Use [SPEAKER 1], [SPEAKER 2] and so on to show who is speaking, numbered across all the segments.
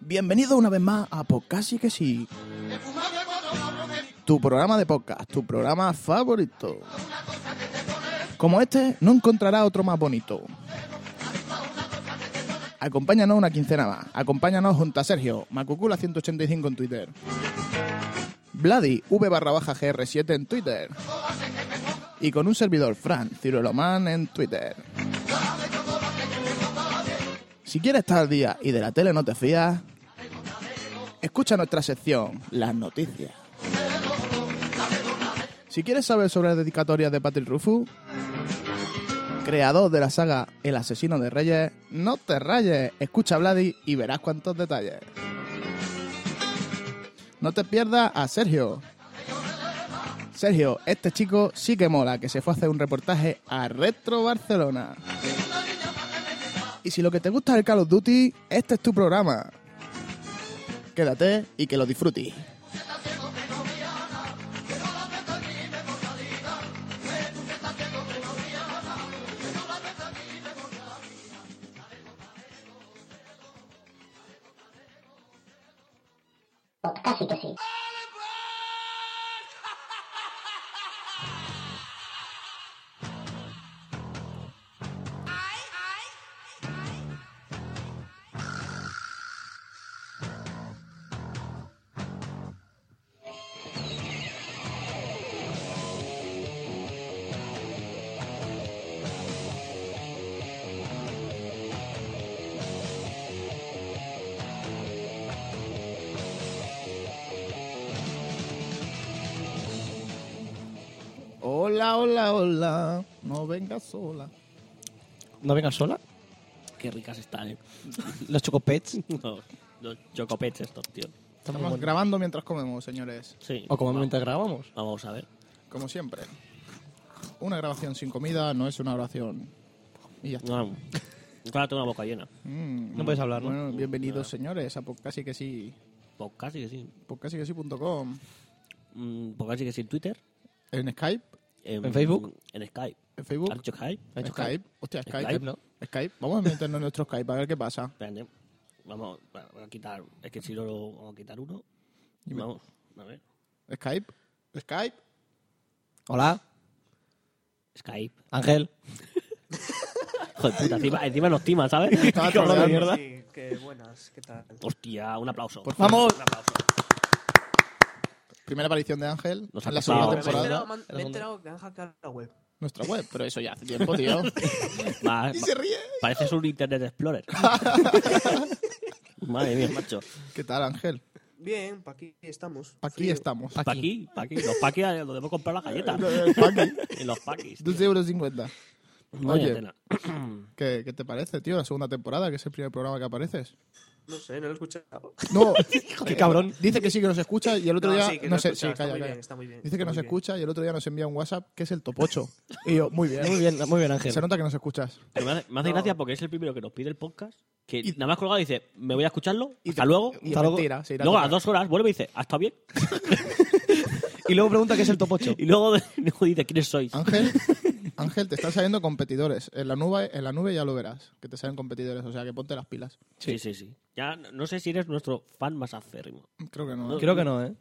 [SPEAKER 1] Bienvenido una vez más a Podcast y que sí. Tu programa de podcast, tu programa favorito. Como este, no encontrarás otro más bonito. Acompáñanos una quincena más. Acompáñanos junto a Sergio, Macucula185 en Twitter. Vladi, V barra baja GR7 en Twitter. Y con un servidor, Fran Ciroloman en Twitter. Si quieres estar al día y de la tele no te fías, escucha nuestra sección, las noticias. Si quieres saber sobre las dedicatorias de Patrick Rufus, creador de la saga El asesino de Reyes, no te rayes, escucha a Vladi y verás cuántos detalles. No te pierdas a Sergio. Sergio, este chico sí que mola, que se fue a hacer un reportaje a Retro Barcelona. Y si lo que te gusta es el Call of Duty, este es tu programa. Quédate y que lo disfrutes.
[SPEAKER 2] Casi que sí.
[SPEAKER 1] Hola, hola, hola. No vengas sola.
[SPEAKER 3] ¿No vengas sola? Qué ricas están, ¿eh? Los chocopets.
[SPEAKER 4] No, los chocopets estos, tío.
[SPEAKER 3] Están muy
[SPEAKER 1] Estamos
[SPEAKER 3] buenos.
[SPEAKER 1] grabando mientras comemos, señores.
[SPEAKER 4] Sí.
[SPEAKER 3] O como
[SPEAKER 4] va-
[SPEAKER 3] mientras grabamos.
[SPEAKER 4] Vamos a ver.
[SPEAKER 1] Como siempre. Una grabación sin comida no es una oración. Y ya está.
[SPEAKER 4] No, ahora tengo una boca llena.
[SPEAKER 1] Mm.
[SPEAKER 3] No puedes hablar, ¿no?
[SPEAKER 1] Bueno, bienvenidos, señores, a Casi que sí.
[SPEAKER 4] Pues casi que sí.
[SPEAKER 1] Casi que sí.com.
[SPEAKER 4] Mm, Pues casi que sí en Twitter.
[SPEAKER 1] En Skype.
[SPEAKER 3] ¿En Facebook?
[SPEAKER 4] En Skype.
[SPEAKER 1] En
[SPEAKER 4] ¿Has
[SPEAKER 1] Facebook.
[SPEAKER 4] dicho Skype?
[SPEAKER 3] ¿Has dicho
[SPEAKER 1] Skype. Hostia, Skype.
[SPEAKER 4] Skype,
[SPEAKER 3] ¿no?
[SPEAKER 1] Skype. Vamos a meternos en nuestro Skype a ver qué pasa.
[SPEAKER 4] Espérate. Vamos, bueno, voy a quitar. Es que si no, lo- vamos a quitar uno.
[SPEAKER 1] Dime.
[SPEAKER 4] Vamos, a ver.
[SPEAKER 1] Skype. Skype.
[SPEAKER 3] Hola,
[SPEAKER 4] Skype.
[SPEAKER 3] Ángel.
[SPEAKER 4] Joder, puta, encima, encima nos timan, ¿sabes?
[SPEAKER 1] Estaba
[SPEAKER 4] Cabrón de
[SPEAKER 1] troleando.
[SPEAKER 4] mierda.
[SPEAKER 5] Sí, que buenas, ¿qué tal?
[SPEAKER 4] Hostia, un aplauso.
[SPEAKER 1] Por favor.
[SPEAKER 3] ¡Vamos!
[SPEAKER 4] Un aplauso. Primera
[SPEAKER 1] Primera aparición de Ángel
[SPEAKER 4] Nos ha
[SPEAKER 1] en la
[SPEAKER 4] pasado.
[SPEAKER 1] segunda
[SPEAKER 5] me, he
[SPEAKER 1] temporada.
[SPEAKER 5] enterado, me he enterado que han hackeado la web.
[SPEAKER 1] Nuestra web, pero eso ya hace tiempo, tío.
[SPEAKER 4] Va-
[SPEAKER 1] y se ríe.
[SPEAKER 4] Pareces un Internet Explorer. Madre mía, macho.
[SPEAKER 1] ¿Qué tal, Ángel?
[SPEAKER 5] Bien, pa' aquí estamos.
[SPEAKER 1] Aquí
[SPEAKER 5] Frío.
[SPEAKER 1] estamos.
[SPEAKER 4] Pa' aquí, pa' aquí. Los paquis eh, los debemos comprar las galletas.
[SPEAKER 1] eh, Paqui.
[SPEAKER 4] En los paquis. tío.
[SPEAKER 1] 12,50 euros cincuenta.
[SPEAKER 4] Madre
[SPEAKER 1] Oye.
[SPEAKER 4] tela.
[SPEAKER 1] ¿Qué, ¿Qué te parece, tío? La segunda temporada, que es el primer programa que apareces.
[SPEAKER 5] No sé, no lo he escuchado.
[SPEAKER 1] No,
[SPEAKER 3] Qué cabrón.
[SPEAKER 1] Dice que sí que nos escucha y el otro
[SPEAKER 5] No,
[SPEAKER 1] día.
[SPEAKER 5] sí, que
[SPEAKER 1] no
[SPEAKER 5] nos
[SPEAKER 1] sé,
[SPEAKER 5] escucha,
[SPEAKER 1] sí,
[SPEAKER 5] está
[SPEAKER 1] calla,
[SPEAKER 5] muy
[SPEAKER 1] calla.
[SPEAKER 5] bien, está muy bien,
[SPEAKER 1] Dice que
[SPEAKER 5] está
[SPEAKER 1] nos
[SPEAKER 5] muy bien.
[SPEAKER 1] escucha y el otro día nos envía un WhatsApp que es el topocho. Y yo, muy bien.
[SPEAKER 3] Muy bien, muy bien, Ángel.
[SPEAKER 1] Se nota que nos escuchas.
[SPEAKER 4] Pero me hace, me hace
[SPEAKER 5] No.
[SPEAKER 4] gracia porque es el primero que nos pide el podcast. Que
[SPEAKER 1] Y-
[SPEAKER 4] nada más colgado dice, me voy a escucharlo.
[SPEAKER 1] Y
[SPEAKER 4] hasta
[SPEAKER 1] te-
[SPEAKER 4] luego.
[SPEAKER 1] Y
[SPEAKER 3] Hasta luego.
[SPEAKER 1] mentira, se irá
[SPEAKER 4] Luego
[SPEAKER 1] a
[SPEAKER 4] a las
[SPEAKER 1] tocar.
[SPEAKER 4] dos horas vuelve y dice, ¿ha estado bien?
[SPEAKER 3] Y luego pregunta qué es el topocho.
[SPEAKER 4] Y luego, luego dice, ¿quiénes sois?
[SPEAKER 1] Ángel, Ángel, te están saliendo competidores. En la nube, en la nube ya lo verás, que te salen competidores, o sea que ponte las pilas.
[SPEAKER 4] Sí, sí, sí. Ya no no sé si eres nuestro fan más acérrimo.
[SPEAKER 1] Creo que no. ¿eh?
[SPEAKER 3] Creo que no, ¿eh?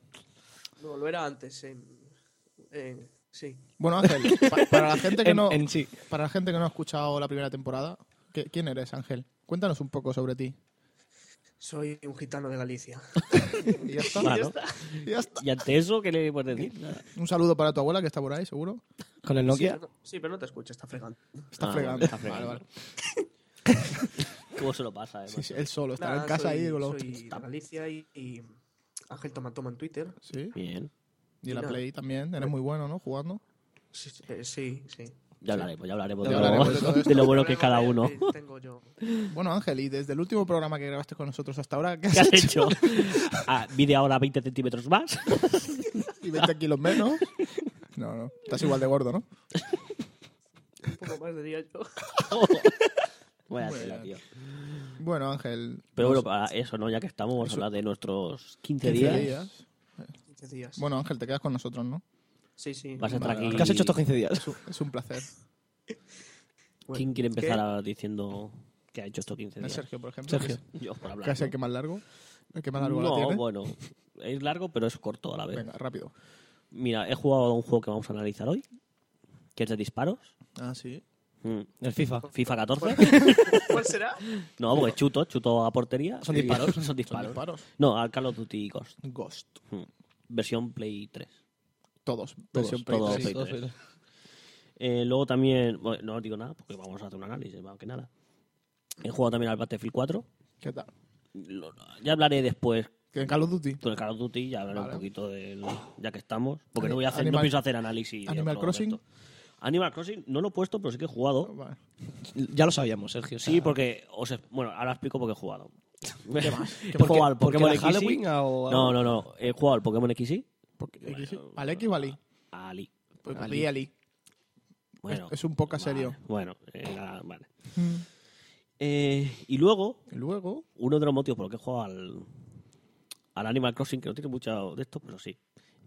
[SPEAKER 5] No, lo era antes. en- en- sí.
[SPEAKER 1] Bueno, Ángel, pa- para la gente que
[SPEAKER 3] En-
[SPEAKER 1] no
[SPEAKER 3] en sí.
[SPEAKER 1] para la gente que no ha escuchado la primera temporada, ¿qué- ¿quién eres, Ángel? Cuéntanos un poco sobre ti.
[SPEAKER 5] Soy un gitano de Galicia.
[SPEAKER 1] Y ya está.
[SPEAKER 4] Claro.
[SPEAKER 1] Y ya está.
[SPEAKER 4] Y ante eso, ¿qué le puedes decir? Nada.
[SPEAKER 1] Un saludo para tu abuela que está por ahí, seguro.
[SPEAKER 3] Con el Nokia.
[SPEAKER 5] Sí, pero no, sí, pero no te escucho, está fregando.
[SPEAKER 1] Está
[SPEAKER 4] Ah,
[SPEAKER 1] fregando.
[SPEAKER 4] está fregando.
[SPEAKER 1] Vale, vale.
[SPEAKER 4] ¿Cómo se lo pasa, eh,
[SPEAKER 1] Sí,
[SPEAKER 4] macho?
[SPEAKER 1] sí, él solo, estará
[SPEAKER 5] Nada,
[SPEAKER 1] en casa
[SPEAKER 5] soy,
[SPEAKER 1] ahí con los...
[SPEAKER 5] soy de Galicia y, y Ángel Toma Toma en Twitter.
[SPEAKER 1] Sí.
[SPEAKER 4] Bien.
[SPEAKER 1] Y en la
[SPEAKER 5] Mira.
[SPEAKER 1] Play también, eres muy bueno, ¿no? Jugando.
[SPEAKER 5] Sí, sí, eh, sí. sí.
[SPEAKER 4] Ya hablaremos, ya hablaremos,
[SPEAKER 1] Ya
[SPEAKER 4] de,
[SPEAKER 1] hablaremos
[SPEAKER 4] lo,
[SPEAKER 1] de todo esto.
[SPEAKER 4] de lo bueno que es cada
[SPEAKER 5] Problema
[SPEAKER 4] uno.
[SPEAKER 5] que- que Tengo yo.
[SPEAKER 1] Bueno, Ángel, y desde el último programa que grabaste con nosotros hasta ahora, ¿qué has,
[SPEAKER 4] ¿Qué has hecho? Ah, ¿Mide ahora 20 centímetros más?
[SPEAKER 1] y 20 kilos menos. No, no. Estás igual de gordo, ¿no?
[SPEAKER 5] Un poco más diría yo.
[SPEAKER 4] Vaya tela, tío.
[SPEAKER 1] Bueno, Ángel.
[SPEAKER 4] Pero
[SPEAKER 1] nos-
[SPEAKER 4] bueno, para eso, ¿no? Ya que estamos, vamos a hablar de nuestros
[SPEAKER 1] 15
[SPEAKER 4] 15, días.
[SPEAKER 1] días.
[SPEAKER 5] 15 días.
[SPEAKER 1] Bueno, Ángel, te quedas con nosotros, ¿no?
[SPEAKER 5] sí, sí.
[SPEAKER 4] Vas a estar
[SPEAKER 1] Vale,
[SPEAKER 4] aquí.
[SPEAKER 3] ¿Qué has hecho estos 15 días?
[SPEAKER 1] Es un, es un placer.
[SPEAKER 5] Bueno,
[SPEAKER 4] ¿Quién quiere empezar
[SPEAKER 5] ¿qué?
[SPEAKER 4] a- diciendo que ha hecho esto 15
[SPEAKER 1] ¿No es
[SPEAKER 4] días?
[SPEAKER 1] Sergio, por ejemplo?
[SPEAKER 3] Sergio.
[SPEAKER 4] Yo, por hablar.
[SPEAKER 1] Que es
[SPEAKER 4] ¿no?
[SPEAKER 1] el que más largo. El que más largo
[SPEAKER 4] no,
[SPEAKER 1] la tiene.
[SPEAKER 4] bueno, es largo, pero es corto a la vez.
[SPEAKER 1] Venga, rápido.
[SPEAKER 4] Mira, he jugado a un juego que vamos a analizar hoy, que es de disparos.
[SPEAKER 1] Ah, sí.
[SPEAKER 4] Mm.
[SPEAKER 3] El FIFA.
[SPEAKER 4] FIFA 14.
[SPEAKER 5] ¿Cuál será?
[SPEAKER 4] No, porque chuto, chuto a portería.
[SPEAKER 3] Son
[SPEAKER 4] y-
[SPEAKER 3] disparos.
[SPEAKER 4] Son
[SPEAKER 1] Son
[SPEAKER 4] disparos.
[SPEAKER 1] disparos.
[SPEAKER 4] No, al Call of Duty Ghost.
[SPEAKER 1] Ghost.
[SPEAKER 4] Mm. Versión Play 3.
[SPEAKER 1] Todos. Versión Play
[SPEAKER 4] todos.
[SPEAKER 1] tres.
[SPEAKER 4] Play tres. Eh, luego también, bueno, no os digo nada, porque vamos a hacer un análisis, más que nada. He jugado también al Battlefield 4.
[SPEAKER 1] ¿Qué tal?
[SPEAKER 4] Lo- ya hablaré después
[SPEAKER 1] ¿Que en Call of Duty?
[SPEAKER 4] con el Call of Duty, ya hablaré
[SPEAKER 1] Vale.
[SPEAKER 4] un poquito del. ya que estamos. Porque no
[SPEAKER 1] Ani-
[SPEAKER 4] voy a hacer,
[SPEAKER 1] Animal-
[SPEAKER 4] no pienso hacer análisis. de
[SPEAKER 1] Animal
[SPEAKER 4] otro de
[SPEAKER 1] Crossing.
[SPEAKER 4] esto. Animal Crossing no lo he puesto, pero sí que he jugado.
[SPEAKER 1] Vale.
[SPEAKER 3] Ya lo sabíamos, Sergio. o sea,
[SPEAKER 4] Sí, porque. os es- bueno, ahora explico por qué he jugado. ¿Qué más?
[SPEAKER 3] ¿Por Ah.
[SPEAKER 4] He
[SPEAKER 3] qué-
[SPEAKER 4] jugado al
[SPEAKER 3] por qué
[SPEAKER 4] Pokémon
[SPEAKER 3] la
[SPEAKER 4] XY.
[SPEAKER 3] Halloween o-
[SPEAKER 4] No, no, no. He jugado al Pokémon XY.
[SPEAKER 1] Porque, ¿X- ¿Al X o al Y?
[SPEAKER 4] Ali.
[SPEAKER 1] Pues di al Y.
[SPEAKER 4] Bueno.
[SPEAKER 1] Es un poco
[SPEAKER 4] vale, Mm.
[SPEAKER 1] serio.
[SPEAKER 4] Bueno, era- vale. Eh, y luego,
[SPEAKER 1] Y luego,
[SPEAKER 4] uno de los motivos por los que he jugado al, al Animal Crossing, que no tiene mucho de esto, pero sí,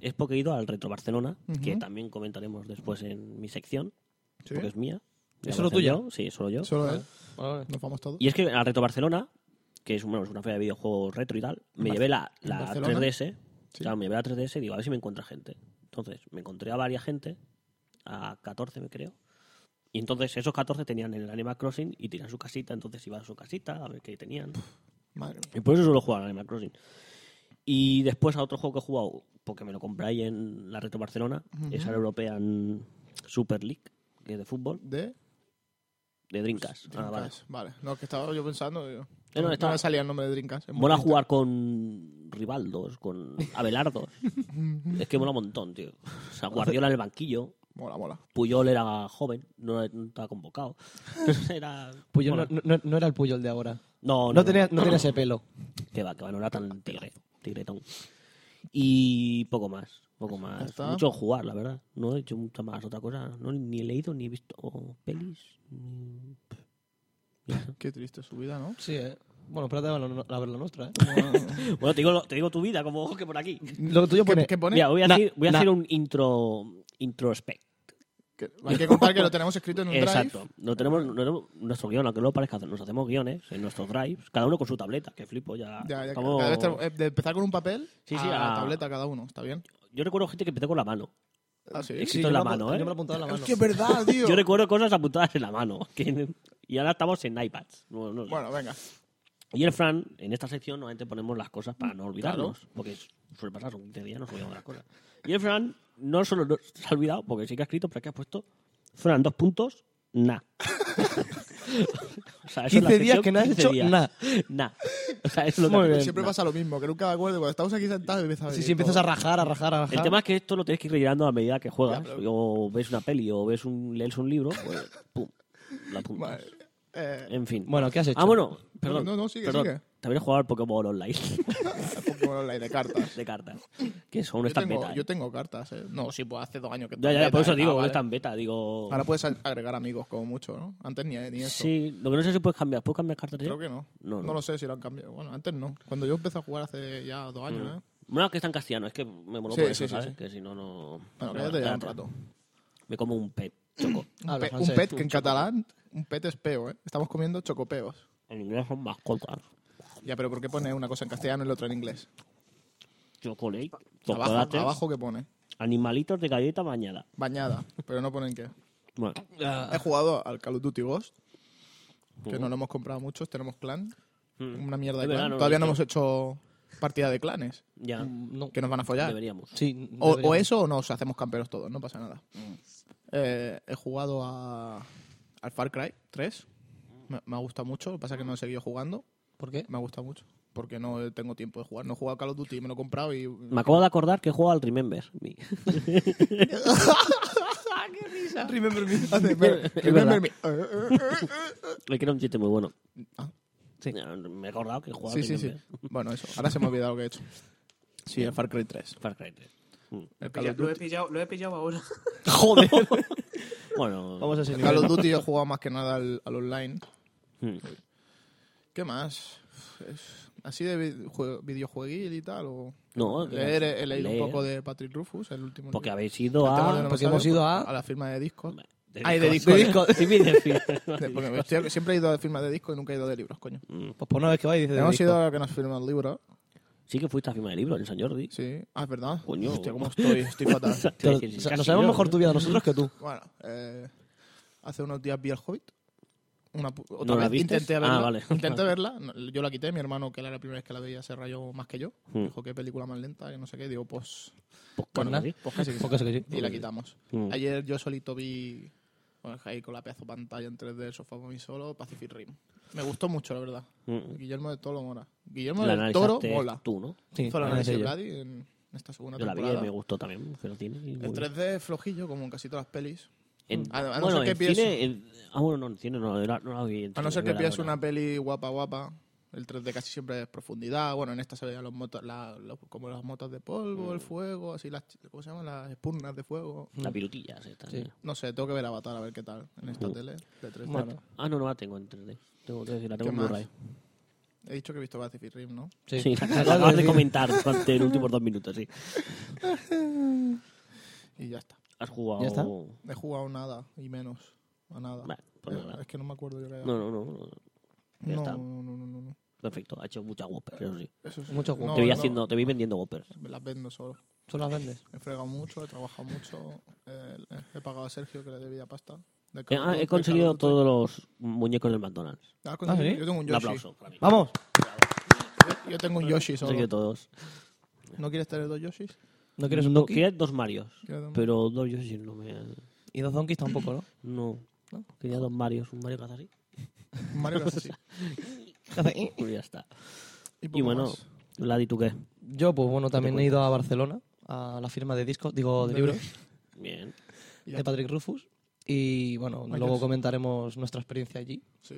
[SPEAKER 4] es porque he ido al Retro Barcelona, que también comentaremos después en mi sección,
[SPEAKER 1] Sí.
[SPEAKER 4] porque es mía.
[SPEAKER 3] ¿Es
[SPEAKER 4] Ya
[SPEAKER 3] solo
[SPEAKER 4] lo hacen
[SPEAKER 3] tuya?
[SPEAKER 4] yo, Sí, solo yo.
[SPEAKER 1] solo él.
[SPEAKER 3] Vale, vale.
[SPEAKER 1] Nos vamos todos.
[SPEAKER 4] Y es que al Retro Barcelona, que es, bueno, es una feria de videojuegos retro y tal, me llevé la,
[SPEAKER 1] en
[SPEAKER 4] la
[SPEAKER 1] Barcelona?
[SPEAKER 4] 3DS.
[SPEAKER 1] Sí.
[SPEAKER 4] Claro, me llevé la 3DS y digo, a ver si me encuentra gente. Entonces, me encontré a varias gente, a 14 me creo. Y entonces esos 14 tenían el Animal Crossing y tenían su casita, entonces iba a su casita a ver qué tenían.
[SPEAKER 1] Madre mía.
[SPEAKER 4] Y por eso suelo jugar al Animal Crossing. Y después a otro juego que he jugado, porque me lo compré ahí en la Retro Barcelona, es al European Super League, que es de fútbol,
[SPEAKER 1] De
[SPEAKER 4] de Drinkas. Ah, vale.
[SPEAKER 1] Pues, Dreamcast. vale. No, que estaba yo pensando. yo-
[SPEAKER 4] no,
[SPEAKER 1] No,
[SPEAKER 4] estaba-
[SPEAKER 1] me salía el nombre de Dreamcast. Es muy
[SPEAKER 4] Mola
[SPEAKER 1] triste.
[SPEAKER 4] jugar con Rivaldos, con Abelardos. es que mola un montón, tío. O sea, Guardiola en el banquillo,
[SPEAKER 1] Mola, mola.
[SPEAKER 4] Puyol era joven, no no estaba convocado. era...
[SPEAKER 3] Puyol
[SPEAKER 4] mola.
[SPEAKER 3] Pues no, no- no era el Puyol de ahora.
[SPEAKER 4] no,
[SPEAKER 3] No tenía, no tenía ese pelo.
[SPEAKER 4] Que va, que va, no era tan tigre, tigretón. Y poco más, poco
[SPEAKER 1] Ya
[SPEAKER 4] más.
[SPEAKER 1] está.
[SPEAKER 4] Mucho jugar, la verdad. No he hecho mucha más otra cosa. No, ni he leído, ni he visto pelis. ni-
[SPEAKER 1] Qué triste su vida, ¿no?
[SPEAKER 3] Sí, eh. Bueno, espérate a ver la- a ver la nuestra, eh.
[SPEAKER 4] Bueno, te digo, lo- te digo tu vida, como ojo que por aquí.
[SPEAKER 3] Lo tuyo
[SPEAKER 1] ¿Qué,
[SPEAKER 3] pone...
[SPEAKER 1] qué pone?
[SPEAKER 4] Mira, voy a,
[SPEAKER 3] Na-
[SPEAKER 4] hacer, voy a
[SPEAKER 3] na-
[SPEAKER 4] hacer un intro, introspect.
[SPEAKER 1] Que- hay que contar que lo tenemos escrito en un
[SPEAKER 4] Exacto.
[SPEAKER 1] drive.
[SPEAKER 4] No tenemos, no tenemos nuestro guión, aunque no lo parezca, nos hacemos guiones en nuestros drives, cada uno con su tableta, que flipo, ya.
[SPEAKER 1] Ya, ya,
[SPEAKER 4] estamos-
[SPEAKER 1] cada vez tenemos- eh, de empezar con un papel
[SPEAKER 4] Sí, sí,
[SPEAKER 1] a la
[SPEAKER 4] a-
[SPEAKER 1] tableta cada uno. ¿Está bien?
[SPEAKER 4] Yo recuerdo gente que empezó con la mano.
[SPEAKER 1] Ah, sí.
[SPEAKER 4] Sí, en la mano, ¿eh?
[SPEAKER 3] Yo me lo he apuntado en la mano.
[SPEAKER 1] Es que es verdad, tío.
[SPEAKER 4] Yo recuerdo cosas apuntadas en la mano. que- y ahora estamos en iPads. No- no sé.
[SPEAKER 1] Bueno, venga.
[SPEAKER 4] Y el Fran, en esta sección, normalmente ponemos las cosas para no olvidarnos, porque suele pasar, son 15 días, nos olvidamos de las cosas. Y el Fran no solo no- se ha olvidado, porque sí que ha escrito, pero es que ha puesto Fran, dos puntos, na. o sea,
[SPEAKER 3] 15 días que no has hecho
[SPEAKER 4] nada
[SPEAKER 3] na.
[SPEAKER 4] Na. O sea, eso es lo que
[SPEAKER 3] Muy
[SPEAKER 4] ha
[SPEAKER 3] bien.
[SPEAKER 4] puesto.
[SPEAKER 1] Siempre pasa lo mismo, que nunca me acuerdo. Cuando estamos aquí sentados empieza a
[SPEAKER 3] Sí,
[SPEAKER 1] venir
[SPEAKER 3] sí, empiezas
[SPEAKER 1] todo.
[SPEAKER 3] a rajar, a rajar, a rajar.
[SPEAKER 4] El tema es que esto lo tienes que ir rellenando a medida que juegas,
[SPEAKER 1] Ya, pero-
[SPEAKER 4] o ves una peli, o ves un, lees un libro, pues pum, la apuntas.
[SPEAKER 1] Vale. Eh,
[SPEAKER 4] En fin.
[SPEAKER 3] Bueno, ¿qué has hecho?
[SPEAKER 4] Ah, bueno, perdón.
[SPEAKER 1] No, no, sigue,
[SPEAKER 4] perdón.
[SPEAKER 1] sigue.
[SPEAKER 4] También he jugado al Pokémon Online
[SPEAKER 1] Pokémon Online de cartas.
[SPEAKER 4] de cartas, que son
[SPEAKER 1] Yo
[SPEAKER 4] estas
[SPEAKER 1] tengo,
[SPEAKER 4] beta.
[SPEAKER 1] yo tengo cartas, ¿eh? No, sí, pues hace dos años que
[SPEAKER 4] Ya,
[SPEAKER 1] están
[SPEAKER 4] ya, ya,
[SPEAKER 1] beta,
[SPEAKER 4] por eso
[SPEAKER 1] ¿eh?
[SPEAKER 4] digo,
[SPEAKER 1] Ah,
[SPEAKER 4] que
[SPEAKER 1] vale.
[SPEAKER 4] está en beta, digo...
[SPEAKER 1] Ahora puedes agregar amigos como mucho, ¿no? Antes ni, ni eso.
[SPEAKER 4] Sí, lo que no sé es si puedes cambiar. ¿Puedes cambiar cartas ya?
[SPEAKER 1] Creo que no.
[SPEAKER 4] No,
[SPEAKER 1] No,
[SPEAKER 4] no.
[SPEAKER 1] lo sé si lo han cambiado. Bueno, antes no. Cuando yo empecé a jugar hace ya dos años,
[SPEAKER 4] Mm.
[SPEAKER 1] ¿eh?
[SPEAKER 4] Bueno, que está en castellano, es que me moló
[SPEAKER 1] Sí,
[SPEAKER 4] por eso,
[SPEAKER 1] sí, sí,
[SPEAKER 4] ¿sabes?
[SPEAKER 1] sí.
[SPEAKER 4] Que si no, no...
[SPEAKER 1] Bueno,
[SPEAKER 4] no,
[SPEAKER 1] cállate ya un
[SPEAKER 4] espérate.
[SPEAKER 1] rato.
[SPEAKER 4] Me como un pet, choco.
[SPEAKER 1] Un,
[SPEAKER 3] Habla
[SPEAKER 1] pe- un
[SPEAKER 3] francés.
[SPEAKER 1] pet, que en catalán, un pet es peo, ¿eh? Estamos comiendo chocopeos.
[SPEAKER 4] En inglés son mascotas.
[SPEAKER 1] Ya, pero ¿por qué pone una cosa en castellano y la otra en inglés?
[SPEAKER 4] Chocolate,
[SPEAKER 1] Abajo,
[SPEAKER 4] chocolates,
[SPEAKER 1] abajo que pone.
[SPEAKER 4] animalitos de galleta bañada.
[SPEAKER 1] Bañada, pero no ponen qué.
[SPEAKER 4] Bueno,
[SPEAKER 3] Ah, Uh.
[SPEAKER 1] He jugado al Call of Duty Ghost, que no Mm, lo hemos comprado muchos, tenemos clan.
[SPEAKER 3] Mm.
[SPEAKER 4] mm,
[SPEAKER 1] Una mierda de
[SPEAKER 4] Es verdad,
[SPEAKER 1] clan.
[SPEAKER 4] no lo
[SPEAKER 1] Todavía
[SPEAKER 4] he
[SPEAKER 1] no hemos
[SPEAKER 4] visto.
[SPEAKER 1] hecho partida de clanes,
[SPEAKER 4] ya,
[SPEAKER 3] Ah, no.
[SPEAKER 1] que nos van a follar.
[SPEAKER 4] deberíamos.
[SPEAKER 3] Sí,
[SPEAKER 1] O, o
[SPEAKER 3] deberíamos.
[SPEAKER 1] eso o nos hacemos campeones todos, no pasa nada. Eh, he jugado a, al Far Cry 3. Me, me ha gustado mucho, lo que pasa es que no he seguido jugando.
[SPEAKER 3] ¿Por qué?
[SPEAKER 1] Me ha gustado mucho, porque no tengo tiempo de jugar. No he jugado a Call of Duty, me lo he comprado y...
[SPEAKER 4] Me acabo de acordar que he jugado al Remember. Me.
[SPEAKER 1] Remember me. Remember, me.
[SPEAKER 4] Es que era un chiste muy bueno.
[SPEAKER 1] Ah.
[SPEAKER 4] Sí. Me he acordado que he jugado
[SPEAKER 1] Sí,
[SPEAKER 4] al
[SPEAKER 1] sí, sí.
[SPEAKER 4] Remember.
[SPEAKER 1] Bueno, eso. Ahora se me ha olvidado lo que he hecho. Sí, el Far Cry 3.
[SPEAKER 4] Far Cry 3.
[SPEAKER 1] El Call
[SPEAKER 5] Pilla-
[SPEAKER 1] of
[SPEAKER 5] lo, he
[SPEAKER 1] Duty.
[SPEAKER 5] pillado, lo he pillado ahora.
[SPEAKER 4] ¡Joder! bueno,
[SPEAKER 3] Vamos a seguir.
[SPEAKER 1] Call of Duty yo he jugado más que nada al, al online.
[SPEAKER 4] Hmm.
[SPEAKER 1] ¿Qué más? Es- ¿Así de vi- jue- videojueguil y tal? O...
[SPEAKER 4] no,
[SPEAKER 1] Leer, Este he leído
[SPEAKER 4] leer,
[SPEAKER 1] un poco de Patrick Rufus, el último
[SPEAKER 4] Porque
[SPEAKER 1] libro.
[SPEAKER 4] habéis ido
[SPEAKER 1] El tema
[SPEAKER 4] a...
[SPEAKER 1] del
[SPEAKER 3] porque hemos
[SPEAKER 1] dinosaurio,
[SPEAKER 3] ido a-
[SPEAKER 1] la firma de discos.
[SPEAKER 4] Te
[SPEAKER 1] Ay, de
[SPEAKER 3] disco.
[SPEAKER 1] disco.
[SPEAKER 3] De disco. Sí, mi de film.
[SPEAKER 1] De- Porque me estoy- siempre he ido de firmas de disco y nunca he ido de libros, coño.
[SPEAKER 3] Pues por una vez que vais, dices de
[SPEAKER 1] Hemos
[SPEAKER 3] disco.
[SPEAKER 1] ido a la que nos firman libros,
[SPEAKER 4] Sí que fuiste a firma de libros en San Jordi.
[SPEAKER 1] sí. Ah, es verdad.
[SPEAKER 4] Coño.
[SPEAKER 1] Hostia, cómo estoy, estoy fatal.
[SPEAKER 3] Te lo-
[SPEAKER 4] Sí, sí,
[SPEAKER 3] o sea,
[SPEAKER 4] casi
[SPEAKER 3] nos sabemos
[SPEAKER 4] yo,
[SPEAKER 3] mejor
[SPEAKER 4] ¿eh?
[SPEAKER 3] tu vida nosotros que tú.
[SPEAKER 1] Bueno, eh, hace unos días vi el Hobbit. Una pu- otra
[SPEAKER 4] ¿No la
[SPEAKER 1] vez
[SPEAKER 4] viste?
[SPEAKER 1] intenté
[SPEAKER 4] Ah,
[SPEAKER 1] verla.
[SPEAKER 4] vale.
[SPEAKER 1] Intenté verla. no, Yo la quité. Mi hermano, que era la primera vez que la veía, se rayó más que yo.
[SPEAKER 4] Hmm.
[SPEAKER 1] Dijo, qué película más lenta, que no sé qué. Digo, pues,
[SPEAKER 4] Pues,
[SPEAKER 1] Bueno,
[SPEAKER 4] carnal.
[SPEAKER 1] pues casi que sí.
[SPEAKER 3] Pues casi que sí.
[SPEAKER 1] Y la quitamos.
[SPEAKER 4] Hmm.
[SPEAKER 1] Ayer yo solito vi, bueno, ahí con la pedazo pantalla en 3D del sofá para mí solo, Pacific Rim. Me gustó mucho, la verdad.
[SPEAKER 4] Mm.
[SPEAKER 1] Guillermo de Toro mola. Guillermo
[SPEAKER 4] La
[SPEAKER 1] del Toro
[SPEAKER 4] analizaste
[SPEAKER 1] mola.
[SPEAKER 4] tú, ¿no?
[SPEAKER 3] Sí,
[SPEAKER 1] Hizo la
[SPEAKER 3] la
[SPEAKER 1] análisis
[SPEAKER 3] hice
[SPEAKER 1] de
[SPEAKER 3] yo.
[SPEAKER 1] Brady en esta segunda
[SPEAKER 4] Yo la vi y
[SPEAKER 1] temporada.
[SPEAKER 4] me gustó también. Que lo tiene. y muy
[SPEAKER 1] el 3D es flojillo, como en casi todas las pelis.
[SPEAKER 4] bien. En-
[SPEAKER 1] Ah, a- a no
[SPEAKER 4] bueno,
[SPEAKER 1] ser que
[SPEAKER 4] en
[SPEAKER 1] pides-
[SPEAKER 4] cine... en- ah, bueno, no, en cine no, era- no la vi. en
[SPEAKER 1] A
[SPEAKER 4] cine,
[SPEAKER 1] no ser
[SPEAKER 4] es
[SPEAKER 1] que
[SPEAKER 4] verdad,
[SPEAKER 1] pidas
[SPEAKER 4] es verdad.
[SPEAKER 1] una peli guapa, guapa. El 3D casi siempre es profundidad. Bueno, en esta se veían los motos, la- los- como las motas de polvo,
[SPEAKER 4] Mm.
[SPEAKER 1] el fuego, así las, ¿cómo se llaman? Las espurnas de fuego.
[SPEAKER 4] La pirutilla, sí, está.
[SPEAKER 3] Sí.
[SPEAKER 1] No sé, tengo que ver Avatar a ver qué tal en
[SPEAKER 4] Uh.
[SPEAKER 1] esta tele de 3D.
[SPEAKER 3] Bueno.
[SPEAKER 4] Ah, no, no la tengo en 3D. Tengo que decir, la tengo
[SPEAKER 1] ¿Qué
[SPEAKER 4] en
[SPEAKER 1] más?
[SPEAKER 4] Blu-ray.
[SPEAKER 1] He dicho que he visto Pacific Rim, ¿no?
[SPEAKER 3] Sí,
[SPEAKER 4] Sí,
[SPEAKER 3] Acabas de
[SPEAKER 4] acabas de
[SPEAKER 3] decir.
[SPEAKER 4] comentar durante los últimos dos minutos, sí.
[SPEAKER 1] Y ya está.
[SPEAKER 4] Has jugado...
[SPEAKER 3] ¿Ya está?
[SPEAKER 1] He jugado nada y menos a nada.
[SPEAKER 4] Vale, pues
[SPEAKER 1] Eh,
[SPEAKER 4] nada.
[SPEAKER 1] Es que no me acuerdo yo que haya-
[SPEAKER 4] No, no, no, no. ya
[SPEAKER 1] no,
[SPEAKER 4] está.
[SPEAKER 1] no, no, no, no, no.
[SPEAKER 4] Perfecto, ha hecho muchas Whoppers, eso sí.
[SPEAKER 1] Eso sí.
[SPEAKER 3] Mucho juego.
[SPEAKER 1] No,
[SPEAKER 4] te, vi
[SPEAKER 1] no,
[SPEAKER 4] haciendo, te vi vendiendo Whoppers.
[SPEAKER 1] me Las vendo solo.
[SPEAKER 3] Tú las vendes.
[SPEAKER 1] He fregado mucho, he trabajado mucho. eh, eh, he pagado a Sergio que le debía pasta. De
[SPEAKER 4] Eh,
[SPEAKER 1] Call of
[SPEAKER 4] ah,
[SPEAKER 1] Duty,
[SPEAKER 4] he
[SPEAKER 1] de Call
[SPEAKER 4] conseguido
[SPEAKER 1] of Duty.
[SPEAKER 4] todos los muñecos del McDonald's.
[SPEAKER 1] Ah, ¿has conseguido?
[SPEAKER 3] ¿sí?
[SPEAKER 1] Yo tengo un
[SPEAKER 4] Un
[SPEAKER 1] Yoshi.
[SPEAKER 4] aplauso para mí.
[SPEAKER 3] ¡Vamos!
[SPEAKER 1] Yo, yo tengo un Yoshi
[SPEAKER 4] He conseguido
[SPEAKER 1] solo.
[SPEAKER 4] todos.
[SPEAKER 1] ¿No quieres tener dos Yoshis?
[SPEAKER 3] ¿No quieres un
[SPEAKER 4] No,
[SPEAKER 3] donkey?
[SPEAKER 4] quería dos Marios,
[SPEAKER 1] Quería dos-
[SPEAKER 4] pero dos yo sí no me...
[SPEAKER 3] Y dos donkeys tampoco, ¿no?
[SPEAKER 4] No, quería dos Marios. Un Mario que hace así.
[SPEAKER 1] Mario Bros. sí.
[SPEAKER 4] Pues ya está.
[SPEAKER 1] poco
[SPEAKER 4] Y bueno,
[SPEAKER 1] más.
[SPEAKER 4] Vladi, ¿tú qué?
[SPEAKER 3] Yo, pues bueno, también he ido a Barcelona, a la firma de discos, digo, de
[SPEAKER 4] pues
[SPEAKER 1] De-
[SPEAKER 3] libros,
[SPEAKER 4] Bien.
[SPEAKER 1] Ya.
[SPEAKER 3] de Patrick Rufus. Y bueno,
[SPEAKER 1] Ay,
[SPEAKER 3] luego
[SPEAKER 1] Dios.
[SPEAKER 3] comentaremos nuestra experiencia allí,
[SPEAKER 1] Sí.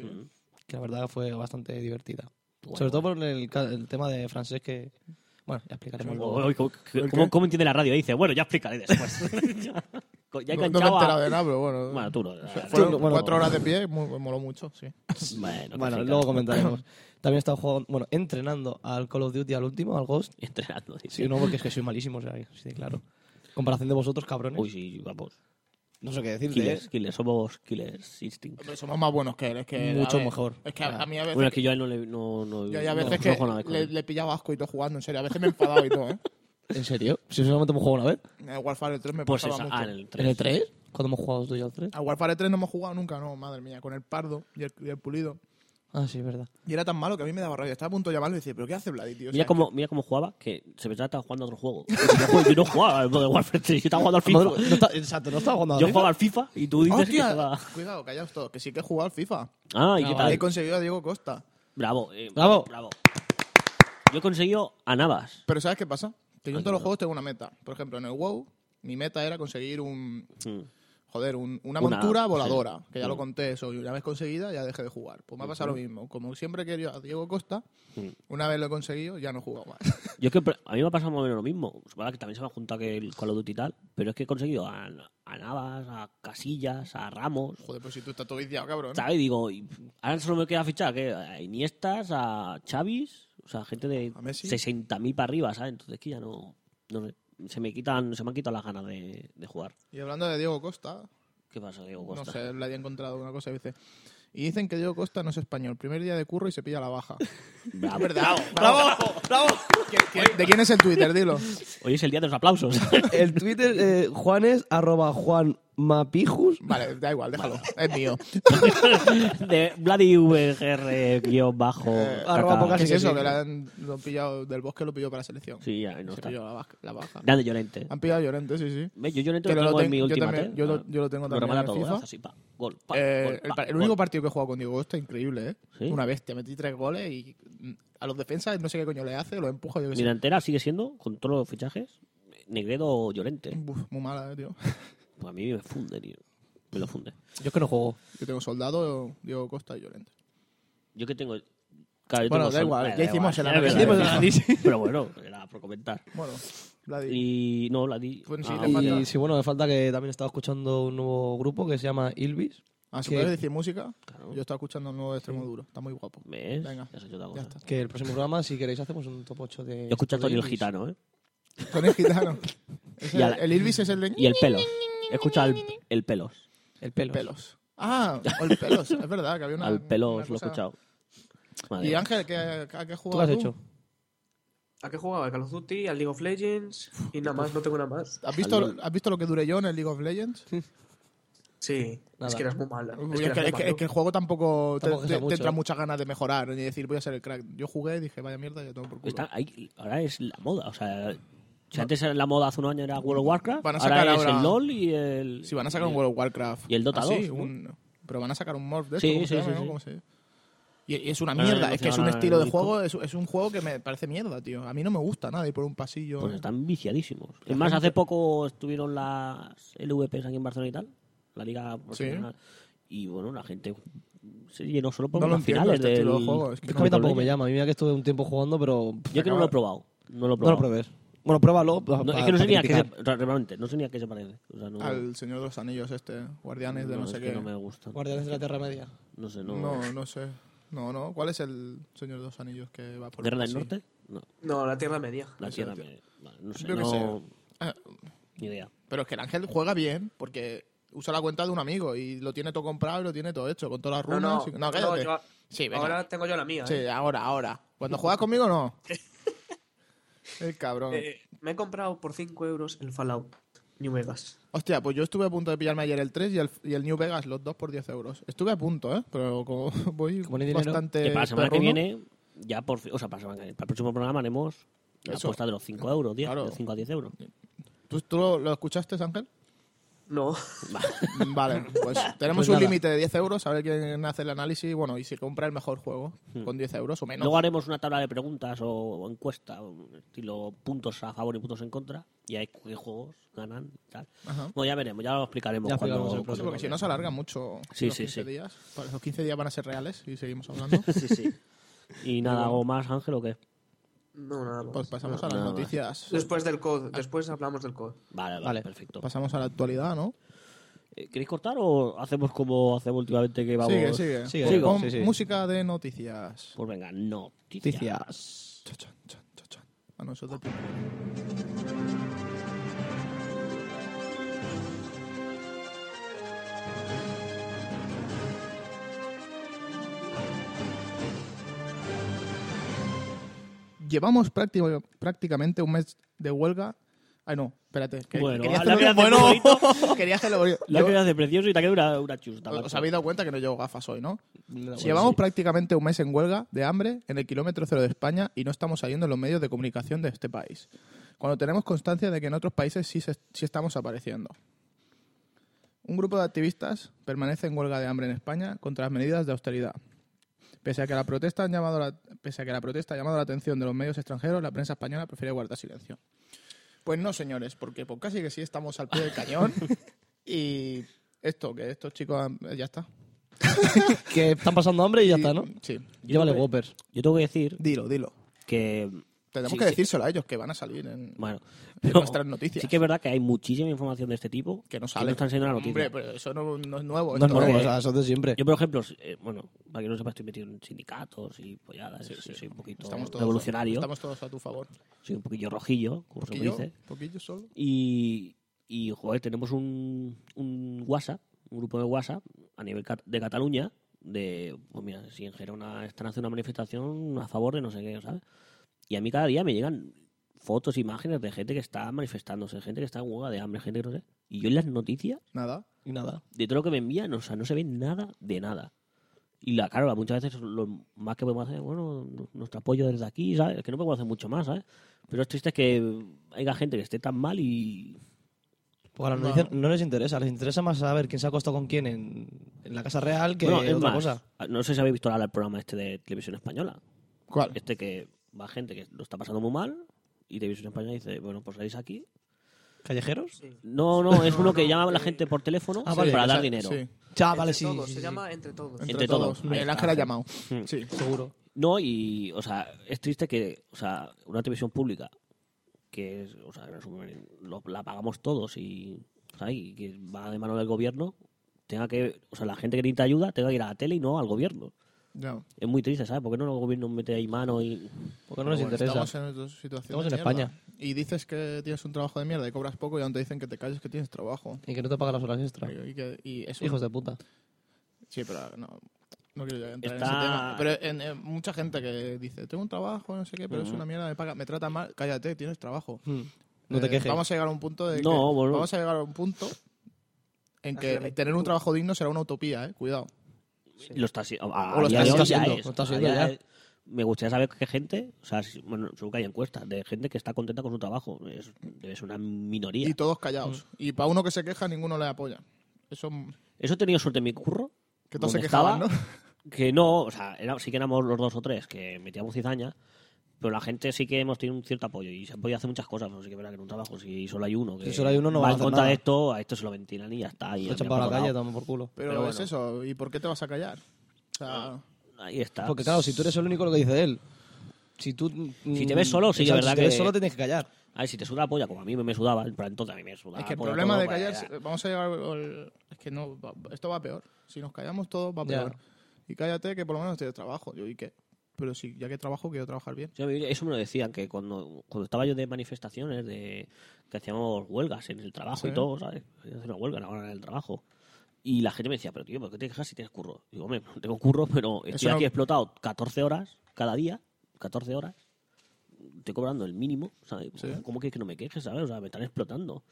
[SPEAKER 3] que la verdad fue bastante divertida.
[SPEAKER 4] Guay,
[SPEAKER 3] Sobre todo por el, ca- el tema de francés que... Bueno, ya explicaremos luego.
[SPEAKER 4] Uy, ¿cómo- ¿Cómo, cómo entiende la radio? Dice, bueno, ya explicaré después. ya
[SPEAKER 1] No, no me
[SPEAKER 4] ya he
[SPEAKER 1] he
[SPEAKER 4] enganchado a-
[SPEAKER 1] enterado de nada, pero bueno.
[SPEAKER 4] Bueno, tú no.
[SPEAKER 1] Fueron
[SPEAKER 3] tú no, bueno.
[SPEAKER 1] cuatro horas de pie, muy, moló mucho, sí.
[SPEAKER 4] Bueno,
[SPEAKER 3] bueno,
[SPEAKER 4] que sí,
[SPEAKER 3] luego
[SPEAKER 4] claro.
[SPEAKER 3] comentaremos. También he estado jugando, bueno, entrenando al Call of Duty al último, al Ghost.
[SPEAKER 4] Entrenando, dice.
[SPEAKER 3] Sí, no, porque es que soy malísimo, o sea, sí, claro. Comparación de vosotros, cabrones.
[SPEAKER 4] Uy, sí, vamos.
[SPEAKER 3] no sé qué decirte.
[SPEAKER 4] Killers,
[SPEAKER 3] ¿eh?
[SPEAKER 4] killers, somos killers instinct.
[SPEAKER 1] Hombre, somos más buenos que él, es que.
[SPEAKER 3] Mucho
[SPEAKER 1] a ver,
[SPEAKER 3] mejor.
[SPEAKER 1] Es que a, a mí a veces.
[SPEAKER 4] Bueno, es que yo a él no le. No, no,
[SPEAKER 1] yo hay a
[SPEAKER 4] no
[SPEAKER 1] veces
[SPEAKER 4] juego nada
[SPEAKER 1] que
[SPEAKER 4] con
[SPEAKER 1] le,
[SPEAKER 4] él.
[SPEAKER 1] le pillaba asco y todo jugando, en serio. A veces me enfadaba y todo, ¿eh?
[SPEAKER 3] ¿En serio? Si solamente hemos jugado una vez.
[SPEAKER 1] En el Warfare 3 me
[SPEAKER 4] Pues
[SPEAKER 1] pasaba
[SPEAKER 4] esa,
[SPEAKER 1] mucho.
[SPEAKER 4] ah, en el 3.
[SPEAKER 3] ¿En el 3? ¿Cuándo hemos jugado tú y yo al 3?
[SPEAKER 1] Al Warfare 3 no hemos jugado nunca, no, madre mía, con el pardo y el, y el pulido.
[SPEAKER 3] Ah, sí, es verdad.
[SPEAKER 1] Y era tan malo que a mí me daba rabia. Estaba a punto de llamarlo y decir, ¿pero qué hace Vladi, tío? O sea,
[SPEAKER 4] Mira cómo, mira cómo jugaba, que se pensaba que estaba jugando a otro juego. Y Yo, no- yo no jugaba al Modern Warfare 3, yo estaba jugando al FIFA.
[SPEAKER 3] No, no está- exacto, no estaba jugando a
[SPEAKER 4] Yo
[SPEAKER 3] la
[SPEAKER 4] jugaba al FIFA y tú dices que
[SPEAKER 1] ¡Hostia!
[SPEAKER 4] estaba.
[SPEAKER 1] Cuidado, callaos todos, que sí que he jugado al FIFA.
[SPEAKER 4] Ah, ¿y qué
[SPEAKER 1] He
[SPEAKER 4] tal?
[SPEAKER 1] conseguido a Diego Costa.
[SPEAKER 4] Bravo, eh,
[SPEAKER 3] Bravo.
[SPEAKER 4] bravo. Yo he conseguido a Navas.
[SPEAKER 1] Pero ¿sabes qué pasa? Que yo en todos los juegos tengo una meta. Por ejemplo, en el WoW, mi meta era conseguir un...
[SPEAKER 4] Mm.
[SPEAKER 1] Joder, un- una,
[SPEAKER 4] Una,
[SPEAKER 1] montura
[SPEAKER 4] sí. Hmm.
[SPEAKER 1] voladora, que ya lo conté eso, y una vez conseguida ya dejé de jugar. Pues me ha pasado lo mismo. Como siempre he querido a Diego Costa,
[SPEAKER 4] Hmm.
[SPEAKER 1] una vez lo he conseguido, ya no he jugado más.
[SPEAKER 4] Yo es que pre- a mí me ha pasado más o menos lo mismo. Supongo que también se me ha juntado que el Call of Duty y tal, pero es que he conseguido a, a Navas, a Casillas, a Ramos.
[SPEAKER 1] Joder, pues si tú estás todo viciado, cabrón.
[SPEAKER 4] ¿Sabes? Digo, y ahora solo me queda fichar que a Iniestas, a Chavis, o sea, gente de
[SPEAKER 1] ¿A Messi?
[SPEAKER 4] 60.000 para arriba, ¿sabes? Entonces es que ya no, no sé, se me quitan, se me han quitado las ganas de, de jugar.
[SPEAKER 1] Y hablando de Diego Costa,
[SPEAKER 4] ¿Qué pasa, Diego Costa?
[SPEAKER 1] no sé, le había encontrado una cosa y dice... Y dicen que Diego Costa no es español. Primer día de curro y se pilla la baja.
[SPEAKER 4] Bravo.
[SPEAKER 1] Ah, ¿Verdad? ¡Bravo! ¡Bravo! ¿De quién es el Twitter? Dilo.
[SPEAKER 4] Hoy es el día de los aplausos.
[SPEAKER 3] El Twitter, eh, Juan es arroba juanmapijus.
[SPEAKER 1] Vale, da igual, déjalo. Es mío.
[SPEAKER 4] de Vladi VGR guión bajo.
[SPEAKER 1] Eh,
[SPEAKER 4] caca.
[SPEAKER 3] arroba pocas-
[SPEAKER 1] ¿Qué es
[SPEAKER 3] que
[SPEAKER 1] eso?
[SPEAKER 3] sí.
[SPEAKER 1] Que le han- lo han pillado del bosque, lo pilló para la selección.
[SPEAKER 4] Sí, ya, no
[SPEAKER 1] Se
[SPEAKER 4] está.
[SPEAKER 1] pilló la baja. la baja.
[SPEAKER 4] Grande Llorente.
[SPEAKER 1] Han pillado a Llorente, sí, sí.
[SPEAKER 4] Ve, Yo Llorente
[SPEAKER 1] Ah, Que
[SPEAKER 4] lo
[SPEAKER 1] lo
[SPEAKER 4] tengo en
[SPEAKER 1] ten-
[SPEAKER 4] mi
[SPEAKER 1] yo
[SPEAKER 4] última ah,
[SPEAKER 1] también-
[SPEAKER 4] T.
[SPEAKER 1] yo lo- yo lo tengo también
[SPEAKER 4] remata
[SPEAKER 1] en el
[SPEAKER 4] todo,
[SPEAKER 1] FIFA.
[SPEAKER 4] ¿eh? Así, pa, gol, pa,
[SPEAKER 1] Eh,
[SPEAKER 4] gol,
[SPEAKER 1] el,
[SPEAKER 4] pa,
[SPEAKER 1] pa- el
[SPEAKER 4] gol.
[SPEAKER 1] único partido que he jugado con Diego Costa, increíble, ¿eh?
[SPEAKER 4] ¿Sí?
[SPEAKER 1] Una bestia, metí tres goles y mm, a los defensas no sé qué coño le hace, los empuja, yo qué
[SPEAKER 4] Mi
[SPEAKER 1] sé.
[SPEAKER 4] delantera sigue siendo, con todos los fichajes, Negredo o Llorente.
[SPEAKER 1] Buf, muy mala, eh, tío.
[SPEAKER 4] Pues a mí me funde, tío. Me lo funde.
[SPEAKER 3] Yo es que no juego.
[SPEAKER 1] Yo tengo soldado, Diego Costa y Llorente.
[SPEAKER 4] Yo que tengo. Claro, yo
[SPEAKER 1] Bueno,
[SPEAKER 4] tengo
[SPEAKER 1] da
[SPEAKER 4] sol-
[SPEAKER 1] igual,
[SPEAKER 4] Vale,
[SPEAKER 1] ya hicimos
[SPEAKER 4] igual,
[SPEAKER 1] el
[SPEAKER 4] ya
[SPEAKER 1] análisis.
[SPEAKER 4] veremos
[SPEAKER 1] Hicimos el
[SPEAKER 4] Pero bueno, era por comentar.
[SPEAKER 1] Bueno, Vladi.
[SPEAKER 4] Y no, la di.
[SPEAKER 1] Bueno, sí,
[SPEAKER 4] ah,
[SPEAKER 1] te falta-
[SPEAKER 3] Y sí, bueno, me falta que también estaba escuchando un nuevo grupo que se llama Ilvis.
[SPEAKER 1] Ah, ¿se
[SPEAKER 3] que-
[SPEAKER 1] puede decir música?
[SPEAKER 4] Claro.
[SPEAKER 1] Yo estaba escuchando el nuevo de Extremo Duro, está muy guapo.
[SPEAKER 4] ¿Ves?
[SPEAKER 1] Venga,
[SPEAKER 4] Ya se ha hecho otra
[SPEAKER 1] Ya
[SPEAKER 4] cosa.
[SPEAKER 1] está.
[SPEAKER 3] Que el próximo programa, si queréis, hacemos un top 8 de.
[SPEAKER 4] Yo escucho a
[SPEAKER 3] de
[SPEAKER 4] Tony el
[SPEAKER 3] Ilvis.
[SPEAKER 4] Gitano, ¿eh?
[SPEAKER 1] Tony Gitano. Es
[SPEAKER 4] Y
[SPEAKER 1] el,
[SPEAKER 4] a la-
[SPEAKER 1] el Ilvis es el de...
[SPEAKER 4] Y el pelo. He escuchado el, el pelos.
[SPEAKER 3] El pelo.
[SPEAKER 1] Pelos. Ah, o el pelos, es verdad, que había una.
[SPEAKER 4] Al pelo
[SPEAKER 1] una
[SPEAKER 4] os lo he
[SPEAKER 1] cosa.
[SPEAKER 4] escuchado. Madre
[SPEAKER 1] ¿Y
[SPEAKER 4] mía.
[SPEAKER 1] Ángel, qué, a qué has
[SPEAKER 3] ¿Tú qué
[SPEAKER 1] jugado?
[SPEAKER 3] has
[SPEAKER 1] tú?
[SPEAKER 3] hecho?
[SPEAKER 5] ¿A qué jugaba? ¿Al Call of Duty? ¿Al League of Legends? Y nada más, no tengo nada más.
[SPEAKER 1] ¿Has visto,
[SPEAKER 4] LOL.
[SPEAKER 1] ¿Has visto lo que duré yo en el League of Legends?
[SPEAKER 5] Sí, es que eras muy mala.
[SPEAKER 1] Uy,
[SPEAKER 5] Es que
[SPEAKER 1] es, que,
[SPEAKER 5] eras
[SPEAKER 1] es que-
[SPEAKER 5] muy
[SPEAKER 1] es que el juego tampoco, te-
[SPEAKER 3] Tampoco
[SPEAKER 1] te,
[SPEAKER 3] sea
[SPEAKER 1] te
[SPEAKER 3] mucho.
[SPEAKER 1] entra muchas ganas de mejorar ni decir voy a ser el crack. Yo jugué y dije, vaya mierda, ya tengo por culo.
[SPEAKER 4] Está ahí- ahora es la moda, o sea, si antes era la moda hace unos años era World of Warcraft,
[SPEAKER 1] Van a
[SPEAKER 4] ahora,
[SPEAKER 1] sacar
[SPEAKER 4] es
[SPEAKER 1] ahora-
[SPEAKER 4] el LoL y el...
[SPEAKER 1] Si van a sacar un World of Warcraft.
[SPEAKER 4] y el Dota
[SPEAKER 1] Ah, sí,
[SPEAKER 4] 2, ¿no?
[SPEAKER 1] un- pero van a sacar un morph de esto.
[SPEAKER 4] Sí,
[SPEAKER 1] ¿cómo se
[SPEAKER 4] sí,
[SPEAKER 1] llama,
[SPEAKER 4] sí,
[SPEAKER 1] no?
[SPEAKER 4] sí.
[SPEAKER 1] ¿Cómo se- Y, y es una
[SPEAKER 4] Van a
[SPEAKER 1] mierda, es que es un
[SPEAKER 4] evolucionar
[SPEAKER 1] estilo de
[SPEAKER 4] el
[SPEAKER 1] juego, es, es un juego que me parece mierda, tío. A mí no me gusta nada ir por un pasillo.
[SPEAKER 4] Pues están viciadísimos. Es más, hace poco estuvieron las LVPs aquí en Barcelona y tal, la liga profesional, y bueno, la gente se llenó solo por
[SPEAKER 1] No lo
[SPEAKER 4] las
[SPEAKER 1] entiendo,
[SPEAKER 4] finales
[SPEAKER 1] este
[SPEAKER 4] del...
[SPEAKER 1] estilo de juego, es que
[SPEAKER 4] del
[SPEAKER 1] no-
[SPEAKER 3] Es que a mí tampoco me
[SPEAKER 4] League.
[SPEAKER 3] llama. A mí mira que estuve un tiempo jugando, pero. pff,
[SPEAKER 4] Yo que no lo he probado, no lo he
[SPEAKER 3] No lo
[SPEAKER 4] probado.
[SPEAKER 3] pruebes. Bueno, pruébalo. pa-
[SPEAKER 4] No, es
[SPEAKER 3] pa-
[SPEAKER 4] que no sé
[SPEAKER 3] pa
[SPEAKER 4] ni a qué se,
[SPEAKER 3] criticar.
[SPEAKER 4] o sea, realmente, no sé ni a qué se parece. O sea, no,
[SPEAKER 1] Al Señor de los Anillos este, Guardianes de no,
[SPEAKER 4] Mm. no,
[SPEAKER 1] sé
[SPEAKER 4] es
[SPEAKER 1] qué.
[SPEAKER 4] que no me gusta.
[SPEAKER 3] Guardianes de la Tierra Media.
[SPEAKER 4] No sé, no.
[SPEAKER 1] No, no sé. No, no. ¿Cuál es el Señor de los Anillos que va por
[SPEAKER 4] ¿Guerra del
[SPEAKER 1] sí?
[SPEAKER 4] Norte? No,
[SPEAKER 5] mala. No, la Tierra Media.
[SPEAKER 4] la
[SPEAKER 1] Eso,
[SPEAKER 4] Tierra.
[SPEAKER 1] tío.
[SPEAKER 4] me- vale, No sé,
[SPEAKER 1] Yo qué
[SPEAKER 4] no,
[SPEAKER 1] sé. Ah,
[SPEAKER 4] ni idea.
[SPEAKER 1] Pero es que el Ángel juega bien porque usa la cuenta de un amigo y lo tiene todo comprado y lo tiene todo hecho, con todas las
[SPEAKER 5] No,
[SPEAKER 1] runas.
[SPEAKER 5] no,
[SPEAKER 1] y-
[SPEAKER 5] no,
[SPEAKER 1] cállate.
[SPEAKER 5] yo-
[SPEAKER 1] sí, venga.
[SPEAKER 5] ahora tengo yo la mía.
[SPEAKER 1] Sí,
[SPEAKER 5] ¿eh?
[SPEAKER 1] ahora, ahora. Cuando juegas conmigo, no. El cabrón.
[SPEAKER 5] Eh, me he comprado por 5 euros el Fallout New Vegas.
[SPEAKER 1] Hostia, pues yo estuve a punto de pillarme ayer el 3 y el, y el New Vegas, los dos por 10 euros. Estuve a punto, ¿eh? Pero como voy
[SPEAKER 3] Como no hay dinero,
[SPEAKER 1] bastante.
[SPEAKER 4] Que para la semana que
[SPEAKER 1] perruno,
[SPEAKER 4] viene, ya por fin- o sea, para, la semana que viene, para el próximo programa haremos la
[SPEAKER 1] Eso.
[SPEAKER 4] apuesta de los 5 euros, 10,
[SPEAKER 1] Claro.
[SPEAKER 4] de 5 a 10 euros.
[SPEAKER 1] ¿Tú, tú lo, lo escuchaste, Ángel?
[SPEAKER 5] No,
[SPEAKER 1] Vale, pues tenemos
[SPEAKER 3] Pues
[SPEAKER 1] un
[SPEAKER 3] nada.
[SPEAKER 1] límite de 10 euros, a ver quién hace el análisis. Bueno, y si compra el mejor juego con 10 euros o menos.
[SPEAKER 4] Hmm. Luego haremos una tabla de preguntas o, o encuesta, o estilo puntos a favor y puntos en contra, y hay qué juegos ganan y tal.
[SPEAKER 1] Ajá.
[SPEAKER 4] Bueno, ya veremos, ya lo explicaremos
[SPEAKER 3] Ya
[SPEAKER 4] cuando-
[SPEAKER 3] explicamos el
[SPEAKER 1] Sí,
[SPEAKER 4] cuando-
[SPEAKER 1] porque si no se alarga mucho
[SPEAKER 4] Sí,
[SPEAKER 1] los
[SPEAKER 4] sí,
[SPEAKER 1] 15
[SPEAKER 4] sí.
[SPEAKER 1] días. Para Los 15 días van a ser reales y seguimos hablando.
[SPEAKER 4] Sí, sí. Y nada, ¿algo más, Ángel, o qué?
[SPEAKER 5] no, nada más.
[SPEAKER 1] Pues pasamos a las
[SPEAKER 4] Nada más.
[SPEAKER 1] noticias.
[SPEAKER 5] Después del COD, después hablamos del COD.
[SPEAKER 4] Vale, vale,
[SPEAKER 3] Vale.
[SPEAKER 4] perfecto.
[SPEAKER 1] Pasamos a la actualidad, ¿no?
[SPEAKER 4] Eh, ¿Queréis cortar o hacemos como hacemos últimamente que vamos?
[SPEAKER 1] Sigue, sigue.
[SPEAKER 3] Sigue,
[SPEAKER 1] Pon-
[SPEAKER 3] sigo,
[SPEAKER 1] pon
[SPEAKER 3] sí, sí.
[SPEAKER 1] Música de noticias.
[SPEAKER 4] Pues venga, noticias.
[SPEAKER 3] Noticias.
[SPEAKER 1] Cha, chan, chan, cha, Ah, chan. A nosotros. Llevamos prácti- prácticamente un mes de huelga. Ay, no, espérate. que-
[SPEAKER 4] Bueno, ah,
[SPEAKER 1] quería
[SPEAKER 4] la
[SPEAKER 1] hacerlo bien.
[SPEAKER 4] quería hacer
[SPEAKER 1] Bueno, quería hacerlo bien.
[SPEAKER 4] La
[SPEAKER 1] Yo-
[SPEAKER 4] que hace precioso y te queda una, una chusta.
[SPEAKER 1] os
[SPEAKER 4] macho.
[SPEAKER 1] habéis dado cuenta que no llevo gafas hoy, ¿no?
[SPEAKER 3] No,
[SPEAKER 1] Si
[SPEAKER 3] bueno,
[SPEAKER 1] Llevamos
[SPEAKER 3] sí.
[SPEAKER 1] prácticamente un mes en huelga de hambre en el kilómetro cero de España y no estamos saliendo en los medios de comunicación de este país. Cuando tenemos constancia de que en otros países sí, se- sí estamos apareciendo. Un grupo de activistas permanece en huelga de hambre en España contra las medidas de austeridad. Pese a que la protesta, han llamado la- pese a que la protesta ha llamado la atención de los medios extranjeros, la prensa española prefiere guardar silencio. Pues no, señores, porque pues casi que sí estamos al pie del cañón y esto, que estos chicos han- ya está.
[SPEAKER 3] Que están pasando hambre y ya
[SPEAKER 1] Y-
[SPEAKER 3] está, ¿no?
[SPEAKER 1] Sí.
[SPEAKER 3] Llévale Whoppers.
[SPEAKER 4] Yo tengo que decir
[SPEAKER 1] Dilo, dilo.
[SPEAKER 4] que.
[SPEAKER 1] Tenemos
[SPEAKER 4] sí,
[SPEAKER 1] que
[SPEAKER 4] sí,
[SPEAKER 1] decírselo a ellos que van a salir en,
[SPEAKER 4] Bueno,
[SPEAKER 1] en
[SPEAKER 4] pero
[SPEAKER 1] nuestras noticias.
[SPEAKER 4] sí que es verdad que hay muchísima información de este tipo
[SPEAKER 1] que no sale.
[SPEAKER 4] están siendo la noticia.
[SPEAKER 1] Hombre, pero eso no, no es nuevo.
[SPEAKER 3] No es
[SPEAKER 1] esto,
[SPEAKER 3] nuevo,
[SPEAKER 1] ¿eh?
[SPEAKER 3] o sea, eso es de siempre.
[SPEAKER 4] Yo, por ejemplo, si- eh, bueno, para que no sepa, estoy metido en sindicatos y polladas. soy- Soy un poquito
[SPEAKER 1] Estamos todos,
[SPEAKER 4] revolucionario,
[SPEAKER 1] Estamos todos a tu favor.
[SPEAKER 4] soy un poquillo rojillo, como se me
[SPEAKER 1] Poquillo,
[SPEAKER 4] dice.
[SPEAKER 1] poquillo solo.
[SPEAKER 4] Y, y joder, tenemos un, un WhatsApp, un grupo de WhatsApp a nivel cat- de Cataluña, de, pues mira, si en Gerona están haciendo una manifestación a favor de no sé qué, ¿sabes? Y a mí cada día me llegan fotos, imágenes de gente que está manifestándose, gente que está en huelga de hambre, gente que no sé. Y yo en las noticias,
[SPEAKER 1] Nada.
[SPEAKER 3] Y nada.
[SPEAKER 4] de todo lo que me envían, o sea, no se ve nada de nada. Y la, claro, muchas veces lo más que podemos hacer es, bueno, nuestro apoyo desde aquí, ¿sabes? Es que no podemos hacer mucho más, ¿sabes? Pero es triste que haya gente que esté tan mal y,
[SPEAKER 3] Pues a las noticias no les interesa. Les interesa más saber quién se ha acostado con quién en, en la Casa Real que
[SPEAKER 4] Bueno, es
[SPEAKER 3] otra
[SPEAKER 4] más, ah,
[SPEAKER 3] cosa.
[SPEAKER 4] No sé si habéis visto ahora el programa este de Televisión Española.
[SPEAKER 1] ¿Cuál?
[SPEAKER 4] Este que va gente que lo está pasando muy mal y Televisión Española dice, bueno, pues salís aquí.
[SPEAKER 3] ¿Callejeros?
[SPEAKER 5] Sí.
[SPEAKER 4] No, no, es uno que llama a la gente por teléfono
[SPEAKER 3] Ah, vale,
[SPEAKER 4] para
[SPEAKER 1] que
[SPEAKER 4] dar
[SPEAKER 1] sea-
[SPEAKER 4] dinero.
[SPEAKER 1] Sí,
[SPEAKER 3] Ya,
[SPEAKER 5] Entre
[SPEAKER 3] Ah, vale, sí.
[SPEAKER 5] todos,
[SPEAKER 3] sí,
[SPEAKER 5] se
[SPEAKER 3] sí,
[SPEAKER 5] llama Entre Todos.
[SPEAKER 1] entre,
[SPEAKER 4] Entre
[SPEAKER 1] todos.
[SPEAKER 4] todos.
[SPEAKER 1] El
[SPEAKER 4] Ahí está.
[SPEAKER 1] ángel ha llamado. Sí.
[SPEAKER 3] Seguro.
[SPEAKER 4] No, y, o sea, es triste que, o sea, una televisión pública que es, o sea, en resumen, lo- la pagamos todos y, ¿sabes? y que va de mano del gobierno, tenga que, o sea, la gente que necesita ayuda tenga que ir a la tele y no al gobierno.
[SPEAKER 1] No.
[SPEAKER 4] Es muy triste, ¿sabes? Porque no los gobiernos meten ahí mano y.
[SPEAKER 3] Porque no nos
[SPEAKER 1] Bueno,
[SPEAKER 3] interesa.
[SPEAKER 1] Estamos en tu situación
[SPEAKER 3] pues Estamos
[SPEAKER 1] de
[SPEAKER 3] en
[SPEAKER 1] mierda.
[SPEAKER 3] España.
[SPEAKER 1] Y dices que tienes un trabajo de mierda y cobras poco y aún te dicen que te calles que tienes trabajo.
[SPEAKER 3] Y que no te pagan las horas extra.
[SPEAKER 1] Y que- y eso-
[SPEAKER 3] Hijos de puta.
[SPEAKER 1] Sí, pero no, no quiero ya entrar en
[SPEAKER 4] Está-
[SPEAKER 1] ese tema. Pero en- en mucha gente que dice, tengo un trabajo, no sé qué, pero es una mierda, me paga, me trata mal. Cállate, tienes trabajo.
[SPEAKER 4] Hmm.
[SPEAKER 3] No te
[SPEAKER 1] Eh,
[SPEAKER 3] quejes.
[SPEAKER 1] Vamos a llegar a un punto de
[SPEAKER 4] No,
[SPEAKER 1] que-
[SPEAKER 4] boludo.
[SPEAKER 1] Vamos a llegar a un punto en que
[SPEAKER 5] Así que-
[SPEAKER 1] tener un trabajo digno será una utopía, eh. Cuidado.
[SPEAKER 4] Lo está haciendo. a-
[SPEAKER 1] O lo
[SPEAKER 4] a día
[SPEAKER 1] está
[SPEAKER 4] de hoy ya
[SPEAKER 3] haciendo,
[SPEAKER 4] es,
[SPEAKER 3] lo está
[SPEAKER 4] a
[SPEAKER 3] haciendo
[SPEAKER 4] día
[SPEAKER 3] ya.
[SPEAKER 4] de- Me gustaría saber qué gente, o sea, si- bueno, seguro que hay encuestas de gente que está contenta con su trabajo. Es, debe ser una minoría.
[SPEAKER 1] Y todos callados.
[SPEAKER 4] Mm.
[SPEAKER 1] Y para uno que se queja, ninguno le apoya. Eso
[SPEAKER 4] Eso he tenido suerte en mi curro.
[SPEAKER 1] que todos se
[SPEAKER 4] donde
[SPEAKER 1] quejaban, ¿no?
[SPEAKER 4] estaba, Que no, o sea, era- sí que éramos los dos o tres que metíamos cizaña, pero la gente sí que hemos tenido un cierto apoyo y se puede hacer muchas cosas, pero sí que es verdad que en un trabajo, si solo hay uno que
[SPEAKER 3] Si solo hay uno, no
[SPEAKER 4] va
[SPEAKER 3] vas a
[SPEAKER 4] en
[SPEAKER 3] hacer
[SPEAKER 4] contra
[SPEAKER 3] nada.
[SPEAKER 4] de esto, a esto se lo ventilan y ya está. Y
[SPEAKER 3] Lo
[SPEAKER 4] ya
[SPEAKER 3] echan
[SPEAKER 4] me ha
[SPEAKER 3] para la calle,
[SPEAKER 4] acordado.
[SPEAKER 3] toman por culo.
[SPEAKER 1] Pero,
[SPEAKER 4] Pero
[SPEAKER 1] es
[SPEAKER 4] bueno.
[SPEAKER 1] eso. ¿Y por qué te vas a callar? O sea,
[SPEAKER 4] Ahí está.
[SPEAKER 3] Porque claro, si tú eres el único lo que dice él. Si tú mm,
[SPEAKER 4] Si te ves solo, sí,
[SPEAKER 3] exacto,
[SPEAKER 4] la verdad
[SPEAKER 3] si te
[SPEAKER 4] que-
[SPEAKER 3] ves solo te tienes que callar.
[SPEAKER 4] Ay, si te suda la polla, como a mí me sudaba, pero entonces a mí me sudaba.
[SPEAKER 1] es
[SPEAKER 3] Ah,
[SPEAKER 1] que el
[SPEAKER 4] la polla
[SPEAKER 1] problema
[SPEAKER 4] todo,
[SPEAKER 1] de
[SPEAKER 4] pues,
[SPEAKER 1] callarse. Vamos a llegar al. Es que no. va- Esto va peor. Si nos callamos todos, va
[SPEAKER 3] Ya.
[SPEAKER 1] peor. Y cállate, que por lo menos tienes trabajo. Yo, ¿y qué? Pero si ya que trabajo, quiero trabajar bien.
[SPEAKER 4] Sí, a mí eso me lo decían, que cuando, cuando estaba yo de manifestaciones, de que hacíamos huelgas en el trabajo
[SPEAKER 1] Sí.
[SPEAKER 4] y todo, ¿sabes? Hacía una huelga en la hora del trabajo. Y la gente me decía, pero tío, ¿por qué te quejas si tienes curro? Digo, hombre, no tengo curro, pero estoy
[SPEAKER 1] Eso no-
[SPEAKER 4] aquí explotado 14 horas cada día, 14 horas. Estoy cobrando el mínimo, ¿sabes?
[SPEAKER 1] Sí.
[SPEAKER 4] ¿Cómo que es que no me quejes, sabes? O sea, me están explotando.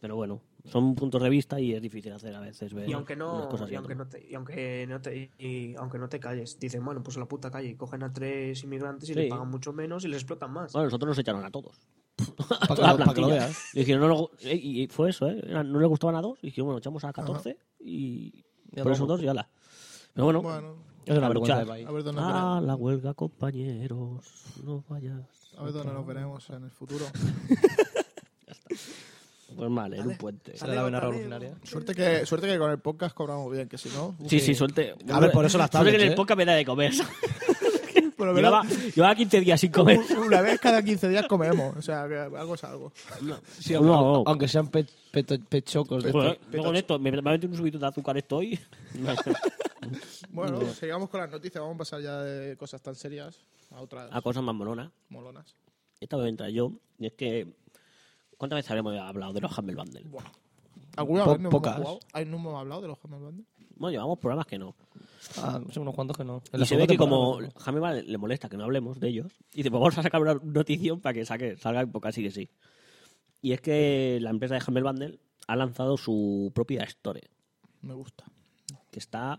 [SPEAKER 4] Pero bueno, son puntos de vista y es difícil hacer a veces ver
[SPEAKER 5] Y aunque
[SPEAKER 4] unas
[SPEAKER 5] no,
[SPEAKER 4] cosas y
[SPEAKER 5] y aunque
[SPEAKER 4] otras.
[SPEAKER 5] no te, y aunque no te, y aunque no te calles, dicen, bueno, pues a la puta calle, y cogen a tres inmigrantes y
[SPEAKER 4] Sí.
[SPEAKER 5] les pagan mucho menos y les explotan más.
[SPEAKER 4] Bueno, nosotros nos echaron a todos.
[SPEAKER 3] Para que,
[SPEAKER 4] Toda
[SPEAKER 3] lo- pa' que lo
[SPEAKER 4] plantilla.
[SPEAKER 3] veas.
[SPEAKER 4] Y dijeron, no, lo- eh, y y fue eso, ¿eh? Era- No le gustaban a dos. Y dijeron, bueno, echamos a 14 y
[SPEAKER 3] Ya
[SPEAKER 4] por
[SPEAKER 3] vamos.
[SPEAKER 4] esos dos y ala. Pero bueno,
[SPEAKER 1] Bueno,
[SPEAKER 3] Es una
[SPEAKER 4] A
[SPEAKER 3] vergüenza
[SPEAKER 4] luchar.
[SPEAKER 3] de
[SPEAKER 1] a
[SPEAKER 3] país.
[SPEAKER 1] ver dónde, nos,
[SPEAKER 4] a la huelga, compañeros. No vayas.
[SPEAKER 1] vere- a ver dónde nos veremos en el futuro.
[SPEAKER 4] Pues mal, en un
[SPEAKER 5] Dale.
[SPEAKER 4] puente.
[SPEAKER 3] Será la vena revolucionaria.
[SPEAKER 1] Suerte que, suerte que con el podcast cobramos bien, que si no. uf.
[SPEAKER 4] Sí, sí, suelte.
[SPEAKER 3] A ver, por eso las
[SPEAKER 4] Suerte que
[SPEAKER 3] tablets,
[SPEAKER 4] en el
[SPEAKER 3] ¿eh?
[SPEAKER 4] podcast me da de comer.
[SPEAKER 1] Pero
[SPEAKER 4] llevaba, llevaba 15 días sin comer.
[SPEAKER 1] Una vez cada 15 días comemos. O sea, que algo es algo.
[SPEAKER 3] Sí,
[SPEAKER 4] No,
[SPEAKER 3] aunque,
[SPEAKER 4] no.
[SPEAKER 3] aunque sean pe- peto- pechocos. de
[SPEAKER 4] Bueno,
[SPEAKER 3] estos.
[SPEAKER 4] yo con esto, me me va a meter un subidito de azúcar esto hoy.
[SPEAKER 1] Bueno,
[SPEAKER 3] Mm.
[SPEAKER 1] sigamos con las noticias. Vamos a pasar ya de cosas tan serias a otras
[SPEAKER 4] a cosas más molonas.
[SPEAKER 1] molonas.
[SPEAKER 4] Esta vez entra yo. Y es que. ¿Cuántas veces habremos hablado de los Humble Bundle?
[SPEAKER 1] Buah. ¿Alguna
[SPEAKER 3] Po-
[SPEAKER 1] vez no
[SPEAKER 3] pocas.
[SPEAKER 1] hemos jugado? Ay, ¿No hemos hablado de los Hammer Band?
[SPEAKER 4] Bueno, llevamos programas que no.
[SPEAKER 3] Ah, son unos cuantos que no. En
[SPEAKER 4] Y
[SPEAKER 3] la
[SPEAKER 4] se ve
[SPEAKER 3] segunda
[SPEAKER 4] que como
[SPEAKER 3] temporada,
[SPEAKER 4] Hammer le molesta que no hablemos de ellos, y dice, pues vamos a sacar una notición para que saque, salga en poca sí que sí. Y es que la empresa de Hammer Bundle ha lanzado su propia Store,
[SPEAKER 1] Me gusta.
[SPEAKER 4] que está,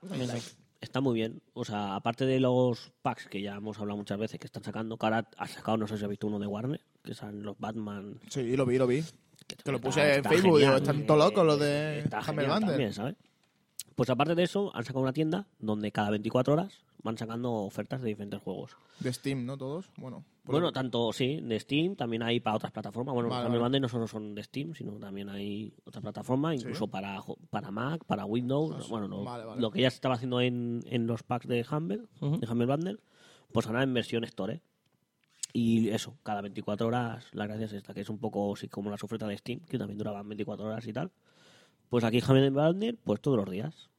[SPEAKER 4] está muy bien. O sea, aparte de los packs que ya hemos hablado muchas veces que están sacando, que ahora ha sacado, no sé si has visto uno de Warner, que son los Batman...
[SPEAKER 1] Sí, lo vi, lo vi. Que lo
[SPEAKER 4] está-
[SPEAKER 1] puse en
[SPEAKER 4] está
[SPEAKER 1] Facebook,
[SPEAKER 4] genial,
[SPEAKER 1] digo, están
[SPEAKER 4] eh,
[SPEAKER 1] todos locos los de
[SPEAKER 4] está
[SPEAKER 1] Hammer
[SPEAKER 4] genial
[SPEAKER 1] Bundle.
[SPEAKER 4] también, ¿sabes? Pues aparte de eso, han sacado una tienda donde cada 24 horas van sacando ofertas de diferentes juegos.
[SPEAKER 1] De Steam, ¿no? Todos. Bueno. por-
[SPEAKER 4] Bueno, tanto, sí, de Steam, también hay para otras plataformas. Bueno,
[SPEAKER 1] Vale,
[SPEAKER 4] los Humble
[SPEAKER 1] vale.
[SPEAKER 4] Bundle no solo son de Steam, sino también hay otras plataformas, incluso para, jo- para Mac, para Windows.
[SPEAKER 1] Ah, sí.
[SPEAKER 4] bueno, lo,
[SPEAKER 1] Vale, vale.
[SPEAKER 4] lo que ya se estaba haciendo en, en los packs de Humble, de Humble Bundle, pues ahora en versión Store. ¿eh? Y eso, cada 24 horas, la gracia es esta, que es un poco así como las ofertas de Steam, que también duraban 24 horas y tal. Pues aquí Humble Bundle, pues todos los días.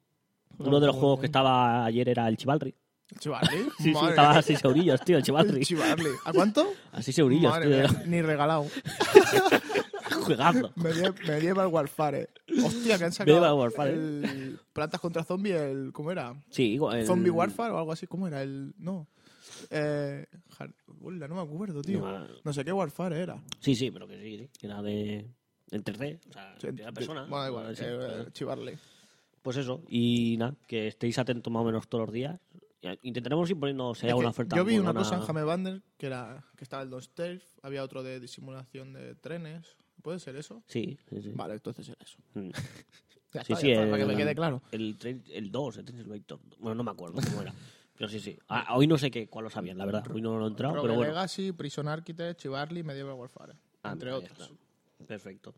[SPEAKER 4] Uno de los juegos que estaba ayer era el Chivalry.
[SPEAKER 1] ¿El Chivalry?
[SPEAKER 4] Sí, sí,
[SPEAKER 1] Madre
[SPEAKER 4] estaba
[SPEAKER 1] mía.
[SPEAKER 4] a 6 eurillos, tío, el Chivalry.
[SPEAKER 1] El Chivalry. ¿A cuánto?
[SPEAKER 4] A 6 eurillos,
[SPEAKER 1] Madre
[SPEAKER 4] tío.
[SPEAKER 1] mía,
[SPEAKER 4] era-
[SPEAKER 1] Ni regalado.
[SPEAKER 4] Juegazo.
[SPEAKER 1] Me lleva, me lleva el Warfare. Hostia, que han
[SPEAKER 4] Medieval
[SPEAKER 1] sacado
[SPEAKER 4] Warfare.
[SPEAKER 1] el Plantas contra Zombie, el... ¿Cómo era?
[SPEAKER 4] Sí, igual, el-
[SPEAKER 1] Zombie Warfare o algo así. ¿Cómo era? El... No. Eh... Har- Hola, no me acuerdo, tío.
[SPEAKER 4] No.
[SPEAKER 1] No sé qué Warfare era.
[SPEAKER 4] Sí, sí, pero que sí, sí, que era de. En 3D, o sea,
[SPEAKER 1] Sí,
[SPEAKER 4] de la persona.
[SPEAKER 1] Bueno, da
[SPEAKER 4] Vale,
[SPEAKER 1] igual.
[SPEAKER 4] sí,
[SPEAKER 1] eh,
[SPEAKER 4] claro.
[SPEAKER 1] Chivalry.
[SPEAKER 4] Pues eso, y nada, que estéis atentos más o menos todos los días. Y Intentaremos ir poniendo si hay
[SPEAKER 1] Es
[SPEAKER 4] alguna
[SPEAKER 1] que
[SPEAKER 4] oferta.
[SPEAKER 1] Yo vi una
[SPEAKER 4] molona.
[SPEAKER 1] cosa en Jame Bander que era que estaba el Don't Starve, había otro de disimulación de trenes. ¿Puede ser eso?
[SPEAKER 4] Sí, sí, sí.
[SPEAKER 1] Vale, entonces era eso.
[SPEAKER 4] Mm.
[SPEAKER 1] Ya
[SPEAKER 4] Sí,
[SPEAKER 1] está,
[SPEAKER 4] sí,
[SPEAKER 1] ya está,
[SPEAKER 4] el-
[SPEAKER 1] para que me quede claro.
[SPEAKER 4] El, tren- el 2, el Train Simulator. Bueno, no me acuerdo cómo era. Pero sí, sí. Ah, hoy no sé qué, cuál lo sabían, la verdad. Hoy no lo he entrado,
[SPEAKER 1] Rogue
[SPEAKER 4] pero bueno.
[SPEAKER 1] Legacy, Prison Architect, Chivarly, Medieval Warfare,
[SPEAKER 4] Ah,
[SPEAKER 1] entre
[SPEAKER 4] ahí
[SPEAKER 1] otros.
[SPEAKER 4] está. Perfecto.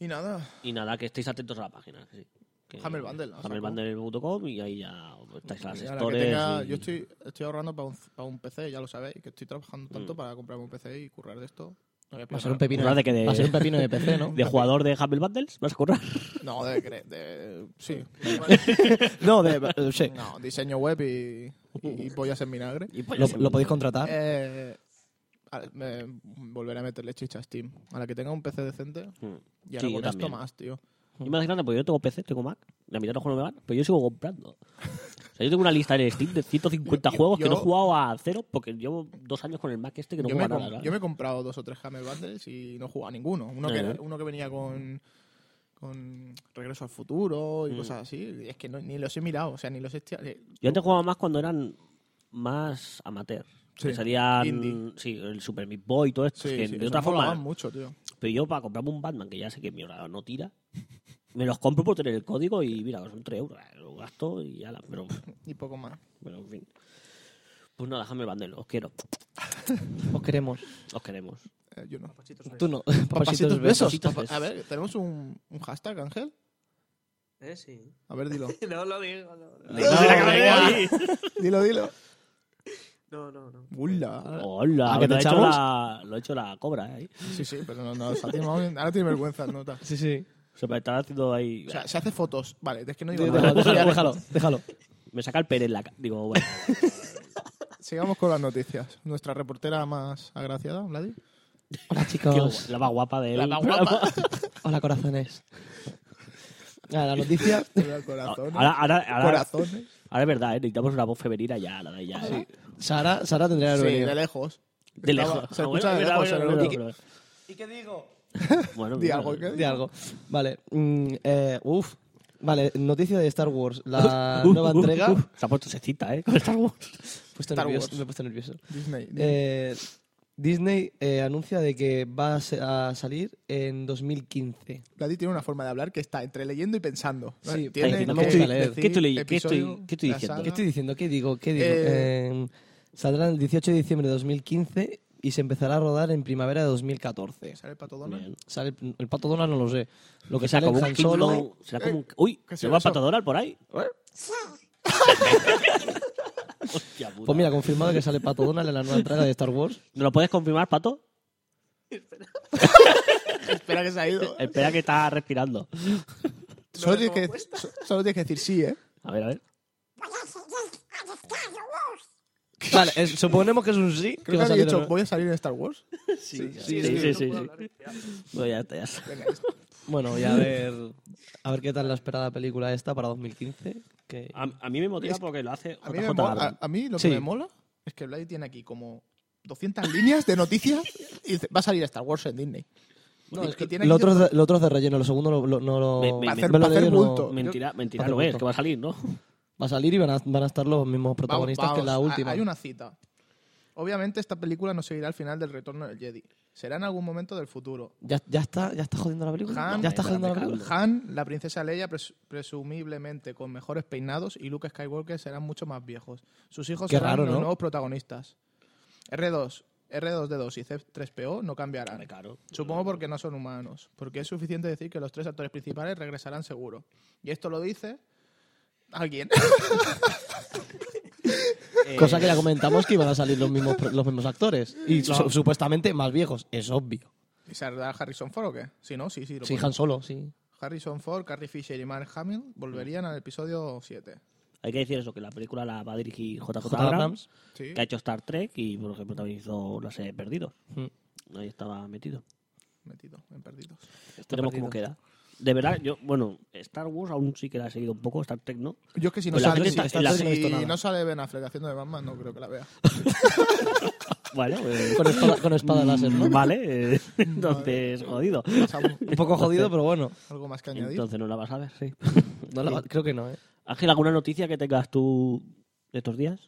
[SPEAKER 1] Y nada,
[SPEAKER 4] Y nada, que estéis atentos a la página. que Sí. Que-
[SPEAKER 1] Hammer Bundle, la saco.
[SPEAKER 4] Hammerbundle.com y ahí ya estáis las
[SPEAKER 1] y ahora que
[SPEAKER 4] stores.
[SPEAKER 1] tenga-
[SPEAKER 4] y-
[SPEAKER 1] yo
[SPEAKER 4] Mm.
[SPEAKER 1] estoy, estoy ahorrando para un, para un PC, ya lo sabéis, que estoy trabajando tanto para comprarme un PC y currar de esto.
[SPEAKER 3] Va a ser un pepino,
[SPEAKER 4] Ahora
[SPEAKER 3] de,
[SPEAKER 4] de que de-
[SPEAKER 3] va a ser un pepino de PC, ¿no?
[SPEAKER 4] ¿De jugador de Humble Bundles? ¿Vas a correr?
[SPEAKER 1] No, de, cre- de- sí.
[SPEAKER 3] no, de, eh, sí.
[SPEAKER 1] No, diseño web y, y pues, pollas en vinagre.
[SPEAKER 4] Pues
[SPEAKER 3] Lo, lo podéis
[SPEAKER 4] Ah.
[SPEAKER 3] contratar.
[SPEAKER 1] Eh, a- me- volveré a meterle chicha a Steam. A la que tenga un PC decente.
[SPEAKER 4] Mm.
[SPEAKER 1] Y
[SPEAKER 4] Sí,
[SPEAKER 1] ahora
[SPEAKER 4] yo
[SPEAKER 1] con esto
[SPEAKER 4] también.
[SPEAKER 1] más, tío.
[SPEAKER 4] Y me hace grande porque yo no tengo PC, tengo Mac. La mitad de los juegos no me van, pero yo sigo comprando. O sea, yo tengo una lista en Steam de 150
[SPEAKER 1] Yo- yo-
[SPEAKER 4] juegos que no he
[SPEAKER 1] yo-
[SPEAKER 4] jugado a cero porque llevo dos años con el Mac este que no
[SPEAKER 1] yo,
[SPEAKER 4] juega
[SPEAKER 1] me com-
[SPEAKER 4] nada. ¿verdad?
[SPEAKER 1] yo me he comprado dos o tres Hammer Bundles y no he jugado a ninguno. Uno,
[SPEAKER 4] Eh.
[SPEAKER 1] que, uno que venía con, con Regreso al Futuro
[SPEAKER 4] Mm.
[SPEAKER 1] y cosas así. Y es que no- ni los he mirado, o sea, ni los he... estia- eh,
[SPEAKER 4] Yo antes jugaba más cuando eran más amateur.
[SPEAKER 1] Sí,
[SPEAKER 4] Que salían
[SPEAKER 1] indie.
[SPEAKER 4] sí, el Super Meat Boy y todo esto.
[SPEAKER 1] Sí,
[SPEAKER 4] que
[SPEAKER 1] sí,
[SPEAKER 4] de
[SPEAKER 1] eso
[SPEAKER 4] otra
[SPEAKER 1] molaba
[SPEAKER 4] forma.
[SPEAKER 1] mucho, tío.
[SPEAKER 4] Pero yo para comprarme un Batman, que ya sé que mi ordenador no tira, me los compro por tener el código y mira, son 3 euros. eh, Lo gasto y ya la. Pero,
[SPEAKER 1] Y poco más.
[SPEAKER 4] pero en fin. Pues nada, déjame el bandel, os quiero.
[SPEAKER 3] Os queremos.
[SPEAKER 4] Os queremos.
[SPEAKER 1] Eh, yo no.
[SPEAKER 5] Pachitos, ¿ves?
[SPEAKER 3] Tú no.
[SPEAKER 1] Papacitos besos.
[SPEAKER 4] Papacitos
[SPEAKER 1] Papa- A
[SPEAKER 4] Pues besos.
[SPEAKER 1] ver, ¿tenemos un, un hashtag, Ángel?
[SPEAKER 5] Eh, sí.
[SPEAKER 1] A ver, dilo.
[SPEAKER 5] No lo digo. No, no.
[SPEAKER 4] No, venga.
[SPEAKER 1] dilo, dilo.
[SPEAKER 5] no. no, no.
[SPEAKER 1] Ula.
[SPEAKER 4] Hola,
[SPEAKER 3] ¿A que te
[SPEAKER 4] lo, ha hecho
[SPEAKER 3] echamos?
[SPEAKER 4] la, lo ha hecho la cobra, ¿eh? ahí.
[SPEAKER 1] Sí, sí, pero no, no, o sea, tiene- ahora tiene vergüenza, nota.
[SPEAKER 3] Sí, sí.
[SPEAKER 4] Se me estaba haciendo ahí.
[SPEAKER 1] O sea, se hace fotos. Vale, es que no digo
[SPEAKER 3] Déjalo,
[SPEAKER 1] nada.
[SPEAKER 3] déjalo, déjalo, déjalo.
[SPEAKER 4] me saca el pene en la ca- Digo, bueno.
[SPEAKER 1] Sigamos con las noticias. Nuestra reportera más agraciada, Vladi.
[SPEAKER 3] Hola,
[SPEAKER 4] qué guay,
[SPEAKER 3] chicos.
[SPEAKER 4] la más guapa de él.
[SPEAKER 1] La más guapa.
[SPEAKER 3] Hola, corazones. Nada, la noticia.
[SPEAKER 1] Corazones.
[SPEAKER 4] Ahora, ahora, ahora,
[SPEAKER 1] Corazones.
[SPEAKER 4] ahora es verdad, ¿eh? necesitamos una voz femenina ya, la de ya. ¿eh?
[SPEAKER 3] Sara, Sara tendría que
[SPEAKER 1] Sí,
[SPEAKER 3] haber venido.
[SPEAKER 1] de lejos.
[SPEAKER 4] De lejos.
[SPEAKER 1] Estaba- Se
[SPEAKER 4] Ah,
[SPEAKER 1] escucha
[SPEAKER 4] bueno,
[SPEAKER 1] de
[SPEAKER 4] mira,
[SPEAKER 1] lejos.
[SPEAKER 4] bueno,
[SPEAKER 1] en el
[SPEAKER 4] bueno,
[SPEAKER 1] otro.
[SPEAKER 4] bueno.
[SPEAKER 5] ¿Y qué digo?
[SPEAKER 4] Bueno,
[SPEAKER 1] Di
[SPEAKER 4] mira,
[SPEAKER 1] algo, ¿qué?
[SPEAKER 3] de algo. Vale. mm, eh, uf. Vale, noticia de Star Wars. La nueva
[SPEAKER 4] Uh, uh,
[SPEAKER 3] entrega.
[SPEAKER 4] uh, se ha puesto secita, ¿eh? Con Star Wars.
[SPEAKER 3] Puesto
[SPEAKER 1] Star
[SPEAKER 3] nervioso,
[SPEAKER 1] Wars.
[SPEAKER 3] me he puesto nervioso.
[SPEAKER 1] Disney.
[SPEAKER 3] Eh, Disney eh, anuncia de que va a, sa- a salir en 2015.
[SPEAKER 1] Vladi tiene una forma de hablar que está entre leyendo y pensando.
[SPEAKER 3] Sí,
[SPEAKER 1] tiene
[SPEAKER 4] porque no
[SPEAKER 3] me
[SPEAKER 1] que
[SPEAKER 3] gusta leer.
[SPEAKER 1] decir
[SPEAKER 4] ¿Qué estoy leyendo? ¿Qué
[SPEAKER 1] episodio,
[SPEAKER 4] estoy- qué estoy
[SPEAKER 1] la
[SPEAKER 4] diciendo?
[SPEAKER 1] saga.
[SPEAKER 3] ¿Qué estoy diciendo? ¿Qué digo? ¿Qué digo?
[SPEAKER 1] Eh,
[SPEAKER 3] Eh, saldrá el 18 de diciembre de 2015 y se empezará a rodar en primavera de 2014.
[SPEAKER 1] ¿Sale el pato Donald?
[SPEAKER 4] Bien.
[SPEAKER 3] Sale el, el Pato Donald no lo sé. Lo que
[SPEAKER 4] Será
[SPEAKER 3] sale
[SPEAKER 4] como
[SPEAKER 3] en
[SPEAKER 4] un
[SPEAKER 3] Han Solo... Eh,
[SPEAKER 4] Kingdom- será como un- Uy,
[SPEAKER 1] ¿qué
[SPEAKER 4] se
[SPEAKER 1] será
[SPEAKER 4] va
[SPEAKER 1] eso?
[SPEAKER 4] Pato Donald por ahí. Hostia puta.
[SPEAKER 3] Pues mira, confirmado que sale Pato Donald en la nueva entrega de Star Wars.
[SPEAKER 4] ¿No lo puedes confirmar, Pato?
[SPEAKER 1] Espera que se ha ido.
[SPEAKER 4] Espera que está respirando.
[SPEAKER 1] Solo
[SPEAKER 5] No le
[SPEAKER 1] tienes, que,
[SPEAKER 5] pongo
[SPEAKER 1] so- solo tienes que decir sí, ¿eh?
[SPEAKER 4] A ver, a ver.
[SPEAKER 3] Vale, es- suponemos que es un sí. que
[SPEAKER 1] Creo que
[SPEAKER 3] va a
[SPEAKER 1] has
[SPEAKER 3] salir
[SPEAKER 1] dicho,
[SPEAKER 3] en-
[SPEAKER 1] voy a salir en Star Wars.
[SPEAKER 4] Sí,
[SPEAKER 1] sí,
[SPEAKER 4] sí, sí. sí,
[SPEAKER 5] no puedo
[SPEAKER 4] sí.
[SPEAKER 5] hablar, ya.
[SPEAKER 4] Bueno, ya está, ya está.
[SPEAKER 1] Venga,
[SPEAKER 3] Bueno, y a ver, a ver qué tal la esperada película esta para 2015. Que...
[SPEAKER 4] A, a mí me motiva porque lo hace
[SPEAKER 1] a, mí
[SPEAKER 4] JJ
[SPEAKER 1] me mola-
[SPEAKER 4] Abrams.
[SPEAKER 1] a- a mí lo que
[SPEAKER 3] Sí.
[SPEAKER 1] me mola es que Vladi tiene aquí como 200 líneas de noticias y dice, va a salir Star Wars en Disney.
[SPEAKER 3] No,
[SPEAKER 1] Y-
[SPEAKER 3] es
[SPEAKER 1] y
[SPEAKER 3] que
[SPEAKER 1] tiene
[SPEAKER 3] lo
[SPEAKER 1] aquí
[SPEAKER 3] otro, es de, lo otro es de relleno, lo segundo lo- lo- no lo...
[SPEAKER 4] Me- me- Para
[SPEAKER 1] hacer-
[SPEAKER 3] me lo
[SPEAKER 1] para hacer
[SPEAKER 3] leí, Ah, no-
[SPEAKER 1] bulto.
[SPEAKER 4] Mentira, mentira,
[SPEAKER 3] Hace
[SPEAKER 4] no es,
[SPEAKER 3] gusto.
[SPEAKER 4] que va a salir, ¿no?
[SPEAKER 3] Va a salir y van a, van a estar los mismos
[SPEAKER 1] Vamos,
[SPEAKER 3] protagonistas que en la
[SPEAKER 1] vamos, Ah,
[SPEAKER 3] última.
[SPEAKER 1] Hay una cita. Obviamente esta película no seguirá al final del retorno del Jedi. Será en algún momento del futuro.
[SPEAKER 3] ¿Ya, ya está, ¿Ya está jodiendo la película?
[SPEAKER 1] Han-
[SPEAKER 3] ¿Ya está jodiendo la
[SPEAKER 4] Espérate,
[SPEAKER 3] película?
[SPEAKER 1] Han, la princesa Leia, pres- presumiblemente con mejores peinados, y Luke Skywalker serán mucho más viejos. Sus hijos
[SPEAKER 3] Qué
[SPEAKER 1] serán
[SPEAKER 3] raro,
[SPEAKER 1] los
[SPEAKER 3] ¿no?
[SPEAKER 1] nuevos protagonistas. R2, R2D2 y C3PO no
[SPEAKER 4] Me
[SPEAKER 1] cambiarán.
[SPEAKER 4] caro.
[SPEAKER 1] Supongo porque no son humanos, porque es suficiente decir que los tres actores principales regresarán seguro. Y esto lo dice alguien.
[SPEAKER 4] Eh,
[SPEAKER 3] Cosa que ya comentamos que iban a salir los mismos, pro- los mismos actores. Y su- supuestamente más viejos. Es obvio.
[SPEAKER 1] ¿Y saldrá Harrison Ford o qué? Si no, sí, sí. Lo
[SPEAKER 3] Sí,
[SPEAKER 1] pone.
[SPEAKER 3] Han Solo, sí.
[SPEAKER 1] Harrison Ford, Carrie Fisher y Mark Hamill volverían al episodio 7.
[SPEAKER 4] Hay que decir eso, que la película la va a dirigir JJ
[SPEAKER 3] J.
[SPEAKER 4] Abrams,
[SPEAKER 3] Abrams.
[SPEAKER 1] Sí.
[SPEAKER 4] que ha hecho Star Trek y, por ejemplo, también hizo la serie de Perdidos.
[SPEAKER 3] Mm.
[SPEAKER 4] Ahí estaba metido.
[SPEAKER 1] Metido, en perdidos.
[SPEAKER 4] Veremos cómo queda. De verdad, yo, bueno, Star Wars aún sí que la he seguido un poco, Star Trek no.
[SPEAKER 1] Yo es que si no
[SPEAKER 4] Pues la
[SPEAKER 1] sale,
[SPEAKER 4] gente
[SPEAKER 1] si-
[SPEAKER 4] está- está
[SPEAKER 1] si
[SPEAKER 3] haciendo esto nada.
[SPEAKER 1] no sale Ben Affleck haciendo de Batman, no creo que la vea.
[SPEAKER 4] Vale, eh,
[SPEAKER 3] Con espada, con espada láser, ¿no?
[SPEAKER 4] Vale, eh, entonces, jodido.
[SPEAKER 1] Pasamos.
[SPEAKER 3] Un poco jodido, pero bueno.
[SPEAKER 1] ¿Algo más que añadir?
[SPEAKER 4] Entonces no la vas a ver, sí.
[SPEAKER 3] No la va- creo que no, ¿eh?
[SPEAKER 4] Ángel, ¿alguna noticia que tengas tú de estos días?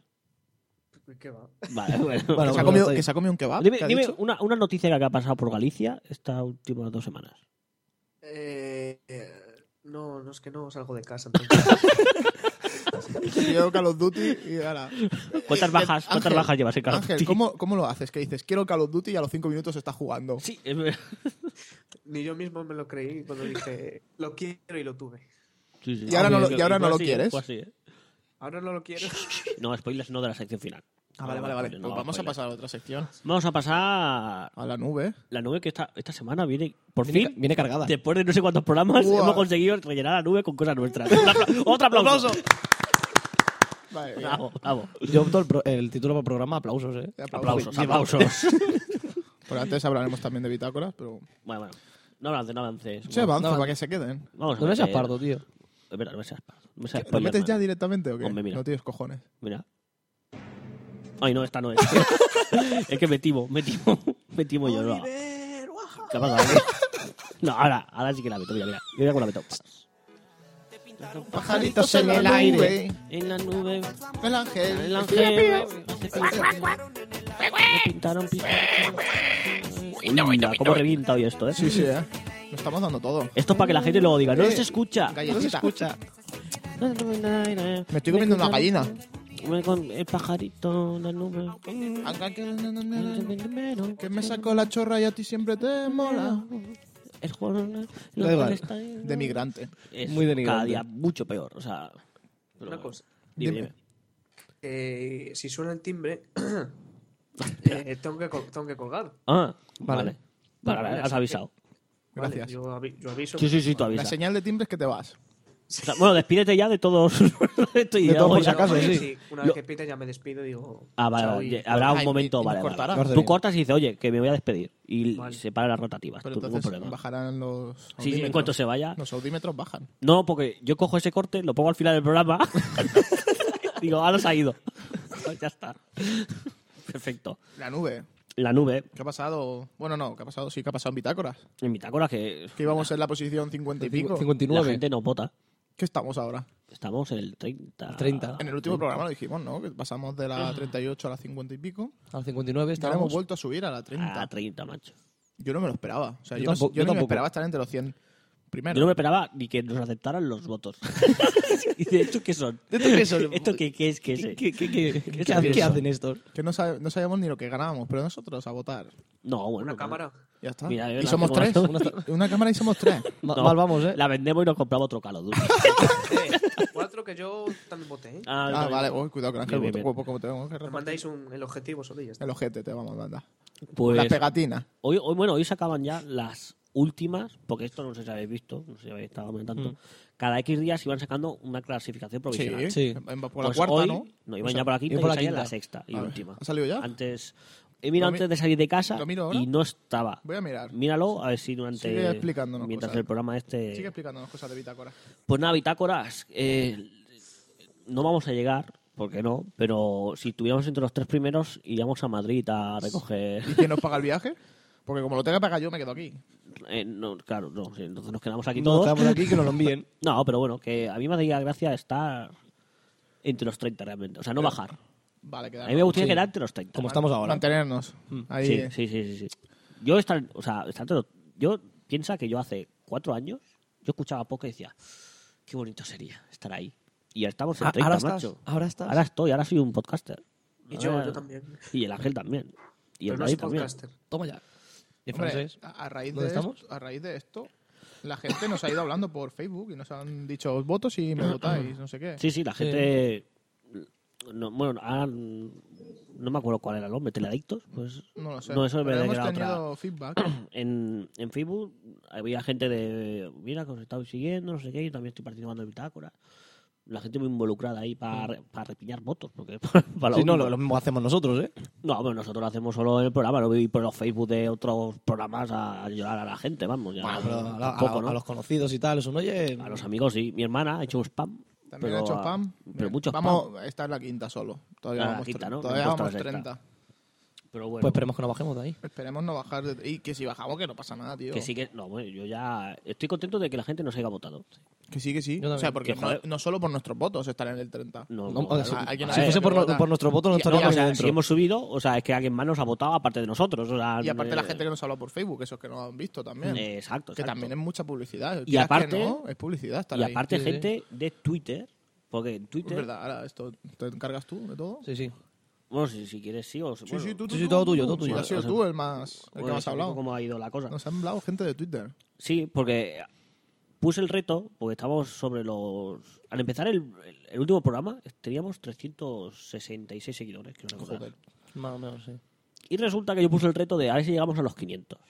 [SPEAKER 5] ¿Qué va?
[SPEAKER 4] Vale, bueno.
[SPEAKER 1] que,
[SPEAKER 3] Bueno,
[SPEAKER 1] se ha
[SPEAKER 3] bueno,
[SPEAKER 1] comido,
[SPEAKER 3] está
[SPEAKER 1] que
[SPEAKER 3] bien.
[SPEAKER 1] se ha comido un kebab.
[SPEAKER 4] Dime,
[SPEAKER 1] ¿qué ha
[SPEAKER 4] dime
[SPEAKER 1] dicho?
[SPEAKER 4] una, una noticia que ha pasado por Galicia estas últimas dos semanas.
[SPEAKER 5] Eh, eh, no, no es que no salgo de casa. entonces.
[SPEAKER 1] Te pido Call of Duty y ahora.
[SPEAKER 4] ¿Cuántas
[SPEAKER 1] Eh,
[SPEAKER 4] bajas, cuántas
[SPEAKER 1] Ángel,
[SPEAKER 4] bajas llevas en Call of
[SPEAKER 1] Ángel,
[SPEAKER 4] Duty?
[SPEAKER 1] ¿cómo, ¿cómo lo haces? Que dices, quiero Call of Duty y a los 5 minutos está jugando.
[SPEAKER 4] Sí, es verdad.
[SPEAKER 5] Ni yo mismo me lo creí cuando dije, lo quiero y lo tuve.
[SPEAKER 4] Sí, sí.
[SPEAKER 1] Y ahora no lo-
[SPEAKER 4] Igual
[SPEAKER 1] y ahora no lo
[SPEAKER 4] sí,
[SPEAKER 1] quieres.
[SPEAKER 4] igual sí, ¿eh?
[SPEAKER 5] Ahora no lo quiero.
[SPEAKER 4] No, spoilers no de la sección final.
[SPEAKER 1] Ah, vale, vale, vale.
[SPEAKER 4] No,
[SPEAKER 1] Pues vamos a
[SPEAKER 4] spoiler.
[SPEAKER 1] pasar a otra sección.
[SPEAKER 4] Vamos a pasar
[SPEAKER 1] A la nube.
[SPEAKER 4] la nube que esta, esta semana viene, por
[SPEAKER 3] Viene,
[SPEAKER 4] fin,
[SPEAKER 3] ca- viene cargada.
[SPEAKER 4] después de no sé cuántos programas,
[SPEAKER 1] Buah.
[SPEAKER 4] hemos conseguido rellenar la nube con cosas nuestras. Un apla- Otro aplauso.
[SPEAKER 1] Vale, bien.
[SPEAKER 4] Bravo, bravo.
[SPEAKER 3] Yo opto el, pro- el título del programa, aplausos, ¿eh?
[SPEAKER 4] Aplausos, aplausos.
[SPEAKER 1] Por antes hablaremos también de bitácoras, pero.
[SPEAKER 4] bueno, bueno. No avances, no avances.
[SPEAKER 1] Se avanza
[SPEAKER 3] no,
[SPEAKER 1] para que se queden.
[SPEAKER 4] Vamos a
[SPEAKER 3] No me seas
[SPEAKER 4] meter-
[SPEAKER 3] pardo, tío.
[SPEAKER 4] Es verdad, no me seas pardo. No me seas
[SPEAKER 1] ¿Lo
[SPEAKER 4] spoiler,
[SPEAKER 1] metes ya
[SPEAKER 4] man.
[SPEAKER 1] directamente o qué?
[SPEAKER 4] Hombre, mira.
[SPEAKER 1] No tienes cojones.
[SPEAKER 4] Mira. Ay, no, esta no es. es que me timo, me timo. Me timo yo. No.
[SPEAKER 5] Oliver, guaja.
[SPEAKER 4] ¿Qué ha pasado? No, ahora, ahora sí que la meto. Mira, mira. Mira cómo la meto.
[SPEAKER 1] Pajaritos
[SPEAKER 2] en el aire.
[SPEAKER 4] En la nube,
[SPEAKER 1] El ángel.
[SPEAKER 4] el ángel. Me pintaron Mira, cómo revienta hoy esto, ¿eh?
[SPEAKER 1] Sí, Eh, sí, eh. Lo estamos dando todo.
[SPEAKER 4] Esto es para que la gente luego diga, no se escucha.
[SPEAKER 1] Galletita.
[SPEAKER 4] Me
[SPEAKER 1] Me estoy comiendo una
[SPEAKER 4] pintaron-
[SPEAKER 1] gallina.
[SPEAKER 4] me con- El pajarito, la nube.
[SPEAKER 1] Que me sacó la chorra y a ti siempre te mola.
[SPEAKER 4] El juego.
[SPEAKER 3] Da igual.
[SPEAKER 1] De migrante.
[SPEAKER 4] Es
[SPEAKER 3] Muy
[SPEAKER 4] Cada
[SPEAKER 3] denigrante.
[SPEAKER 4] día mucho peor. O sea. pero
[SPEAKER 5] Una
[SPEAKER 4] bueno.
[SPEAKER 5] cosa.
[SPEAKER 4] Dime,
[SPEAKER 1] Dime.
[SPEAKER 4] dime.
[SPEAKER 5] que si suena el timbre, eh, tengo, que, col- tengo que colgar.
[SPEAKER 4] Ah,
[SPEAKER 3] Vale.
[SPEAKER 4] vale. Vale, vale, has avisado.
[SPEAKER 5] Vale,
[SPEAKER 1] Gracias.
[SPEAKER 5] yo, avi- yo aviso.
[SPEAKER 4] Sí, sí, sí, tú
[SPEAKER 1] La
[SPEAKER 4] avisas.
[SPEAKER 1] señal de timbre es que te vas.
[SPEAKER 4] O sea, bueno, despídete ya de todos. Esto y
[SPEAKER 3] De todos
[SPEAKER 4] hago
[SPEAKER 3] por
[SPEAKER 4] ya-
[SPEAKER 3] si acaso, sí.
[SPEAKER 5] Una
[SPEAKER 4] Lo-
[SPEAKER 5] vez que pita ya me despido y digo.
[SPEAKER 4] Ah, vale,
[SPEAKER 5] chao
[SPEAKER 4] vale.
[SPEAKER 5] y-
[SPEAKER 4] ye- Habrá
[SPEAKER 1] Ah,
[SPEAKER 4] un
[SPEAKER 1] y-
[SPEAKER 4] momento,
[SPEAKER 1] y nos
[SPEAKER 4] vale. vale.
[SPEAKER 1] cortará.
[SPEAKER 4] Tú cortas y dices, oye, que me voy a despedir. Y
[SPEAKER 5] Vale.
[SPEAKER 4] se paran las rotativas.
[SPEAKER 1] Pero
[SPEAKER 4] Ah, tú, ningún
[SPEAKER 1] entonces
[SPEAKER 4] problema.
[SPEAKER 1] bajarán los.
[SPEAKER 4] Sí, sí, en
[SPEAKER 1] audímetros.
[SPEAKER 4] cuanto se vaya.
[SPEAKER 1] Los audímetros bajan.
[SPEAKER 4] No, porque yo cojo ese corte, lo pongo al final del programa. digo, ahora se ha ido. ya está. Perfecto.
[SPEAKER 1] La nube.
[SPEAKER 4] La nube,
[SPEAKER 1] ¿Qué ha pasado? Bueno, no, ¿qué ha pasado? Sí, que ha pasado en bitácoras.
[SPEAKER 4] en bitácora, que
[SPEAKER 1] Que íbamos en la posición 50 y pico.
[SPEAKER 4] la
[SPEAKER 3] 59.
[SPEAKER 4] gente no vota.
[SPEAKER 1] ¿Qué estamos ahora?
[SPEAKER 4] Estamos en el 30.
[SPEAKER 3] 30.
[SPEAKER 1] En el último programa lo dijimos, ¿no? Que pasamos de la 38 a la 50 y pico.
[SPEAKER 3] Al 59
[SPEAKER 1] Y ahora
[SPEAKER 3] estábamos.
[SPEAKER 1] hemos vuelto a subir a la
[SPEAKER 4] Ah,
[SPEAKER 1] 30.
[SPEAKER 4] 30, macho.
[SPEAKER 1] Yo no me lo esperaba. O sea,
[SPEAKER 3] Yo
[SPEAKER 1] yo, no-
[SPEAKER 3] tampoco-
[SPEAKER 1] yo
[SPEAKER 3] yo
[SPEAKER 1] no me
[SPEAKER 3] tampoco.
[SPEAKER 1] esperaba estar entre los 100
[SPEAKER 4] Yo no
[SPEAKER 1] primero.
[SPEAKER 4] me esperaba ni que nos aceptaran los votos. y de hecho, ¿qué son?
[SPEAKER 3] ¿Esto qué son?
[SPEAKER 4] ¿Esto qué, qué es? ¿Qué es? eh?
[SPEAKER 3] ¿Qué, qué, qué,
[SPEAKER 4] ¿Qué
[SPEAKER 3] qué
[SPEAKER 4] hacen
[SPEAKER 3] hacen- qué
[SPEAKER 4] eso?
[SPEAKER 3] hacen estos?
[SPEAKER 1] Que no, sabe- no sabíamos ni lo que ganábamos, pero nosotros a votar.
[SPEAKER 4] No, bueno.
[SPEAKER 5] Una
[SPEAKER 4] no.
[SPEAKER 5] cámara.
[SPEAKER 1] Ya está.
[SPEAKER 4] Mira,
[SPEAKER 1] y
[SPEAKER 4] la
[SPEAKER 1] somos
[SPEAKER 4] hacemos
[SPEAKER 1] tres.
[SPEAKER 4] nosotros.
[SPEAKER 1] Una cámara y somos tres.
[SPEAKER 3] Ma-
[SPEAKER 4] No.
[SPEAKER 3] Mal vamos, ¿eh?
[SPEAKER 4] La vendemos y nos compramos otro calo duro.
[SPEAKER 5] Eh, Cuatro que yo también voté, ¿eh?
[SPEAKER 1] ah, vale. Uy, cuidado, que el ángel
[SPEAKER 4] Bien, bien,
[SPEAKER 1] voto
[SPEAKER 4] bien.
[SPEAKER 1] guapo como te vemos. que
[SPEAKER 5] Me
[SPEAKER 1] repartir.
[SPEAKER 5] mandáis un, el objetivo solo y ya está.
[SPEAKER 1] El ojete te vamos a mandar. Las
[SPEAKER 4] Pues
[SPEAKER 1] pegatinas.
[SPEAKER 4] hoy, hoy, bueno, hoy se acaban ya las últimas, porque esto no sé si habéis visto, no sé si habéis estado comentando. Cada X días iban sacando una clasificación
[SPEAKER 1] Mm. Sí,
[SPEAKER 4] provisional.
[SPEAKER 3] Sí.
[SPEAKER 1] En- en- por la
[SPEAKER 4] Pues
[SPEAKER 1] cuarta,
[SPEAKER 4] hoy,
[SPEAKER 1] ¿no? O
[SPEAKER 4] iban
[SPEAKER 1] sea,
[SPEAKER 4] ya por la quinta
[SPEAKER 3] iban
[SPEAKER 4] y
[SPEAKER 3] por la
[SPEAKER 4] salía la
[SPEAKER 3] quinta.
[SPEAKER 4] sexta y
[SPEAKER 1] A ver,
[SPEAKER 4] última.
[SPEAKER 1] ¿ha salido ya?
[SPEAKER 4] Antes, he mirado
[SPEAKER 1] Lo mi-
[SPEAKER 4] antes de salir de casa
[SPEAKER 1] ¿Lo miro ahora?
[SPEAKER 4] y no estaba.
[SPEAKER 1] Voy a mirar.
[SPEAKER 4] Míralo, a ver si durante.
[SPEAKER 1] Sigue explicándonos
[SPEAKER 4] Mientras
[SPEAKER 1] cosas.
[SPEAKER 4] el programa este.
[SPEAKER 1] Sigue explicándonos cosas de bitácora.
[SPEAKER 4] Pues nada, bitácoras. eh, no vamos a llegar, porque no, pero si tuviéramos entre los tres primeros, iríamos a Madrid a recoger.
[SPEAKER 1] ¿Y quién nos paga el viaje? Porque como lo tenga que pagar yo, me quedo aquí.
[SPEAKER 4] Eh, no, claro, no, sí, entonces nos quedamos aquí
[SPEAKER 3] No,
[SPEAKER 4] todos.
[SPEAKER 3] estamos aquí que nos lo envíen.
[SPEAKER 4] No, pero bueno, que a mí me haría gracia estar entre los 30 realmente. O sea, no bajar.
[SPEAKER 1] Vale,
[SPEAKER 4] A
[SPEAKER 1] quedar.
[SPEAKER 4] mí me gustaría
[SPEAKER 3] Sí.
[SPEAKER 4] quedar entre los 30.
[SPEAKER 3] Como estamos eh. ahora.
[SPEAKER 1] Mantenernos. Ahí.
[SPEAKER 4] Mm.
[SPEAKER 1] eh.
[SPEAKER 4] Sí, sí, sí, sí, sí. Yo estar, o sea, estar entre los- yo piensa que yo hace cuatro años yo escuchaba poca y decía, qué bonito sería estar ahí. Y ya estamos en
[SPEAKER 3] Ah,
[SPEAKER 4] 30,
[SPEAKER 3] ahora estás,
[SPEAKER 4] macho.
[SPEAKER 3] ahora estás.
[SPEAKER 4] Ahora estoy, ahora soy un podcaster.
[SPEAKER 5] Y yo,
[SPEAKER 4] Ahora-
[SPEAKER 5] yo también.
[SPEAKER 4] Y el Ángel también. Y
[SPEAKER 5] Pero
[SPEAKER 4] el
[SPEAKER 5] no
[SPEAKER 4] David
[SPEAKER 5] soy
[SPEAKER 4] también.
[SPEAKER 5] podcaster.
[SPEAKER 3] Toma ya. ¿Y
[SPEAKER 1] Hombre,
[SPEAKER 3] francés?
[SPEAKER 1] a, a raíz de
[SPEAKER 3] ¿Dónde
[SPEAKER 1] esto,
[SPEAKER 3] estamos?
[SPEAKER 1] a raíz de esto, la gente nos ha ido hablando por Facebook y nos han dicho os voto si me votáis, no sé qué.
[SPEAKER 4] Sí, sí, la gente... no, bueno, ahora no me acuerdo cuál era el nombre, teleadictos, pues...
[SPEAKER 1] No lo sé.
[SPEAKER 4] No, eso me
[SPEAKER 1] Pero
[SPEAKER 4] da que
[SPEAKER 1] hemos
[SPEAKER 4] era otra-
[SPEAKER 1] tenido feedback.
[SPEAKER 4] en, en Facebook había gente de, mira, que os estáis siguiendo, no sé qué, yo también estoy participando en Bitácora. La gente muy involucrada ahí para, re- para repiñar votos. Porque para, para
[SPEAKER 3] Mm. Sí, no,
[SPEAKER 4] lo
[SPEAKER 3] lo,
[SPEAKER 4] único-
[SPEAKER 3] lo mismo hacemos nosotros, ¿eh?
[SPEAKER 4] No, bueno, nosotros lo hacemos solo en el programa, no vivir por los Facebook de otros programas a llorar a la gente, vamos. Ya,
[SPEAKER 3] Bueno, pero a, la- a
[SPEAKER 4] tampoco,
[SPEAKER 3] la-
[SPEAKER 4] ¿no?
[SPEAKER 3] a los conocidos y tal, eso no oye. pues
[SPEAKER 4] A los amigos sí. Mi hermana ha hecho un spam.
[SPEAKER 1] También
[SPEAKER 4] pero
[SPEAKER 1] ha hecho
[SPEAKER 4] a-
[SPEAKER 1] spam.
[SPEAKER 4] Pero
[SPEAKER 1] Bien,
[SPEAKER 4] mucho
[SPEAKER 1] vamos,
[SPEAKER 4] spam.
[SPEAKER 1] Está en la quinta solo.
[SPEAKER 4] Ah,
[SPEAKER 1] Todavía
[SPEAKER 4] la
[SPEAKER 1] vamos,
[SPEAKER 4] quinta,
[SPEAKER 1] tre-
[SPEAKER 4] ¿no?
[SPEAKER 1] todavía
[SPEAKER 4] Me he puesto
[SPEAKER 1] vamos
[SPEAKER 4] la sexta.
[SPEAKER 1] 30.
[SPEAKER 4] Pero bueno,
[SPEAKER 3] Pues esperemos que no bajemos de ahí.
[SPEAKER 1] Esperemos no bajar. de- Y que si bajamos, que no pasa nada, tío.
[SPEAKER 4] que sí que... No, bueno, yo ya estoy contento de que la gente nos haya votado.
[SPEAKER 1] Que sí, que sí.
[SPEAKER 3] Yo
[SPEAKER 1] O sea,
[SPEAKER 3] también.
[SPEAKER 1] porque
[SPEAKER 4] Que
[SPEAKER 1] no,
[SPEAKER 4] joder.
[SPEAKER 1] no solo por nuestros votos estar en el 30.
[SPEAKER 3] No,
[SPEAKER 4] No, no,
[SPEAKER 3] o sea,
[SPEAKER 4] claro.
[SPEAKER 1] ah, hay
[SPEAKER 3] si
[SPEAKER 1] que-
[SPEAKER 3] si fuese
[SPEAKER 1] eh,
[SPEAKER 3] por,
[SPEAKER 1] que
[SPEAKER 3] no-
[SPEAKER 1] vota.
[SPEAKER 3] por nuestros votos, no
[SPEAKER 1] Sí,
[SPEAKER 4] No,
[SPEAKER 3] estaríamos
[SPEAKER 4] o
[SPEAKER 3] ni
[SPEAKER 4] sea,
[SPEAKER 3] dentro.
[SPEAKER 4] si hemos subido, o sea, es que alguien más nos ha votado aparte de nosotros. O sea,
[SPEAKER 1] Y aparte la
[SPEAKER 4] eh,
[SPEAKER 1] gente que nos ha hablado por Facebook, esos que nos han visto también.
[SPEAKER 4] eh, exacto,
[SPEAKER 1] que
[SPEAKER 4] exacto.
[SPEAKER 1] también es mucha publicidad.
[SPEAKER 4] Y
[SPEAKER 1] Quieras que
[SPEAKER 4] aparte-
[SPEAKER 1] no, es publicidad estar
[SPEAKER 4] Y
[SPEAKER 1] ahí.
[SPEAKER 4] aparte
[SPEAKER 3] Sí, sí.
[SPEAKER 4] gente de Twitter, porque en
[SPEAKER 1] Es
[SPEAKER 4] Twitter...
[SPEAKER 1] verdad, ahora esto, ¿te encargas tú de todo?
[SPEAKER 3] Sí, sí.
[SPEAKER 4] Bueno, si, si quieres sí o... bueno,
[SPEAKER 3] Sí, sí, todo tuyo, todo tuyo.
[SPEAKER 1] Sí, has sido
[SPEAKER 4] O sea,
[SPEAKER 1] tú el más el
[SPEAKER 4] bueno,
[SPEAKER 1] que
[SPEAKER 4] os
[SPEAKER 1] más ha
[SPEAKER 4] explico
[SPEAKER 1] hablado.
[SPEAKER 4] cómo ha ido la cosa.
[SPEAKER 1] Nos han hablado gente de Twitter.
[SPEAKER 4] Sí, porque puse el reto, porque estábamos sobre los... Al empezar el, el- el último programa, teníamos 366 seguidores. creo recordar.
[SPEAKER 1] Joder.
[SPEAKER 3] Más o menos, sí.
[SPEAKER 4] Y resulta que yo puse el reto de a ver si llegamos a los 500.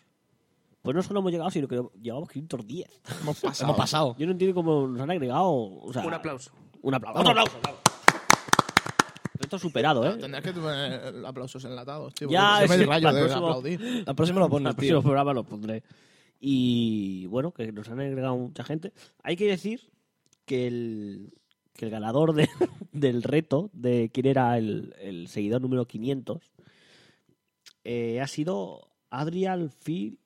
[SPEAKER 4] Pues no solo hemos llegado, sino que llevamos 510.
[SPEAKER 1] Hemos pasado.
[SPEAKER 3] Hemos pasado.
[SPEAKER 4] Yo no entiendo cómo nos han agregado... o sea,
[SPEAKER 5] Un aplauso.
[SPEAKER 4] Un aplauso. ¡Otro aplauso! bravo. Reto superado, ¿eh?
[SPEAKER 1] Tendrás que tener aplausos enlatados, tío.
[SPEAKER 4] Ya,
[SPEAKER 1] porque
[SPEAKER 4] sí,
[SPEAKER 1] me rayo
[SPEAKER 4] para
[SPEAKER 1] de
[SPEAKER 4] el próximo-
[SPEAKER 1] aplaudir.
[SPEAKER 3] La próxima lo
[SPEAKER 4] Al
[SPEAKER 3] pones,
[SPEAKER 4] próximo
[SPEAKER 3] tío.
[SPEAKER 4] programa lo pondré. Y bueno, que nos han agregado mucha gente. Hay que decir que el, que el ganador de- del reto, de quién era el, el seguidor número 500, eh, ha sido Adrial Phil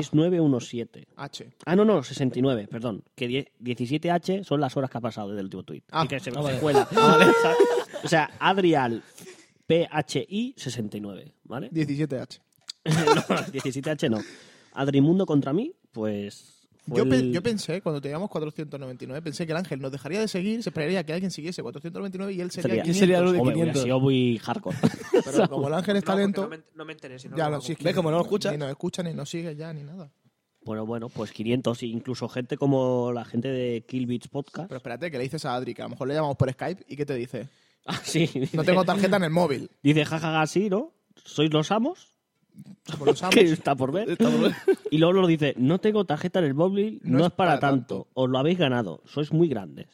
[SPEAKER 4] 6917.
[SPEAKER 1] H.
[SPEAKER 4] Ah, no, no, 69, perdón. Que die- 17H son las horas que ha pasado desde el último tweet.
[SPEAKER 1] Ah,
[SPEAKER 4] y que se,
[SPEAKER 3] ah, vale.
[SPEAKER 4] se cuela. o sea, Adrial PHI 69, ¿vale?
[SPEAKER 1] 17H.
[SPEAKER 4] no, 17H no. Adrimundo contra mí, pues. fue
[SPEAKER 1] Yo, pe-
[SPEAKER 4] el-
[SPEAKER 1] yo pensé, cuando teníamos 499, pensé que el ángel nos dejaría de seguir, se esperaría que alguien siguiese 499 y él sería
[SPEAKER 4] sería-
[SPEAKER 1] 500.
[SPEAKER 3] sería el de
[SPEAKER 4] Hombre, hubiera
[SPEAKER 3] 500.
[SPEAKER 4] sido muy hardcore.
[SPEAKER 1] Pero como el ángel está
[SPEAKER 5] No, porque
[SPEAKER 1] lento,
[SPEAKER 5] No me, no me enteré. si no,
[SPEAKER 1] ya
[SPEAKER 5] no
[SPEAKER 1] no,
[SPEAKER 5] hago.
[SPEAKER 1] si es que
[SPEAKER 3] Ve, como no lo escuchas.
[SPEAKER 1] Ni nos escucha, ni nos sigue ya, ni nada.
[SPEAKER 4] bueno, bueno, pues 500. Incluso gente como la gente de Kill Beats Podcast.
[SPEAKER 1] Pero espérate, que le dices a Adri, que a lo mejor le llamamos por Skype y ¿qué te dice?
[SPEAKER 4] Ah, sí.
[SPEAKER 1] No tengo tarjeta en el móvil.
[SPEAKER 4] Dice jajaja, sí, ¿no? ¿Sois los amos?
[SPEAKER 1] Como los amos.
[SPEAKER 4] Que está por ver. y luego nos dice: No tengo tarjeta en el móvil, no, es para, tanto. Os lo habéis ganado. Sois muy grandes.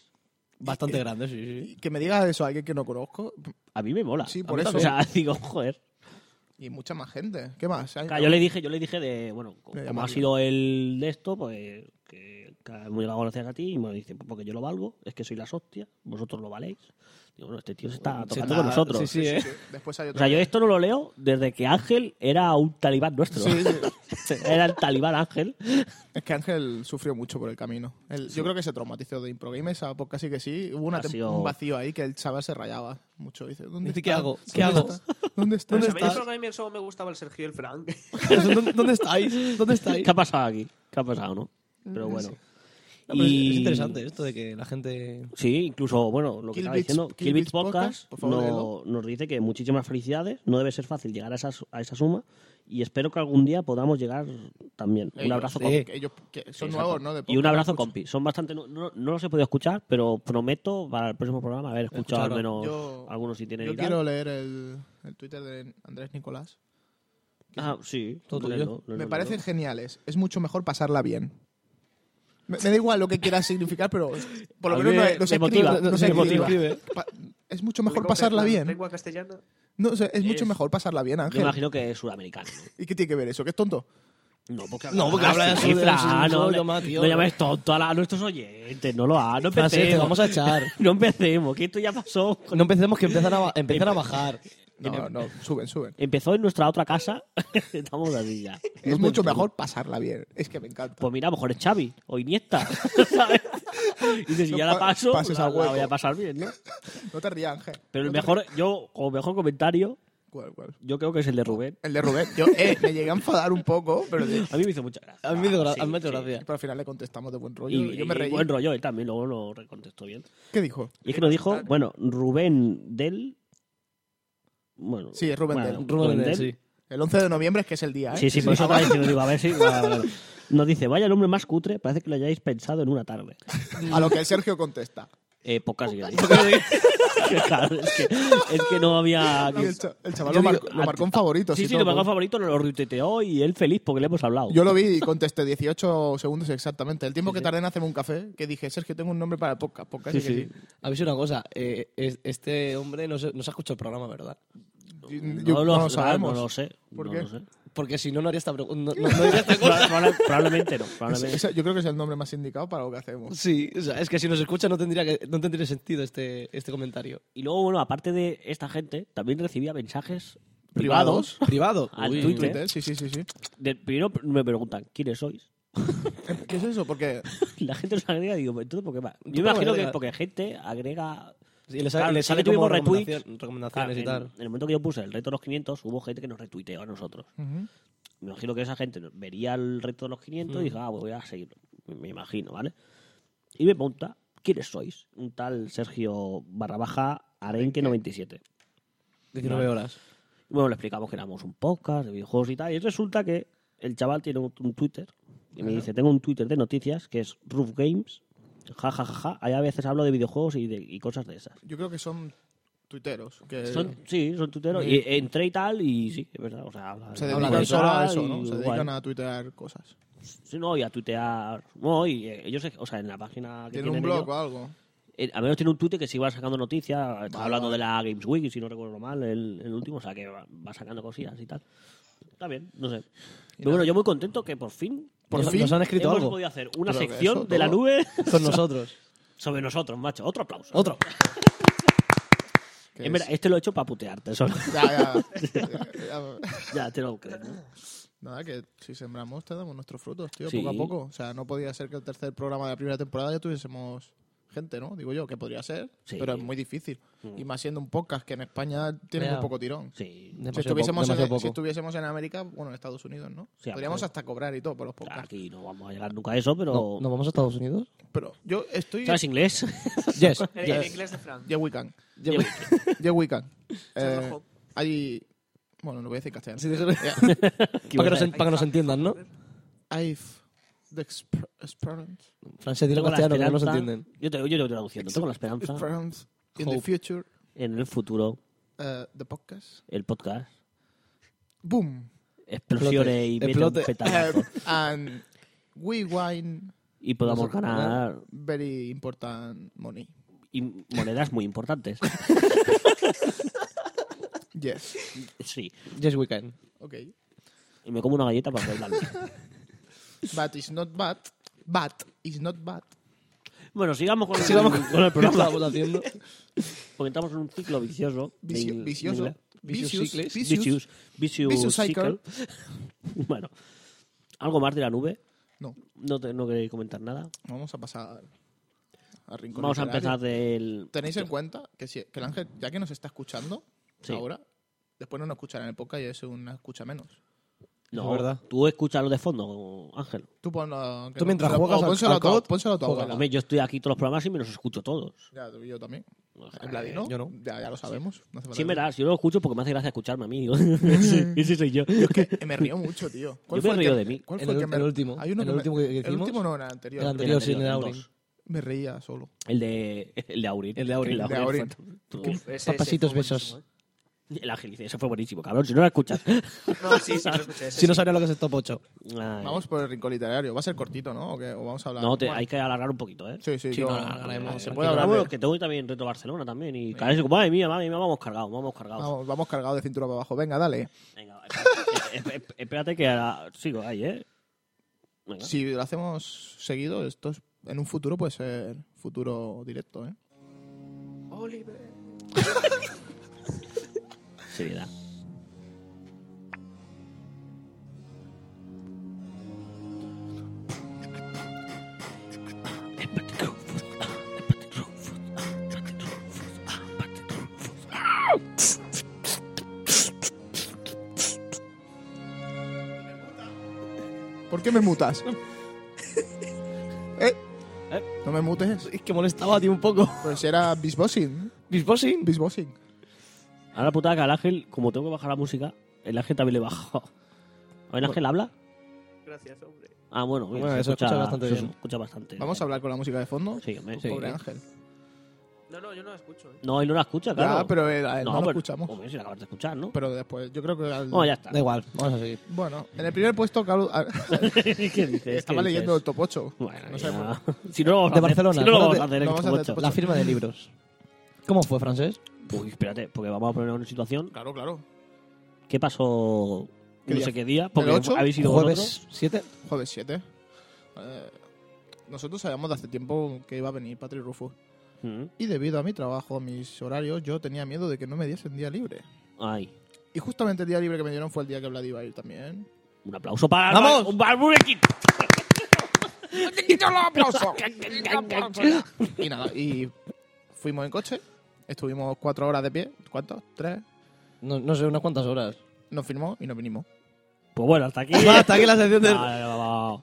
[SPEAKER 3] Bastante grande, sí, sí.
[SPEAKER 1] Y Que me digas eso a alguien que no conozco
[SPEAKER 4] A mí me mola.
[SPEAKER 1] Sí,
[SPEAKER 4] A
[SPEAKER 1] por
[SPEAKER 4] mí
[SPEAKER 1] eso.
[SPEAKER 4] también. O sea, digo, joder.
[SPEAKER 1] y mucha más gente. ¿Qué más? Hay-
[SPEAKER 4] Claro, Ah, yo le dije, yo le dije de, bueno,
[SPEAKER 1] Eh, Le
[SPEAKER 4] como
[SPEAKER 1] llamaría.
[SPEAKER 4] ha sido el de esto, pues que, que muy llegado gracias a ti, y me dice, pues porque yo lo valgo, es que soy las hostias, vosotros lo valéis. Digo, bueno, este tío se está
[SPEAKER 3] Se
[SPEAKER 4] tocando
[SPEAKER 3] está-
[SPEAKER 4] con nosotros.
[SPEAKER 3] Sí, sí, eh.
[SPEAKER 1] Sí, Después hay
[SPEAKER 4] O
[SPEAKER 1] otro.
[SPEAKER 4] sea, yo esto no lo leo desde que Ángel era un talibán nuestro.
[SPEAKER 1] Sí, sí.
[SPEAKER 4] era el talibán Ángel.
[SPEAKER 1] Es que Ángel sufrió mucho por el camino. Él- Yo creo que se traumatizó de ImproGames, a podcast sí que sí. Hubo una
[SPEAKER 4] Ha
[SPEAKER 1] tem-
[SPEAKER 4] sido-
[SPEAKER 1] un vacío ahí que el chaval se rayaba mucho. Dice, ¿dónde
[SPEAKER 3] Dice,
[SPEAKER 1] está?
[SPEAKER 3] ¿qué hago?
[SPEAKER 1] ¿Dónde
[SPEAKER 3] ¿Qué hago?
[SPEAKER 1] está? ¿Dónde está?
[SPEAKER 3] ¿Dónde
[SPEAKER 5] Pero si a mí de
[SPEAKER 3] estás?
[SPEAKER 5] Programming solo me gustaba el Sergio y el Frank.
[SPEAKER 3] ¿Dónde, dónde estáis? ¿Dónde estáis?
[SPEAKER 4] ¿Qué ha pasado aquí? ¿Qué ha pasado, no? Pero bueno.
[SPEAKER 3] No, Ah, pero es-
[SPEAKER 4] Y-
[SPEAKER 3] Es interesante esto de que la gente...
[SPEAKER 4] Sí, incluso, bueno, lo
[SPEAKER 1] Kill
[SPEAKER 4] que estaba
[SPEAKER 1] Beats-
[SPEAKER 4] diciendo,
[SPEAKER 1] Kill
[SPEAKER 4] Kill Beats
[SPEAKER 1] Beats Podcast,
[SPEAKER 4] Podcast,
[SPEAKER 1] por favor,
[SPEAKER 4] no-
[SPEAKER 1] léelo.
[SPEAKER 4] nos dice que muchísimas felicidades, no debe ser fácil llegar a esa, a esa suma y espero que algún día podamos llegar también. Un
[SPEAKER 1] Ellos,
[SPEAKER 4] abrazo,
[SPEAKER 1] sí.
[SPEAKER 4] compi.
[SPEAKER 1] Que ellos que son
[SPEAKER 4] Exacto.
[SPEAKER 1] nuevos, ¿no? De
[SPEAKER 4] y
[SPEAKER 1] podcast, pues,
[SPEAKER 4] un abrazo,
[SPEAKER 1] escucho.
[SPEAKER 4] compi. Son bastante. No, no, no los he podido escuchar, pero prometo para el próximo programa haber escuchado al
[SPEAKER 3] Escucharon.
[SPEAKER 4] menos
[SPEAKER 1] Yo-
[SPEAKER 4] algunos si tienen
[SPEAKER 1] Yo
[SPEAKER 4] y tal.
[SPEAKER 1] quiero leer el, el Twitter de Andrés Nicolás.
[SPEAKER 4] Ah, sí,
[SPEAKER 3] Todo tuyo.
[SPEAKER 4] léelo, léelo,
[SPEAKER 1] Me
[SPEAKER 4] léelo.
[SPEAKER 1] parecen geniales. Es mucho mejor pasarla bien. Me, me da igual lo que quiera significar, pero por lo
[SPEAKER 4] A
[SPEAKER 1] menos
[SPEAKER 4] mí
[SPEAKER 1] no
[SPEAKER 4] me-
[SPEAKER 1] es- no
[SPEAKER 4] me
[SPEAKER 1] se
[SPEAKER 4] motiva,
[SPEAKER 1] escribe- no se
[SPEAKER 4] me
[SPEAKER 1] escribe.
[SPEAKER 3] motiva.
[SPEAKER 1] Pa- Es mucho mejor
[SPEAKER 5] Digo,
[SPEAKER 1] pasarla
[SPEAKER 5] en
[SPEAKER 1] bien.
[SPEAKER 5] Lengua castellana.
[SPEAKER 1] No, o sea, es mucho
[SPEAKER 4] Es-
[SPEAKER 1] mejor pasarla bien,
[SPEAKER 4] Yo
[SPEAKER 1] Ángel.
[SPEAKER 4] imagino que es sudamericano.
[SPEAKER 1] ¿Y qué tiene que ver eso? ¿Qué es tonto?
[SPEAKER 4] No, porque
[SPEAKER 3] No, porque habla de su- de
[SPEAKER 4] cifra,
[SPEAKER 3] su
[SPEAKER 4] no,
[SPEAKER 3] idioma,
[SPEAKER 4] le-
[SPEAKER 3] tío,
[SPEAKER 4] no
[SPEAKER 3] no.
[SPEAKER 4] llames tonto a, la- a nuestros oyentes, no lo hagas, no
[SPEAKER 3] Francés, te
[SPEAKER 4] empecemos.
[SPEAKER 3] Ah, vamos a echar.
[SPEAKER 4] No empecemos, que esto ya pasó.
[SPEAKER 3] No empecemos que empiezan a, ba- empiezan a bajar.
[SPEAKER 1] No, no, suben, suben.
[SPEAKER 4] Empezó en nuestra otra casa. Estamos así ya. No
[SPEAKER 1] Es mucho
[SPEAKER 4] pensemos.
[SPEAKER 1] mejor pasarla bien. Es que me encanta.
[SPEAKER 4] Pues mira, a lo mejor es Xavi o Iniesta. ¿sabes? Y dices, si
[SPEAKER 1] No
[SPEAKER 4] ya
[SPEAKER 1] pa-
[SPEAKER 4] la paso,
[SPEAKER 1] pases
[SPEAKER 4] la,
[SPEAKER 1] al
[SPEAKER 4] la
[SPEAKER 1] hueco.
[SPEAKER 4] voy a pasar bien, ¿no?
[SPEAKER 1] No te rías, Ángel.
[SPEAKER 4] Pero el
[SPEAKER 1] No te
[SPEAKER 4] mejor,
[SPEAKER 1] rías.
[SPEAKER 4] yo, como mejor comentario,
[SPEAKER 1] ¿Cuál, cuál?
[SPEAKER 4] yo creo que es el de Rubén.
[SPEAKER 1] El de Rubén. Yo eh, me llegué a enfadar un poco, pero,
[SPEAKER 4] A mí me hizo mucha gracia.
[SPEAKER 3] A mí me hizo gra- a mí me hizo
[SPEAKER 4] sí.
[SPEAKER 3] gracia.
[SPEAKER 1] pero al final le contestamos de buen rollo.
[SPEAKER 4] Y,
[SPEAKER 1] yo me
[SPEAKER 4] y
[SPEAKER 1] reí.
[SPEAKER 4] buen rollo, él también luego lo recontestó bien.
[SPEAKER 1] ¿Qué dijo?
[SPEAKER 4] Y es que nos dijo, bueno, Rubén Del. Bueno,
[SPEAKER 1] Sí, es Rubén
[SPEAKER 4] bueno,
[SPEAKER 1] Del.
[SPEAKER 3] Rubén, Del, sí.
[SPEAKER 1] El 11 de noviembre es que es el día, ¿eh?
[SPEAKER 4] Sí, sí, por eso estaba diciendo, digo, a ver si. vale, vale. Nos dice, vaya el hombre más cutre, parece que lo hayáis pensado en una tarde.
[SPEAKER 1] A lo que el Sergio contesta.
[SPEAKER 4] Eh, pocas ideas. Claro, es, que, es que no había.
[SPEAKER 1] Y el, cha- el chaval
[SPEAKER 4] Yo
[SPEAKER 1] lo,
[SPEAKER 4] digo, ah,
[SPEAKER 1] marcó- lo marcó en favorito.
[SPEAKER 4] Sí,
[SPEAKER 1] así
[SPEAKER 4] sí, lo
[SPEAKER 1] todo.
[SPEAKER 4] marcó favorito, lo retuiteó y él feliz porque le hemos hablado.
[SPEAKER 1] Yo lo vi y contesté 18 segundos exactamente. El tiempo que tardé en hacerme un café, que dije, Sergio, tengo un nombre para el podcast. podcast
[SPEAKER 4] Sí,
[SPEAKER 1] sí que
[SPEAKER 4] sí.
[SPEAKER 3] Habéis una cosa, eh, es- este hombre no se, no se ha escuchado el programa, ¿verdad?
[SPEAKER 1] sí. Yo- no, lo sabemos.
[SPEAKER 4] No lo sé.
[SPEAKER 1] ¿Por
[SPEAKER 4] no
[SPEAKER 1] qué?
[SPEAKER 4] lo sé.
[SPEAKER 3] Porque si no, no haría esta pregunta. No, no- no diría esta cosa.
[SPEAKER 4] Probable- probablemente no.
[SPEAKER 1] Ese-
[SPEAKER 4] Probablemente.
[SPEAKER 1] ese- yo creo que es el nombre más indicado para lo que hacemos.
[SPEAKER 3] Sí, o sea, es que si nos escucha no tendría, que, no tendría sentido este, este comentario.
[SPEAKER 4] Y luego, bueno, aparte de esta gente, también recibía mensajes privados.
[SPEAKER 1] ¿Privados?
[SPEAKER 3] Privado.
[SPEAKER 4] Al
[SPEAKER 3] Uy.
[SPEAKER 4] Twitter.
[SPEAKER 1] Twitter, Sí, sí, sí, sí.
[SPEAKER 4] De- primero me preguntan, ¿quiénes sois?
[SPEAKER 1] Eh, ¿Qué es eso? Porque
[SPEAKER 4] Y la gente nos agrega y digo, ¿entonces por qué va? Yo
[SPEAKER 3] ¿Tú
[SPEAKER 4] me
[SPEAKER 3] cómo
[SPEAKER 4] imagino que
[SPEAKER 3] agregas?
[SPEAKER 4] porque gente agrega.
[SPEAKER 3] Sí, le sale,
[SPEAKER 4] Claro,
[SPEAKER 3] le
[SPEAKER 4] sí
[SPEAKER 3] sale
[SPEAKER 4] que tuvimos
[SPEAKER 3] como
[SPEAKER 4] retweets.
[SPEAKER 3] recomendación-
[SPEAKER 4] Claro,
[SPEAKER 3] recomendaciones
[SPEAKER 4] en,
[SPEAKER 3] y tal.
[SPEAKER 4] en el momento que yo puse el reto de los 500, hubo gente que nos retuiteó a nosotros. Me imagino que esa gente vería el reto de los 500
[SPEAKER 1] Mm.
[SPEAKER 4] y dijo, ah, pues voy a seguirlo. Me- Me imagino, ¿vale? Y me pregunta, ¿quiénes sois? Un tal Sergio barra baja Arenque97.
[SPEAKER 3] 19 horas.
[SPEAKER 4] Bueno, le explicamos que éramos un podcast de videojuegos y tal. Y resulta que el chaval tiene un, un Twitter que me dice, tengo un Twitter de noticias que es Roof Games, ja, ja, ja, ja. Ahí a veces hablo de videojuegos y, de, y cosas de esas.
[SPEAKER 1] Yo creo que son tuiteros. Que
[SPEAKER 4] Son, sí, son tuiteros. Y entré y tal, y sí, es verdad. O sea, habla,
[SPEAKER 1] se
[SPEAKER 4] habla
[SPEAKER 1] dedican
[SPEAKER 4] de
[SPEAKER 1] solo a
[SPEAKER 4] tal
[SPEAKER 1] eso,
[SPEAKER 4] y
[SPEAKER 1] ¿no? Se
[SPEAKER 4] guay.
[SPEAKER 1] dedican a tuitear cosas.
[SPEAKER 4] Sí, no, y a tuitear. No, y eh, ellos, o sea, en la página que
[SPEAKER 1] Tienen un
[SPEAKER 4] tienen
[SPEAKER 1] blog
[SPEAKER 4] ellos,
[SPEAKER 1] o algo.
[SPEAKER 4] eh, al menos tiene un tuite que se iba sacando noticias. Estaba
[SPEAKER 1] Vale,
[SPEAKER 4] hablando
[SPEAKER 1] vale.
[SPEAKER 4] de la Games Week, si no recuerdo mal, el, el último. O sea, que va, va sacando cosillas y tal. Está bien, no sé. Pero bueno, yo muy contento que por fin.
[SPEAKER 1] Por
[SPEAKER 4] hemos-
[SPEAKER 1] fin
[SPEAKER 3] nos han escrito
[SPEAKER 4] hemos
[SPEAKER 3] algo.
[SPEAKER 4] podido hacer una
[SPEAKER 1] Pero que
[SPEAKER 4] sección
[SPEAKER 1] eso
[SPEAKER 4] de la
[SPEAKER 1] todo-
[SPEAKER 4] nube
[SPEAKER 3] Con nosotros.
[SPEAKER 4] sobre nosotros, macho. Otro aplauso.
[SPEAKER 3] Otro.
[SPEAKER 1] que
[SPEAKER 4] Es verdad, este lo he hecho para putearte solo.
[SPEAKER 1] es- Ya, Eh, ya, ya, ya.
[SPEAKER 4] ya, te lo crees, ¿no?
[SPEAKER 1] Nada, que si sembramos te damos nuestros frutos, tío,
[SPEAKER 4] Sí.
[SPEAKER 1] poco a poco. O sea, no podía ser que el tercer programa de la primera temporada ya tuviésemos gente, ¿no? Digo yo, que podría ser,
[SPEAKER 4] Sí.
[SPEAKER 1] pero es muy difícil. Y más siendo un podcast que en España tiene
[SPEAKER 3] Mm. Ya.
[SPEAKER 1] muy poco tirón. Si
[SPEAKER 4] Sí.
[SPEAKER 3] Demasiado
[SPEAKER 1] estuviésemos,
[SPEAKER 3] poco, demasiado
[SPEAKER 1] en, si
[SPEAKER 3] poco.
[SPEAKER 1] estuviésemos en América, bueno, en Estados Unidos, ¿no?
[SPEAKER 4] Sí,
[SPEAKER 1] Podríamos
[SPEAKER 4] pero-
[SPEAKER 1] hasta cobrar y todo por los podcasts.
[SPEAKER 4] Aquí no vamos a llegar nunca a eso, pero.
[SPEAKER 3] No, ¿Nos vamos a Estados Unidos?
[SPEAKER 1] Pero yo estoy...
[SPEAKER 4] ¿Sabes inglés?
[SPEAKER 3] Yes.
[SPEAKER 5] El, el inglés de Fran.
[SPEAKER 1] Yeah, we can.
[SPEAKER 4] Llevo-
[SPEAKER 1] Yeah, we can. Eh,
[SPEAKER 5] rojo.
[SPEAKER 1] hay... Bueno, lo voy a decir en castellano. Eh,
[SPEAKER 3] Sí, déjalo.
[SPEAKER 1] Yeah.
[SPEAKER 3] Para que, nos, en- para que nos entiendan, ¿no?
[SPEAKER 1] I've... The exper- experience,
[SPEAKER 3] Francés, dilo
[SPEAKER 4] Tengo la
[SPEAKER 3] castellano, que no nos
[SPEAKER 4] esperanza-
[SPEAKER 3] entienden.
[SPEAKER 4] Yo te, yo te voy traduciendo. Tengo la esperanza
[SPEAKER 1] experience in the
[SPEAKER 3] Hope.
[SPEAKER 1] future,
[SPEAKER 4] en el futuro,
[SPEAKER 1] eh, the podcast.
[SPEAKER 4] el podcast,
[SPEAKER 1] Boom.
[SPEAKER 4] explosiones y mete un
[SPEAKER 3] Explote.
[SPEAKER 4] petardazo.
[SPEAKER 1] and we win
[SPEAKER 4] y podamos
[SPEAKER 3] Nosotros
[SPEAKER 4] ganar
[SPEAKER 1] very important money.
[SPEAKER 4] y monedas muy importantes.
[SPEAKER 1] Yes.
[SPEAKER 4] Sí.
[SPEAKER 3] Yes, we can.
[SPEAKER 1] Okay.
[SPEAKER 4] Y me como una galleta para poder darle.
[SPEAKER 1] But it's not bad. But it's not bad.
[SPEAKER 4] Bueno, sigamos con el, con el
[SPEAKER 3] ¿Qué
[SPEAKER 4] programa.
[SPEAKER 3] estábamos haciendo?
[SPEAKER 4] Porque estamos en un ciclo vicioso. de
[SPEAKER 1] Vicio-
[SPEAKER 4] ingl- de
[SPEAKER 1] vicioso.
[SPEAKER 4] inglés.
[SPEAKER 1] Vicious.
[SPEAKER 3] Vicious
[SPEAKER 1] Vicious.
[SPEAKER 4] Vicious. Vicious,
[SPEAKER 1] Vicious
[SPEAKER 4] cycle.
[SPEAKER 1] cycle.
[SPEAKER 4] bueno. ¿Algo más de la nube?
[SPEAKER 1] No,
[SPEAKER 4] No, te- no queréis comentar nada.
[SPEAKER 1] vamos a pasar a rincón.
[SPEAKER 4] Vamos a
[SPEAKER 1] literario.
[SPEAKER 4] empezar del...
[SPEAKER 1] Tenéis en cuenta que, si, que el ángel, ya que nos está escuchando
[SPEAKER 4] Sí.
[SPEAKER 1] ahora, después no nos escuchará en el podcast y es una escucha menos.
[SPEAKER 4] No,
[SPEAKER 3] Es verdad.
[SPEAKER 4] tú escuchas lo de fondo, Ángel.
[SPEAKER 1] Tú ponlo. que
[SPEAKER 3] Tú
[SPEAKER 1] no-
[SPEAKER 3] mientras
[SPEAKER 1] o
[SPEAKER 3] juegas al-
[SPEAKER 1] pónselo
[SPEAKER 3] al
[SPEAKER 1] a tu-
[SPEAKER 3] COD,
[SPEAKER 1] pónselo a tu
[SPEAKER 3] juegas.
[SPEAKER 1] abuela.
[SPEAKER 4] Hombre, yo estoy aquí todos los programas y me los escucho todos.
[SPEAKER 1] Ya, tú y yo también.
[SPEAKER 4] O sea,
[SPEAKER 1] En Vladino,
[SPEAKER 3] yo no.
[SPEAKER 1] Ya, ya lo sabemos. no hace falta
[SPEAKER 4] Sí,
[SPEAKER 1] que-
[SPEAKER 4] me das. Yo lo escucho porque me hace gracia escucharme a mí.
[SPEAKER 3] Mm.
[SPEAKER 4] ese, ese soy yo.
[SPEAKER 1] Eh, me río mucho, tío.
[SPEAKER 4] Yo me
[SPEAKER 1] el
[SPEAKER 4] río
[SPEAKER 1] que-
[SPEAKER 4] de mí.
[SPEAKER 1] ¿cuál
[SPEAKER 3] El
[SPEAKER 1] fue
[SPEAKER 3] ul-
[SPEAKER 1] que me-
[SPEAKER 3] el último.
[SPEAKER 1] Hay uno
[SPEAKER 3] El
[SPEAKER 1] que me-
[SPEAKER 3] último que
[SPEAKER 1] El
[SPEAKER 3] hicimos.
[SPEAKER 1] último no, el anterior.
[SPEAKER 3] El
[SPEAKER 1] El
[SPEAKER 3] anterior, sí, en el
[SPEAKER 4] anterior,
[SPEAKER 3] Aurin.
[SPEAKER 4] dos.
[SPEAKER 1] Me reía solo.
[SPEAKER 4] El de, el de Aurin.
[SPEAKER 3] El de Aurin.
[SPEAKER 1] El de Aurin.
[SPEAKER 4] fue-
[SPEAKER 5] Uf, ese- ese
[SPEAKER 3] Papacitos,
[SPEAKER 5] fue
[SPEAKER 3] besos.
[SPEAKER 5] buenísimo,
[SPEAKER 4] El ángel dice, eso fue buenísimo, cabrón. Si no lo escuchas.
[SPEAKER 5] ¿eh? No, sí, sí, lo escuché. ese
[SPEAKER 3] Si no
[SPEAKER 5] sí.
[SPEAKER 3] sabría lo que es el top 8.
[SPEAKER 4] Ay.
[SPEAKER 1] Vamos por el rincón literario. Va a ser cortito, ¿no? ¿O, qué? ¿O vamos a hablar?
[SPEAKER 4] No, te-
[SPEAKER 1] Bueno,
[SPEAKER 4] hay que alargar un poquito, ¿eh?
[SPEAKER 1] Sí, sí,
[SPEAKER 3] Sí,
[SPEAKER 1] yo-
[SPEAKER 3] no, no, no, no, hemos-
[SPEAKER 1] se
[SPEAKER 3] aquí
[SPEAKER 1] puede
[SPEAKER 4] Pero
[SPEAKER 1] hablar.
[SPEAKER 4] bueno,
[SPEAKER 1] de-
[SPEAKER 4] que tengo también Reto Barcelona también. Y cada vez, madre mía, madre mía, vamos cargados, vamos cargados.
[SPEAKER 1] Vamos, vamos cargados de cintura para abajo. Venga, dale.
[SPEAKER 4] Venga, espérate, eh, eh, espérate que ahora sigo ahí, ¿eh? Venga.
[SPEAKER 1] Si lo hacemos seguido, esto es- en un futuro puede ser futuro directo, ¿eh?
[SPEAKER 5] Oliver.
[SPEAKER 4] Seriedad.
[SPEAKER 1] ¿Por qué me mutas? ¿Eh?
[SPEAKER 4] ¿Eh?
[SPEAKER 1] ¿No me mutes?
[SPEAKER 3] Es que molestaba, tío, un poco.
[SPEAKER 1] Pues era bisbossing.
[SPEAKER 3] Bisbossing.
[SPEAKER 1] Bisbossing.
[SPEAKER 4] Ahora la putada que al ángel, como tengo que bajar la música, el ángel también le bajo. ¿A ver, ángel habla?
[SPEAKER 5] Gracias, hombre.
[SPEAKER 4] Ah, bueno, mira,
[SPEAKER 3] Bueno,
[SPEAKER 4] se
[SPEAKER 3] eso escucha bastante
[SPEAKER 4] se
[SPEAKER 3] bien.
[SPEAKER 4] escucha bastante.
[SPEAKER 1] Vamos a hablar con la música de fondo.
[SPEAKER 4] Sí, hombre.
[SPEAKER 3] Sí.
[SPEAKER 1] Pobre Ángel.
[SPEAKER 5] No, no, yo no lo escucho. ¿eh?
[SPEAKER 4] No, él no la
[SPEAKER 3] Ah,
[SPEAKER 4] escucha, claro.
[SPEAKER 1] Ya, pero eh, a él no, lo
[SPEAKER 4] pero-
[SPEAKER 1] escuchamos.
[SPEAKER 4] Hombre, si la acabas de escuchar, ¿no?
[SPEAKER 1] Pero después, yo creo que... al-
[SPEAKER 4] Bueno, Oh, ya está.
[SPEAKER 3] Da igual, vamos a seguir.
[SPEAKER 1] Bueno, en el primer puesto Carlos- ah,
[SPEAKER 4] ¿Qué dices? ¿Qué
[SPEAKER 1] estaba
[SPEAKER 4] dices?
[SPEAKER 1] leyendo el top 8.
[SPEAKER 4] Bueno,
[SPEAKER 1] no
[SPEAKER 4] ya.
[SPEAKER 1] sabemos.
[SPEAKER 4] si no lo vamos
[SPEAKER 3] De
[SPEAKER 4] a hacer-
[SPEAKER 3] Barcelona,
[SPEAKER 4] Si no lo vamos a
[SPEAKER 3] acuérdate,
[SPEAKER 4] hacer,
[SPEAKER 1] lo
[SPEAKER 4] en este
[SPEAKER 1] vamos a
[SPEAKER 4] como
[SPEAKER 1] hacer
[SPEAKER 4] ocho.
[SPEAKER 3] La firma de libros. ¿Cómo fue, francés?
[SPEAKER 4] Uy, espérate, porque vamos a poner una situación.
[SPEAKER 1] Claro, claro.
[SPEAKER 4] ¿Qué pasó
[SPEAKER 1] ¿Qué
[SPEAKER 4] no
[SPEAKER 1] día?
[SPEAKER 4] sé qué día? Porque
[SPEAKER 1] ¿El ocho?
[SPEAKER 4] habéis ido
[SPEAKER 3] Jueves 7.
[SPEAKER 1] Jueves 7. Eh, nosotros sabíamos de hace tiempo que iba a venir Patrick Rufus.
[SPEAKER 4] vosotros.
[SPEAKER 1] Y debido a mi trabajo, a mis horarios, yo tenía miedo de que no me diesen día libre.
[SPEAKER 4] Mm. Ay. Y justo.
[SPEAKER 1] Justamente el día libre que me dieron fue el día que Vlad iba a ir también.
[SPEAKER 4] Un aplauso para.
[SPEAKER 3] ¡Vamos!
[SPEAKER 4] ¡Un Burger King!
[SPEAKER 1] ¡Quito los aplausos! y nada, y fuimos en coche. Estuvimos cuatro horas de pie. ¿Cuántos? ¿Tres?
[SPEAKER 3] No, no sé, unas cuantas horas.
[SPEAKER 1] Nos firmó y nos vinimos.
[SPEAKER 4] Pues bueno, hasta aquí.
[SPEAKER 3] Va, Hasta aquí la sección
[SPEAKER 4] No,
[SPEAKER 3] del...
[SPEAKER 4] no, no, no.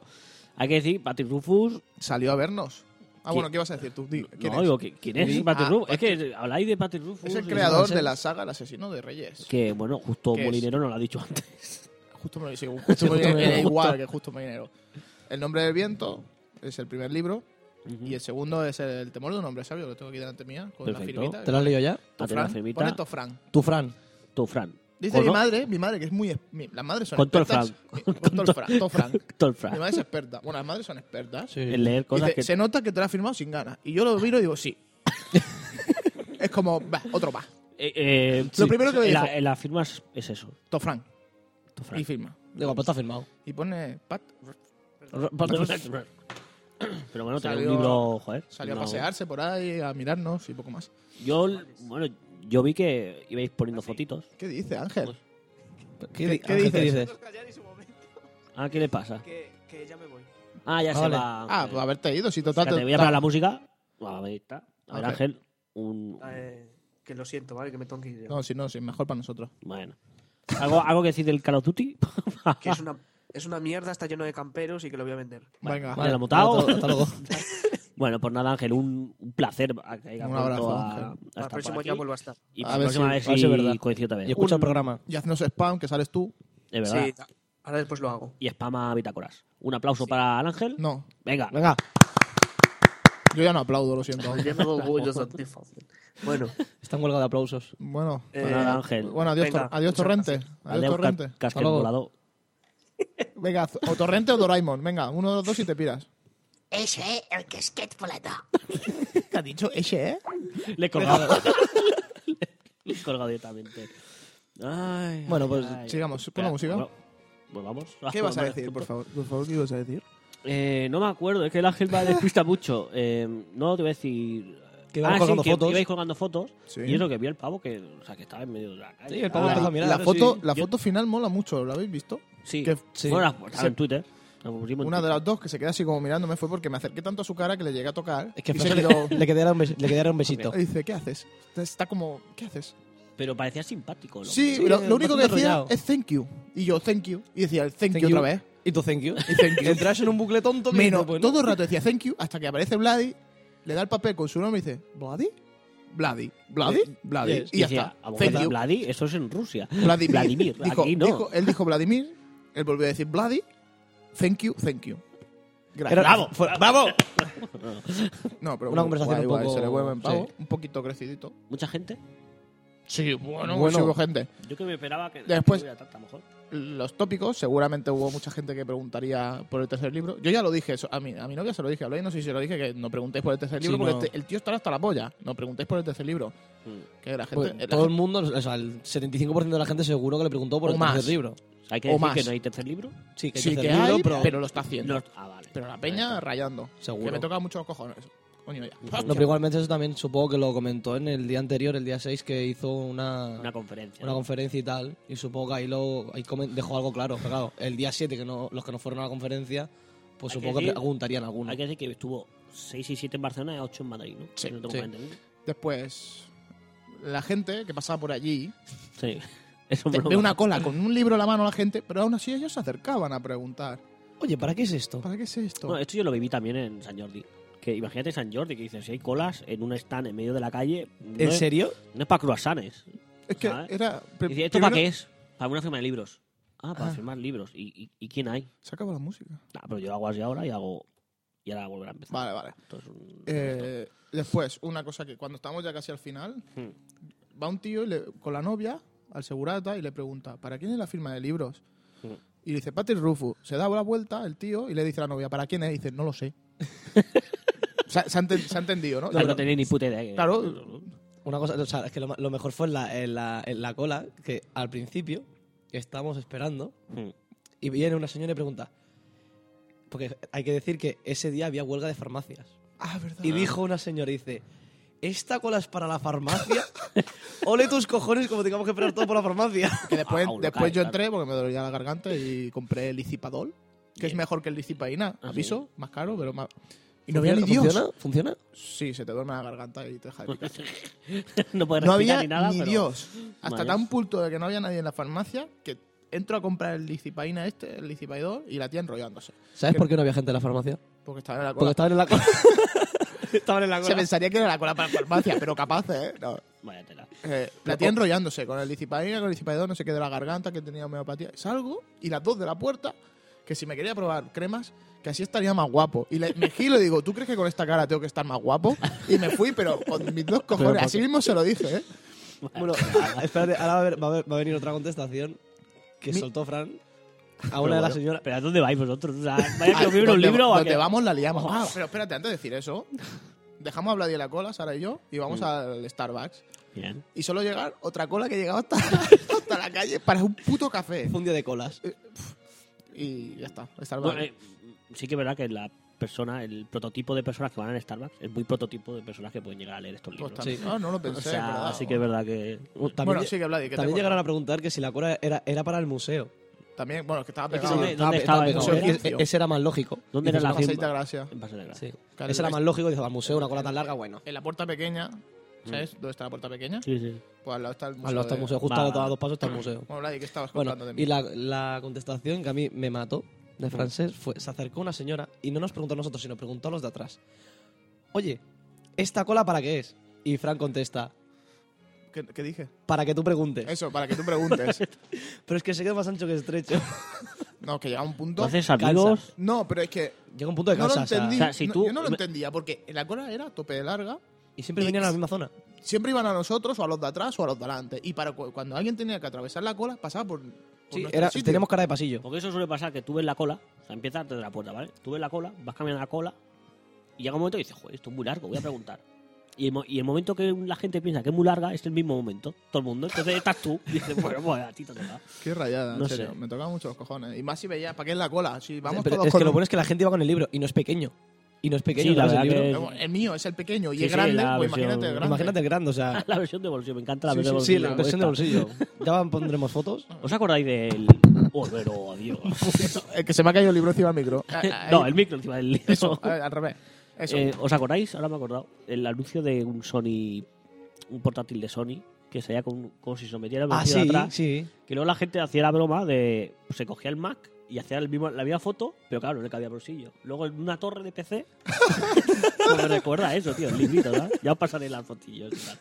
[SPEAKER 4] Hay que decir, Patrick Rufus.
[SPEAKER 1] Salió a vernos. Ah,
[SPEAKER 4] ¿Qui-
[SPEAKER 1] bueno, ¿qué vas a decir tú? Di, ¿quién
[SPEAKER 4] no,
[SPEAKER 1] es?
[SPEAKER 4] digo, ¿qui- ¿quién es
[SPEAKER 1] Sí.
[SPEAKER 4] Patrick
[SPEAKER 1] Ah,
[SPEAKER 4] Rufus? Es que habláis de Patrick Rufus.
[SPEAKER 1] es el
[SPEAKER 4] y
[SPEAKER 1] creador
[SPEAKER 4] demás, ¿eh?
[SPEAKER 1] de la saga El asesino de Reyes.
[SPEAKER 4] Que bueno, justo
[SPEAKER 1] ¿Qué es?
[SPEAKER 4] Molinero no lo ha dicho antes.
[SPEAKER 1] Justo me, sí, justo me-
[SPEAKER 3] Justo me-
[SPEAKER 1] era
[SPEAKER 3] justo.
[SPEAKER 1] igual que justo me dinero. El nombre del viento es el primer libro. Y el segundo es El, el temor de un hombre sabio. Lo tengo aquí delante mía con
[SPEAKER 4] Perfecto.
[SPEAKER 1] la firmita.
[SPEAKER 3] ¿Te lo has leído ya?
[SPEAKER 1] Tofran.
[SPEAKER 4] Atenea Femita.
[SPEAKER 1] Pone Tofran.
[SPEAKER 3] Tú, Fran.
[SPEAKER 4] Tú, Fran.
[SPEAKER 1] Dice mi madre, mi madre que es muy... es- mi- las madres son
[SPEAKER 4] Con
[SPEAKER 1] expertas.
[SPEAKER 4] Tofran.
[SPEAKER 1] Mi- Con Tofran. Tofran.
[SPEAKER 4] Todo el
[SPEAKER 1] Mi
[SPEAKER 4] Fran.
[SPEAKER 1] madre es experta. Bueno, las madres son expertas.
[SPEAKER 3] Sí.
[SPEAKER 4] En leer cosas
[SPEAKER 1] Dice,
[SPEAKER 4] que...
[SPEAKER 1] se nota que te lo has firmado sin ganas. Y yo lo miro y digo, sí. es como, va, otro va.
[SPEAKER 4] Eh, eh,
[SPEAKER 1] Lo primero que me
[SPEAKER 4] en
[SPEAKER 1] dijo.
[SPEAKER 4] la, en las firmas es eso.
[SPEAKER 1] Tofran.
[SPEAKER 4] Tú, Fran.
[SPEAKER 1] Y firma.
[SPEAKER 3] Digo, pues está firmado.
[SPEAKER 1] Y pone Pat.
[SPEAKER 4] Pero bueno, tenía
[SPEAKER 1] Salió-
[SPEAKER 4] un libro, joder.
[SPEAKER 1] Salió a
[SPEAKER 4] no-
[SPEAKER 1] pasearse por ahí, a mirarnos y poco más.
[SPEAKER 4] Yo, bueno, yo vi que ibais
[SPEAKER 1] Ah,
[SPEAKER 4] poniendo fotitos.
[SPEAKER 1] ¿Qué dice Ángel?
[SPEAKER 3] ¿Qué,
[SPEAKER 1] ¿Qué-
[SPEAKER 3] di-
[SPEAKER 1] qué
[SPEAKER 3] Ángel, ¿Qué
[SPEAKER 1] dices?
[SPEAKER 3] dices?
[SPEAKER 5] Callar en su momento.
[SPEAKER 4] Ah, ¿qué le pasa?
[SPEAKER 5] Que, que ya me voy.
[SPEAKER 4] Ah, ya
[SPEAKER 3] Ah,
[SPEAKER 4] se
[SPEAKER 3] vale.
[SPEAKER 4] va.
[SPEAKER 1] Ah,
[SPEAKER 4] Ángel.
[SPEAKER 1] pues haberte ido. Si total,
[SPEAKER 4] Fíjate,
[SPEAKER 1] te-
[SPEAKER 4] voy a parar la música. Ah, ahí está. A ver,
[SPEAKER 1] Ok.
[SPEAKER 4] Ángel, un...
[SPEAKER 5] Eh, que lo siento, ¿vale? Que me tengo que ir yo.
[SPEAKER 1] No, si no, si mejor para nosotros.
[SPEAKER 4] Bueno. ¿Algo, ¿Algo que decir del Call of Duty?
[SPEAKER 5] Que es una, es una mierda, está lleno de camperos y que lo voy a vender.
[SPEAKER 1] Venga.
[SPEAKER 4] Vale, lo he
[SPEAKER 3] hasta
[SPEAKER 4] montado.
[SPEAKER 3] luego, Hasta luego.
[SPEAKER 4] Bueno, pues nada, Ángel, un, un placer. a- que haya
[SPEAKER 1] Un
[SPEAKER 4] vuelto
[SPEAKER 1] abrazo,
[SPEAKER 4] a-
[SPEAKER 1] Ángel.
[SPEAKER 4] a estar
[SPEAKER 5] Al
[SPEAKER 4] por
[SPEAKER 5] próximo
[SPEAKER 4] aquí.
[SPEAKER 5] ya vuelvo a estar.
[SPEAKER 4] Y
[SPEAKER 1] A
[SPEAKER 4] la
[SPEAKER 1] ver
[SPEAKER 4] próxima
[SPEAKER 1] si-
[SPEAKER 4] vez
[SPEAKER 3] a ver si es verdad.
[SPEAKER 4] sí coincido
[SPEAKER 3] Y
[SPEAKER 4] también.
[SPEAKER 3] escucha el programa.
[SPEAKER 1] Y haznos spam, que sales tú.
[SPEAKER 4] De verdad.
[SPEAKER 5] Sí, ahora después lo hago.
[SPEAKER 4] Y spama bitácoras. Un aplauso para el Ángel.
[SPEAKER 1] No.
[SPEAKER 4] Venga.
[SPEAKER 3] Venga.
[SPEAKER 1] Yo ya no aplaudo, lo siento.
[SPEAKER 5] Bueno,
[SPEAKER 3] Está en huelga de aplausos.
[SPEAKER 1] bueno.
[SPEAKER 4] Pues
[SPEAKER 5] eh,
[SPEAKER 4] nada, Ángel.
[SPEAKER 1] Bueno, adiós,
[SPEAKER 5] venga,
[SPEAKER 1] Tor- adiós
[SPEAKER 5] muchas
[SPEAKER 1] Torrente. Adiós,
[SPEAKER 4] Adiós,
[SPEAKER 1] Torrente.
[SPEAKER 4] ca- casquete
[SPEAKER 3] Hasta luego.
[SPEAKER 4] volado.
[SPEAKER 1] Venga, o Torrente o Doraemon. Venga, uno de los dos y te piras.
[SPEAKER 2] Eso es el casquete volador.
[SPEAKER 1] ¿Qué ha dicho? ¿Ese, eh?
[SPEAKER 4] Le he colgado. Le he colgado directamente. Ay,
[SPEAKER 3] Bueno, pues,
[SPEAKER 4] ay.
[SPEAKER 1] sigamos. Pon la
[SPEAKER 4] Espera,
[SPEAKER 1] música.
[SPEAKER 4] bueno, Pues vamos.
[SPEAKER 1] ¿Qué vas a decir, por favor? Por favor, ¿qué ibas a decir?
[SPEAKER 4] Eh, no me acuerdo, es que el ángel va despista mucho. Eh, no te voy a decir.
[SPEAKER 3] Que ibais
[SPEAKER 4] Ah, sí,
[SPEAKER 3] colgando
[SPEAKER 4] que
[SPEAKER 3] fotos.
[SPEAKER 4] ibais colgando fotos.
[SPEAKER 1] Sí.
[SPEAKER 4] Y es lo que vi el pavo que, o sea, que estaba en medio de la calle.
[SPEAKER 3] Sí, el pavo
[SPEAKER 4] Ah,
[SPEAKER 3] empezó a mirar.
[SPEAKER 1] la foto,
[SPEAKER 3] sí.
[SPEAKER 1] la
[SPEAKER 4] Yo-
[SPEAKER 1] foto final mola mucho, ¿lo habéis visto?
[SPEAKER 4] Sí,
[SPEAKER 1] que-
[SPEAKER 3] sí.
[SPEAKER 4] Bueno, la- estaba en Twitter. la pusimos en
[SPEAKER 1] Una de
[SPEAKER 4] Twitter.
[SPEAKER 1] las dos que se queda así como mirándome fue porque me acerqué tanto a su cara que le llegué a tocar.
[SPEAKER 3] Es que
[SPEAKER 1] y se
[SPEAKER 3] Fran
[SPEAKER 1] quedó-
[SPEAKER 3] le, quedaría un besi- le quedaría un besito.
[SPEAKER 1] y dice, ¿qué haces? Está como, ¿qué haces?
[SPEAKER 4] Pero parecía simpático. el
[SPEAKER 1] Sí,
[SPEAKER 4] hombre.
[SPEAKER 1] lo,
[SPEAKER 3] eh,
[SPEAKER 1] lo único que
[SPEAKER 3] bastante
[SPEAKER 1] decía
[SPEAKER 3] enrollado.
[SPEAKER 1] es thank you. Y yo, thank you. Y decía el thank,
[SPEAKER 3] Thank
[SPEAKER 1] you
[SPEAKER 3] you.
[SPEAKER 1] otra
[SPEAKER 3] pues,
[SPEAKER 1] vez.
[SPEAKER 3] Y tu thank you. Entras en un bucle tonto. que
[SPEAKER 1] Menos,
[SPEAKER 3] dices, bueno.
[SPEAKER 1] todo el rato decía thank you hasta que aparece Vladi, le da el papel con su nombre y dice, ¿Vladi? Vladi, Vladi, Vladi.
[SPEAKER 3] yes.
[SPEAKER 1] Y ya
[SPEAKER 4] decía,
[SPEAKER 1] está.
[SPEAKER 4] abogado
[SPEAKER 1] Thank you.
[SPEAKER 4] Vladi, eso es en Rusia.
[SPEAKER 1] Vladimir.
[SPEAKER 4] Vladimir,
[SPEAKER 1] Dijo-
[SPEAKER 4] aquí no.
[SPEAKER 1] dijo- él dijo Vladimir, él volvió a decir Vladi, thank you, thank you. Gracias.
[SPEAKER 3] Era- fue- ¡Bravo!
[SPEAKER 1] No, pero bueno,
[SPEAKER 3] Una conversación
[SPEAKER 1] guay,
[SPEAKER 3] un
[SPEAKER 1] guay,
[SPEAKER 3] poco-
[SPEAKER 1] se le vuelve en pavo,
[SPEAKER 3] sí.
[SPEAKER 1] un poquito crecidito.
[SPEAKER 4] Mucha gente.
[SPEAKER 1] Sí, bueno,
[SPEAKER 3] bueno.
[SPEAKER 1] sí hubo gente.
[SPEAKER 4] Yo que me esperaba que
[SPEAKER 1] Después-
[SPEAKER 4] no hubiera tanta, a lo mejor.
[SPEAKER 1] Los tópicos, seguramente hubo mucha gente que preguntaría por el tercer libro. Yo ya lo dije, eso, a, mi, a mi novia se lo dije, a Blay, no sé si se lo dije, que no preguntéis por el tercer
[SPEAKER 3] Sí,
[SPEAKER 1] libro, porque
[SPEAKER 3] no.
[SPEAKER 1] este- el tío estará hasta la polla. No preguntéis por el tercer libro.
[SPEAKER 4] Mm.
[SPEAKER 1] Que la gente...
[SPEAKER 3] Pues,
[SPEAKER 1] la
[SPEAKER 3] todo el
[SPEAKER 1] gente-
[SPEAKER 3] mundo, o sea, el 75% de la gente seguro que le preguntó por
[SPEAKER 1] O
[SPEAKER 3] el
[SPEAKER 1] más.
[SPEAKER 3] tercer libro.
[SPEAKER 4] Hay que
[SPEAKER 1] O
[SPEAKER 4] decir
[SPEAKER 1] más.
[SPEAKER 4] que no hay tercer libro.
[SPEAKER 3] Sí, que, hay
[SPEAKER 1] sí
[SPEAKER 3] tercer
[SPEAKER 1] que
[SPEAKER 3] libro,
[SPEAKER 1] hay, pero,
[SPEAKER 3] pero,
[SPEAKER 1] lo está haciendo.
[SPEAKER 4] No- ah, vale.
[SPEAKER 1] Pero la
[SPEAKER 4] Ahí
[SPEAKER 1] peña
[SPEAKER 4] está.
[SPEAKER 1] rayando.
[SPEAKER 3] Seguro.
[SPEAKER 1] Que me toca mucho los cojones. Coño ya.
[SPEAKER 3] No, pero igualmente eso también supongo que lo comentó en el día anterior, el día 6, que hizo una,
[SPEAKER 4] Una conferencia.
[SPEAKER 3] una conferencia y tal. Y supongo que ahí, lo, ahí comen- dejó algo claro. Pero claro, el día 7, que no, los que no fueron a la conferencia, pues
[SPEAKER 4] Hay que
[SPEAKER 3] supongo que,
[SPEAKER 4] decir-
[SPEAKER 3] preguntarían alguno.
[SPEAKER 4] Hay que decir que estuvo 6 y 7 en Barcelona y 8 en Madrid, ¿no?
[SPEAKER 1] Sí,
[SPEAKER 4] Si no tengo
[SPEAKER 3] sí.
[SPEAKER 4] mal entendido.
[SPEAKER 1] Después, la gente que pasaba por allí
[SPEAKER 4] Sí. Eso
[SPEAKER 1] Te-
[SPEAKER 4] broma.
[SPEAKER 1] ve una cola con un libro en la mano a la gente, pero aún así ellos se acercaban a preguntar.
[SPEAKER 3] Oye, ¿para qué es esto?
[SPEAKER 1] ¿Para qué es esto?
[SPEAKER 4] No, esto yo lo viví también en San Jordi. Que imagínate San Jordi, que dices, si hay colas en un stand en medio de la calle, no,
[SPEAKER 3] ¿En
[SPEAKER 4] es,
[SPEAKER 3] serio?
[SPEAKER 4] no es para croissants.
[SPEAKER 1] es que
[SPEAKER 4] ¿sabes?
[SPEAKER 1] era.
[SPEAKER 4] Y
[SPEAKER 1] pri-
[SPEAKER 4] dices, ¿esto
[SPEAKER 1] primero-
[SPEAKER 4] para qué es? Para una firma de libros. Ah, para
[SPEAKER 1] Ah.
[SPEAKER 4] firmar libros. ¿Y, y, y quién hay?
[SPEAKER 1] Se acaba la música.
[SPEAKER 4] Nah, pero yo lo hago así ahora y hago... Y ahora volver a empezar.
[SPEAKER 1] Vale, vale.
[SPEAKER 4] Esto es un-
[SPEAKER 1] Eh, después, una cosa que cuando estamos ya casi al final, va un tío y le- con la novia al segurata y le pregunta: ¿Para quién es la firma de libros? Y dice Patrick Rufus. Se da la vuelta el tío y le dice a la novia: ¿Para quién es? Y dice: No lo sé. se, se ha enten- se ha entendido, ¿no?
[SPEAKER 4] O sea, no tenéis ni puta idea. que-
[SPEAKER 1] Claro.
[SPEAKER 3] Una cosa, o sea, es que lo, ma- lo mejor fue en la, en la- en la cola, que al principio estábamos esperando
[SPEAKER 4] Mm.
[SPEAKER 3] y viene una señora y pregunta. Porque hay que decir que ese día había huelga de farmacias.
[SPEAKER 1] Ah, verdad.
[SPEAKER 3] Y dijo una señora, dice, ¿esta cola es para la farmacia? Ole tus cojones como tengamos que esperar todo por la farmacia.
[SPEAKER 1] Que después,
[SPEAKER 4] Ah, uno
[SPEAKER 1] después
[SPEAKER 4] cae,
[SPEAKER 1] yo
[SPEAKER 4] claro.
[SPEAKER 1] entré porque me dolía la garganta y compré el Icipadol, que es mejor que el Licipaína.
[SPEAKER 4] Ah,
[SPEAKER 1] Aviso, más caro, pero más. Y
[SPEAKER 3] ¿Funciona?
[SPEAKER 1] no había ni Dios.
[SPEAKER 3] ¿Funciona? ¿Funciona?
[SPEAKER 1] Sí, se te duerme la garganta y te deja de picar.
[SPEAKER 4] no puedes
[SPEAKER 1] No
[SPEAKER 4] respirar
[SPEAKER 1] había
[SPEAKER 4] ni nada. pero-
[SPEAKER 1] Dios. Hasta
[SPEAKER 4] Vale.
[SPEAKER 1] tan punto de que no había nadie en la farmacia que entro a comprar el Licipaína este, el Licipaidol, y la tía enrollándose.
[SPEAKER 3] ¿Sabes por qué no había gente en la farmacia?
[SPEAKER 1] Porque estaba en la
[SPEAKER 3] Porque
[SPEAKER 1] cola.
[SPEAKER 3] estaban en la cola. estaban en la
[SPEAKER 1] Se
[SPEAKER 3] cola.
[SPEAKER 1] pensaría que era la cola para la farmacia, pero capaz, ¿eh? No.
[SPEAKER 4] Vaya tela.
[SPEAKER 1] Eh, la tía enrollándose con el licipaína, con el licipaidón, no sé qué de la garganta, que tenía homeopatía. Salgo y las dos de la puerta que si me quería probar cremas, que así estaría más guapo. Y le, me giro y digo, ¿tú crees que con esta cara tengo que estar más guapo? Y me fui, pero con mis dos cojones. Así mismo se lo dije, ¿eh?
[SPEAKER 3] Bueno, a- Ah, espérate, ahora va a, ver- va a ver- va a venir otra contestación que
[SPEAKER 1] Mi-
[SPEAKER 3] soltó Fran a una de las señoras.
[SPEAKER 4] Pero ¿a dónde vais vosotros? O sea, vaya que os vibra un
[SPEAKER 1] Donde-
[SPEAKER 4] libro o a
[SPEAKER 1] donde
[SPEAKER 4] qué?
[SPEAKER 1] vamos la liamos. Ah, pero espérate, antes de decir eso, dejamos a Vladi la cola, Sara y yo, y vamos al Starbucks.
[SPEAKER 4] Bien.
[SPEAKER 1] Y solo llegar otra cola que llegaba hasta, hasta la calle para un puto café.
[SPEAKER 3] Fue un día de colas.
[SPEAKER 1] Y ya está, Starbucks.
[SPEAKER 4] Bueno, eh, sí que es verdad que la persona, el prototipo de personas que van al Starbucks es muy prototipo de personas que pueden llegar a leer estos libros.
[SPEAKER 1] Pues también- ah, no lo pensé,
[SPEAKER 4] o sea,
[SPEAKER 1] ¿verdad?
[SPEAKER 4] así que es verdad que... uh,
[SPEAKER 3] También,
[SPEAKER 1] bueno,
[SPEAKER 3] lle-
[SPEAKER 1] sí que Vladi, que te
[SPEAKER 3] también
[SPEAKER 1] corto.
[SPEAKER 3] llegaron a preguntar que si la cola era, era para el museo.
[SPEAKER 1] También, bueno, es que estaba
[SPEAKER 4] que
[SPEAKER 1] pegado.
[SPEAKER 4] ¿dónde-
[SPEAKER 1] Estaba
[SPEAKER 4] dónde
[SPEAKER 1] pegado,
[SPEAKER 4] estaba el
[SPEAKER 1] museo
[SPEAKER 4] museo?
[SPEAKER 1] egipcio.
[SPEAKER 3] Ese, ese era más lógico.
[SPEAKER 4] ¿Dónde era la
[SPEAKER 1] Paseo
[SPEAKER 4] cima?
[SPEAKER 1] Gracia.
[SPEAKER 4] En Paseo de Gracia.
[SPEAKER 3] Sí.
[SPEAKER 1] Claro,
[SPEAKER 3] ese era
[SPEAKER 1] es-
[SPEAKER 3] más lógico. Dice, va, museo, una cola tan larga, bueno.
[SPEAKER 1] En la puerta pequeña, ¿sabes? ¿Dónde está la puerta pequeña?
[SPEAKER 4] Sí, sí.
[SPEAKER 1] Pues al lado está el museo.
[SPEAKER 3] Al lado está el
[SPEAKER 1] de-
[SPEAKER 3] este museo, justo
[SPEAKER 4] Va,
[SPEAKER 3] a,
[SPEAKER 4] va.
[SPEAKER 3] a dos pasos está el museo.
[SPEAKER 1] Bueno, Vladi, ¿qué estabas
[SPEAKER 3] Bueno,
[SPEAKER 1] contando de mí? Mm.
[SPEAKER 3] y la, la contestación que a mí me mató de francés fue, se acercó una señora y no nos preguntó a nosotros, sino preguntó a los de atrás. Oye, ¿esta cola para qué es? Y Fran contesta,
[SPEAKER 1] ¿Qué, qué dije?
[SPEAKER 3] para que tú preguntes.
[SPEAKER 1] Eso, para que tú preguntes.
[SPEAKER 3] Pero es que se queda más ancho que estrecho.
[SPEAKER 1] no, que llega un punto...
[SPEAKER 4] Entonces, amigos...
[SPEAKER 1] No, pero es que
[SPEAKER 3] Llega un punto de
[SPEAKER 1] no lo
[SPEAKER 3] cansa. o sea,
[SPEAKER 1] entendí.
[SPEAKER 4] o sea, si
[SPEAKER 1] no,
[SPEAKER 4] tú-
[SPEAKER 1] yo no lo entendía, porque la cola era tope de larga,
[SPEAKER 3] y siempre venían a la misma zona.
[SPEAKER 1] siempre iban a nosotros, o a los de atrás, o a los de adelante. Y para cu- cuando alguien tenía que atravesar la cola, pasaba por, por
[SPEAKER 3] Sí,
[SPEAKER 1] nuestro
[SPEAKER 3] era,
[SPEAKER 1] sitio.
[SPEAKER 3] teníamos cara de pasillo.
[SPEAKER 4] Porque eso suele pasar que tú ves la cola, o sea, empieza desde la puerta, ¿vale? Tú ves la cola, vas caminando la cola y llega un momento y dices, joder, esto es muy largo, voy a preguntar. Y el, mo- y el momento que la gente piensa que es muy larga es el mismo momento, todo el mundo. Entonces estás tú y dices, bueno, pues a ti te toca.
[SPEAKER 1] Qué rayada,
[SPEAKER 4] No
[SPEAKER 1] en serio.
[SPEAKER 4] sé.
[SPEAKER 1] Me tocaba mucho los cojones. Y más si veía, ¿para qué es la cola? Si vamos
[SPEAKER 3] Pero
[SPEAKER 1] todos
[SPEAKER 3] es
[SPEAKER 1] con
[SPEAKER 3] que lo
[SPEAKER 1] un-
[SPEAKER 3] bueno es que la gente iba con el libro y no es pequeño. Y no es pequeño,
[SPEAKER 4] Sí, la
[SPEAKER 3] claro, es el
[SPEAKER 4] verdad
[SPEAKER 3] libro.
[SPEAKER 1] Pero bueno, El mío es el pequeño y
[SPEAKER 4] Sí,
[SPEAKER 1] es
[SPEAKER 4] sí,
[SPEAKER 1] grande,
[SPEAKER 4] la
[SPEAKER 1] pues
[SPEAKER 4] versión-
[SPEAKER 1] imagínate, el grande.
[SPEAKER 3] Imagínate el grande, o sea.
[SPEAKER 4] La versión de bolsillo, me encanta la
[SPEAKER 1] Sí,
[SPEAKER 4] versión
[SPEAKER 3] Sí,
[SPEAKER 4] de
[SPEAKER 3] la
[SPEAKER 4] bolsillo.
[SPEAKER 3] versión de
[SPEAKER 4] esta.
[SPEAKER 3] bolsillo. Ya pondremos fotos.
[SPEAKER 1] Ah,
[SPEAKER 4] ¿Os acordáis del Olvero, adiós?
[SPEAKER 1] El que se me ha caído el libro encima del micro.
[SPEAKER 4] no, el micro encima del libro.
[SPEAKER 1] Ah, Eso, a ver, al revés. Eso.
[SPEAKER 4] Eh, ¿Os acordáis? Ahora me he acordado. El anuncio de un Sony, un portátil de Sony, que salía con, como si se lo metiera el
[SPEAKER 3] Ah,
[SPEAKER 4] bolsillo
[SPEAKER 3] sí,
[SPEAKER 4] de atrás.
[SPEAKER 3] sí.
[SPEAKER 4] Que luego la gente hacía la broma de. pues, se cogía el Mac y hacía el mismo, la misma foto, pero claro, no le cabía bolsillo. Luego en una torre de PC. no me recuerda a eso, tío, el librito, ¿verdad? Ya os pasaré las fotillos. y tal.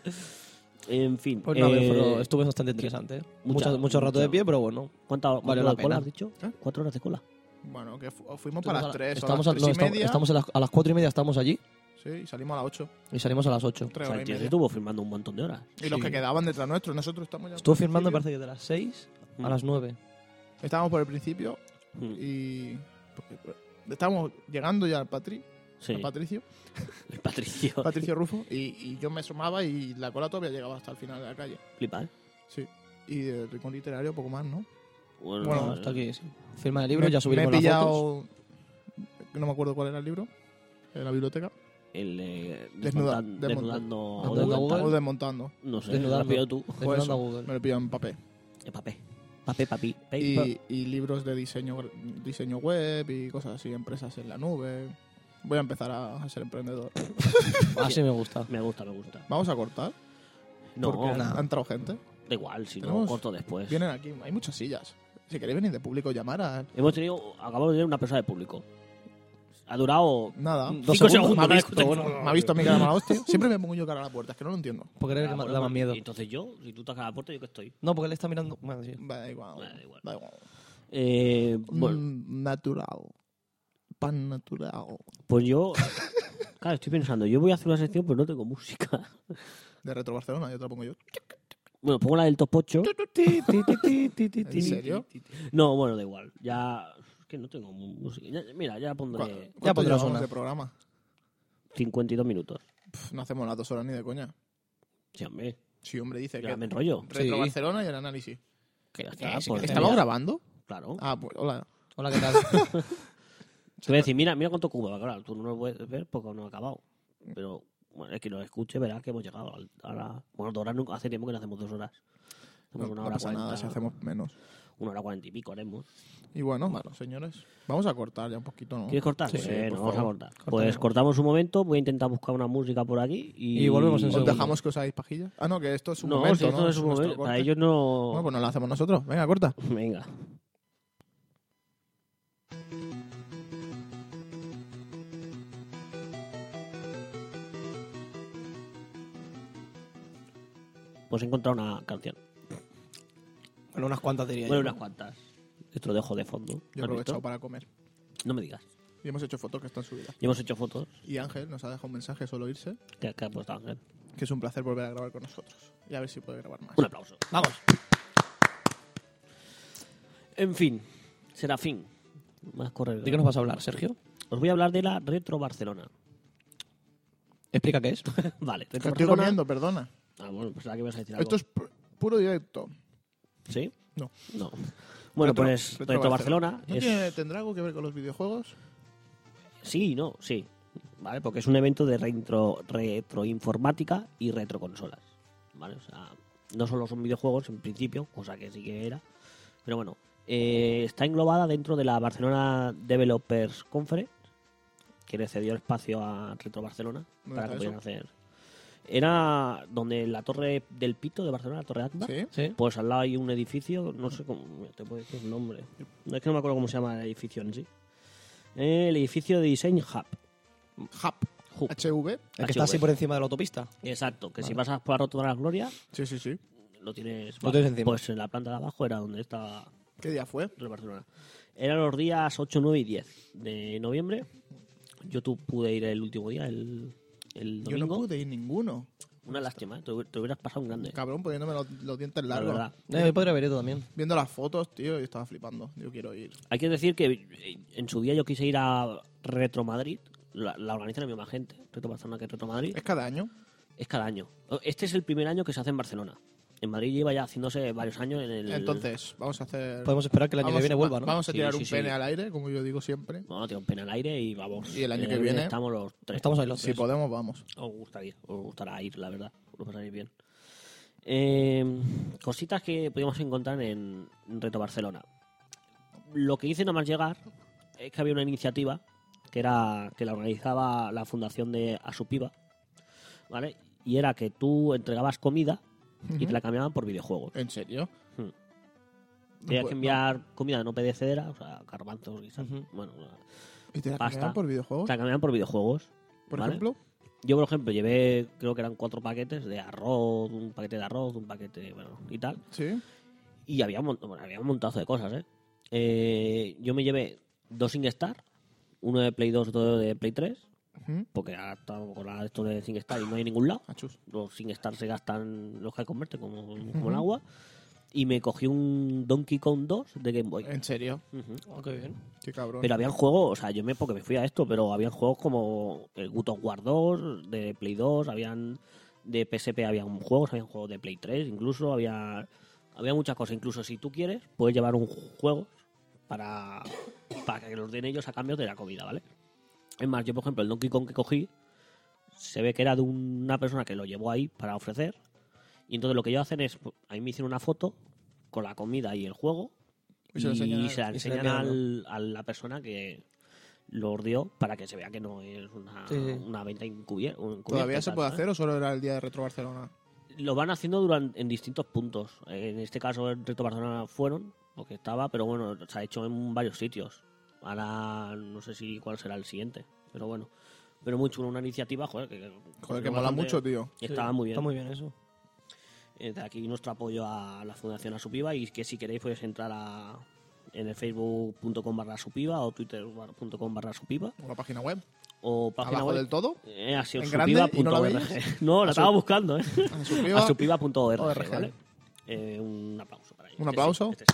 [SPEAKER 4] En fin.
[SPEAKER 3] Pues no,
[SPEAKER 4] eh,
[SPEAKER 3] pero estuvo bastante interesante. ¿eh?
[SPEAKER 4] mucha-
[SPEAKER 3] mucho, mucho rato
[SPEAKER 4] mucha-
[SPEAKER 3] de pie, pero bueno.
[SPEAKER 4] ¿Cuánta cuánto
[SPEAKER 3] Vale la
[SPEAKER 4] de cola
[SPEAKER 3] pena. ¿Eh?
[SPEAKER 4] has dicho? ¿Cuatro horas de cola?
[SPEAKER 1] Bueno, que fu- fuimos para las 3
[SPEAKER 3] estamos
[SPEAKER 1] o
[SPEAKER 3] a,
[SPEAKER 1] a las
[SPEAKER 3] no,
[SPEAKER 1] 3 y
[SPEAKER 3] estamos-
[SPEAKER 1] media.
[SPEAKER 3] estamos a las, a las cuatro y media estamos allí
[SPEAKER 1] Sí, y salimos a las 8.
[SPEAKER 3] y salimos a las 8.
[SPEAKER 1] 3
[SPEAKER 4] O sea,
[SPEAKER 1] horas
[SPEAKER 4] el
[SPEAKER 1] y
[SPEAKER 4] tío se
[SPEAKER 1] media.
[SPEAKER 4] estuvo firmando un montón de horas.
[SPEAKER 1] Y los
[SPEAKER 3] Sí.
[SPEAKER 1] que quedaban detrás nuestro, nosotros estamos ya.
[SPEAKER 3] Estuvo
[SPEAKER 1] por el
[SPEAKER 3] firmando, me
[SPEAKER 1] principio.
[SPEAKER 3] parece que de las 6
[SPEAKER 4] Mm.
[SPEAKER 3] a las 9.
[SPEAKER 1] Estábamos por el principio
[SPEAKER 4] Mm,
[SPEAKER 1] y. Estábamos llegando ya al Patri,
[SPEAKER 4] Sí,
[SPEAKER 1] al Patricio,
[SPEAKER 4] el Patricio.
[SPEAKER 1] Patricio Rufo, y, y yo me asomaba y la cola todavía llegaba hasta el final de la calle.
[SPEAKER 4] Flipa, ¿eh?
[SPEAKER 1] Sí. Y el rincón literario, poco más, ¿no?
[SPEAKER 4] Bueno,
[SPEAKER 1] Bueno,
[SPEAKER 4] vale.
[SPEAKER 3] Hasta aquí, sí. Firma de libro,
[SPEAKER 1] Me-
[SPEAKER 3] ya subiremos
[SPEAKER 1] me he
[SPEAKER 3] las fotos.
[SPEAKER 1] pillado. No me acuerdo cuál era el libro. En la biblioteca.
[SPEAKER 4] El, eh,
[SPEAKER 1] Desnuda-
[SPEAKER 4] desmontan-
[SPEAKER 1] desmonta-
[SPEAKER 4] desnudando. o
[SPEAKER 3] desmontando
[SPEAKER 4] desmontan-
[SPEAKER 1] O desmontando.
[SPEAKER 4] No sé, lo has
[SPEAKER 3] Desnudando.
[SPEAKER 4] pillado tú.
[SPEAKER 1] Pues
[SPEAKER 3] Desnudando
[SPEAKER 1] eso,
[SPEAKER 3] a Google.
[SPEAKER 1] Me lo pillan en papel.
[SPEAKER 4] El papel. Papel, papi.
[SPEAKER 1] Y, y libros de diseño, diseño web y cosas así, empresas en la nube. Voy a empezar a, a ser emprendedor.
[SPEAKER 3] Así Ah, me gusta.
[SPEAKER 4] Me gusta, me gusta.
[SPEAKER 1] Vamos a cortar.
[SPEAKER 4] No,
[SPEAKER 1] porque
[SPEAKER 4] da
[SPEAKER 1] ha entrado gente.
[SPEAKER 4] igual, si no,
[SPEAKER 1] Tenemos-
[SPEAKER 4] corto después.
[SPEAKER 1] Vienen aquí, hay muchas sillas. Si queréis venir de público, llamar a.
[SPEAKER 4] Hemos tenido, acabamos de tener una persona de público. Ha durado
[SPEAKER 1] Nada.
[SPEAKER 3] Dos
[SPEAKER 4] Cinco
[SPEAKER 3] segundos.
[SPEAKER 4] segundos,
[SPEAKER 1] Me ha
[SPEAKER 4] me
[SPEAKER 1] visto,
[SPEAKER 4] escucho.
[SPEAKER 1] me ha visto a mí cara mala hostia. Siempre me pongo yo cara a la puerta, es que no lo entiendo.
[SPEAKER 3] Porque era el que me
[SPEAKER 4] Ah, bueno,
[SPEAKER 3] da
[SPEAKER 1] pues
[SPEAKER 3] más miedo.
[SPEAKER 4] y Entonces yo, si tú estás a la puerta, yo que estoy.
[SPEAKER 3] No, porque él está mirando. Bueno, sí.
[SPEAKER 1] Va, Da igual.
[SPEAKER 4] Da igual.
[SPEAKER 1] Da igual.
[SPEAKER 4] Eh, bueno,
[SPEAKER 1] Mm, natural. Pan natural.
[SPEAKER 4] pues yo. Claro, estoy pensando, yo voy a hacer una sección, pero no tengo música.
[SPEAKER 1] De Retro Barcelona, yo te la pongo yo.
[SPEAKER 4] Bueno, pongo la del topocho.
[SPEAKER 1] ¿En serio?
[SPEAKER 4] No, bueno, da igual. Ya. Es que no tengo mu- música. Ya- mira, ya pondré
[SPEAKER 1] ¿Cuánto
[SPEAKER 3] pondrás
[SPEAKER 1] llevamos
[SPEAKER 3] una.
[SPEAKER 1] de programa?
[SPEAKER 4] 52 minutos.
[SPEAKER 1] Pf, no hacemos las dos horas ni de coña.
[SPEAKER 4] Sí, hombre.
[SPEAKER 1] Sí, hombre, dice
[SPEAKER 4] Ya
[SPEAKER 1] que.
[SPEAKER 4] me enrollo.
[SPEAKER 1] Retro
[SPEAKER 3] Sí.
[SPEAKER 1] Barcelona y el análisis.
[SPEAKER 4] Que ya
[SPEAKER 3] sí,
[SPEAKER 4] está,
[SPEAKER 3] sí,
[SPEAKER 4] pues,
[SPEAKER 3] que
[SPEAKER 1] ¿Estamos
[SPEAKER 4] mira,
[SPEAKER 1] grabando?
[SPEAKER 4] Claro.
[SPEAKER 1] Ah, pues hola.
[SPEAKER 3] Hola, ¿qué tal?
[SPEAKER 4] Te voy a decir, mira, mira cuánto cubo. Claro, tú no lo puedes ver porque no ha acabado. Pero bueno, el que lo escuche verá que hemos llegado al- a la... Bueno, dos horas nunca. Hace tiempo que no hacemos dos horas.
[SPEAKER 1] No,
[SPEAKER 4] Hacemos Pues una
[SPEAKER 1] no
[SPEAKER 4] hora
[SPEAKER 1] pasa
[SPEAKER 4] cuarenta.
[SPEAKER 1] nada si hacemos menos.
[SPEAKER 4] Una hora cuarenta y pico haremos.
[SPEAKER 1] Y bueno, señores, vamos a cortar ya un poquito, ¿no?
[SPEAKER 4] ¿Quieres cortar?
[SPEAKER 1] Sí,
[SPEAKER 4] Bueno,
[SPEAKER 1] por
[SPEAKER 4] vamos a
[SPEAKER 1] favor.
[SPEAKER 4] cortar. Pues cortamos un momento. Voy a intentar buscar una música por aquí. Y,
[SPEAKER 3] Y volvemos en
[SPEAKER 1] ¿Os
[SPEAKER 3] segundo.
[SPEAKER 1] dejamos que os hagáis pajillas? Ah, no, que esto es un
[SPEAKER 4] No,
[SPEAKER 1] momento,
[SPEAKER 4] si esto
[SPEAKER 1] ¿no?
[SPEAKER 4] es un
[SPEAKER 1] nuestro
[SPEAKER 4] momento. Para
[SPEAKER 1] corte.
[SPEAKER 4] ellos no...
[SPEAKER 1] Bueno, pues no lo hacemos nosotros. Venga, corta.
[SPEAKER 4] Venga. Pues he encontrado una canción.
[SPEAKER 3] bueno, unas cuantas diría
[SPEAKER 4] Pues Bueno,
[SPEAKER 3] yo.
[SPEAKER 4] unas cuantas. Esto lo dejo de fondo.
[SPEAKER 1] Yo he
[SPEAKER 4] ¿Has visto?
[SPEAKER 1] aprovechado para comer.
[SPEAKER 4] No me digas.
[SPEAKER 1] Y hemos hecho fotos que están subidas.
[SPEAKER 4] Y hemos hecho fotos
[SPEAKER 1] Y Ángel nos ha dejado un mensaje solo irse,
[SPEAKER 4] que, que ha puesto Ángel.
[SPEAKER 1] que es un placer volver a grabar con nosotros. Y a ver si puede grabar más.
[SPEAKER 4] Un aplauso. Vamos. En fin, Serafín. Más correr.
[SPEAKER 3] ¿De qué nos vas a hablar, Sergio?
[SPEAKER 4] Os voy a hablar de la Retro Barcelona.
[SPEAKER 3] Explica qué es.
[SPEAKER 4] Vale,
[SPEAKER 1] Que estoy
[SPEAKER 4] Retro Barcelona.
[SPEAKER 1] comiendo, perdona.
[SPEAKER 4] Ah, bueno, pensaba que ibas a decir algo.
[SPEAKER 1] Esto es pu- puro directo.
[SPEAKER 4] ¿Sí?
[SPEAKER 1] No.
[SPEAKER 4] No. Bueno,
[SPEAKER 1] Retro-
[SPEAKER 4] pues Retro, Barcelona.
[SPEAKER 1] ¿No
[SPEAKER 4] es-
[SPEAKER 1] tiene- ¿Tendrá algo que ver con los videojuegos?
[SPEAKER 4] Sí, no, sí. ¿Vale? Porque es un evento de retro, retroinformática y retroconsolas. ¿Vale? O sea, no solo son videojuegos en principio, cosa que sí que era. Pero bueno, eh, está englobada dentro de la Barcelona Developers Conference, que le cedió el espacio a Retro Barcelona
[SPEAKER 1] ¿Dónde
[SPEAKER 4] para que
[SPEAKER 1] está
[SPEAKER 4] pudieran
[SPEAKER 1] eso?
[SPEAKER 4] hacer. Era donde la Torre del Pito de Barcelona, la Torre Agba,
[SPEAKER 1] Sí.
[SPEAKER 3] ¿Sí?
[SPEAKER 4] pues al lado hay un edificio, no sé cómo, te puedo decir el nombre. No es que no me acuerdo cómo se llama el edificio en sí. Eh, El edificio de Design Hub.
[SPEAKER 1] Hub.
[SPEAKER 4] Hub.
[SPEAKER 1] HV.
[SPEAKER 3] El que está así
[SPEAKER 4] HV.
[SPEAKER 3] por encima de la autopista.
[SPEAKER 4] Exacto, que si
[SPEAKER 3] Vale.
[SPEAKER 4] pasas por la Rotonda de la Gloria,
[SPEAKER 1] Sí, sí, sí.
[SPEAKER 4] lo tienes,
[SPEAKER 3] Lo tienes encima.
[SPEAKER 4] Pues en la planta de abajo era donde estaba
[SPEAKER 1] ¿Qué día fue?
[SPEAKER 4] el Barcelona. Eran los días 8, 9 y 10 de noviembre. Yo tú pude ir el último día, el, el
[SPEAKER 1] Yo no
[SPEAKER 4] domingo.
[SPEAKER 1] pude ir ninguno.
[SPEAKER 4] Una lástima, ¿eh? te, hub- te hubieras pasado un grande.
[SPEAKER 1] Cabrón, poniéndome los, los dientes
[SPEAKER 4] la
[SPEAKER 1] largos.
[SPEAKER 4] verdad.
[SPEAKER 3] Eh, yo podría haber ido también.
[SPEAKER 1] Viendo las fotos, tío, yo estaba flipando. Yo quiero ir.
[SPEAKER 4] Hay que decir que eh, en su día yo quise ir a Retro Madrid. La, la organiza la misma gente, Retro Barcelona que Retro Madrid.
[SPEAKER 1] Es cada año.
[SPEAKER 4] Es cada año. Este es el primer año que se hace en Barcelona. En Madrid lleva ya haciéndose varios años en el...
[SPEAKER 1] Entonces, vamos a hacer.
[SPEAKER 3] Podemos esperar que el año
[SPEAKER 1] vamos-
[SPEAKER 3] que viene vuelva, ¿no?
[SPEAKER 1] Vamos a
[SPEAKER 4] Sí,
[SPEAKER 1] tirar
[SPEAKER 4] sí,
[SPEAKER 1] un
[SPEAKER 4] sí.
[SPEAKER 1] pene al aire, como yo digo siempre.
[SPEAKER 4] Bueno, tiene un pena al aire y vamos.
[SPEAKER 1] Y el año
[SPEAKER 4] Eh,
[SPEAKER 1] que viene-
[SPEAKER 4] Estamos los tres.
[SPEAKER 3] Estamos ahí los
[SPEAKER 1] Si
[SPEAKER 3] tres.
[SPEAKER 1] podemos, vamos.
[SPEAKER 4] Os gustaría, os gustará ir, la verdad. Os Lo pasaréis bien. Eh, cositas que podíamos encontrar en Reto Barcelona. Lo que hice nada más llegar es que había una iniciativa que era que la organizaba la fundación de Asupiva, ¿vale? Y era que tú entregabas comida y te la cambiaban por videojuegos.
[SPEAKER 1] ¿En serio?
[SPEAKER 4] Hmm.
[SPEAKER 1] No
[SPEAKER 4] Tenías
[SPEAKER 1] puede-
[SPEAKER 4] que enviar comida no perecedera, o sea, garbanzos, guisantes,
[SPEAKER 3] Ujú.
[SPEAKER 4] bueno,
[SPEAKER 1] ¿Y te la
[SPEAKER 4] pasta.
[SPEAKER 1] cambiaban por videojuegos?
[SPEAKER 4] te la cambiaban por videojuegos.
[SPEAKER 1] Por
[SPEAKER 4] ¿vale?
[SPEAKER 1] ejemplo,
[SPEAKER 4] Yo, por ejemplo, llevé, creo que eran cuatro paquetes de arroz, un paquete de arroz, un paquete, bueno, y tal.
[SPEAKER 1] sí.
[SPEAKER 4] Y había un, montón- bueno, había un montazo de cosas, ¿eh? Eh, Yo me llevé dos SingStar, uno de Play 2, otro de Play 3,
[SPEAKER 1] Ujú.
[SPEAKER 4] porque ahora estamos con la- esto de SingStar y no hay en ningún lado.
[SPEAKER 1] Achus.
[SPEAKER 4] Los SingStar se gastan, los que convierten como, como el agua. Y me cogí un Donkey Kong 2 de Game Boy.
[SPEAKER 1] ¿En serio?
[SPEAKER 4] Ujú.
[SPEAKER 3] Oh, qué bien.
[SPEAKER 1] Qué cabrón.
[SPEAKER 4] Pero habían juegos, o sea, yo me, porque me fui a esto, pero habían juegos como el Good of War 2, de Play 2, habían de PSP habían juegos, habían juegos de Play 3, incluso había había muchas cosas, incluso si tú quieres puedes llevar un juego para para que los den ellos a cambio de la comida, ¿vale? Es más, yo por ejemplo, el Donkey Kong que cogí se ve que era de una persona que lo llevó ahí para ofrecer. Y entonces lo que ellos hacen es, pues, a mí me hicieron una foto con la comida y el juego
[SPEAKER 1] Y se
[SPEAKER 4] y se
[SPEAKER 1] la
[SPEAKER 4] la
[SPEAKER 1] enseñan-
[SPEAKER 4] enseñan,
[SPEAKER 3] y se la envían,
[SPEAKER 4] al- a la persona que lo ordeó para que se vea que no es una,
[SPEAKER 3] Sí, sí.
[SPEAKER 4] una venta encubier- encubierta.
[SPEAKER 1] ¿Todavía se
[SPEAKER 4] tal,
[SPEAKER 1] puede
[SPEAKER 4] ¿sabes?
[SPEAKER 1] hacer o solo era el día de Retro Barcelona?
[SPEAKER 4] Lo van haciendo durante, en distintos puntos. En este caso, el Reto Barcelona fueron, porque estaba, pero bueno, se ha hecho en varios sitios. Ahora no sé si cuál será el siguiente, pero bueno. Pero muy chulo, una iniciativa, joder, que,
[SPEAKER 1] Joder, que mola mucho, tío.
[SPEAKER 4] Estaba muy bien.
[SPEAKER 3] Está muy bien eso.
[SPEAKER 4] Eh, de aquí nuestro apoyo a la Fundación Asupiva y que si queréis podéis entrar a, en el facebook.com barra Asupiva o twitter.com barra Asupiva
[SPEAKER 1] Una página web.
[SPEAKER 4] o página
[SPEAKER 1] Abajo
[SPEAKER 4] web.
[SPEAKER 1] del todo.
[SPEAKER 4] Eh, así,
[SPEAKER 1] en grande,
[SPEAKER 4] asupiva.org.
[SPEAKER 1] y no la veis.
[SPEAKER 4] no,
[SPEAKER 1] Asu-
[SPEAKER 4] la estaba buscando, ¿eh?
[SPEAKER 1] Asupiva.
[SPEAKER 4] Asupiva.org,
[SPEAKER 1] ORG.
[SPEAKER 4] ¿vale? Eh, un aplauso para ellos.
[SPEAKER 1] Un
[SPEAKER 4] Este sí,
[SPEAKER 1] aplauso.
[SPEAKER 4] este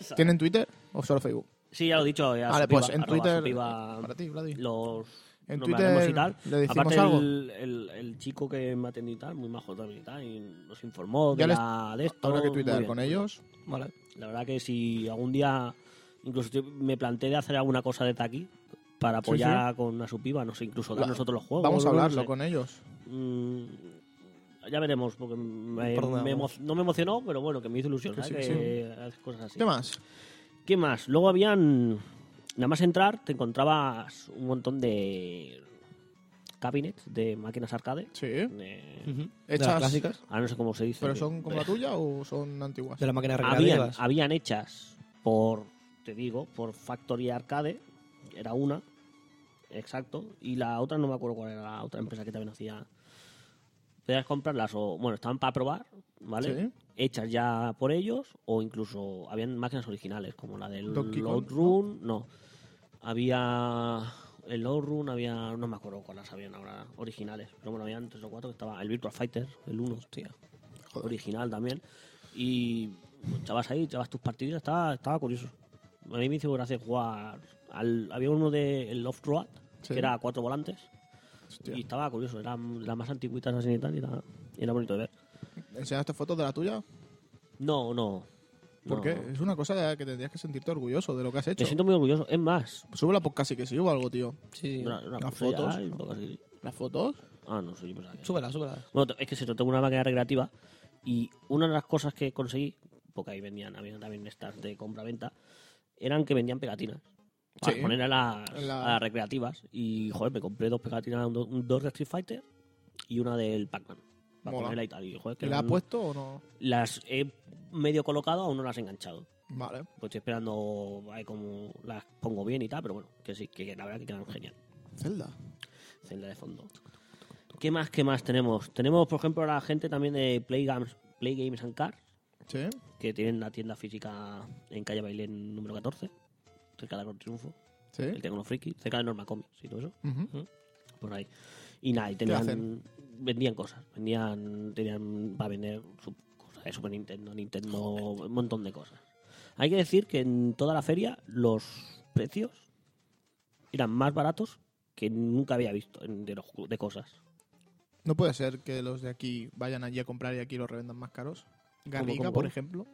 [SPEAKER 4] sí.
[SPEAKER 1] ¿Tienen Twitter o solo Facebook?
[SPEAKER 4] Sí, ya lo he dicho. eh,
[SPEAKER 1] Vale,
[SPEAKER 4] Asupiva,
[SPEAKER 1] pues en
[SPEAKER 4] arroba
[SPEAKER 1] Twitter.
[SPEAKER 4] Asupiva,
[SPEAKER 1] Para ti, Vladi.
[SPEAKER 4] los
[SPEAKER 1] En
[SPEAKER 4] nombraremos
[SPEAKER 1] Twitter
[SPEAKER 4] y tal.
[SPEAKER 1] le decimos
[SPEAKER 4] Aparte,
[SPEAKER 1] algo.
[SPEAKER 4] El, el- el chico que me atendió y tal, muy majo también y tal, y nos informó
[SPEAKER 1] Ya
[SPEAKER 4] de,
[SPEAKER 1] les-
[SPEAKER 4] la, de esto.
[SPEAKER 1] Habrá que
[SPEAKER 4] Oh, muy
[SPEAKER 1] tuitear
[SPEAKER 4] bien.
[SPEAKER 1] con ellos.
[SPEAKER 3] Vale.
[SPEAKER 4] La verdad que si algún día, incluso yo me planteé de hacer alguna cosa de aquí para
[SPEAKER 1] Sí,
[SPEAKER 4] apoyar con una supiva, no sé, incluso dar
[SPEAKER 1] Va-
[SPEAKER 4] nosotros los juegos.
[SPEAKER 1] Vamos a
[SPEAKER 4] no
[SPEAKER 1] hablarlo
[SPEAKER 4] sé.
[SPEAKER 1] con ellos.
[SPEAKER 4] Mm, ya veremos, porque me-
[SPEAKER 3] Perdona,
[SPEAKER 4] me
[SPEAKER 3] vamos.
[SPEAKER 4] emo- no me emocionó, pero bueno, que me hizo ilusión.
[SPEAKER 1] Que
[SPEAKER 4] ¿sabes?
[SPEAKER 1] sí,
[SPEAKER 4] Que haces cosas así.
[SPEAKER 1] ¿Qué más?
[SPEAKER 4] ¿Qué más? Luego habían. Nada más entrar, te encontrabas un montón de. Cabinets de máquinas arcade.
[SPEAKER 1] Sí.
[SPEAKER 4] De-
[SPEAKER 3] De
[SPEAKER 1] Hechas-
[SPEAKER 3] las clásicas.
[SPEAKER 4] ahora no sé cómo se dice.
[SPEAKER 1] ¿Pero son como la tuya o son antiguas?
[SPEAKER 3] De las máquinas
[SPEAKER 4] habían,
[SPEAKER 3] recreativas.
[SPEAKER 4] habían hechas por, te digo, por Factory Arcade, era una, exacto, y la otra no me acuerdo cuál era la otra empresa que también hacía. podías comprarlas o, bueno, estaban para probar, ¿vale?
[SPEAKER 1] Sí.
[SPEAKER 4] Hechas ya por ellos o incluso habían máquinas originales como la del
[SPEAKER 1] Donkey Kong,
[SPEAKER 4] Outrun, no. Había el Outrun, había, no me acuerdo cuáles habían ahora originales, pero bueno, habían tres o cuatro que estaba el Virtua Fighter, el 1, hostia, original también. Y pues, echabas ahí, echabas tus partidas, estaba, estaba curioso. A mí me hizo gracia jugar. Al, había uno de el Off-Road,
[SPEAKER 1] Sí.
[SPEAKER 4] que era a cuatro volantes,
[SPEAKER 1] Hostia.
[SPEAKER 4] y estaba curioso, eran las más antiguitas así y tal, y era, y era bonito de ver.
[SPEAKER 1] ¿Enseñaste fotos de la tuya?
[SPEAKER 4] No, no. no,
[SPEAKER 1] Porque
[SPEAKER 4] no.
[SPEAKER 1] es una cosa que tendrías que sentirte orgulloso de lo que has hecho.
[SPEAKER 4] Me siento muy orgulloso. Es más,
[SPEAKER 1] Súbela por casi que sí o algo, tío.
[SPEAKER 3] Sí.
[SPEAKER 4] una- una
[SPEAKER 1] Las
[SPEAKER 4] cosa ya,
[SPEAKER 1] fotos,
[SPEAKER 4] y
[SPEAKER 1] ¿no?
[SPEAKER 4] poco así.
[SPEAKER 1] ¿Las fotos?
[SPEAKER 4] Ah, no sé, yo pensaba que-
[SPEAKER 3] Súbela, súbela.
[SPEAKER 4] Bueno, t- es que se trató de una máquina recreativa y una de las cosas que conseguí, porque ahí vendían, habían también estas de compra-venta, eran que vendían pegatinas. Para
[SPEAKER 1] Sí.
[SPEAKER 4] poner a las,
[SPEAKER 1] La-
[SPEAKER 4] a las recreativas. Y, joder, me compré dos pegatinas, un do- un- dos de Street Fighter y una del Pac-Man. Para
[SPEAKER 1] Mola.
[SPEAKER 4] ponerla y tal. Y, joder, que
[SPEAKER 1] ¿Que las has
[SPEAKER 4] eran-
[SPEAKER 1] puesto o no?
[SPEAKER 4] Las he medio colocado, aún no las he enganchado.
[SPEAKER 1] Vale.
[SPEAKER 4] Pues estoy esperando a ver cómo las pongo bien y tal, pero bueno, que sí, que la verdad que quedan genial.
[SPEAKER 1] Zelda.
[SPEAKER 4] Celda de fondo. ¿Qué más, qué más tenemos? Tenemos, por ejemplo, a la gente también de Play Games, Play Games and Cars,
[SPEAKER 1] Sí.
[SPEAKER 4] que tienen la tienda física en calle Bailén número 14, cerca de Arco Triunfo,
[SPEAKER 1] Sí.
[SPEAKER 4] el Tecno Friki, cerca de Norma Comics y todo eso,
[SPEAKER 1] Ujú.
[SPEAKER 4] por ahí. Y nada, y
[SPEAKER 1] hacen?
[SPEAKER 4] tenían, vendían cosas, vendían, tenían para vender su- cosas de Super Nintendo, Nintendo, un montón de cosas. Hay que decir que en toda la feria los precios eran más baratos que nunca había visto en- de, los ju- de cosas.
[SPEAKER 1] No puede ser que los de aquí vayan allí a comprar y aquí los revendan más caros. Garriga,
[SPEAKER 4] cómo,
[SPEAKER 1] por
[SPEAKER 4] cómo?
[SPEAKER 1] ejemplo.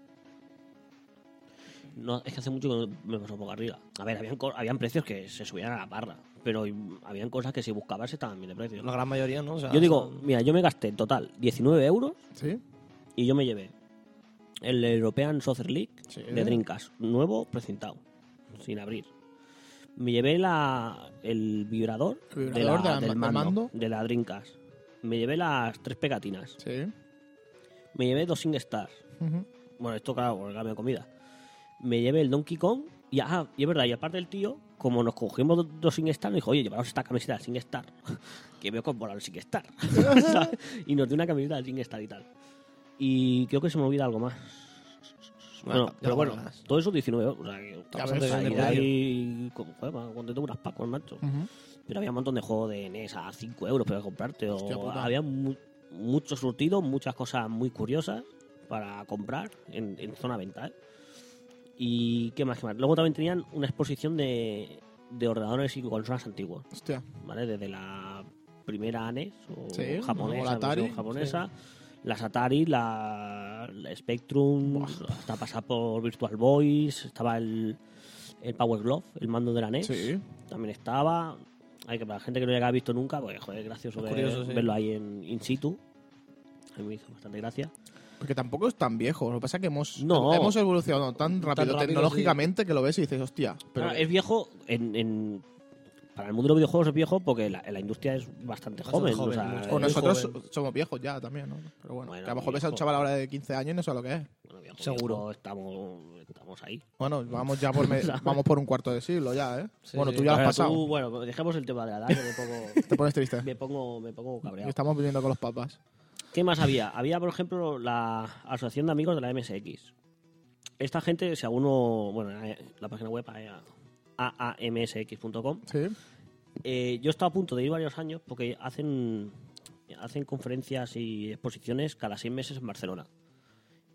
[SPEAKER 4] No, es que hace mucho que me pasó por arriba. A ver, habían, co- habían precios que se subían a la barra, pero y- habían cosas que si buscabas estaban bien de precio.
[SPEAKER 3] La gran mayoría, ¿no? O sea,
[SPEAKER 4] Yo digo,
[SPEAKER 3] son-
[SPEAKER 4] mira, yo me gasté en total 19 euros
[SPEAKER 1] Sí.
[SPEAKER 4] y yo me llevé el European Soccer League
[SPEAKER 1] Sí.
[SPEAKER 4] de Drinkas, nuevo, precintado, sin abrir. Me llevé la, el vibrador,
[SPEAKER 1] El vibrador de la-
[SPEAKER 4] del
[SPEAKER 1] del
[SPEAKER 4] mando,
[SPEAKER 1] mando.
[SPEAKER 4] de la Drinkas. Me llevé las tres pegatinas.
[SPEAKER 1] Sí.
[SPEAKER 4] Me llevé dos Sing Stars.
[SPEAKER 1] Ujú.
[SPEAKER 4] Bueno, esto claro, por el cambio de comida. Me llevé el Donkey Kong y, ah, y es verdad, y aparte el tío, como nos cogimos dos- dos sin estar, me dijo, oye, llevaros esta camiseta del sin estar, que veo con volar sin estar. y nos dio una camiseta del sin estar y tal. Y creo que se me olvida algo más.
[SPEAKER 3] Bueno,
[SPEAKER 4] Bueno,
[SPEAKER 3] ya
[SPEAKER 4] pero
[SPEAKER 3] lo
[SPEAKER 4] bueno,
[SPEAKER 3] guardas.
[SPEAKER 4] todo eso 19 euros. O sea, que está
[SPEAKER 1] Ya
[SPEAKER 4] bastante
[SPEAKER 1] ves,
[SPEAKER 4] bien de
[SPEAKER 1] de precio.
[SPEAKER 4] ahí, con- joder, me contenté unas pacos, macho.
[SPEAKER 1] Ujú.
[SPEAKER 4] Pero había un montón de juegos de NES a 5 euros para comprarte. o-
[SPEAKER 1] Hostia puta.
[SPEAKER 4] había mu- mucho surtido, muchas cosas muy curiosas para comprar en, en zona venta. ¿eh? Y qué más, qué más. Luego también tenían una exposición de, de ordenadores y consolas antiguos,
[SPEAKER 1] Hostia.
[SPEAKER 4] ¿vale? Desde la primera NES o
[SPEAKER 1] Sí,
[SPEAKER 4] japonesa,
[SPEAKER 1] o la Atari,
[SPEAKER 4] versión japonesa las Atari, la, la Spectrum, hasta pasar por Virtual Boys, estaba el, el Power Glove, el mando de la E NES
[SPEAKER 1] Sí.
[SPEAKER 4] también estaba. Hay que para la gente que no lo haya visto nunca, pues joder, es gracioso
[SPEAKER 3] Es
[SPEAKER 4] ver-
[SPEAKER 3] curioso, sí.
[SPEAKER 4] verlo ahí en in situ. A mí me hizo bastante gracia.
[SPEAKER 1] Porque tampoco es tan viejo. Lo que pasa es que hemos,
[SPEAKER 4] No.
[SPEAKER 1] hemos evolucionado tan rápido,
[SPEAKER 3] rápido,
[SPEAKER 1] tecnológicamente que lo ves y dices, hostia. Pero
[SPEAKER 4] Ahora, Ah, es viejo en, en- para el mundo de los videojuegos es viejo porque la, la industria es
[SPEAKER 3] Bastante
[SPEAKER 4] bastante, joven. o
[SPEAKER 3] joven,
[SPEAKER 4] sea,
[SPEAKER 3] muy
[SPEAKER 4] es-
[SPEAKER 1] o
[SPEAKER 3] joven.
[SPEAKER 1] nosotros
[SPEAKER 3] joven.
[SPEAKER 1] so- somos viejos ya también, ¿no? Pero bueno,
[SPEAKER 4] Bueno,
[SPEAKER 1] que a lo mejor ves a un
[SPEAKER 4] viejo.
[SPEAKER 1] chaval ahora de 15 años y no sabe lo que es.
[SPEAKER 4] bueno, viejo,
[SPEAKER 3] Seguro.
[SPEAKER 4] viejo, estamos, estamos ahí.
[SPEAKER 1] Bueno, vamos ya por, me- vamos por un cuarto de siglo ya, ¿eh?
[SPEAKER 3] Sí,
[SPEAKER 1] bueno,
[SPEAKER 3] sí.
[SPEAKER 1] tú ya lo has
[SPEAKER 4] Ahora tú,
[SPEAKER 1] pasado.
[SPEAKER 4] bueno, dejemos el tema de la edad, que me pongo,
[SPEAKER 1] Te pones triste.
[SPEAKER 4] me pongo, me pongo cabreado.
[SPEAKER 1] Estamos viviendo con los papas.
[SPEAKER 4] ¿Qué más había? Había, por ejemplo, la Asociación de Amigos de la MSX. Esta gente, si alguno. Bueno, eh, la página web eh, aamsx.com.
[SPEAKER 1] Sí.
[SPEAKER 4] Eh, yo he estado a punto de ir varios años porque hacen, hacen conferencias y exposiciones cada seis meses en Barcelona.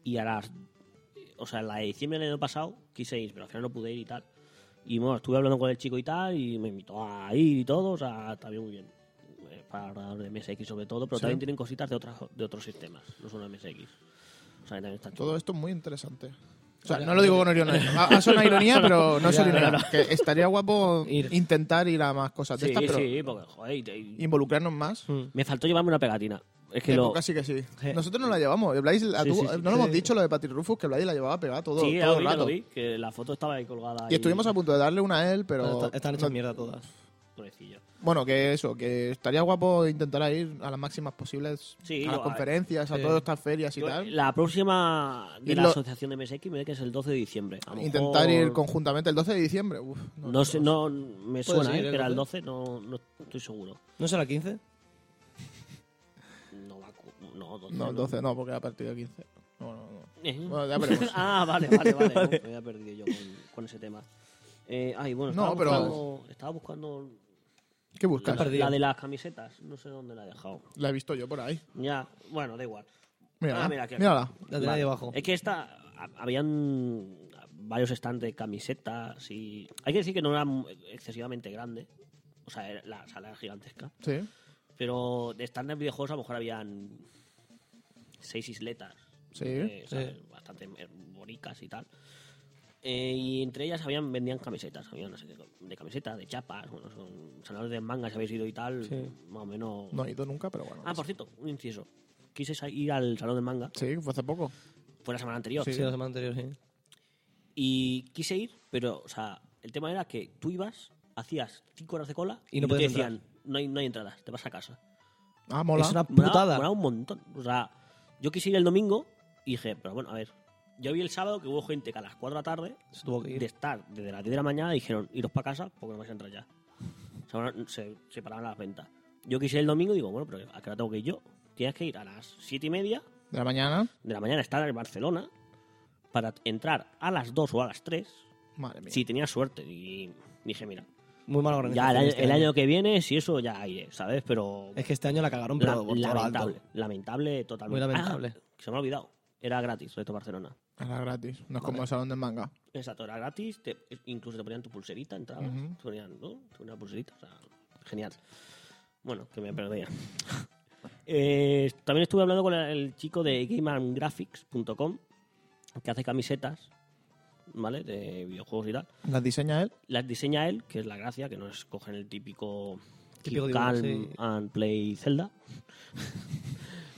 [SPEAKER 4] Y a las. O sea, la de diciembre del año pasado quise ir, pero al final no pude ir y tal. Y bueno, estuve hablando con el chico y tal, y me invitó a ir y todo, o sea, está bien, muy bien. Eh, Para ordenador de MSX sobre todo, pero
[SPEAKER 1] Sí.
[SPEAKER 4] también tienen cositas de, otras, de otros sistemas, no solo MSX. O sea, que también está
[SPEAKER 1] Todo esto es muy interesante. O sea, no lo digo con ironía. Ha ha sonado ironía, pero no es
[SPEAKER 3] Ya,
[SPEAKER 1] ironía.
[SPEAKER 3] no,
[SPEAKER 1] Que estaría guapo
[SPEAKER 3] Ir.
[SPEAKER 1] intentar ir a más cosas de
[SPEAKER 4] Sí,
[SPEAKER 1] estas, pero
[SPEAKER 4] sí, porque, joder, y te- y-
[SPEAKER 1] involucrarnos más.
[SPEAKER 4] me faltó llevarme una pegatina. Es que lo.
[SPEAKER 1] Época sí que sí. Nosotros no la llevamos. Blaise la
[SPEAKER 4] Sí,
[SPEAKER 1] tuvo-
[SPEAKER 4] sí, sí.
[SPEAKER 1] no lo hemos dicho lo de Patrick Rufus, que Blaise la llevaba pegada todo,
[SPEAKER 4] sí, ya
[SPEAKER 1] todo
[SPEAKER 4] lo
[SPEAKER 1] el
[SPEAKER 4] vi, ya lo
[SPEAKER 1] rato.
[SPEAKER 4] vi, que la foto estaba ahí colgada.
[SPEAKER 1] Y estuvimos a punto de darle una a él, pero.
[SPEAKER 3] Están- Están hechas mierda todas.
[SPEAKER 4] Pobrecillo.
[SPEAKER 1] Bueno, que eso, que estaría guapo intentar ir a las máximas posibles
[SPEAKER 4] Sí,
[SPEAKER 1] a las
[SPEAKER 4] yo-
[SPEAKER 1] conferencias, a
[SPEAKER 3] sí.
[SPEAKER 1] todas estas ferias y
[SPEAKER 4] Yo, eh,
[SPEAKER 1] tal.
[SPEAKER 4] La próxima de
[SPEAKER 1] Y
[SPEAKER 4] la
[SPEAKER 1] lo-
[SPEAKER 4] asociación de MSX me ve que es el 12 de diciembre. A lo
[SPEAKER 1] Intentar
[SPEAKER 4] mejor-
[SPEAKER 1] ir conjuntamente el 12 de diciembre. Uf,
[SPEAKER 4] No, sé, no
[SPEAKER 3] Puede
[SPEAKER 4] me suena,
[SPEAKER 3] ser,
[SPEAKER 4] eh,
[SPEAKER 3] el
[SPEAKER 4] que era el 12, no, no estoy seguro.
[SPEAKER 3] ¿No será 15?
[SPEAKER 4] No, va cu- no, 12.
[SPEAKER 1] No, 12 no, porque era partido 15. No, no, no.
[SPEAKER 4] Eh.
[SPEAKER 1] Bueno, ya veremos.
[SPEAKER 4] ah, vale, vale, vale. No, me había perdido yo con, con ese tema. Eh, ay, bueno,
[SPEAKER 1] No,
[SPEAKER 4] estaba,
[SPEAKER 1] pero-
[SPEAKER 4] buscando, estaba buscando
[SPEAKER 1] ¿Qué buscas?
[SPEAKER 4] la,
[SPEAKER 1] La,
[SPEAKER 3] perdido.
[SPEAKER 4] la de las camisetas. No sé dónde la he dejado.
[SPEAKER 1] he visto yo por ahí.
[SPEAKER 4] Ya, bueno, da igual.
[SPEAKER 1] Mírala.
[SPEAKER 4] Ah, mira, aquí.
[SPEAKER 1] mírala.
[SPEAKER 3] La de
[SPEAKER 4] Vale.
[SPEAKER 3] ahí abajo.
[SPEAKER 4] Es que esta. ha- Habían varios stands de camisetas y. Hay que decir que no era excesivamente grande. O sea, era- la sala era gigantesca.
[SPEAKER 1] Sí.
[SPEAKER 4] Pero de stands de videojuegos a lo mejor habían. Seis isletas.
[SPEAKER 1] Sí.
[SPEAKER 4] eh,
[SPEAKER 3] Sí.
[SPEAKER 4] ¿sabes? Bastante eh, bonicas y tal. Eh, y entre ellas habían vendían camisetas. Había no sé qué, de camisetas, de chapas. Bueno, son sanadores de manga, si habéis ido y tal.
[SPEAKER 3] Sí.
[SPEAKER 4] Más o menos.
[SPEAKER 1] No he ido nunca, pero bueno.
[SPEAKER 4] Ah, por cierto, un inciso. Quise sa- ir al salón del manga.
[SPEAKER 1] Sí, fue hace poco.
[SPEAKER 4] Fue la semana anterior.
[SPEAKER 3] Sí, la semana anterior, sí.
[SPEAKER 4] Y quise ir, pero, o sea, el tema era que tú ibas, hacías cinco horas de cola
[SPEAKER 3] Y no
[SPEAKER 4] te
[SPEAKER 3] podías
[SPEAKER 4] decían, no hay, no hay entradas, te vas a casa.
[SPEAKER 1] Ah, mola.
[SPEAKER 3] Es una
[SPEAKER 4] Moraba-
[SPEAKER 3] putada.
[SPEAKER 4] moraba un montón. O sea, yo quise ir el domingo y dije, pero bueno, a ver. Yo vi el sábado que hubo gente que a las 4 de la tarde,
[SPEAKER 3] Se tuvo que
[SPEAKER 4] de
[SPEAKER 3] ir.
[SPEAKER 4] estar desde las 10 de la mañana, dijeron, iros para casa porque no vais a entrar ya. O sea, bueno, se separaban las ventas. Yo quise ir el domingo y digo, bueno, pero ¿a qué hora tengo que ir yo? Tienes que ir a las 7 y media
[SPEAKER 1] De la mañana.
[SPEAKER 4] de la mañana, estar en Barcelona, para entrar a las 2 o a las 3
[SPEAKER 1] Madre mía.
[SPEAKER 4] Sí, tenía suerte y dije, mira,
[SPEAKER 3] Muy mal
[SPEAKER 4] ya
[SPEAKER 3] organizado. este
[SPEAKER 4] el año, el año que viene, si eso ya hay, ¿sabes? Pero
[SPEAKER 3] Es que este año la cagaron,
[SPEAKER 4] la-
[SPEAKER 3] pero por todo lo alto.
[SPEAKER 4] lamentable, lamentable totalmente.
[SPEAKER 3] Muy lamentable.
[SPEAKER 4] Ah, que se me ha olvidado, era gratis Reto Barcelona.
[SPEAKER 1] Era gratis. No es como el salón del manga.
[SPEAKER 4] Exacto, era gratis, te- incluso te ponían tu pulserita, entrabas,
[SPEAKER 1] Ujú.
[SPEAKER 4] te ponían, ¿no? Te ponían una pulserita, o sea, genial. Bueno, que me perdía. Eh, también estuve hablando con el chico de GameandGraphics.com, que hace camisetas, ¿vale? De videojuegos y tal.
[SPEAKER 1] ¿Las diseña él?
[SPEAKER 4] las diseña él, que es la gracia, que no es cogen el típico,
[SPEAKER 3] Típico
[SPEAKER 4] keep
[SPEAKER 3] dibujo,
[SPEAKER 4] calm
[SPEAKER 3] sí.
[SPEAKER 4] and play Zelda.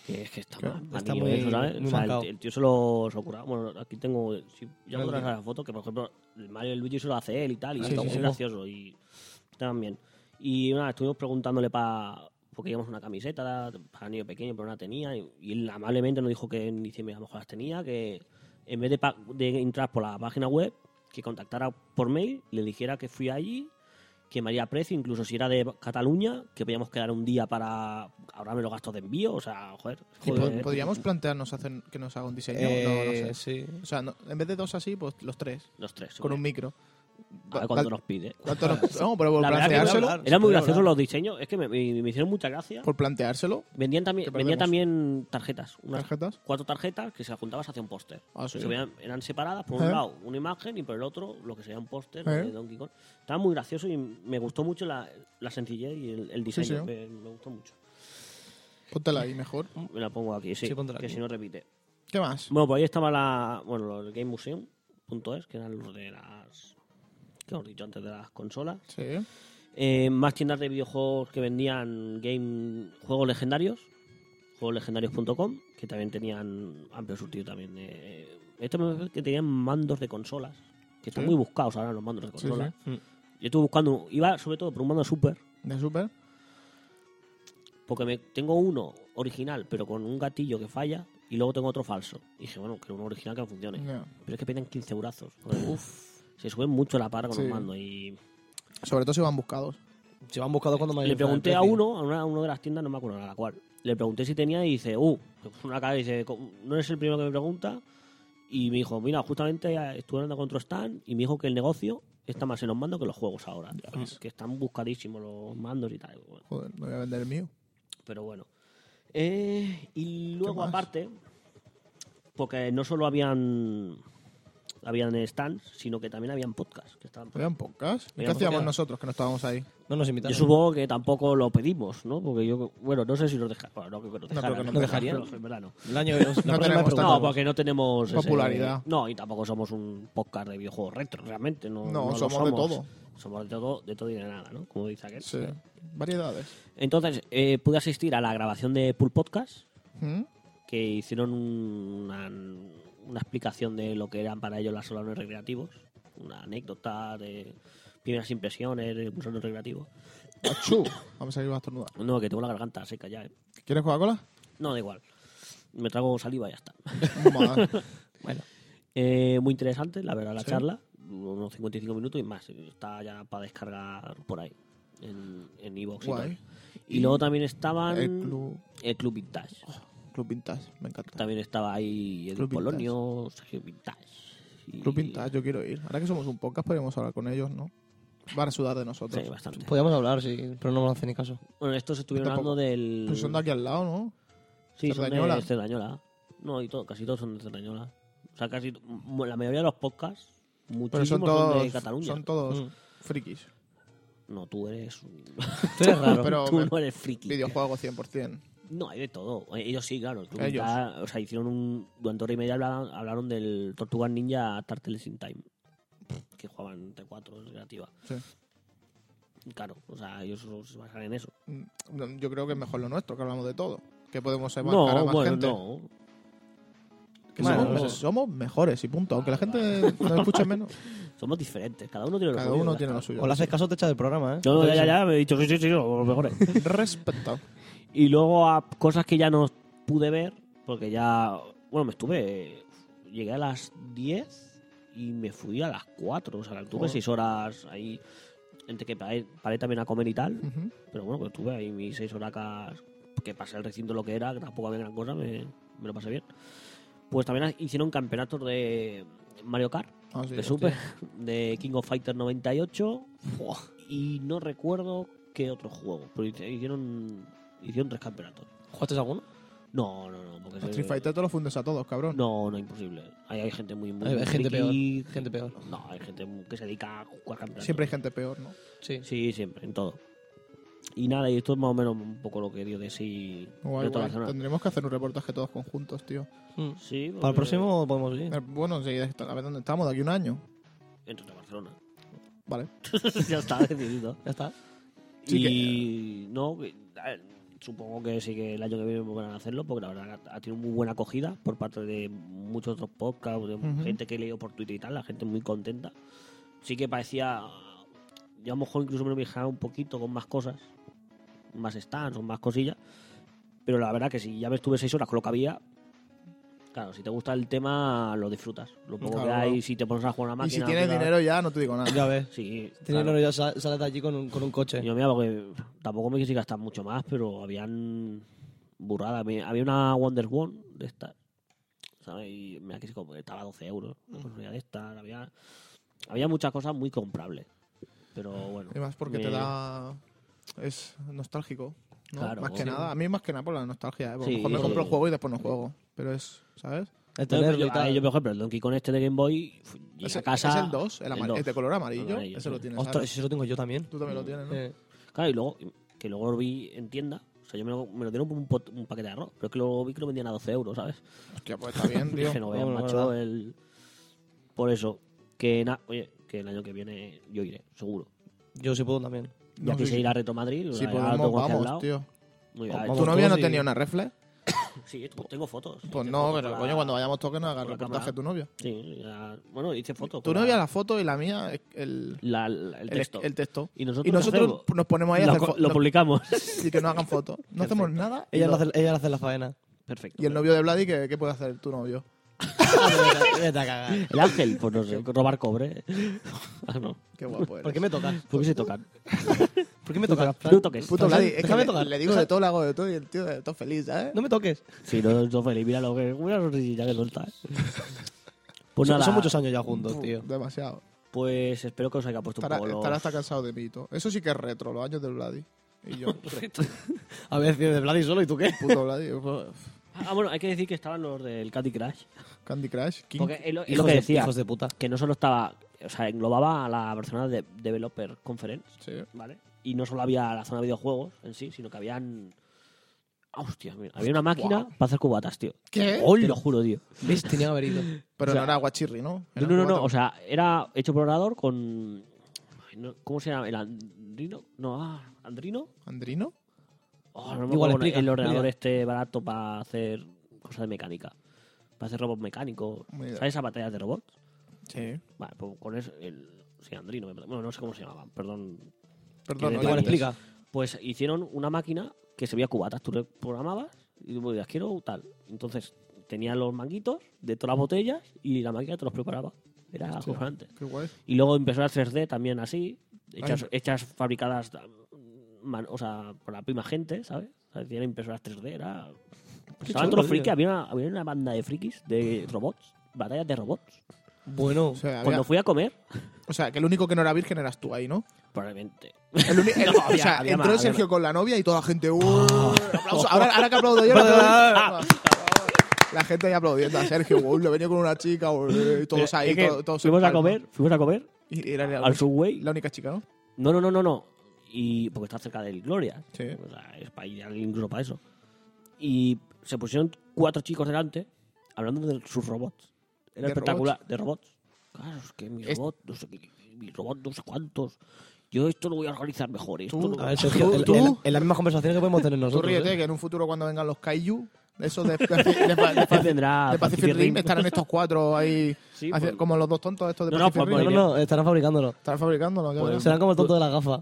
[SPEAKER 4] que es que está,
[SPEAKER 1] Que
[SPEAKER 4] mal, mal
[SPEAKER 3] está
[SPEAKER 4] niño
[SPEAKER 3] muy-
[SPEAKER 4] eso, ¿sabes?
[SPEAKER 3] muy
[SPEAKER 4] O sea, el-
[SPEAKER 3] marcado.
[SPEAKER 4] el, tío se lo, se lo curra. Bueno, aquí tengo, si ya
[SPEAKER 1] No,
[SPEAKER 4] pondrás
[SPEAKER 1] no.
[SPEAKER 4] la foto, que por ejemplo, el Mario y el Luigi se lo hace él y tal, y
[SPEAKER 1] Sí,
[SPEAKER 4] está
[SPEAKER 1] sí,
[SPEAKER 4] muy
[SPEAKER 1] sí.
[SPEAKER 4] gracioso y estaban bien. Y nada, estuvimos preguntándole para porque íbamos una camiseta para niño pequeño, pero no la tenía, y, y él amablemente nos dijo que en diciembre a lo mejor las tenía, que en vez de, pa- de entrar por la página web, que contactara por mail, le dijera que fui allí, que me haría precio, incluso si era de Cataluña, que podíamos quedar un día para ahorrarme los gastos de envío, o sea, joder.
[SPEAKER 1] Y po-
[SPEAKER 4] joder.
[SPEAKER 1] ¿Podríamos plantearnos hacer que nos haga un diseño? no,
[SPEAKER 3] Eh,
[SPEAKER 1] no sé.
[SPEAKER 3] Sí.
[SPEAKER 1] O sea, no- en vez de dos así, pues los tres.
[SPEAKER 4] Los tres.
[SPEAKER 1] Con un
[SPEAKER 4] seguro.
[SPEAKER 1] micro.
[SPEAKER 4] A ver cuánto nos pide.
[SPEAKER 1] ¿Cuánto nos- No, pero por
[SPEAKER 4] La verdad que
[SPEAKER 1] planteárselo,
[SPEAKER 3] hablar.
[SPEAKER 4] Eran muy
[SPEAKER 3] Podría
[SPEAKER 4] graciosos
[SPEAKER 3] hablar.
[SPEAKER 4] los diseños, es que me, me- me hicieron mucha gracia.
[SPEAKER 1] por planteárselo,
[SPEAKER 4] Vendían también,
[SPEAKER 1] ¿Qué perdemos?
[SPEAKER 4] vendían también tarjetas, unas
[SPEAKER 1] tarjetas.
[SPEAKER 4] cuatro tarjetas que se las juntabas hacia un póster.
[SPEAKER 1] Ah, sí.
[SPEAKER 4] Se veían- eran separadas, por un
[SPEAKER 1] ¿Eh?
[SPEAKER 4] lado una imagen y por el otro lo que sería un póster
[SPEAKER 1] ¿Eh?
[SPEAKER 4] de Donkey Kong. Estaba muy gracioso y me gustó mucho la, la sencillez y el, el diseño.
[SPEAKER 1] sí.
[SPEAKER 4] Me, me gustó mucho.
[SPEAKER 1] Póntela ahí mejor.
[SPEAKER 4] Me la pongo aquí, sí,
[SPEAKER 3] Sí, póntela
[SPEAKER 4] que
[SPEAKER 3] aquí.
[SPEAKER 4] si no repite.
[SPEAKER 1] ¿Qué más?
[SPEAKER 4] Bueno, pues ahí estaba la, bueno, el Game Museum.es, que eran los de las que os he dicho antes de las consolas.
[SPEAKER 1] Sí.
[SPEAKER 4] Eh, más tiendas de videojuegos que vendían game juegos legendarios, juegoslegendarios.com, que también tenían amplio surtido también de esto me parece que tenían mandos de consolas, que están
[SPEAKER 1] Sí.
[SPEAKER 4] muy buscados ahora los mandos de
[SPEAKER 1] Sí,
[SPEAKER 4] consolas.
[SPEAKER 3] sí. Mm.
[SPEAKER 4] Yo estuve buscando, iba sobre todo por un mando super,
[SPEAKER 1] De Super.
[SPEAKER 4] porque me, tengo uno original, pero con un gatillo que falla, y luego tengo otro falso. Y dije, bueno, quiero uno original que no funcione.
[SPEAKER 1] No.
[SPEAKER 4] Pero es que piden 15 brazos. Se suben mucho la par con
[SPEAKER 1] Sí.
[SPEAKER 4] los mandos y
[SPEAKER 1] Sobre todo si van buscados.
[SPEAKER 3] Se van buscando cuando me
[SPEAKER 4] Le pregunté a uno, a una, a uno de las tiendas, no me acuerdo a la cual. Le pregunté si tenía y dice, uh, me puso una cara y dice, "Co- no eres el primero que me pregunta. Y me dijo, mira, justamente eh, estuve hablando con otro stand y me dijo que el negocio está más en los mandos que en los juegos ahora.
[SPEAKER 1] ves.
[SPEAKER 4] Que están buscadísimos los mandos y tal. Bueno,
[SPEAKER 1] Joder, no voy a vender el mío.
[SPEAKER 4] pero bueno. Eh, y luego
[SPEAKER 1] más?
[SPEAKER 4] aparte, porque no solo habían habían stands, sino que también habían podcasts que estaban por
[SPEAKER 1] Vean podcast. ¿Y
[SPEAKER 4] Vean
[SPEAKER 1] ¿Qué hacíamos
[SPEAKER 4] podcast.
[SPEAKER 1] nosotros que no estábamos ahí?
[SPEAKER 3] No nos
[SPEAKER 4] Yo
[SPEAKER 3] invitaron.
[SPEAKER 4] supongo que tampoco lo pedimos, ¿no? Porque yo, bueno, no sé si nos dejarían. Bueno, no creo que
[SPEAKER 1] No
[SPEAKER 4] nos
[SPEAKER 1] creo
[SPEAKER 4] dejaran.
[SPEAKER 1] que nos
[SPEAKER 4] ¿no?
[SPEAKER 1] dejarían.
[SPEAKER 4] Pero en verdad no.
[SPEAKER 3] El año que nos-
[SPEAKER 1] No
[SPEAKER 3] la próxima
[SPEAKER 1] tenemos
[SPEAKER 3] pregunta.
[SPEAKER 1] tanto-
[SPEAKER 4] No, porque no tenemos... ese-
[SPEAKER 1] Popularidad.
[SPEAKER 4] no, y tampoco somos un podcast de videojuegos retro, realmente. No,
[SPEAKER 1] No,
[SPEAKER 4] no lo
[SPEAKER 1] somos de todo.
[SPEAKER 4] Somos de todo, de todo y de nada, ¿no? Como dice aquel.
[SPEAKER 1] Sí. Variedades.
[SPEAKER 4] Entonces, eh, pude asistir a la grabación de Pool Podcast,
[SPEAKER 1] ¿Mm?
[SPEAKER 4] que hicieron una, una explicación de lo que eran para ellos las salones recreativos. Una anécdota de primeras impresiones de un salón recreativo.
[SPEAKER 1] Achú. Vamos a ir a estornudar.
[SPEAKER 4] No, que tengo la garganta seca ya, ¿eh?
[SPEAKER 1] ¿Quieres Coca-Cola?
[SPEAKER 4] No, da igual. Me trago saliva y ya está.
[SPEAKER 1] Madre.
[SPEAKER 3] Bueno,
[SPEAKER 4] Eh, muy interesante, la verdad, la
[SPEAKER 1] Sí.
[SPEAKER 4] charla. Unos 55 minutos y más. Está ya para descargar por ahí. en, en iVoox y
[SPEAKER 1] Guay.
[SPEAKER 4] tal. Y, luego también estaban
[SPEAKER 1] El club,
[SPEAKER 4] el Club Vintage.
[SPEAKER 1] club Vintage, me encanta.
[SPEAKER 4] También estaba ahí Edu
[SPEAKER 1] Club
[SPEAKER 4] Polonio, Sergio Vintage. y-
[SPEAKER 1] Club Vintage, yo quiero ir. Ahora que somos un podcast, podríamos hablar con ellos, ¿no? Van a sudar de nosotros.
[SPEAKER 4] Sí, bastante.
[SPEAKER 1] Pues,
[SPEAKER 3] Podíamos hablar, sí, pero no me hacen ni caso.
[SPEAKER 4] Bueno, estos estuvieron
[SPEAKER 1] Tampoco.
[SPEAKER 4] hablando del.
[SPEAKER 1] Pues son de aquí al lado, ¿no?
[SPEAKER 4] Sí, son de
[SPEAKER 1] Cerdañola.
[SPEAKER 4] Cerdañola. No, y todo, casi todos son de Cerdañola. O sea, casi m- la mayoría de los podcasts,
[SPEAKER 1] Pero
[SPEAKER 4] muchísimos
[SPEAKER 1] son
[SPEAKER 4] son,
[SPEAKER 1] todos,
[SPEAKER 4] de Cataluña.
[SPEAKER 1] son todos
[SPEAKER 3] Mm.
[SPEAKER 1] frikis.
[SPEAKER 4] No, tú eres un-
[SPEAKER 3] Tú eres raro.
[SPEAKER 1] Pero
[SPEAKER 4] tú
[SPEAKER 1] me-
[SPEAKER 4] no eres friki.
[SPEAKER 1] Videojuego 100%.
[SPEAKER 4] No, hay de todo. Ellos sí, claro. el Club
[SPEAKER 1] Ellos.
[SPEAKER 4] Vintage, o sea, hicieron un. Durante hora y media hablaban- hablaron, del Tortugas Ninja Turtles in Time. Que jugaban entre cuatro, es creativa.
[SPEAKER 1] Sí.
[SPEAKER 4] Claro, o sea, ellos solo se basan en eso.
[SPEAKER 1] Mm, Yo creo que es mejor lo nuestro, que hablamos de todo. Que podemos ser más cara a
[SPEAKER 4] No,
[SPEAKER 1] más
[SPEAKER 4] bueno,
[SPEAKER 1] gente.
[SPEAKER 4] no.
[SPEAKER 1] Que
[SPEAKER 4] Bueno,
[SPEAKER 1] somos,
[SPEAKER 4] no.
[SPEAKER 1] somos mejores y punto. Aunque la gente nos escuche menos,
[SPEAKER 4] Somos diferentes. Cada uno tiene lo
[SPEAKER 1] cada
[SPEAKER 4] suyo,
[SPEAKER 1] uno
[SPEAKER 4] ya
[SPEAKER 1] tiene
[SPEAKER 4] está.
[SPEAKER 1] lo suyo.
[SPEAKER 3] O le haces caso, te echas del programa, ¿eh?
[SPEAKER 4] No, no, ya, ya, ya, me he dicho, sí, sí, sí, los mejores.
[SPEAKER 1] Respetado.
[SPEAKER 4] Y luego a cosas que ya no pude ver, porque ya. Bueno, me estuve. Llegué a las 10 y me fui a las 4. O sea, estuve
[SPEAKER 1] Joder.
[SPEAKER 4] 6 horas ahí. Entre que paré, paré también a comer y tal.
[SPEAKER 1] Ujú.
[SPEAKER 4] Pero bueno, que estuve ahí mis 6 horas que pasé el recinto lo que era, que tampoco había gran cosa, me, me lo pasé bien. Pues también hicieron campeonatos de Mario Kart,
[SPEAKER 1] Ah, sí,
[SPEAKER 4] de
[SPEAKER 1] hostia.
[SPEAKER 4] Super, de King of Fighters 98. Y no recuerdo qué otro juego, pero hice- hicieron, hicieron tres campeonatos.
[SPEAKER 3] ¿Jugaste alguno?
[SPEAKER 4] No, no, no. Porque
[SPEAKER 1] Los
[SPEAKER 4] ese-
[SPEAKER 1] Street Fighter te los fundes a todos, cabrón.
[SPEAKER 4] No, no, imposible. Ahí hay gente muy. muy
[SPEAKER 3] Hay gente
[SPEAKER 4] friki,
[SPEAKER 3] peor, gente peor.
[SPEAKER 4] No, hay gente mu- que se dedica a jugar campeonatos.
[SPEAKER 1] Siempre hay gente peor, ¿no?
[SPEAKER 3] Sí.
[SPEAKER 4] Sí, siempre, en todo. Y nada, y esto es más o menos un poco lo que dio de sí.
[SPEAKER 1] Guay,
[SPEAKER 4] de toda
[SPEAKER 1] guay.
[SPEAKER 4] la zona.
[SPEAKER 1] Tendremos que hacer un reportaje todos conjuntos, tío.
[SPEAKER 3] Mm.
[SPEAKER 4] Sí, porque-
[SPEAKER 3] Para el próximo podemos ir.
[SPEAKER 1] Eh, Bueno, sí, a ver dónde estamos, de aquí a un año.
[SPEAKER 4] Entra a Barcelona.
[SPEAKER 1] Vale.
[SPEAKER 4] ya está decidido.
[SPEAKER 3] Ya está.
[SPEAKER 1] Sí que-
[SPEAKER 4] y no, que- a ver, supongo que sí que el año que viene volverán a hacerlo, porque la verdad que ha tenido muy buena acogida por parte de muchos otros podcasts, de
[SPEAKER 1] Ujú.
[SPEAKER 4] gente que he leído por Twitter y tal, la gente muy contenta. Sí que parecía, yo a lo mejor incluso me lo imaginaba un poquito con más cosas, más stands o más cosillas, pero la verdad que si ya me estuve seis horas con lo que había... Claro, si te gusta el tema, lo disfrutas. Lo poco
[SPEAKER 1] Claro,
[SPEAKER 4] que
[SPEAKER 1] claro.
[SPEAKER 4] hay, si te pones a jugar una
[SPEAKER 1] Y
[SPEAKER 4] máquina...
[SPEAKER 1] si tienes
[SPEAKER 4] te da-
[SPEAKER 1] dinero ya, no te digo nada.
[SPEAKER 3] Ya ves.
[SPEAKER 4] Sí,
[SPEAKER 3] Tienes
[SPEAKER 4] claro.
[SPEAKER 3] dinero ya sal- sales de allí con un, con un coche.
[SPEAKER 4] Yo mira, porque tampoco me quise gastar mucho más, pero habían burradas. Me- Había una Wonder One de estas, ¿sabes? Y me quise como estaba a 12 euros. Una
[SPEAKER 1] Mm.
[SPEAKER 4] cosa de estas, había, había muchas cosas muy comprables. Pero bueno.
[SPEAKER 1] Y más porque
[SPEAKER 4] me-
[SPEAKER 1] te da. Es nostálgico. ¿no?
[SPEAKER 4] Claro,
[SPEAKER 1] más que
[SPEAKER 4] sí.
[SPEAKER 1] nada. A mí más que nada por la nostalgia. ¿eh? Porque a lo
[SPEAKER 4] Sí,
[SPEAKER 1] mejor me
[SPEAKER 4] sí.
[SPEAKER 1] compro el juego y después no juego. Pero es, ¿sabes?
[SPEAKER 3] El
[SPEAKER 4] No, pero
[SPEAKER 3] tenerlo Este
[SPEAKER 4] yo,
[SPEAKER 3] y tal.
[SPEAKER 4] a ver, yo, por ejemplo, el Donkey Kong este de Game Boy, fu- llegué
[SPEAKER 1] Es,
[SPEAKER 4] a casa.
[SPEAKER 1] es el 2, el, amar-
[SPEAKER 4] dos.
[SPEAKER 1] es de color amarillo.
[SPEAKER 4] Amarillo,
[SPEAKER 1] ese lo
[SPEAKER 4] sí.
[SPEAKER 1] tienes.
[SPEAKER 3] Ostras,
[SPEAKER 1] ¿sabes?
[SPEAKER 3] eso lo tengo yo también.
[SPEAKER 1] Tú también lo tienes, ¿no?
[SPEAKER 3] Eh,
[SPEAKER 4] Claro, y luego, que luego lo vi en tienda. O sea, yo me lo, me lo dieron por un, pot- un paquete de arroz. Pero es que luego vi que lo vendían a 12 euros, ¿sabes?
[SPEAKER 1] Hostia, pues está bien, tío.
[SPEAKER 4] Dije, no veas,
[SPEAKER 3] Vámonos,
[SPEAKER 4] macho,
[SPEAKER 3] ¿verdad?
[SPEAKER 4] el... Por eso, que na- oye, que el año que viene yo iré, seguro.
[SPEAKER 3] yo sí puedo también.
[SPEAKER 4] Ya
[SPEAKER 1] No,
[SPEAKER 4] que
[SPEAKER 1] sí,
[SPEAKER 4] se
[SPEAKER 1] sí.
[SPEAKER 4] irá a Retro Madrid,
[SPEAKER 1] Si
[SPEAKER 4] la- la
[SPEAKER 1] podemos,
[SPEAKER 4] tengo aquí al lado.
[SPEAKER 1] vamos, tío.
[SPEAKER 3] Vamos,
[SPEAKER 4] Muy bien.
[SPEAKER 1] ¿Tu
[SPEAKER 3] vamos.
[SPEAKER 1] novia no
[SPEAKER 3] sí.
[SPEAKER 1] tenía una reflex?
[SPEAKER 4] Sí, esto- tengo fotos.
[SPEAKER 1] Pues
[SPEAKER 4] Hice
[SPEAKER 1] no,
[SPEAKER 4] fotos
[SPEAKER 1] pero
[SPEAKER 4] para-
[SPEAKER 1] coño, cuando vayamos todos que nos haga
[SPEAKER 4] con la
[SPEAKER 1] reportaje
[SPEAKER 4] cámara.
[SPEAKER 1] tu novia.
[SPEAKER 4] Sí, ya- bueno, hice fotos.
[SPEAKER 1] Tu
[SPEAKER 4] con
[SPEAKER 1] novia la foto y la mía el, el,
[SPEAKER 4] la- la-
[SPEAKER 1] el-
[SPEAKER 4] el texto.
[SPEAKER 1] el texto.
[SPEAKER 4] Y nosotros,
[SPEAKER 1] Y nosotros
[SPEAKER 4] hacemos?
[SPEAKER 1] nos ponemos ahí a
[SPEAKER 4] lo,
[SPEAKER 1] hacer
[SPEAKER 4] co-
[SPEAKER 1] fotos.
[SPEAKER 4] lo publicamos.
[SPEAKER 1] y que no hagan fotos. No hacemos nada. y
[SPEAKER 3] Ella
[SPEAKER 1] lo-
[SPEAKER 3] le hace, ella le hace la faena.
[SPEAKER 4] Perfecto.
[SPEAKER 1] Y el novio de Vladi, ¿qué, qué puede hacer tu novio?
[SPEAKER 3] Vete a- vete a cagar.
[SPEAKER 4] El ángel, pues no sé, robar cobre. ah, no.
[SPEAKER 1] Qué guapo eres.
[SPEAKER 3] ¿Por qué me tocas?
[SPEAKER 4] ¿Por qué se tocan?
[SPEAKER 3] ¿Por qué me tocas?
[SPEAKER 4] No toques.
[SPEAKER 1] Puto Vladi, es que
[SPEAKER 3] Déjame
[SPEAKER 1] le,
[SPEAKER 3] tocar.
[SPEAKER 1] le digo de todo, le hago de todo y el tío de todo feliz, ¿sabes?
[SPEAKER 3] No me toques.
[SPEAKER 4] Si no, no feliz, mira lo que. Mira la sonrisilla que suelta. eh. Pues
[SPEAKER 3] Son-
[SPEAKER 4] nada.
[SPEAKER 3] Son muchos años ya juntos, tío.
[SPEAKER 1] Demasiado.
[SPEAKER 4] Pues espero que os haya puesto
[SPEAKER 1] Estará,
[SPEAKER 4] un poco los-
[SPEAKER 1] estará hasta cansado de mí. y todo. Eso sí que es retro, los años de Vladi. Y yo,
[SPEAKER 3] A ver, tío, de Vladi solo y tú qué.
[SPEAKER 1] puto Vladi, uf,
[SPEAKER 4] Ah, bueno, hay que decir que estaban los del Candy Crush.
[SPEAKER 1] Candy Crush, King.
[SPEAKER 4] Porque es lo, es lo
[SPEAKER 3] Hijos
[SPEAKER 4] que
[SPEAKER 3] de-
[SPEAKER 4] decía,
[SPEAKER 3] Hijos de puta.
[SPEAKER 4] que no solo estaba, o sea, englobaba a la Barcelona de Developer Conference,
[SPEAKER 1] Sí.
[SPEAKER 4] ¿vale? Y no solo había la zona de videojuegos en sí, sino que habían... Ah, Hostia, mira, había una máquina para hacer cubatas, tío.
[SPEAKER 1] ¿Qué?
[SPEAKER 4] Te lo juro, tío.
[SPEAKER 3] ¿Ves? Tenía que haber ido.
[SPEAKER 1] Pero
[SPEAKER 4] o sea,
[SPEAKER 1] no era guachirri, ¿no?
[SPEAKER 4] No,
[SPEAKER 1] Era
[SPEAKER 4] no, no, no,
[SPEAKER 1] cubata.
[SPEAKER 4] o sea, era hecho por ordenador con... ay, no, ¿Cómo se llama? ¿El Andrino? No, ah, ¿Andrino?
[SPEAKER 1] ¿Andrino?
[SPEAKER 4] Oh, no
[SPEAKER 3] Igual
[SPEAKER 4] me acuerdo,
[SPEAKER 3] explica,
[SPEAKER 4] el ordenador
[SPEAKER 3] explica.
[SPEAKER 4] este barato para hacer cosas de mecánica. Para hacer robots mecánicos.
[SPEAKER 1] Muy bien.
[SPEAKER 4] ¿Sabes esas batallas de robots?
[SPEAKER 1] Sí.
[SPEAKER 4] Vale, pues con eso, el, sí, Andrino, me- bueno, no sé cómo se llamaban, perdón.
[SPEAKER 1] Perdón,
[SPEAKER 4] Que
[SPEAKER 1] no,
[SPEAKER 4] igual
[SPEAKER 3] Igual
[SPEAKER 1] la-
[SPEAKER 4] explica.
[SPEAKER 3] explica.
[SPEAKER 4] Pues hicieron una máquina que se veía cubatas, tú le programabas y tú decías, quiero tal. Entonces tenía los manguitos de todas las botellas y la máquina te los preparaba. Era acojonante.
[SPEAKER 1] Qué guay.
[SPEAKER 4] Y luego empezó a 3D también así, hechas,
[SPEAKER 1] Ay.
[SPEAKER 4] hechas fabricadas man- o sea, con la misma gente, ¿sabes? O sea, Tienen impresoras 3D, era...
[SPEAKER 3] chulo,
[SPEAKER 4] Estaban todos los
[SPEAKER 3] tío.
[SPEAKER 4] frikis, había una, había una banda de frikis, de robots, batallas de robots.
[SPEAKER 3] pues. Bueno,
[SPEAKER 1] O sea, había-
[SPEAKER 4] Cuando fui a comer,
[SPEAKER 1] o sea, que el único que no era virgen eras tú ahí, ¿no?
[SPEAKER 4] probablemente...
[SPEAKER 1] El uni- el-
[SPEAKER 4] No,
[SPEAKER 1] o
[SPEAKER 4] había-
[SPEAKER 1] sea,
[SPEAKER 4] había
[SPEAKER 1] entró
[SPEAKER 4] más,
[SPEAKER 1] Sergio
[SPEAKER 4] había
[SPEAKER 1] con la novia y toda la gente. "Uh, aplauso". Ahora, ahora que aplaudo yo, ahora aplaudo yo. La gente ahí aplaudiendo a Sergio. uh, le venía con una chica uh, y todos
[SPEAKER 4] Pero
[SPEAKER 1] ahí.
[SPEAKER 4] es que
[SPEAKER 1] todo- todos en
[SPEAKER 4] fuimos a
[SPEAKER 1] palma.
[SPEAKER 4] comer, fuimos a comer
[SPEAKER 1] Y era la,
[SPEAKER 4] al Subway.
[SPEAKER 1] la única chica, ¿no?
[SPEAKER 4] No, no, no, no, no. Y porque está cerca del Gloria.
[SPEAKER 1] Sí.
[SPEAKER 4] O sea, es para ir incluso para eso. Y se pusieron cuatro chicos delante hablando de sus robots. Era
[SPEAKER 1] ¿De
[SPEAKER 4] espectacular. De robots. Claro, es que mi
[SPEAKER 1] Es-
[SPEAKER 4] robot, no sé qué, mi robot no sé cuántos. Yo esto lo voy a organizar mejor. Esto
[SPEAKER 1] Tú-
[SPEAKER 4] lo-
[SPEAKER 3] a ver, Sergio,
[SPEAKER 1] ¿Tú-
[SPEAKER 3] en,
[SPEAKER 1] tú?
[SPEAKER 3] en- en las mismas conversaciones que podemos tener
[SPEAKER 1] Tú
[SPEAKER 3] nosotros.
[SPEAKER 1] ríete
[SPEAKER 3] ¿eh?
[SPEAKER 1] que en un futuro cuando vengan los Kaiju, esos de, de, de- de-
[SPEAKER 4] ¿Qué tendrá
[SPEAKER 1] de Pacific Rim, estarán estos cuatro ahí,
[SPEAKER 4] Sí,
[SPEAKER 1] haci-
[SPEAKER 4] pues-
[SPEAKER 1] como los dos tontos estos de
[SPEAKER 4] No, no,
[SPEAKER 1] Pacific
[SPEAKER 4] pues-
[SPEAKER 1] Rim.
[SPEAKER 4] pues-
[SPEAKER 3] No, no, estarán fabricándolo.
[SPEAKER 1] Están fabricándolos. ya
[SPEAKER 4] Pues-
[SPEAKER 1] verás.
[SPEAKER 3] Serán como el tonto de la gafa.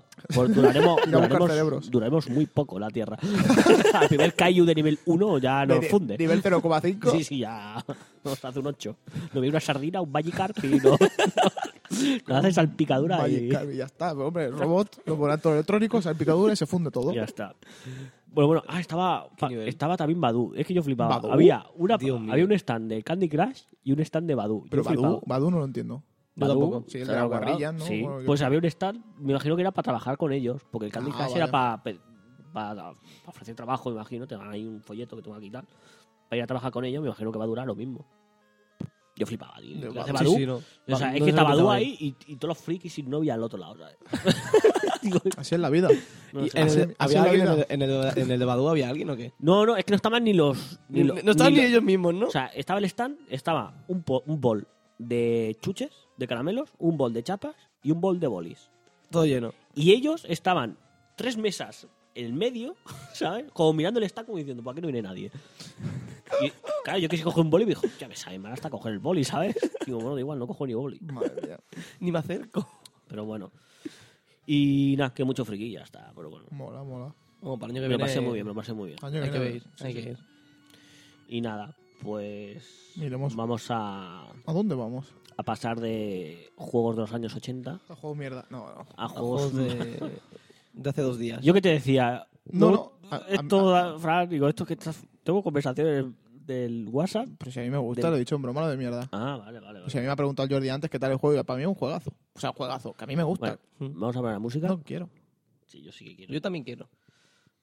[SPEAKER 4] Pues duraremos,
[SPEAKER 1] Ir a buscar
[SPEAKER 4] duraremos-
[SPEAKER 1] cerebros.
[SPEAKER 4] duraremos muy poco la Tierra. Al primer Kaiju de nivel 1 ya
[SPEAKER 1] De-
[SPEAKER 4] nos
[SPEAKER 1] de-
[SPEAKER 4] funde.
[SPEAKER 1] Nivel 0,5.
[SPEAKER 4] Sí, sí, ya. Nos hace un 8. No vi una sardina, un Magikarp y no. Nos hace salpicadura
[SPEAKER 1] Magic
[SPEAKER 4] y,
[SPEAKER 1] Carp, y ya está, pues, hombre, robot, los volantos electrónicos, salpicadura y se funde todo.
[SPEAKER 4] y ya está. Bueno, bueno, ah, estaba, pa-
[SPEAKER 3] nivel?
[SPEAKER 4] estaba también Badu. Es que yo flipaba.
[SPEAKER 1] ¿Badoo?
[SPEAKER 4] Había, una,
[SPEAKER 3] Dios mío.
[SPEAKER 4] había un stand de Candy Crush y un stand de Badu.
[SPEAKER 1] Pero Badu, Badu no lo entiendo.
[SPEAKER 3] Yo tampoco.
[SPEAKER 1] Sí, el de las guarrillas, ¿no?
[SPEAKER 4] Sí.
[SPEAKER 1] Bueno, que-
[SPEAKER 4] Pues había un stand, me imagino que era para trabajar con ellos, porque el Candy
[SPEAKER 1] Ah,
[SPEAKER 4] Crush
[SPEAKER 1] vale.
[SPEAKER 4] era para ofrecer trabajo, me imagino. Te dan ahí un folleto que te van a quitar. Para ir a trabajar con ellos, me imagino que va a durar lo mismo. Yo flipaba. tío.
[SPEAKER 1] De
[SPEAKER 4] Las
[SPEAKER 1] Badoo.
[SPEAKER 4] de
[SPEAKER 3] Sí,
[SPEAKER 4] Badoo,
[SPEAKER 3] sí, no.
[SPEAKER 4] O sea,
[SPEAKER 3] No
[SPEAKER 4] es
[SPEAKER 3] sé
[SPEAKER 4] que estaba
[SPEAKER 3] lo pensaba
[SPEAKER 4] Dúa ahí y, y todos los frikis sin novia al otro lado. ¿sabes? Digo,
[SPEAKER 1] Así es la vida.
[SPEAKER 4] no,
[SPEAKER 3] Y
[SPEAKER 4] sé.
[SPEAKER 3] en
[SPEAKER 1] Así-
[SPEAKER 3] el-
[SPEAKER 1] así
[SPEAKER 3] ¿Había
[SPEAKER 1] la
[SPEAKER 3] alguien en
[SPEAKER 1] vida.
[SPEAKER 3] el, en, el, en el de Badoo? ¿Había alguien o qué?
[SPEAKER 4] no, no, es que no estaban ni los. Ni lo-
[SPEAKER 3] no estaban ni,
[SPEAKER 4] lo-
[SPEAKER 3] ellos mismos, ¿no?
[SPEAKER 4] O sea, estaba el stand, estaba un, po- un bol de chuches, de caramelos, un bol de chapas y un bol de bolis.
[SPEAKER 3] Todo lleno.
[SPEAKER 4] Y ellos estaban tres mesas en el medio, ¿sabes? Como mirando el stand como diciendo, ¿para qué no viene nadie? Y claro, yo quise coger un boli y me dijo, ya me sabe mal hasta coger el boli, ¿sabes? Digo, bueno, da igual, no cojo ni boli.
[SPEAKER 1] Madre mía,
[SPEAKER 3] Ni me acerco.
[SPEAKER 4] Pero bueno. Y nada, que mucho friquilla ya está, pero bueno.
[SPEAKER 1] mola, mola.
[SPEAKER 3] Como para el año
[SPEAKER 4] Me
[SPEAKER 3] que
[SPEAKER 4] lo
[SPEAKER 3] viene-
[SPEAKER 4] pasé muy bien, me lo pasé muy bien.
[SPEAKER 1] Año
[SPEAKER 3] Hay que
[SPEAKER 1] viene,
[SPEAKER 3] ir,
[SPEAKER 1] sí,
[SPEAKER 3] hay
[SPEAKER 1] sí.
[SPEAKER 3] que ir.
[SPEAKER 4] Y nada, pues
[SPEAKER 1] Miremos.
[SPEAKER 4] vamos a,
[SPEAKER 1] ¿A dónde vamos?
[SPEAKER 4] a pasar de juegos de los años 80
[SPEAKER 1] A juegos mierda. No, no.
[SPEAKER 4] a
[SPEAKER 3] A Juegos
[SPEAKER 4] juegos...
[SPEAKER 3] de, de hace dos días.
[SPEAKER 4] Yo que te decía...
[SPEAKER 1] No,
[SPEAKER 4] luego-
[SPEAKER 1] no, a- a-
[SPEAKER 4] Esto, Fran, digo, esto que estás... Tengo conversaciones del WhatsApp.
[SPEAKER 1] Pero si a mí me gusta,
[SPEAKER 4] Del-
[SPEAKER 1] lo he dicho en broma, lo de mierda.
[SPEAKER 4] Ah, vale, vale. vale.
[SPEAKER 1] Si a mí me ha preguntado el Jordi antes qué tal el juego, y para mí es un juegazo. O sea, juegazo, que a mí me gusta. Mm.
[SPEAKER 4] Bueno, vamos a poner la música.
[SPEAKER 1] no quiero.
[SPEAKER 4] Sí, yo sí que quiero.
[SPEAKER 3] Yo también quiero.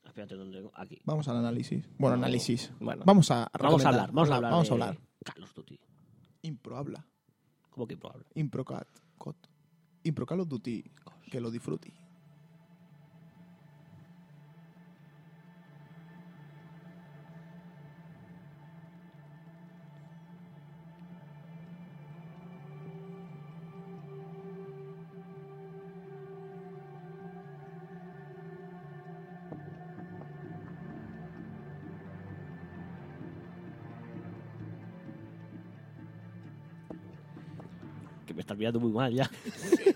[SPEAKER 4] Espérate, ¿dónde? tengo? Aquí.
[SPEAKER 1] Vamos al análisis. Bueno, análisis.
[SPEAKER 3] Bueno.
[SPEAKER 1] Vamos a
[SPEAKER 4] Vamos a
[SPEAKER 1] recomendar.
[SPEAKER 4] hablar, vamos a hablar.
[SPEAKER 1] Vamos a
[SPEAKER 4] de
[SPEAKER 1] hablar.
[SPEAKER 4] Carlos Tuti.
[SPEAKER 1] Impro habla.
[SPEAKER 4] ¿Cómo que probable?
[SPEAKER 1] Improcat. Cot. Impro Call of Duty. Que lo disfruti.
[SPEAKER 4] Que me estás mirando muy mal ya.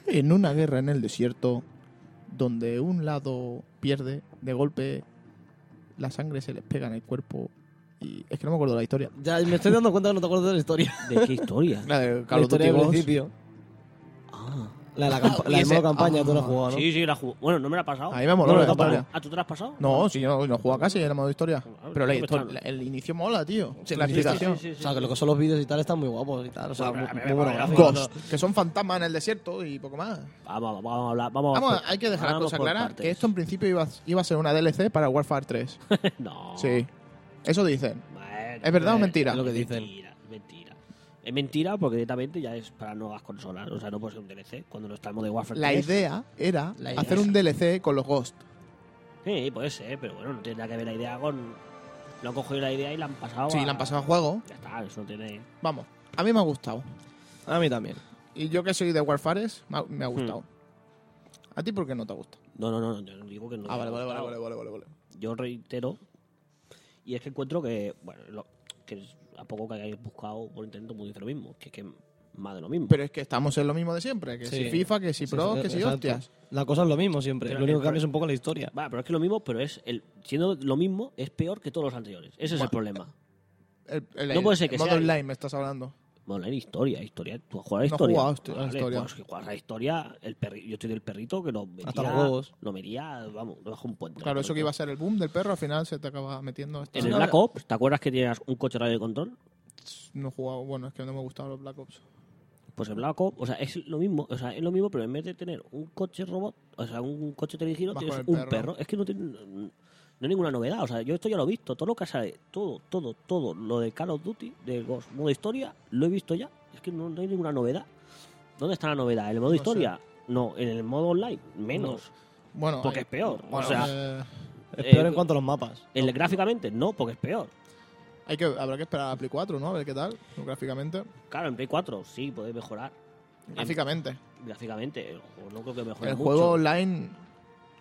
[SPEAKER 1] En una guerra en el desierto, donde un lado pierde, de golpe la sangre se les pega en el cuerpo. Y es que no me acuerdo la historia.
[SPEAKER 3] Ya me estoy dando cuenta que no te acuerdas de la historia.
[SPEAKER 4] ¿De qué historia?
[SPEAKER 1] La de Call
[SPEAKER 3] La
[SPEAKER 1] of Duty
[SPEAKER 3] historia del
[SPEAKER 1] 2.
[SPEAKER 3] principio.
[SPEAKER 4] ah.
[SPEAKER 3] La de la, campa-
[SPEAKER 1] Ah,
[SPEAKER 3] la del
[SPEAKER 1] ese-
[SPEAKER 3] modo campaña,
[SPEAKER 1] ah.
[SPEAKER 3] tú la has jugado, ¿no?
[SPEAKER 4] Sí, sí, la jugó. Bueno, no me la ha pasado.
[SPEAKER 1] A mí me moló
[SPEAKER 4] No,
[SPEAKER 1] la
[SPEAKER 4] no, tampoco.
[SPEAKER 1] historia.
[SPEAKER 4] ¿Ah, tú te la has pasado?
[SPEAKER 1] No, si yo no juego casi, era modo historia.
[SPEAKER 4] Claro,
[SPEAKER 1] Pero la
[SPEAKER 4] no me
[SPEAKER 1] historia,
[SPEAKER 4] está-
[SPEAKER 1] la- el inicio mola, tío.
[SPEAKER 3] Sí,
[SPEAKER 1] la
[SPEAKER 3] sí, sí,
[SPEAKER 1] explicación.
[SPEAKER 4] Ah, Sí, sí, sí,
[SPEAKER 3] O sea, que lo que son los vídeos y tal están muy guapos y tal. O sea, muy, muy buenos gráficos.
[SPEAKER 1] Ghost, que son fantasmas en el desierto y poco más.
[SPEAKER 4] Ah, Vamos, vamos a hablar. Vamos,
[SPEAKER 1] Vamos,
[SPEAKER 4] por-
[SPEAKER 1] hay que dejar la
[SPEAKER 4] pues, vamos
[SPEAKER 1] cosa
[SPEAKER 4] por
[SPEAKER 1] clara,
[SPEAKER 4] partes.
[SPEAKER 1] que esto em- en principio iba, a- iba a ser una DLC para Warfare 3.
[SPEAKER 4] no.
[SPEAKER 1] Sí. Eso dicen.
[SPEAKER 4] Bueno,
[SPEAKER 1] ¿Es verdad o mentira?
[SPEAKER 3] Es lo que
[SPEAKER 4] Es
[SPEAKER 3] dicen.
[SPEAKER 4] Mentira, es mentira. Es mentira porque directamente ya es para nuevas consolas. O sea, no puede ser un DLC cuando no estamos de Warfare
[SPEAKER 1] La
[SPEAKER 4] 3.
[SPEAKER 1] idea era
[SPEAKER 3] La idea
[SPEAKER 1] hacer un DLC con los Ghost.
[SPEAKER 4] Ah, Sí, puede ser, pero bueno, no tiene nada que ver la idea con. Lo han cogido la idea y la han pasado.
[SPEAKER 1] Sí,
[SPEAKER 4] a-
[SPEAKER 1] la han pasado a juego.
[SPEAKER 4] Ya está, eso no tiene.
[SPEAKER 1] Vamos, a mí me ha gustado.
[SPEAKER 3] A mí también.
[SPEAKER 1] Y yo que soy de Warfares, me ha, me ha
[SPEAKER 4] Hmm.
[SPEAKER 1] gustado. ¿A ti por qué no te gusta?
[SPEAKER 4] No, no, no, yo no digo que no.
[SPEAKER 1] ah,
[SPEAKER 4] me
[SPEAKER 1] vale, vale,
[SPEAKER 4] ha
[SPEAKER 1] vale,
[SPEAKER 4] gustado.
[SPEAKER 1] vale, vale, vale, vale.
[SPEAKER 4] Yo reitero. Y es que encuentro que. Bueno, lo- que es- a poco que hayáis buscado por internet, muy dice lo mismo. Que es que más de lo mismo.
[SPEAKER 1] Pero es que estamos en lo mismo de siempre, que si
[SPEAKER 3] Sí.
[SPEAKER 1] FIFA, que si Pro, que si
[SPEAKER 3] exacto.
[SPEAKER 1] hostias.
[SPEAKER 3] La cosa es lo mismo siempre.
[SPEAKER 4] Pero
[SPEAKER 3] lo único que
[SPEAKER 4] el-
[SPEAKER 3] cambia es un poco la historia.
[SPEAKER 4] Vale, pero es que lo mismo, pero es. El, siendo lo mismo, es peor que todos los anteriores. Ese es el problema.
[SPEAKER 1] El- el-
[SPEAKER 4] No puede ser que
[SPEAKER 1] el modo
[SPEAKER 4] sea-
[SPEAKER 1] online me estás hablando.
[SPEAKER 4] Bueno, online historia, historia. ¿Tú has jugado a
[SPEAKER 1] No he
[SPEAKER 4] historia?
[SPEAKER 1] jugado a histo- a historia.
[SPEAKER 4] Pues, que juegas a historia, el perri- yo estoy del perrito que lo metía.
[SPEAKER 3] Hasta los huevos.
[SPEAKER 4] Lo metía, vamos, lo bajo un puente.
[SPEAKER 1] Claro, eso que iba a ser el boom del perro, al final se te acaba metiendo. Esta...
[SPEAKER 4] En el
[SPEAKER 3] No,
[SPEAKER 4] Black
[SPEAKER 3] no.
[SPEAKER 4] Ops, ¿te acuerdas que tenías un coche radio de control?
[SPEAKER 1] No he jugado, bueno, es que no me gustaban los Black Ops.
[SPEAKER 4] Pues el Black Ops, o sea, es lo mismo, o sea, es lo mismo, pero en vez de tener un coche robot, o sea, un coche teledirigido,
[SPEAKER 1] Vas
[SPEAKER 4] tienes
[SPEAKER 1] con el
[SPEAKER 4] un
[SPEAKER 1] perro.
[SPEAKER 4] perro. Es que no tiene no hay ninguna novedad, o sea, yo esto ya lo he visto, todo lo que sale, todo, todo, todo lo de Call of Duty, de Ghost, modo historia, lo he visto ya, es que no, no hay ninguna novedad. ¿Dónde está la novedad? ¿En el modo
[SPEAKER 1] No sé.
[SPEAKER 4] historia? No, en el modo online, menos,
[SPEAKER 1] Bueno,
[SPEAKER 4] porque
[SPEAKER 1] eh,
[SPEAKER 4] es peor.
[SPEAKER 1] bueno,
[SPEAKER 4] o sea,
[SPEAKER 1] eh,
[SPEAKER 3] Es
[SPEAKER 4] Eh,
[SPEAKER 3] peor en cuanto a los mapas.
[SPEAKER 4] en el- gráficamente, no, porque es peor.
[SPEAKER 1] hay que, habrá que esperar a la Play 4, ¿no? A ver qué tal, gráficamente.
[SPEAKER 4] Claro, en Play 4 sí, puedes mejorar.
[SPEAKER 1] Gráficamente.
[SPEAKER 4] Gráficamente, el juego no creo que mejore
[SPEAKER 1] El
[SPEAKER 4] mucho.
[SPEAKER 1] juego online,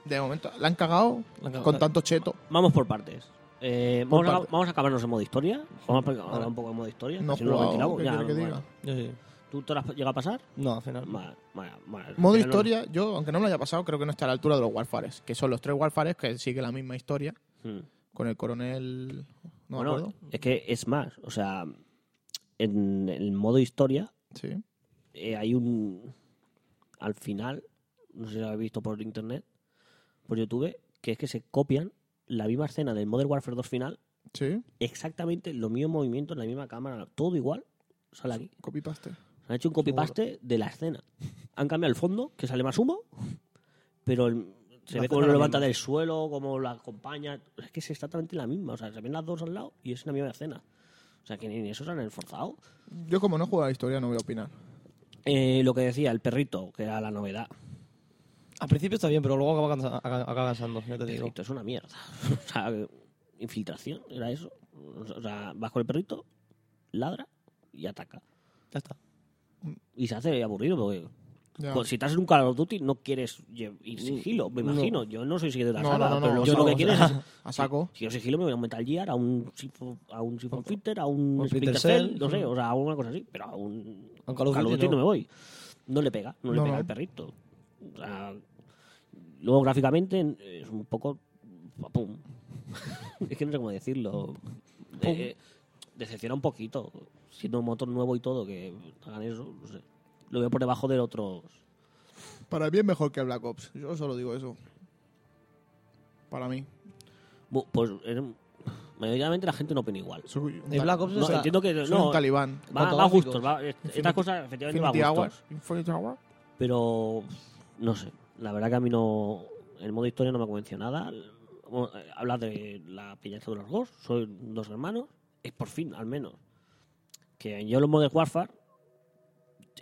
[SPEAKER 1] de momento, la han cagado con tanto cheto.
[SPEAKER 4] Vamos por partes. Eh,
[SPEAKER 1] Por
[SPEAKER 4] vamos, a,
[SPEAKER 1] partes.
[SPEAKER 4] vamos a acabarnos en modo historia. Vamos a hablar un poco de modo historia.
[SPEAKER 1] No he
[SPEAKER 4] si no lo
[SPEAKER 1] jugado,
[SPEAKER 4] ventilamos,
[SPEAKER 1] ¿qué
[SPEAKER 4] ya,
[SPEAKER 1] quiere que
[SPEAKER 4] bueno.
[SPEAKER 1] diga?
[SPEAKER 3] Yo sí.
[SPEAKER 4] ¿Tú te lo has llegado a pasar? Pues
[SPEAKER 3] No, al final.
[SPEAKER 4] Vale, vale, vale.
[SPEAKER 1] Modo
[SPEAKER 4] Ya no-
[SPEAKER 1] historia, yo, aunque no me lo haya pasado, creo que no está a la altura de los Warfares, que son los tres Warfares que sigue la misma historia
[SPEAKER 4] Hmm.
[SPEAKER 1] con el coronel. No me
[SPEAKER 4] bueno,
[SPEAKER 1] acuerdo.
[SPEAKER 4] es que es más. O sea, en el modo historia
[SPEAKER 1] Sí.
[SPEAKER 4] eh, hay un. Al final, no sé si lo habéis visto por internet, por YouTube, que es que se copian la misma escena del Modern Warfare 2 final,
[SPEAKER 1] Sí.
[SPEAKER 4] exactamente los mismos movimientos, la misma cámara, todo igual, sale aquí.
[SPEAKER 1] Copy paste.
[SPEAKER 4] Han hecho un copy-paste de la escena. Han cambiado el fondo, que sale más humo, pero el- se
[SPEAKER 3] La
[SPEAKER 4] ve cómo
[SPEAKER 3] escena
[SPEAKER 4] lo
[SPEAKER 3] la
[SPEAKER 4] levanta
[SPEAKER 3] misma.
[SPEAKER 4] del suelo, cómo la acompaña. Es que es exactamente la misma. O sea, se ven las dos al lado y es la misma escena. O sea, que ni en eso se han esforzado.
[SPEAKER 1] Yo, como no he jugado a la historia, no voy a opinar.
[SPEAKER 4] Eh, lo que decía, el perrito, que era la novedad.
[SPEAKER 3] Al principio está bien, pero luego acaba, cansa- acaba- acaba cansando, ya te
[SPEAKER 4] El
[SPEAKER 3] digo.
[SPEAKER 4] perrito es una mierda. O sea, que- infiltración, era eso. O sea, vas con el perrito, ladra y ataca.
[SPEAKER 3] Ya está.
[SPEAKER 4] Y se hace aburrido porque...
[SPEAKER 1] Ya.
[SPEAKER 4] Pues si estás en un Call of Duty no quieres lle- ir sigilo, me
[SPEAKER 3] No.
[SPEAKER 4] imagino. Yo no soy sigilo de la
[SPEAKER 1] No,
[SPEAKER 4] saga,
[SPEAKER 1] no, no,
[SPEAKER 4] pero
[SPEAKER 1] no,
[SPEAKER 4] yo lo que
[SPEAKER 1] vamos,
[SPEAKER 4] quieres
[SPEAKER 1] a-
[SPEAKER 4] es...
[SPEAKER 1] a saco.
[SPEAKER 4] Si, si yo sigilo me voy a un Metal Gear, a un Sifo- a un Siphon Filter, a un
[SPEAKER 3] un
[SPEAKER 4] Splinter
[SPEAKER 3] Splinter
[SPEAKER 4] Cell,
[SPEAKER 3] Cell,
[SPEAKER 4] no sé,
[SPEAKER 3] sí.
[SPEAKER 4] o sea, a una cosa así, pero a un
[SPEAKER 3] A un Call of Duty
[SPEAKER 4] no.
[SPEAKER 3] no.
[SPEAKER 4] me voy. No le pega, no,
[SPEAKER 1] No,
[SPEAKER 4] le pega
[SPEAKER 1] no.
[SPEAKER 4] al perrito. O sea, luego gráficamente es un poco... Pum. es que no sé cómo decirlo. Eh, decepciona un poquito. Siendo un motor nuevo y todo, que hagan eso, no sé. Lo veo por debajo de otros...
[SPEAKER 1] Para mí es mejor que Black Ops. Yo solo digo eso. Para mí.
[SPEAKER 4] Bu- Pues eh, mayoritariamente la gente no opina igual.
[SPEAKER 1] Soy un
[SPEAKER 3] El
[SPEAKER 1] ta-
[SPEAKER 3] Black Ops
[SPEAKER 4] No,
[SPEAKER 3] está-
[SPEAKER 4] entiendo que
[SPEAKER 1] soy un
[SPEAKER 4] no,
[SPEAKER 1] talibán.
[SPEAKER 4] va,
[SPEAKER 3] cuanto
[SPEAKER 4] va a
[SPEAKER 3] a
[SPEAKER 4] gustos.
[SPEAKER 3] gráficos.
[SPEAKER 4] va- est- estas cosas efectivamente
[SPEAKER 1] Infinity
[SPEAKER 4] va a
[SPEAKER 1] Hour.
[SPEAKER 4] gustos.
[SPEAKER 1] Infinity Hour.
[SPEAKER 4] Pero no sé, la verdad que a mí no. El modo historia no me convenció nada. El- bueno, eh, Habla de la pillaza de los dos, soy dos hermanos. Es por fin, al menos. Que yo los Modern Warfare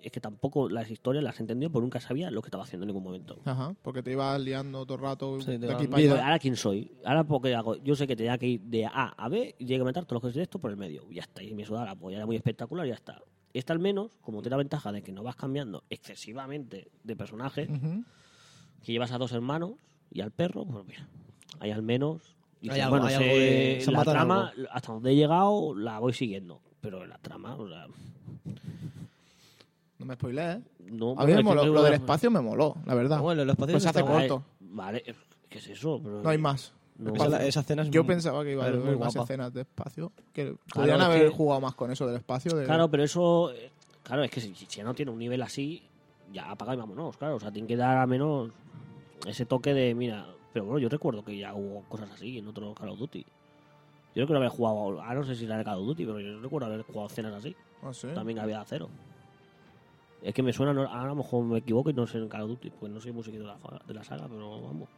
[SPEAKER 4] es que tampoco las historias las entendía porque nunca sabía lo que estaba haciendo en ningún momento.
[SPEAKER 1] Ajá, porque te ibas liando todo el rato
[SPEAKER 3] Sí, te
[SPEAKER 1] de
[SPEAKER 3] vas
[SPEAKER 1] aquí para
[SPEAKER 4] Digo,
[SPEAKER 1] allá.
[SPEAKER 4] ahora quién soy. Ahora porque hago, yo sé que tenía que ir de A a B y tenía que matar todos los que de esto por el medio. Ya está, y me sudaba la polla, era muy espectacular y ya está. Esta al menos, como tiene la ventaja de que no vas cambiando excesivamente de personaje,
[SPEAKER 1] Ujú.
[SPEAKER 4] que llevas a dos hermanos y al perro, pues mira, hay al menos. dices,
[SPEAKER 3] Hay algo- hay algo de- se
[SPEAKER 4] la
[SPEAKER 3] matan
[SPEAKER 4] trama, hasta donde he llegado, la voy siguiendo. Pero la trama, o sea,
[SPEAKER 1] No me spoilees. ¿eh?
[SPEAKER 4] no.
[SPEAKER 1] A mí me
[SPEAKER 4] es que
[SPEAKER 1] moló,
[SPEAKER 4] no-
[SPEAKER 1] lo del espacio me moló, la verdad.
[SPEAKER 3] Bueno, los espacios
[SPEAKER 1] Pues hace
[SPEAKER 3] están-
[SPEAKER 1] corto.
[SPEAKER 4] Vale, Vale, ¿qué es eso? Pero-
[SPEAKER 1] no hay más.
[SPEAKER 4] no.
[SPEAKER 3] Esa, esa escena es
[SPEAKER 1] Yo
[SPEAKER 3] muy-
[SPEAKER 1] pensaba que iba a
[SPEAKER 3] es
[SPEAKER 1] haber
[SPEAKER 3] muy
[SPEAKER 1] más
[SPEAKER 3] guapa.
[SPEAKER 1] escenas de espacio. Que podrían
[SPEAKER 4] es
[SPEAKER 1] haber
[SPEAKER 4] que-
[SPEAKER 1] jugado más con eso del espacio. de-
[SPEAKER 4] Claro, pero eso. eh, Claro, es que si, si ya no tiene un nivel así, ya apaga y vámonos, claro. O sea, tiene que dar a menos ese toque de, mira. Pero bueno, yo recuerdo que ya hubo cosas así en otro Call of Duty. Yo creo que haber jugado. Ah, no sé si era el Call of Duty, pero yo recuerdo haber jugado escenas así.
[SPEAKER 1] No sé.
[SPEAKER 4] También que había cero. Es que me suena, no- ahora a lo mejor me equivoco y no sé en Call of Duty, porque no soy muy seguidor de la, fa- de la saga, pero vamos.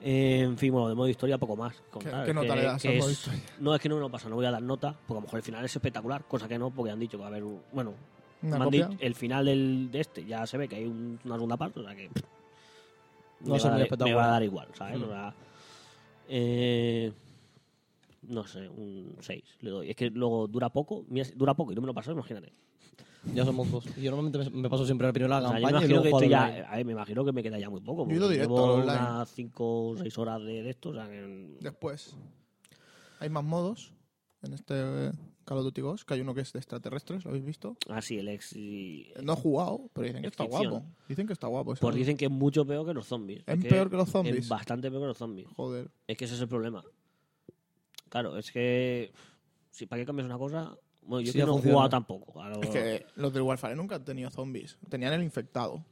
[SPEAKER 4] Eh, en fin, bueno, de modo historia poco más. que contar.
[SPEAKER 1] qué
[SPEAKER 4] Es
[SPEAKER 1] nota
[SPEAKER 4] que-
[SPEAKER 1] le das
[SPEAKER 4] que
[SPEAKER 1] al modo
[SPEAKER 4] es-
[SPEAKER 1] historia?
[SPEAKER 4] No, es que no me lo pasa, no voy a dar nota, porque a lo mejor el final es espectacular, cosa que no, porque han dicho que va a haber un- Bueno,
[SPEAKER 1] Una
[SPEAKER 4] me han
[SPEAKER 1] copia.
[SPEAKER 4] dicho- el final del, de este ya se ve que hay un- una segunda parte, o sea que.
[SPEAKER 3] No va a ser muy
[SPEAKER 4] me, va a dar, me
[SPEAKER 3] espectacular.
[SPEAKER 4] va a dar igual,
[SPEAKER 3] Mm.
[SPEAKER 4] ¿sabes? O sea, eh, no sé, un 6 le doy. Es que luego dura poco, mira, si- dura poco y no me lo paso, imagínate.
[SPEAKER 3] Ya somos dos. Yo normalmente me, me paso siempre primero la
[SPEAKER 4] O sea, yo
[SPEAKER 3] campaña y
[SPEAKER 4] imagino
[SPEAKER 3] luego
[SPEAKER 4] que
[SPEAKER 3] juego
[SPEAKER 4] esto ya- eh,
[SPEAKER 3] online.
[SPEAKER 4] a ver, me imagino que me queda ya muy poco.
[SPEAKER 1] Yo he ido
[SPEAKER 4] porque
[SPEAKER 1] directo
[SPEAKER 4] llevo
[SPEAKER 1] al online.
[SPEAKER 4] unas 5 o 6 horas de, de esto. O sea, que-
[SPEAKER 1] Después, hay más modos en este eh, Call of Duty Ghost, que hay uno que es de extraterrestres, ¿lo habéis visto?
[SPEAKER 4] ah, sí, el ex. y-
[SPEAKER 1] No he jugado, pero dicen que está
[SPEAKER 4] Descripción.
[SPEAKER 1] guapo. Dicen que está guapo. ese
[SPEAKER 4] pues
[SPEAKER 1] modo.
[SPEAKER 4] dicen que es mucho peor que los zombies.
[SPEAKER 1] ¿Es
[SPEAKER 4] que
[SPEAKER 1] peor que los zombies?
[SPEAKER 4] Es bastante peor que los zombies.
[SPEAKER 1] Joder.
[SPEAKER 4] Es que ese es el problema. Claro, es que. Si para qué cambias una cosa, Bueno, yo
[SPEAKER 3] Sí,
[SPEAKER 4] es que
[SPEAKER 3] ha
[SPEAKER 4] no he
[SPEAKER 3] funcionado.
[SPEAKER 4] jugado tampoco. a lo-
[SPEAKER 1] Es que los del Warfare nunca han tenido zombies. Tenían el infectado,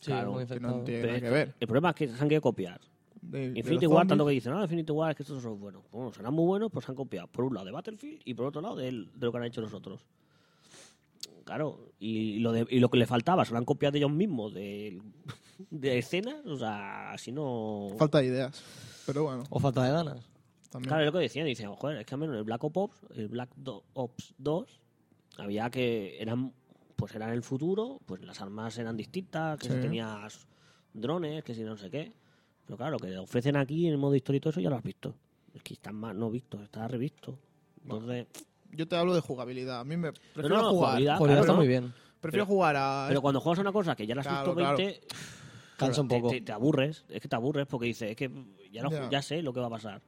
[SPEAKER 4] Claro,
[SPEAKER 3] muy
[SPEAKER 4] que
[SPEAKER 1] que
[SPEAKER 3] infectado.
[SPEAKER 1] no tiene
[SPEAKER 4] pero
[SPEAKER 1] nada
[SPEAKER 4] es
[SPEAKER 1] que
[SPEAKER 4] que-
[SPEAKER 1] ver.
[SPEAKER 4] El problema es que se han querido copiar.
[SPEAKER 1] De- de los
[SPEAKER 4] Infinity War, tanto que
[SPEAKER 1] zombies.
[SPEAKER 4] dicen, ah, Infinity War, es que estos son buenos. Bueno, serán muy buenos, pues se han copiado. Por un lado de Battlefield y por otro lado del- de, lo que han hecho los otros. Claro, y lo, de- y lo que le faltaba, se lo han copiado ellos mismos de, de escenas, o sea, si no...
[SPEAKER 1] Falta de ideas. Pero bueno,
[SPEAKER 3] O falta de ganas.
[SPEAKER 1] también.
[SPEAKER 4] Claro, es lo que decían, dicen, joder, es que al menos en el Black Ops, el Black Do- Ops 2, había que, eran, pues eran el futuro, pues las armas eran distintas, que
[SPEAKER 1] Sí.
[SPEAKER 4] si tenías drones, que si no sé qué. Pero claro, lo que ofrecen aquí en el modo historia y todo eso ya lo has visto. Es que están más, no visto, está revisto. Entonces,
[SPEAKER 1] Yo te hablo de jugabilidad. A mí me prefiero
[SPEAKER 4] no, no,
[SPEAKER 1] jugar.
[SPEAKER 4] jugabilidad,
[SPEAKER 3] Joder,
[SPEAKER 4] Ah, claro,
[SPEAKER 3] está
[SPEAKER 4] ¿no?
[SPEAKER 3] muy bien.
[SPEAKER 1] Prefiero jugar a.
[SPEAKER 4] pero cuando juegas a una cosa que ya la has
[SPEAKER 1] Claro,
[SPEAKER 4] visto
[SPEAKER 1] claro.
[SPEAKER 4] 20,
[SPEAKER 3] Cansa un
[SPEAKER 4] te-
[SPEAKER 3] poco.
[SPEAKER 4] Te, te aburres, es que te aburres porque dices, es que ya, lo-
[SPEAKER 1] Ya.
[SPEAKER 4] ya sé lo que va a pasar.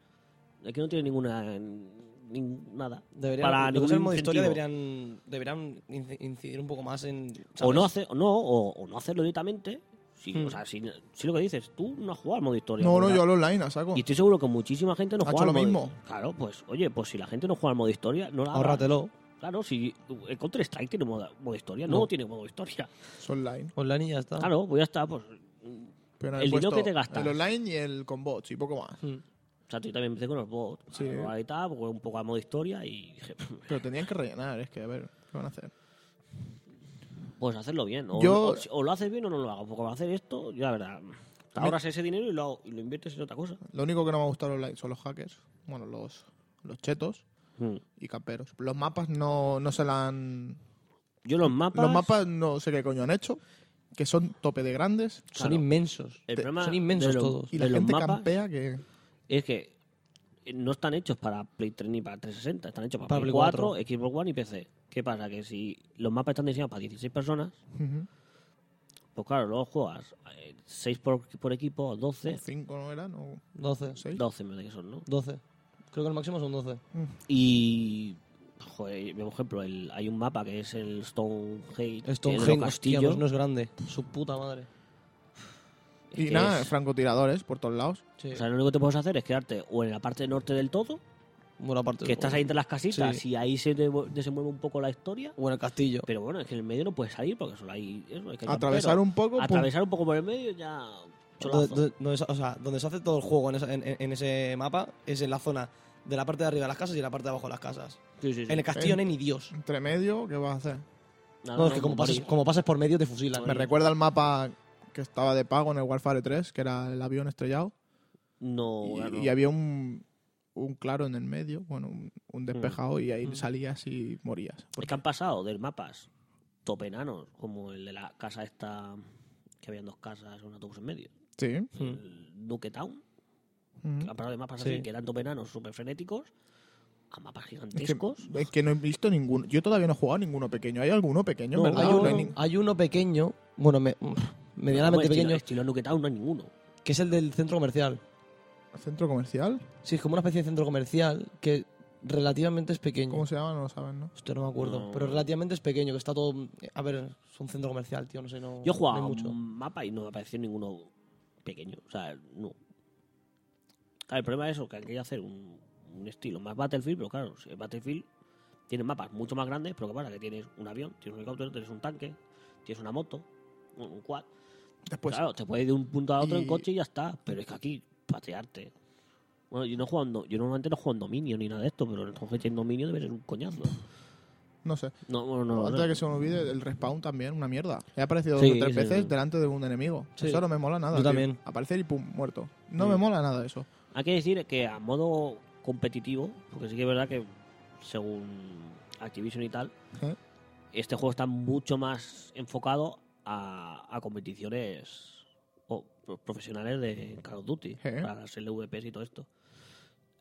[SPEAKER 4] Es que no tiene ninguna. nin- nada.
[SPEAKER 3] Deberían,
[SPEAKER 4] para
[SPEAKER 3] lo que es
[SPEAKER 4] ningún
[SPEAKER 3] el modo historia
[SPEAKER 4] incentivo.
[SPEAKER 3] deberían, deberían inci- incidir un poco más en...
[SPEAKER 4] o
[SPEAKER 3] ¿sabes?
[SPEAKER 4] no hacer, o no, o, o no hacerlo directamente. Si,
[SPEAKER 3] Hmm.
[SPEAKER 4] O sea, si, si lo que dices, tú no has jugado al modo historia.
[SPEAKER 1] No, no,
[SPEAKER 4] ¿verdad?
[SPEAKER 1] yo al online, a saco.
[SPEAKER 4] Y estoy seguro que muchísima gente no
[SPEAKER 1] Ha
[SPEAKER 4] juega
[SPEAKER 1] hecho
[SPEAKER 4] al
[SPEAKER 1] lo
[SPEAKER 4] modo-
[SPEAKER 1] mismo.
[SPEAKER 4] Claro, pues, oye, pues si la gente no juega al modo historia, no la haga.
[SPEAKER 3] Ahórratelo.
[SPEAKER 4] Claro, si el Counter Strike tiene modo, modo historia, no.
[SPEAKER 3] No.
[SPEAKER 4] tiene modo historia.
[SPEAKER 1] Es online.
[SPEAKER 3] Online y ya está.
[SPEAKER 4] Claro, pues ya está, pues. O
[SPEAKER 1] Pero
[SPEAKER 4] El
[SPEAKER 1] he
[SPEAKER 4] dinero
[SPEAKER 1] puesto
[SPEAKER 4] que te gastas. Hmm.
[SPEAKER 1] El online y el con bots y poco más.
[SPEAKER 3] Mm.
[SPEAKER 4] sea, yo también empecé con los bots.
[SPEAKER 1] Sí.
[SPEAKER 4] a probar y tal, jugué un poco al modo historia y dije,
[SPEAKER 1] Pero tenían que rellenar, es que a ver, ¿qué van a hacer?
[SPEAKER 4] pues hacerlo bien. O,
[SPEAKER 1] Yo-
[SPEAKER 4] o- o lo haces bien o no lo hago. Porque para hacer esto, yo la verdad, te ahorras ese dinero y lo, hago- y lo inviertes en otra cosa.
[SPEAKER 1] Lo único que no me ha gustado online son los hackers. Bueno, los, los chetos
[SPEAKER 4] Hmm.
[SPEAKER 1] y camperos. Los mapas no, no se la han.
[SPEAKER 4] Yo los mapas.
[SPEAKER 1] Los mapas no sé qué coño han hecho. Que son tope de grandes.
[SPEAKER 3] Son
[SPEAKER 4] Claro.
[SPEAKER 3] inmensos. Eh,
[SPEAKER 4] El
[SPEAKER 1] Te-
[SPEAKER 4] problema
[SPEAKER 3] son inmensos
[SPEAKER 4] de los-
[SPEAKER 3] todos.
[SPEAKER 1] Y la
[SPEAKER 4] de los
[SPEAKER 1] gente
[SPEAKER 4] mapas
[SPEAKER 1] campea que.
[SPEAKER 4] es que eh, no están hechos para Play 3 ni para 360, están hechos para,
[SPEAKER 3] Para
[SPEAKER 4] Play
[SPEAKER 3] Play
[SPEAKER 4] 4, Xbox One y PC. ¿Qué pasa? Que si los mapas están diseñados para 16 personas,
[SPEAKER 1] Ujú.
[SPEAKER 4] pues claro, luego juegas 6 por, por equipo, o 12,
[SPEAKER 1] Cinco no eran, o
[SPEAKER 3] 12.
[SPEAKER 1] seis.
[SPEAKER 4] 12 me parece que son, ¿no?
[SPEAKER 3] 12. Creo que el máximo son 12.
[SPEAKER 4] Y, joder, por ejemplo, el- hay un mapa que es el Stonehenge, el de los
[SPEAKER 3] Stonehenge, hostia,
[SPEAKER 4] castillos,
[SPEAKER 3] pues no es grande. Su puta madre.
[SPEAKER 4] es
[SPEAKER 1] Y
[SPEAKER 4] que
[SPEAKER 1] nada,
[SPEAKER 4] es-
[SPEAKER 1] francotiradores por todos lados.
[SPEAKER 3] Sí.
[SPEAKER 4] o sea, lo único que te puedes hacer es quedarte o en la parte norte del todo,
[SPEAKER 3] buena parte
[SPEAKER 4] que estás ahí entre las casitas
[SPEAKER 3] Sí.
[SPEAKER 4] y ahí se devu- desenvuelve un poco la historia,
[SPEAKER 3] Bueno, el castillo.
[SPEAKER 4] Pero bueno, es que en el medio no puedes salir porque solo hay. eso, es que hay
[SPEAKER 1] Atravesar
[SPEAKER 4] campero.
[SPEAKER 1] un poco. pum.
[SPEAKER 4] Atravesar un poco por el medio ya.
[SPEAKER 3] Donde,
[SPEAKER 4] Cholazo.
[SPEAKER 3] donde- donde se- o sea, donde se hace todo el juego en, esa- en- en- en ese mapa es en la zona de la parte de arriba de las casas y la parte de abajo de las casas.
[SPEAKER 4] Sí, sí, sí.
[SPEAKER 3] En el castillo
[SPEAKER 1] Eh.
[SPEAKER 3] no hay ni Dios.
[SPEAKER 1] Entre medio, ¿qué vas a hacer?
[SPEAKER 4] Nada,
[SPEAKER 3] No, es que como pases,
[SPEAKER 4] morir.
[SPEAKER 3] como pases por medio te fusilan.
[SPEAKER 1] Me recuerda al mapa que estaba de pago en el Warfare 3, que era el avión estrellado.
[SPEAKER 4] No,
[SPEAKER 1] y,
[SPEAKER 4] Oh, claro.
[SPEAKER 1] y había un, un claro en el medio, bueno, un,
[SPEAKER 4] Mm.
[SPEAKER 1] un despejado, y ahí salías y morías.
[SPEAKER 4] Es que han pasado de mapas topenanos, como el de la casa esta. Que habían dos casas, un autobús en medio.
[SPEAKER 1] Sí.
[SPEAKER 3] Mm.
[SPEAKER 4] El Duke Town.
[SPEAKER 1] Mm.
[SPEAKER 4] que Han pasado de mapas
[SPEAKER 3] Sí.
[SPEAKER 4] así, que eran topenanos súper frenéticos, a mapas
[SPEAKER 1] Es que,
[SPEAKER 4] gigantescos.
[SPEAKER 1] es que no he visto ninguno. Yo todavía no he jugado ninguno pequeño. ¿Hay alguno pequeño,
[SPEAKER 3] No,
[SPEAKER 1] verdad?
[SPEAKER 3] hay,
[SPEAKER 1] No
[SPEAKER 3] uno,
[SPEAKER 1] hay nin-
[SPEAKER 3] hay uno pequeño, bueno, me- mm, medianamente
[SPEAKER 4] Estilo-
[SPEAKER 3] pequeño,
[SPEAKER 4] Estilo Duke Town no hay ninguno.
[SPEAKER 3] que es el del centro comercial.
[SPEAKER 1] ¿Centro comercial?
[SPEAKER 3] Sí, es como una especie de centro comercial que relativamente es
[SPEAKER 4] Mm.
[SPEAKER 3] pequeño.
[SPEAKER 1] ¿Cómo se llama? No lo saben, ¿no?
[SPEAKER 3] Hostia, no me acuerdo.
[SPEAKER 4] No.
[SPEAKER 3] Pero relativamente es pequeño, que está todo. eh, A ver, es un centro comercial, tío, no sé, no.
[SPEAKER 4] Yo he
[SPEAKER 3] no
[SPEAKER 4] jugado
[SPEAKER 3] hay
[SPEAKER 4] mucho.
[SPEAKER 3] mucho.
[SPEAKER 4] un mapa y no me apareció ninguno pequeño. O sea, no. Claro, el problema es eso, que hay que hacer un, un estilo más Battlefield, pero claro, si el Battlefield tiene mapas mucho más grandes, pero ¿qué pasa? Que tienes un avión, tienes un helicóptero, tienes un tanque, tienes una moto, un un quad.
[SPEAKER 1] Después,
[SPEAKER 4] claro, te puedes ir de un punto a otro
[SPEAKER 1] y-
[SPEAKER 4] en coche y ya está, pero es que aquí, patearte. Bueno, yo no jugando, yo normalmente no juego en dominio ni nada de esto, pero entonces en dominio debe ser un coñazo.
[SPEAKER 1] no sé.
[SPEAKER 4] No, bueno, no.
[SPEAKER 1] Antes
[SPEAKER 4] no.
[SPEAKER 1] de que se me olvide, el respawn también, una mierda. He aparecido
[SPEAKER 4] Sí,
[SPEAKER 1] dos o tres
[SPEAKER 4] sí,
[SPEAKER 1] veces
[SPEAKER 4] sí.
[SPEAKER 1] delante de un enemigo.
[SPEAKER 3] Sí.
[SPEAKER 1] Eso no me mola nada.
[SPEAKER 3] Yo
[SPEAKER 1] tío.
[SPEAKER 3] también.
[SPEAKER 1] Aparecer y pum, muerto. No
[SPEAKER 4] Sí.
[SPEAKER 1] me mola nada eso.
[SPEAKER 4] Hay que decir que a modo competitivo, porque sí que es verdad que según Activision y tal,
[SPEAKER 1] ¿Eh?
[SPEAKER 4] este juego está mucho más enfocado a, a competiciones o pro- profesionales de Call of Duty,
[SPEAKER 1] ¿Eh?
[SPEAKER 4] para las LVPs y todo esto.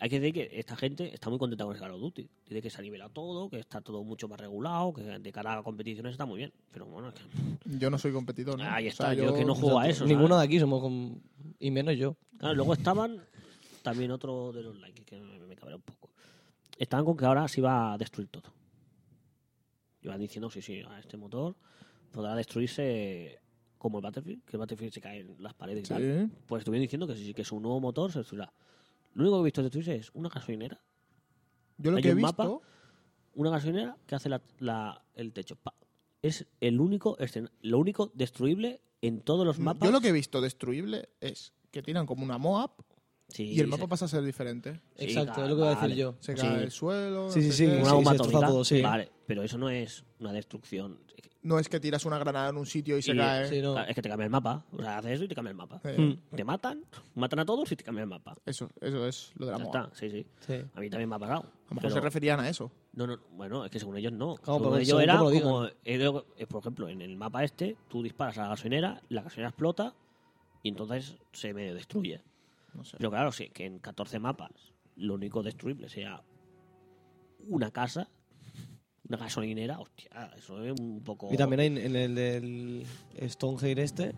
[SPEAKER 4] Hay que decir que esta gente está muy contenta con el Call of Duty. Dice que se ha nivelado todo, que está todo mucho más regulado, que de cara a competiciones está muy bien. Pero bueno, es que-
[SPEAKER 1] Yo no soy competidor. ¿no?
[SPEAKER 4] Ahí
[SPEAKER 1] O sea,
[SPEAKER 4] está, yo que no juego a eso. ¿sabes?
[SPEAKER 3] Ninguno de aquí somos. con- Y menos yo.
[SPEAKER 4] Claro, luego estaban también otro de los likes que me, me cabrea un poco. Estaban con que ahora se iba a destruir todo. Iban diciendo, sí, sí, a este motor podrá destruirse como el Battlefield, que el Battlefield se caen las paredes y tal.
[SPEAKER 1] Sí.
[SPEAKER 4] Pues estuvieron diciendo que sí, sí, que su nuevo motor se destruirá. Lo único que he visto destruirse es una gasolinera.
[SPEAKER 1] Yo lo
[SPEAKER 4] Hay
[SPEAKER 1] que he
[SPEAKER 4] un
[SPEAKER 1] visto
[SPEAKER 4] mapa una gasolinera que hace la- la- el techo. Pa. Es el único escena- lo único destruible en todos los mapas.
[SPEAKER 1] Yo lo que he visto destruible es que tiran como una MOAB
[SPEAKER 4] Sí,
[SPEAKER 1] y el
[SPEAKER 4] sí.
[SPEAKER 1] mapa pasa a ser diferente.
[SPEAKER 4] Sí,
[SPEAKER 3] Exacto, es lo que voy a decir
[SPEAKER 4] vale.
[SPEAKER 3] yo.
[SPEAKER 1] Se
[SPEAKER 4] Sí.
[SPEAKER 1] cae el suelo. no
[SPEAKER 3] Sí, sí,
[SPEAKER 1] sé
[SPEAKER 3] sí,
[SPEAKER 1] qué.
[SPEAKER 4] Una
[SPEAKER 3] sí,
[SPEAKER 4] bomba
[SPEAKER 3] se destroza
[SPEAKER 4] atómica.
[SPEAKER 3] todo, sí.
[SPEAKER 4] Vale, pero eso no es una destrucción.
[SPEAKER 1] No es que tiras una granada en un sitio y se
[SPEAKER 4] Y-
[SPEAKER 1] cae.
[SPEAKER 3] Sí, no.
[SPEAKER 4] Claro, Es que te cambia el mapa. O sea, haces eso y te cambia el mapa.
[SPEAKER 1] Eh,
[SPEAKER 3] Mm.
[SPEAKER 4] Te matan, matan a todos y te cambia el mapa.
[SPEAKER 1] Eso, eso es lo de la
[SPEAKER 4] Ya
[SPEAKER 1] MOAB.
[SPEAKER 4] está, sí, sí.
[SPEAKER 3] Sí.
[SPEAKER 4] A mí también me ha pasado.
[SPEAKER 1] A lo mejor
[SPEAKER 4] Pero-
[SPEAKER 1] se referían a eso.
[SPEAKER 4] No, no, bueno, es que según ellos no.
[SPEAKER 3] Claro,
[SPEAKER 4] según
[SPEAKER 3] pero
[SPEAKER 4] ellos
[SPEAKER 3] según
[SPEAKER 4] era
[SPEAKER 3] cómo lo
[SPEAKER 4] como, era- eh, por ejemplo, en el mapa este, tú disparas a la gasolinera, la gasolinera explota y entonces se medio destruye.
[SPEAKER 1] No sé.
[SPEAKER 4] Pero claro, sí, que en 14 mapas lo único destruible sea una casa, una gasolinera, hostia, eso es un poco...
[SPEAKER 3] Y también hay en- en el del Stonehenge este.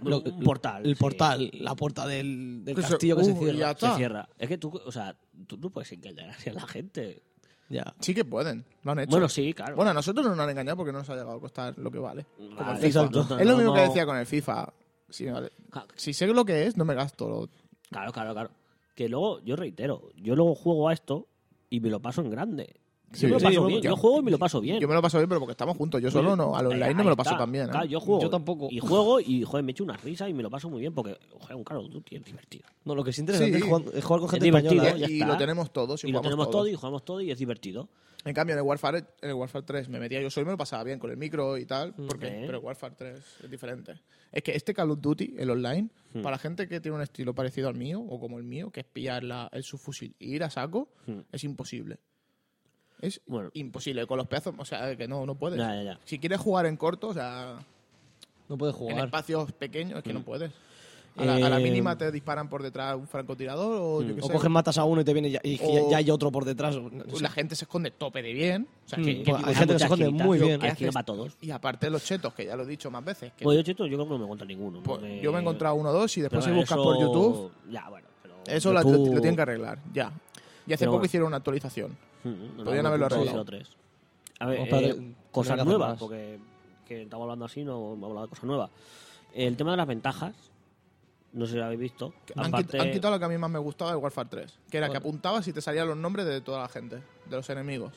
[SPEAKER 4] un,
[SPEAKER 3] lo-
[SPEAKER 4] un portal.
[SPEAKER 3] El
[SPEAKER 4] sí,
[SPEAKER 3] portal, la puerta del, del
[SPEAKER 1] Que se-
[SPEAKER 3] castillo que se
[SPEAKER 1] uh,
[SPEAKER 3] cierra.
[SPEAKER 1] ya
[SPEAKER 4] Se
[SPEAKER 1] está.
[SPEAKER 4] cierra. Es que tú, o sea, tú no puedes engañar así a la gente.
[SPEAKER 3] Ya.
[SPEAKER 1] Sí que pueden, lo han hecho.
[SPEAKER 4] Bueno, sí, claro.
[SPEAKER 1] Bueno, a nosotros no nos han engañado porque no nos ha llegado a costar lo que vale. Como
[SPEAKER 4] Vale,
[SPEAKER 1] el FIFA.
[SPEAKER 4] exacto.
[SPEAKER 1] Es lo mismo que
[SPEAKER 4] No.
[SPEAKER 1] decía con el FIFA. Si, me vale-
[SPEAKER 4] Ja-
[SPEAKER 1] si sé lo que es, no me gasto. lo-
[SPEAKER 4] Claro, claro, claro. Que luego, yo reitero, yo luego juego a esto y me lo paso en grande. Yo
[SPEAKER 1] Sí,
[SPEAKER 4] me lo
[SPEAKER 1] sí,
[SPEAKER 4] paso
[SPEAKER 3] yo-
[SPEAKER 4] bien.
[SPEAKER 1] yo-
[SPEAKER 4] Yo juego y me lo paso bien.
[SPEAKER 1] Yo me lo paso bien, pero porque estamos juntos. Yo solo no, al
[SPEAKER 4] Eh,
[SPEAKER 1] online
[SPEAKER 4] ahí
[SPEAKER 1] no me lo paso
[SPEAKER 4] está.
[SPEAKER 1] tan bien. ¿eh?
[SPEAKER 4] Claro, yo juego.
[SPEAKER 3] Yo tampoco.
[SPEAKER 4] Y juego y, joder, me echo una risa y me lo paso muy bien porque, joder, un Call of Duty es divertido.
[SPEAKER 3] No, lo que sí interesante
[SPEAKER 1] Sí.
[SPEAKER 3] es, jugar, es jugar con
[SPEAKER 4] Es
[SPEAKER 3] gente
[SPEAKER 4] divertido,
[SPEAKER 3] española.
[SPEAKER 4] ¿eh?
[SPEAKER 3] ¿eh?
[SPEAKER 4] ya
[SPEAKER 1] y
[SPEAKER 4] está.
[SPEAKER 1] lo tenemos todos.
[SPEAKER 4] Y lo
[SPEAKER 1] jugamos
[SPEAKER 4] tenemos
[SPEAKER 1] todos.
[SPEAKER 4] todo y jugamos todo y es divertido.
[SPEAKER 1] En cambio, en el Warfare, en el Warfare 3 me metía yo solo y me lo pasaba bien con el micro y tal, porque,
[SPEAKER 4] Ok.
[SPEAKER 1] pero el Warfare 3 es diferente. Es que este Call of Duty, el online,
[SPEAKER 4] Mm.
[SPEAKER 1] para gente que tiene un estilo parecido al mío o como el mío, que es pillar la- el subfusil y ir a saco,
[SPEAKER 4] Hmm.
[SPEAKER 1] es imposible. Es
[SPEAKER 4] Bueno.
[SPEAKER 1] imposible, con los pedazos, o sea, que no, no puedes.
[SPEAKER 4] Ya, ya, ya.
[SPEAKER 1] Si quieres jugar en corto, o sea,
[SPEAKER 3] No puedes
[SPEAKER 1] en
[SPEAKER 3] jugar.
[SPEAKER 1] espacios pequeños, es
[SPEAKER 4] Mm.
[SPEAKER 1] que no puedes. A la, a la
[SPEAKER 3] Eh,
[SPEAKER 1] mínima te disparan por detrás un francotirador o
[SPEAKER 4] mm.
[SPEAKER 1] yo qué
[SPEAKER 3] O
[SPEAKER 1] sé.
[SPEAKER 3] coges, matas a uno y te viene ya, y que ya-
[SPEAKER 1] O-
[SPEAKER 3] ya hay otro por detrás. o- no sé.
[SPEAKER 1] La gente se esconde tope de bien. O sea,
[SPEAKER 3] Mm,
[SPEAKER 1] que-
[SPEAKER 3] pues
[SPEAKER 1] que digo,
[SPEAKER 3] hay gente que se
[SPEAKER 4] mucha
[SPEAKER 3] esconde
[SPEAKER 4] agilidad,
[SPEAKER 3] muy
[SPEAKER 4] yo-
[SPEAKER 3] bien. ¿eh?
[SPEAKER 4] hay
[SPEAKER 1] haces?
[SPEAKER 4] que para todos.
[SPEAKER 1] Y aparte los chetos, que ya lo he dicho más veces. que-
[SPEAKER 4] Pues yo, cheto, yo creo que no me encuentro ninguno.
[SPEAKER 1] Pues
[SPEAKER 4] no
[SPEAKER 1] yo me he encontrado uno o dos y después
[SPEAKER 4] Pero
[SPEAKER 1] si
[SPEAKER 4] bueno,
[SPEAKER 1] buscas
[SPEAKER 4] eso-
[SPEAKER 1] por YouTube,
[SPEAKER 4] Ya, bueno. Pero
[SPEAKER 1] eso lo-
[SPEAKER 4] YouTube-
[SPEAKER 1] Lo, tienen que arreglar, ya. Y hace
[SPEAKER 4] Pero
[SPEAKER 1] poco
[SPEAKER 4] bueno.
[SPEAKER 1] hicieron una actualización.
[SPEAKER 4] Mm,
[SPEAKER 1] Podrían
[SPEAKER 4] no,
[SPEAKER 1] haberlo
[SPEAKER 4] no,
[SPEAKER 1] arreglado.
[SPEAKER 4] dos o tres. A ver,
[SPEAKER 3] Vamos para-
[SPEAKER 4] eh,
[SPEAKER 3] tendrán que
[SPEAKER 4] cosas
[SPEAKER 3] hacer
[SPEAKER 4] nuevas,
[SPEAKER 3] más.
[SPEAKER 4] porque que estamos hablando así, no hemos hablado de cosas nuevas. El tema de las ventajas, no sé si lo habéis visto.
[SPEAKER 1] Que Han, quit-
[SPEAKER 4] Aparte,
[SPEAKER 1] han quitado lo que a mí más me gustaba del Warfare 3, que era que apuntabas y te salían los nombres de toda la gente, de los enemigos.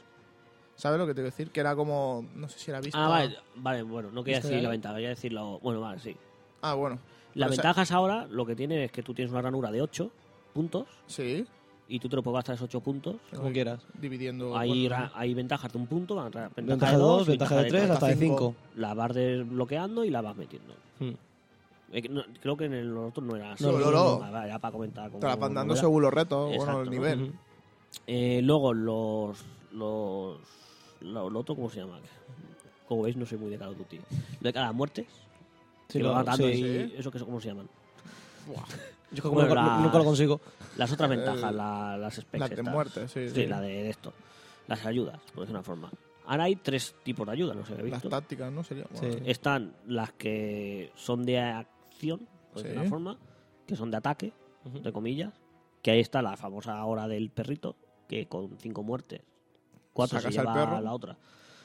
[SPEAKER 1] ¿Sabes lo que te quiero decir? Que era como, no sé si era visto.
[SPEAKER 4] ah, vale, vale, bueno, no quería
[SPEAKER 3] ¿Viste
[SPEAKER 4] decir la
[SPEAKER 3] algo?
[SPEAKER 4] ventaja, quería decirlo. Bueno, vale, sí.
[SPEAKER 1] Ah, bueno.
[SPEAKER 4] Las
[SPEAKER 1] Pero, o sea,
[SPEAKER 4] ventajas ahora lo que tiene es que tú tienes una ranura de 8 puntos
[SPEAKER 1] Sí,
[SPEAKER 4] y tú te lo puedes gastar esos 8 puntos.
[SPEAKER 3] Como quieras.
[SPEAKER 1] dividiendo.
[SPEAKER 4] Hay,
[SPEAKER 1] bueno,
[SPEAKER 4] ra- hay ventajas de un punto, van- ra-
[SPEAKER 3] Ventaja de dos, ventaja de tres, hasta de cinco.
[SPEAKER 4] La vas desbloqueando y la vas metiendo.
[SPEAKER 3] Mm.
[SPEAKER 4] Eh, que no- creo que en el otro no era así.
[SPEAKER 1] No, no, no.
[SPEAKER 4] Vale, vale, era para comentar.
[SPEAKER 1] te la van
[SPEAKER 4] como
[SPEAKER 1] dando
[SPEAKER 4] era.
[SPEAKER 1] según los retos, bueno,
[SPEAKER 4] Exacto,
[SPEAKER 1] el
[SPEAKER 4] ¿no?
[SPEAKER 1] nivel.
[SPEAKER 3] Ujú.
[SPEAKER 4] Eh, luego los, los... Lo, lo otro, ¿cómo se llama? Como veis, no soy muy de Call of Duty. De cara a muertes.
[SPEAKER 3] Sí,
[SPEAKER 4] que
[SPEAKER 3] lo-
[SPEAKER 4] lo van dando
[SPEAKER 3] sí.
[SPEAKER 4] y
[SPEAKER 1] Sí.
[SPEAKER 4] eso que sé cómo se llaman.
[SPEAKER 3] Yo como
[SPEAKER 4] Bueno,
[SPEAKER 3] nunca,
[SPEAKER 4] las-
[SPEAKER 3] nunca lo consigo.
[SPEAKER 4] Las otras ventajas, la- las specs.
[SPEAKER 1] Las de
[SPEAKER 4] estas.
[SPEAKER 1] muerte, sí,
[SPEAKER 4] Sí,
[SPEAKER 1] sí.
[SPEAKER 4] la de esto. Las ayudas, por decir una forma. Ahora hay tres tipos de ayudas, no sé, ¿habéis
[SPEAKER 1] Las
[SPEAKER 4] visto?
[SPEAKER 1] tácticas, ¿no? Sería. bueno,
[SPEAKER 3] Sí.
[SPEAKER 1] sí.
[SPEAKER 4] Están las que son de acción, por
[SPEAKER 1] Sí.
[SPEAKER 4] decir una forma, que son de ataque,
[SPEAKER 3] Ujú.
[SPEAKER 4] entre comillas, que ahí está la famosa hora del perrito, que con cinco muertes, cuatro
[SPEAKER 1] Sacas
[SPEAKER 4] se
[SPEAKER 1] al
[SPEAKER 4] lleva
[SPEAKER 1] perro.
[SPEAKER 4] la otra.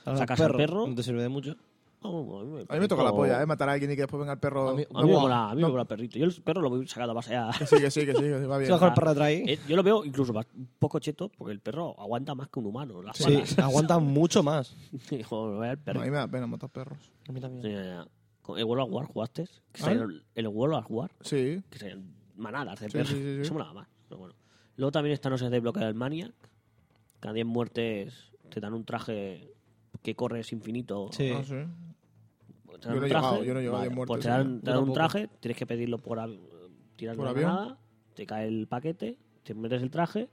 [SPEAKER 3] Ahora,
[SPEAKER 4] Sacas al perro.
[SPEAKER 3] No te sirve de mucho.
[SPEAKER 4] Oh, a mí me,
[SPEAKER 1] A mí me toca la polla, ¿eh? Matar a alguien y que después venga el perro.
[SPEAKER 3] A mí-
[SPEAKER 4] A mí me
[SPEAKER 3] Buah,
[SPEAKER 4] mola, a mí me
[SPEAKER 1] no.
[SPEAKER 4] mola el perrito. Yo el perro lo voy sacando a pasear.
[SPEAKER 1] Que sí, que sí, que sí, que sí, va
[SPEAKER 3] Si
[SPEAKER 1] bien.
[SPEAKER 3] bajo el perro atrás ahí,
[SPEAKER 4] Eh, Yo lo veo incluso más- un poco cheto, porque el perro aguanta más que un humano. Las
[SPEAKER 3] sí,
[SPEAKER 4] patas.
[SPEAKER 3] aguanta mucho más.
[SPEAKER 4] Y, joder, vaya el perrito.
[SPEAKER 1] No, a mí me da pena matar perros.
[SPEAKER 3] A mí también.
[SPEAKER 4] Sí, ya, ya. Con el World of War jugaste. Que
[SPEAKER 1] ¿Ah?
[SPEAKER 4] salieron- el World of War,
[SPEAKER 1] Sí,
[SPEAKER 4] que salían manadas de
[SPEAKER 1] Sí,
[SPEAKER 4] perros.
[SPEAKER 1] sí, sí, sí.
[SPEAKER 4] Eso molaba más. Pero bueno. Luego también está, no sé, desbloquear el Maniac. Cada 10 muertes te dan un traje que corres infinito.
[SPEAKER 3] Sí.
[SPEAKER 1] Ah, sí.
[SPEAKER 4] Te dan
[SPEAKER 1] Yo no
[SPEAKER 4] un
[SPEAKER 1] he
[SPEAKER 4] traje.
[SPEAKER 1] llegado, yo no he llegado a 10 muertes,
[SPEAKER 4] Pues te
[SPEAKER 1] sí.
[SPEAKER 4] dan, te dan un
[SPEAKER 3] tampoco.
[SPEAKER 4] traje, tienes que pedirlo por, av- tirar
[SPEAKER 1] Por
[SPEAKER 4] una
[SPEAKER 1] avión.
[SPEAKER 4] granada, te cae el paquete, te metes el traje,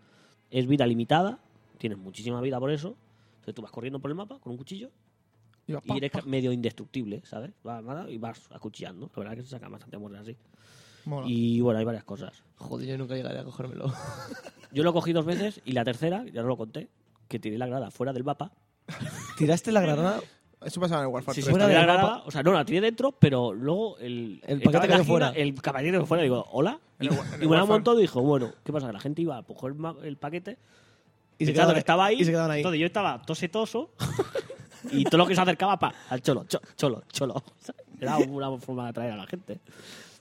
[SPEAKER 4] es vida limitada, tienes muchísima vida por eso. Entonces tú vas corriendo por el mapa con un cuchillo
[SPEAKER 1] Iba, pa,
[SPEAKER 4] y eres
[SPEAKER 1] pa.
[SPEAKER 4] medio indestructible, ¿sabes? Va, va, y vas acuchillando. La verdad es que se saca bastante muerte así.
[SPEAKER 1] Mola.
[SPEAKER 4] Y bueno, hay varias cosas.
[SPEAKER 3] Joder, yo nunca llegaré a cogérmelo.
[SPEAKER 4] Yo lo cogí dos veces y la tercera, ya no lo conté, que tiré la grada fuera del mapa.
[SPEAKER 3] ¿Tiraste la granada?
[SPEAKER 1] Eso pasaba en el Warfare
[SPEAKER 4] Sí, sí,
[SPEAKER 1] 3.
[SPEAKER 3] fuera
[SPEAKER 4] tiré
[SPEAKER 3] del
[SPEAKER 4] la
[SPEAKER 3] mapa.
[SPEAKER 4] grada, O sea, no, la tiré dentro, pero luego el...
[SPEAKER 3] El
[SPEAKER 4] estaba
[SPEAKER 3] paquete
[SPEAKER 4] en la
[SPEAKER 3] cayó
[SPEAKER 4] esquina,
[SPEAKER 3] fuera.
[SPEAKER 4] El caballero que fuera, digo, hola.
[SPEAKER 1] En
[SPEAKER 4] Y,
[SPEAKER 1] el wa- en el
[SPEAKER 4] y me la
[SPEAKER 1] Warfare.
[SPEAKER 4] montó y dijo, bueno, ¿qué pasa? Que la gente iba a coger el, ma- el paquete
[SPEAKER 3] Y se
[SPEAKER 4] pensando
[SPEAKER 3] quedaron-
[SPEAKER 4] que estaba ahí.
[SPEAKER 3] Y se quedaron ahí.
[SPEAKER 4] Entonces yo estaba tosetoso y todo lo que se acercaba pa, al cholo, cho- cholo, cholo. Era una forma de atraer a la gente.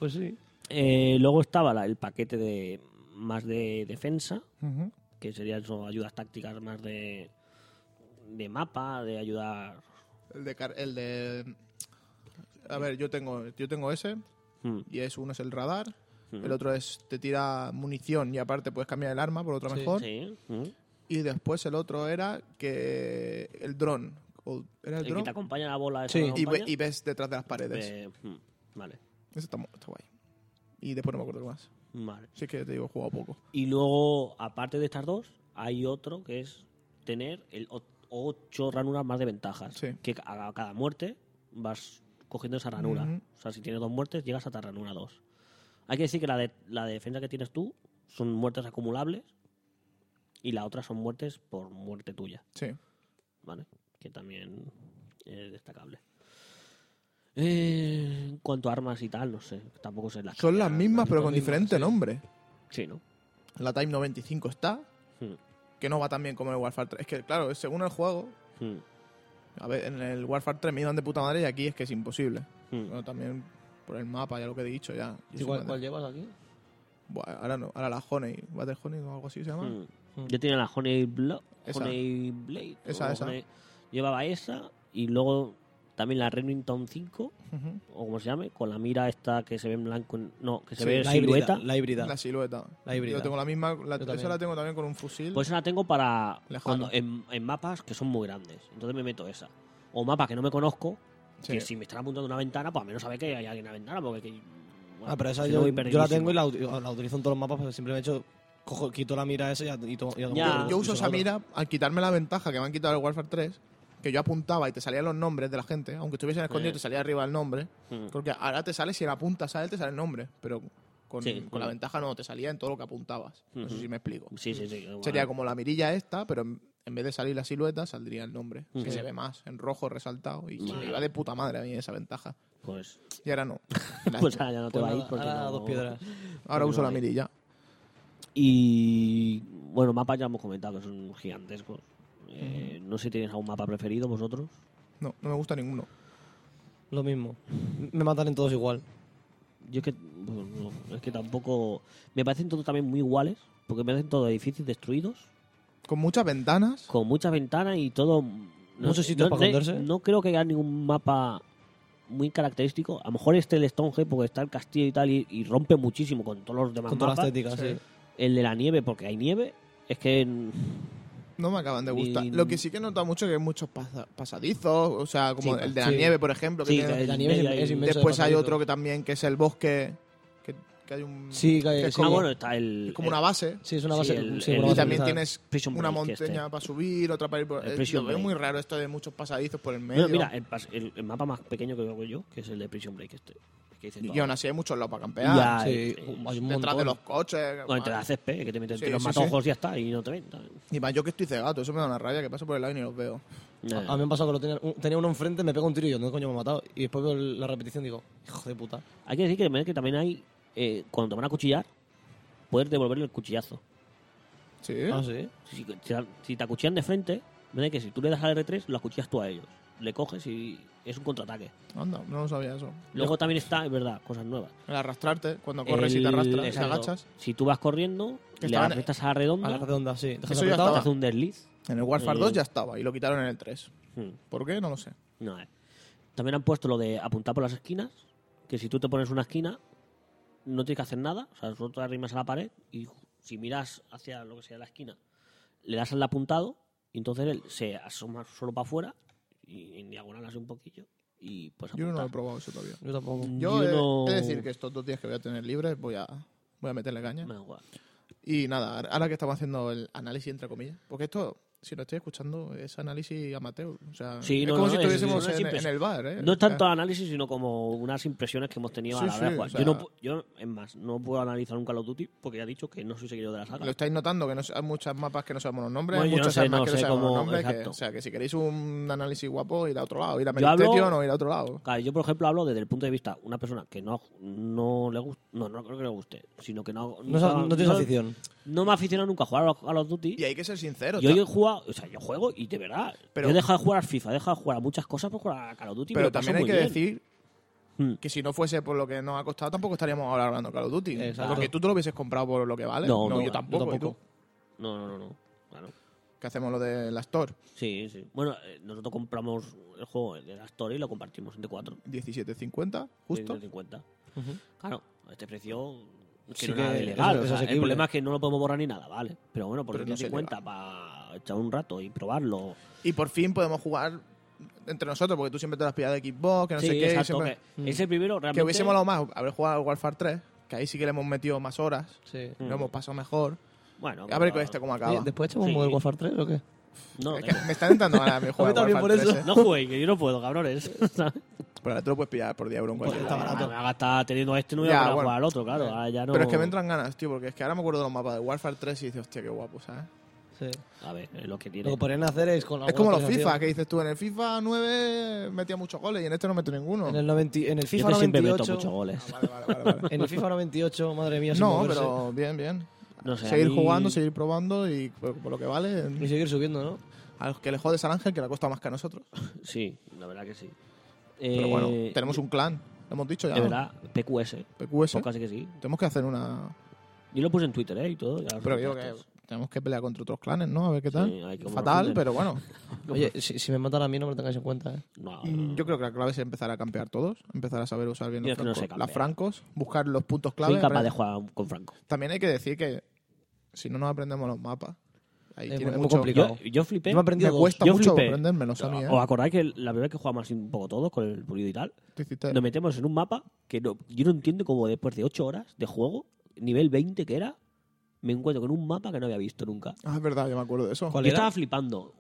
[SPEAKER 3] Pues sí.
[SPEAKER 4] Eh, luego estaba la- el paquete de más de defensa,
[SPEAKER 1] Ujú.
[SPEAKER 4] que serían eso, ayudas tácticas más de de mapa, de ayudar.
[SPEAKER 1] El de, car- el de... A ver, yo tengo, yo tengo ese,
[SPEAKER 4] Hmm.
[SPEAKER 1] y es uno es el radar, el otro es te tira munición y aparte puedes cambiar el arma por otra
[SPEAKER 3] Sí,
[SPEAKER 1] mejor.
[SPEAKER 4] Sí. hmm.
[SPEAKER 1] Y después el otro era que el dron. o- ¿Era el,
[SPEAKER 4] El que
[SPEAKER 1] dron?
[SPEAKER 4] te acompaña la bola. esa
[SPEAKER 3] Sí.
[SPEAKER 4] que te
[SPEAKER 1] Y, ve-
[SPEAKER 4] acompaña,
[SPEAKER 1] y ves detrás de las paredes.
[SPEAKER 4] eh, hmm, Vale.
[SPEAKER 1] Eso está, mu- está guay. Y después no me acuerdo más.
[SPEAKER 4] Vale.
[SPEAKER 1] Si es que te digo, he jugado poco.
[SPEAKER 4] Y luego, aparte de estas dos, hay otro que es tener el o- ocho ranuras más de ventajas.
[SPEAKER 1] Sí.
[SPEAKER 4] Que a a cada muerte vas cogiendo esa ranura.
[SPEAKER 1] Ujú.
[SPEAKER 4] O sea, si tienes dos muertes, llegas hasta ranura dos. Hay que decir que la, de- la defensa que tienes tú son muertes acumulables y la otra son muertes por muerte tuya.
[SPEAKER 1] Sí.
[SPEAKER 4] ¿vale? Que también es destacable. Eh, en cuanto a armas y tal, no sé. Tampoco sé las
[SPEAKER 1] Son las
[SPEAKER 4] cambian,
[SPEAKER 1] mismas, pero
[SPEAKER 4] Ah, las
[SPEAKER 1] con
[SPEAKER 4] mismas,
[SPEAKER 1] diferente
[SPEAKER 4] sí.
[SPEAKER 1] nombre.
[SPEAKER 4] Sí, ¿no?
[SPEAKER 1] La Time 95 está,
[SPEAKER 4] Hmm,
[SPEAKER 1] que no va tan bien como el Warfare 3. Es que, claro, según el juego,
[SPEAKER 4] hmm,
[SPEAKER 1] a ver, en el Warfare 3 me iban de puta madre y aquí es que es imposible.
[SPEAKER 4] hmm.
[SPEAKER 1] Bueno, también por el mapa, ya lo que he dicho, ya.
[SPEAKER 3] ¿Y cuál, cuál llevas aquí?
[SPEAKER 1] Buah, ahora no, ahora la Honey, Battle Honey o algo así se llama.
[SPEAKER 4] Mm.
[SPEAKER 3] Mm.
[SPEAKER 4] Yo tenía la Honey, Blo-
[SPEAKER 1] Esa.
[SPEAKER 4] Honey Blade.
[SPEAKER 1] Esa,
[SPEAKER 4] o
[SPEAKER 1] esa.
[SPEAKER 4] Honey- Llevaba esa y luego también la Remington 5,
[SPEAKER 3] Hmm.
[SPEAKER 1] Ujú.
[SPEAKER 4] o como se llame, con la mira esta que se ve en blanco. en- No, que se
[SPEAKER 3] Sí,
[SPEAKER 4] ve en
[SPEAKER 3] la híbrida.
[SPEAKER 4] silueta.
[SPEAKER 3] La híbrida.
[SPEAKER 1] La silueta.
[SPEAKER 3] La híbrida.
[SPEAKER 1] Yo tengo la misma, la-
[SPEAKER 3] Yo
[SPEAKER 1] esa
[SPEAKER 3] también.
[SPEAKER 1] la tengo también con un fusil.
[SPEAKER 4] Pues esa la tengo para
[SPEAKER 1] Lejano.
[SPEAKER 4] cuando- en, en mapas que son muy grandes. Entonces me meto esa. O mapas que no me conozco,
[SPEAKER 1] Sí.
[SPEAKER 4] que si me están apuntando a una ventana, pues al menos sabe que hay alguien en la ventana, porque que- bueno,
[SPEAKER 3] Ah, pero esa
[SPEAKER 4] si no
[SPEAKER 3] yo,
[SPEAKER 4] voy
[SPEAKER 3] yo la
[SPEAKER 4] perdidísimo.
[SPEAKER 3] tengo y la, ut- la utilizo en todos los mapas, pero siempre me he hecho. Cojo, quito la mira esa y, ya- y tomo- y hago-
[SPEAKER 4] Ya.
[SPEAKER 1] yo, yo uso esa
[SPEAKER 3] la otra.
[SPEAKER 1] mira al quitarme la ventaja que me han quitado el Warfare 3, que yo apuntaba y te salían los nombres de la gente, aunque estuviesen escondidos
[SPEAKER 4] Sí.
[SPEAKER 1] te salía arriba el nombre,
[SPEAKER 4] Mm.
[SPEAKER 1] porque ahora te sale si la apuntas a él te sale el nombre, pero con,
[SPEAKER 4] Sí,
[SPEAKER 1] con
[SPEAKER 4] con
[SPEAKER 1] la
[SPEAKER 4] la-
[SPEAKER 1] ventaja no, te salía en todo lo que apuntabas. No sé
[SPEAKER 4] Ujú.
[SPEAKER 1] si me explico.
[SPEAKER 4] Sí, sí, sí.
[SPEAKER 1] Sería
[SPEAKER 4] igual.
[SPEAKER 1] como la mirilla esta, pero en, en vez de salir la silueta saldría el nombre, que
[SPEAKER 4] Ujú.
[SPEAKER 1] se ve más en rojo resaltado y se me
[SPEAKER 4] Vale.
[SPEAKER 1] iba de puta madre a mí esa ventaja.
[SPEAKER 4] Pues,
[SPEAKER 1] Y ahora no.
[SPEAKER 4] pues ahora ya no te
[SPEAKER 3] Pues
[SPEAKER 4] va a ir
[SPEAKER 3] nada,
[SPEAKER 4] porque
[SPEAKER 3] ahora
[SPEAKER 4] no-
[SPEAKER 3] dos piedras.
[SPEAKER 1] ahora
[SPEAKER 4] no
[SPEAKER 1] uso la
[SPEAKER 4] hay.
[SPEAKER 1] mirilla.
[SPEAKER 4] Y bueno, mapas ya hemos comentado que son gigantescos. Eh, No sé si tenéis algún mapa preferido vosotros.
[SPEAKER 1] No, no me gusta ninguno.
[SPEAKER 3] Lo mismo. Me matan en todos igual.
[SPEAKER 4] Yo es que, bueno, no, es que tampoco. Me parecen todos también muy iguales, porque me parecen todos edificios destruidos,
[SPEAKER 1] Con muchas ventanas.
[SPEAKER 4] con muchas ventanas y todo.
[SPEAKER 3] Muchos sitios para esconderse.
[SPEAKER 4] No creo que haya ningún mapa muy característico. A lo mejor este el Stonehenge, porque está el castillo y tal, y, y rompe muchísimo con todos los demás
[SPEAKER 3] Con toda la
[SPEAKER 4] mapas.
[SPEAKER 3] estética, sí.
[SPEAKER 4] El de la nieve, porque hay nieve. Es que mm,
[SPEAKER 1] No me acaban de
[SPEAKER 4] Ni-
[SPEAKER 1] gustar. Lo que sí que he notado mucho es que hay muchos pasa- pasadizos, o sea, como
[SPEAKER 4] Sí,
[SPEAKER 1] el de la
[SPEAKER 3] sí.
[SPEAKER 1] nieve, por ejemplo. que
[SPEAKER 4] Sí,
[SPEAKER 1] tiene-
[SPEAKER 4] que
[SPEAKER 3] La nieve es,
[SPEAKER 4] Medio
[SPEAKER 3] es
[SPEAKER 4] ahí.
[SPEAKER 3] inmensa de
[SPEAKER 1] Después hay
[SPEAKER 3] pasadizo.
[SPEAKER 1] otro que también, que es el bosque, que, que hay un...
[SPEAKER 3] Sí, que hay-
[SPEAKER 1] es
[SPEAKER 3] sí.
[SPEAKER 4] Ah,
[SPEAKER 1] como,
[SPEAKER 4] bueno, está el.
[SPEAKER 1] es como una base.
[SPEAKER 3] Sí, es una
[SPEAKER 4] Sí,
[SPEAKER 3] base.
[SPEAKER 4] el-
[SPEAKER 3] sí,
[SPEAKER 4] el-
[SPEAKER 3] una
[SPEAKER 1] y
[SPEAKER 3] base
[SPEAKER 1] también
[SPEAKER 3] militar.
[SPEAKER 1] tienes
[SPEAKER 4] Prison
[SPEAKER 1] una
[SPEAKER 4] Break, este.
[SPEAKER 1] montaña para subir, otra para ir por...
[SPEAKER 4] El
[SPEAKER 1] eh,
[SPEAKER 4] Prison
[SPEAKER 1] lo veo
[SPEAKER 4] Break.
[SPEAKER 1] muy raro esto de muchos pasadizos por el medio.
[SPEAKER 4] Bueno, mira, el, pas- el- el mapa más pequeño que veo yo, que es el de Prison Break este. Que dice
[SPEAKER 1] y
[SPEAKER 4] todo.
[SPEAKER 1] aún así hay muchos lados para campear.
[SPEAKER 4] Ya,
[SPEAKER 3] Sí,
[SPEAKER 4] eh,
[SPEAKER 3] hay un
[SPEAKER 1] detrás de
[SPEAKER 3] montón.
[SPEAKER 1] los coches.
[SPEAKER 4] Bueno, entre la césped, que te meten
[SPEAKER 1] Sí,
[SPEAKER 4] entre los
[SPEAKER 1] sí,
[SPEAKER 4] matojos y ya está, y no te ven.
[SPEAKER 1] Y más yo que estoy cegado, eso me da una raya, que paso por el lado y ni los veo.
[SPEAKER 3] A mí me ha pasado que lo tenía, un- tenía uno enfrente, me pega un tiro y yo, ¿dónde coño me ha matado? Y después veo la repetición y digo, hijo de puta.
[SPEAKER 4] Hay que decir que, me- que también hay, eh, cuando te van a cuchillar, puedes devolverle el cuchillazo.
[SPEAKER 1] Sí.
[SPEAKER 3] Ah, sí.
[SPEAKER 4] Si, si- si te acuchillan de frente, ¿vale? que si tú le das al R3, lo acuchillas tú a ellos. Le coges y es un contraataque.
[SPEAKER 1] Anda, no lo sabía eso.
[SPEAKER 4] Luego también está, es verdad, cosas nuevas.
[SPEAKER 1] El arrastrarte, cuando corres y
[SPEAKER 4] El-
[SPEAKER 1] te arrastras, te
[SPEAKER 4] exacto.
[SPEAKER 1] agachas.
[SPEAKER 4] Si tú vas corriendo,
[SPEAKER 1] Que
[SPEAKER 4] le
[SPEAKER 1] estaban-
[SPEAKER 4] aprietas a la redonda,
[SPEAKER 3] A la redonda, sí. Dejas
[SPEAKER 1] Eso ya
[SPEAKER 3] apretado.
[SPEAKER 4] te
[SPEAKER 1] estaba.
[SPEAKER 4] hace un desliz.
[SPEAKER 1] En el Warfare
[SPEAKER 4] Eh,
[SPEAKER 1] 2 ya estaba y lo quitaron en el 3.
[SPEAKER 4] Hmm.
[SPEAKER 1] ¿Por qué? No lo sé.
[SPEAKER 4] No, eh. También han puesto lo de apuntar por las esquinas, que si tú te pones una esquina, no tienes que hacer nada, o sea, solo te arrimas a la pared y ju- si miras hacia lo que sea la esquina, le das al apuntado y entonces él se asoma solo para afuera y en diagonal así un poquillo y pues
[SPEAKER 1] Yo no lo he
[SPEAKER 4] apuntar.
[SPEAKER 1] probado eso todavía.
[SPEAKER 3] Yo tampoco.
[SPEAKER 1] Yo,
[SPEAKER 4] Yo
[SPEAKER 1] eh,
[SPEAKER 4] no-
[SPEAKER 1] he de decir que estos dos días que voy a tener libres voy a, voy a meterle caña.
[SPEAKER 4] Me da igual.
[SPEAKER 1] Eh, Y nada, ahora que estamos haciendo el análisis, entre comillas, porque esto, si lo estoy escuchando, es análisis amateur. O sea,
[SPEAKER 4] Sí,
[SPEAKER 1] es
[SPEAKER 4] no,
[SPEAKER 1] como
[SPEAKER 4] no,
[SPEAKER 1] si
[SPEAKER 4] es-
[SPEAKER 1] estuviésemos
[SPEAKER 4] es una
[SPEAKER 1] en,
[SPEAKER 4] simple-
[SPEAKER 1] en el bar. ¿eh?
[SPEAKER 4] No es tanto
[SPEAKER 1] O
[SPEAKER 4] análisis, sino como unas impresiones que hemos tenido
[SPEAKER 1] Sí,
[SPEAKER 4] a la hora
[SPEAKER 1] sí,
[SPEAKER 4] de jugar.
[SPEAKER 1] o
[SPEAKER 4] yo, no,
[SPEAKER 1] sea-
[SPEAKER 4] pu- yo, es más, no puedo analizar un Call of Duty porque ya he dicho que no soy seguidor de la
[SPEAKER 1] sea,
[SPEAKER 4] saga.
[SPEAKER 1] Lo estáis notando, que no, hay muchas mapas que no sabemos los nombres,
[SPEAKER 4] Bueno,
[SPEAKER 1] hay
[SPEAKER 4] yo no
[SPEAKER 1] muchas
[SPEAKER 4] sé,
[SPEAKER 1] armas
[SPEAKER 4] no
[SPEAKER 1] que no
[SPEAKER 4] sé
[SPEAKER 1] sabemos los
[SPEAKER 4] cómo-
[SPEAKER 1] nombres. que-
[SPEAKER 4] exacto.
[SPEAKER 1] o sea, que si queréis un análisis guapo, ir a otro lado. Ir a
[SPEAKER 4] Yo hablo-
[SPEAKER 1] Mediterráneo o ir a otro lado.
[SPEAKER 4] Claro, yo por ejemplo hablo desde el punto de vista una persona que no, no le gusta, no, no creo que le guste, sino que no
[SPEAKER 3] No, es-
[SPEAKER 4] nunca-
[SPEAKER 3] no tienes afición.
[SPEAKER 4] No me ha aficionado nunca a jugar a los, a los Duty.
[SPEAKER 1] Y hay que ser sincero.
[SPEAKER 4] Yo, yo he jugado, o sea, yo juego y de verdad,
[SPEAKER 1] Pero-
[SPEAKER 4] yo he dejado de jugar al FIFA, he dejado de jugar a muchas cosas por jugar a Call of Duty,
[SPEAKER 1] pero
[SPEAKER 4] me lo paso
[SPEAKER 1] también hay
[SPEAKER 4] muy
[SPEAKER 1] que
[SPEAKER 4] bien.
[SPEAKER 1] decir
[SPEAKER 4] Hmm.
[SPEAKER 1] que si no fuese por lo que nos ha costado, tampoco estaríamos ahora hablando de Call of Duty.
[SPEAKER 3] Exacto.
[SPEAKER 1] Porque tú te lo hubieses comprado por lo que vale.
[SPEAKER 4] No, no,
[SPEAKER 1] yo
[SPEAKER 4] yo
[SPEAKER 1] tampoco.
[SPEAKER 3] tampoco.
[SPEAKER 1] ¿y tú?
[SPEAKER 4] No, no, no, no. Claro.
[SPEAKER 1] que hacemos lo de la Store.
[SPEAKER 4] Sí, sí. Bueno, eh, nosotros compramos el juego de la Store y lo compartimos entre cuatro.
[SPEAKER 1] 17.50, justo.
[SPEAKER 4] 50. Claro, a este precio que
[SPEAKER 3] Sí
[SPEAKER 4] no es
[SPEAKER 3] que
[SPEAKER 4] nada
[SPEAKER 3] es- es
[SPEAKER 4] ilegal. o sea, el
[SPEAKER 3] asequible.
[SPEAKER 4] problema es que no lo podemos borrar ni nada, ¿vale? Pero bueno, por
[SPEAKER 1] Pero no es
[SPEAKER 4] 250 para echar un rato y probarlo.
[SPEAKER 1] Y por fin podemos jugar entre nosotros, porque tú siempre te lo has pillado de Xbox, que no
[SPEAKER 4] sí,
[SPEAKER 1] sé qué. y
[SPEAKER 4] exacto.
[SPEAKER 1] siempre-
[SPEAKER 4] que Ese primero
[SPEAKER 1] Que,
[SPEAKER 4] realmente...
[SPEAKER 1] hubiese molado más haber jugado al Warfare 3, que ahí sí que le hemos metido más horas,
[SPEAKER 3] Sí.
[SPEAKER 1] lo hemos pasado mejor.
[SPEAKER 4] Bueno,
[SPEAKER 1] A ver
[SPEAKER 4] pero-
[SPEAKER 1] con este cómo acaba.
[SPEAKER 3] Oye, ¿Después echamos
[SPEAKER 4] Sí.
[SPEAKER 3] un Modern Warfare 3 o qué?
[SPEAKER 4] No, eh.
[SPEAKER 1] Es que me está tentando ahora mi juego.
[SPEAKER 3] también por eso.
[SPEAKER 1] ¿eh?
[SPEAKER 4] no juguéis, que yo no puedo, cabrones.
[SPEAKER 1] Pero ahora te lo puedes pillar por 10 euros en cualquier
[SPEAKER 4] Está
[SPEAKER 1] lado.
[SPEAKER 4] barato. Me ha gastado teniendo a este, no voy
[SPEAKER 1] Ya,
[SPEAKER 4] a poder
[SPEAKER 1] bueno.
[SPEAKER 4] jugar al otro, claro. ahora ya no...
[SPEAKER 1] Pero es que me entran ganas, tío, porque es que ahora me acuerdo de los mapas de Warfare 3 y dices, hostia, qué guapo, ¿sabes?
[SPEAKER 3] Sí.
[SPEAKER 4] A ver, es lo que
[SPEAKER 3] Lo
[SPEAKER 4] tiene.
[SPEAKER 3] que podrían hacer es con
[SPEAKER 1] Es
[SPEAKER 3] alguna
[SPEAKER 1] como los
[SPEAKER 3] actualización.
[SPEAKER 1] FIFA, que dices tú, en el FIFA 9 metía muchos goles y en este no meto ninguno.
[SPEAKER 3] En el, 90 en el
[SPEAKER 4] Yo
[SPEAKER 3] FIFA
[SPEAKER 4] que siempre meto
[SPEAKER 3] 98.
[SPEAKER 4] muchos goles.
[SPEAKER 1] Vale, vale, vale, vale.
[SPEAKER 3] En el FIFA 98, madre mía, sin
[SPEAKER 1] no,
[SPEAKER 3] moverse.
[SPEAKER 1] pero bien, bien.
[SPEAKER 4] No sé, a
[SPEAKER 1] Ah, seguir
[SPEAKER 4] mí-
[SPEAKER 1] jugando, seguir probando y por, por lo que vale,
[SPEAKER 3] Y seguir subiendo, ¿no?
[SPEAKER 1] a los que le jodes al ángel, que le ha costado más que a nosotros.
[SPEAKER 4] Sí, la verdad que sí.
[SPEAKER 1] Pero
[SPEAKER 4] Eh,
[SPEAKER 1] bueno, tenemos un clan, lo hemos dicho ya.
[SPEAKER 4] De
[SPEAKER 1] ¿no?
[SPEAKER 4] verdad, PQS.
[SPEAKER 1] PQS.
[SPEAKER 4] Pues casi que sí.
[SPEAKER 1] Tenemos que hacer una.
[SPEAKER 4] Yo lo puse en Twitter, ¿eh? Y todo. ya lo
[SPEAKER 1] Pero digo que
[SPEAKER 4] compartes.
[SPEAKER 1] tenemos que pelear contra otros clanes, ¿no? A ver qué tal.
[SPEAKER 4] hay que
[SPEAKER 1] Fatal,
[SPEAKER 4] conocer.
[SPEAKER 1] pero bueno.
[SPEAKER 3] Oye, si, si me matan a mí no me lo tengáis en cuenta, ¿eh?
[SPEAKER 4] Ah, No,
[SPEAKER 1] Mm, Yo creo que la clave es empezar a campear todos, empezar a saber usar bien
[SPEAKER 4] Yo
[SPEAKER 1] los
[SPEAKER 4] es que no
[SPEAKER 1] francos,
[SPEAKER 4] sé campear.
[SPEAKER 1] las francos, buscar los puntos
[SPEAKER 4] soy
[SPEAKER 1] clave.
[SPEAKER 4] incapaz
[SPEAKER 1] Re-
[SPEAKER 4] de jugar con Franco.
[SPEAKER 1] También hay que decir que si no nos aprendemos los mapas, ahí
[SPEAKER 3] Es
[SPEAKER 1] tiene
[SPEAKER 3] muy- es muy
[SPEAKER 1] mucho
[SPEAKER 3] complicado.
[SPEAKER 4] Yo, yo flipé.
[SPEAKER 3] Yo me aprendí
[SPEAKER 1] Me
[SPEAKER 3] dos.
[SPEAKER 1] cuesta
[SPEAKER 4] Yo
[SPEAKER 1] mucho
[SPEAKER 4] flipé.
[SPEAKER 1] aprendérmelos a mí, ¿eh?
[SPEAKER 4] ¿Os acordáis que la primera vez que jugamos así un poco todos con el pulido y tal,
[SPEAKER 1] Tú hiciste-
[SPEAKER 4] nos metemos en un mapa que no- yo no entiendo cómo después de 8 horas de juego, nivel 20 que era, me encuentro con un mapa que no había visto nunca.
[SPEAKER 1] Ah, es verdad, yo me acuerdo de eso.
[SPEAKER 3] ¿Cuál
[SPEAKER 4] Yo
[SPEAKER 3] era?
[SPEAKER 4] estaba flipando.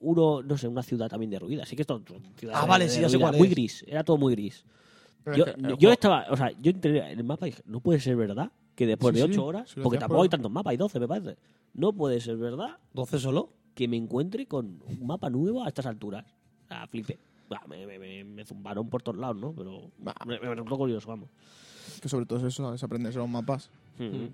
[SPEAKER 4] Uno, no sé, una ciudad también derruida. Así que esto ciudad
[SPEAKER 3] Ah, vale, sí, ya sé
[SPEAKER 4] derruida,
[SPEAKER 3] cuál
[SPEAKER 4] Muy
[SPEAKER 3] es.
[SPEAKER 4] gris, era todo muy gris.
[SPEAKER 1] Es
[SPEAKER 4] Yo,
[SPEAKER 1] que eh, el
[SPEAKER 4] yo
[SPEAKER 1] juego-
[SPEAKER 4] estaba, o sea, yo entré en el mapa y dije, no puede ser verdad que después
[SPEAKER 1] Sí,
[SPEAKER 4] de
[SPEAKER 1] sí,
[SPEAKER 4] 8 horas,
[SPEAKER 1] sí, lo
[SPEAKER 4] porque
[SPEAKER 1] hacías
[SPEAKER 4] tampoco
[SPEAKER 1] por-
[SPEAKER 4] hay tantos mapas, hay 12 me parece, no puede ser verdad
[SPEAKER 3] ¿12 solo?
[SPEAKER 4] que me encuentre con un mapa nuevo a estas alturas. Ah, flipé. Bah, me, me- me- me zumbaron por todos lados, ¿no? Pero
[SPEAKER 1] Bah.
[SPEAKER 4] me, me resultó curioso, vamos. Hmm.
[SPEAKER 1] Que sobre todo es eso, es aprenderse los mapas.
[SPEAKER 3] Hmm.
[SPEAKER 4] A mí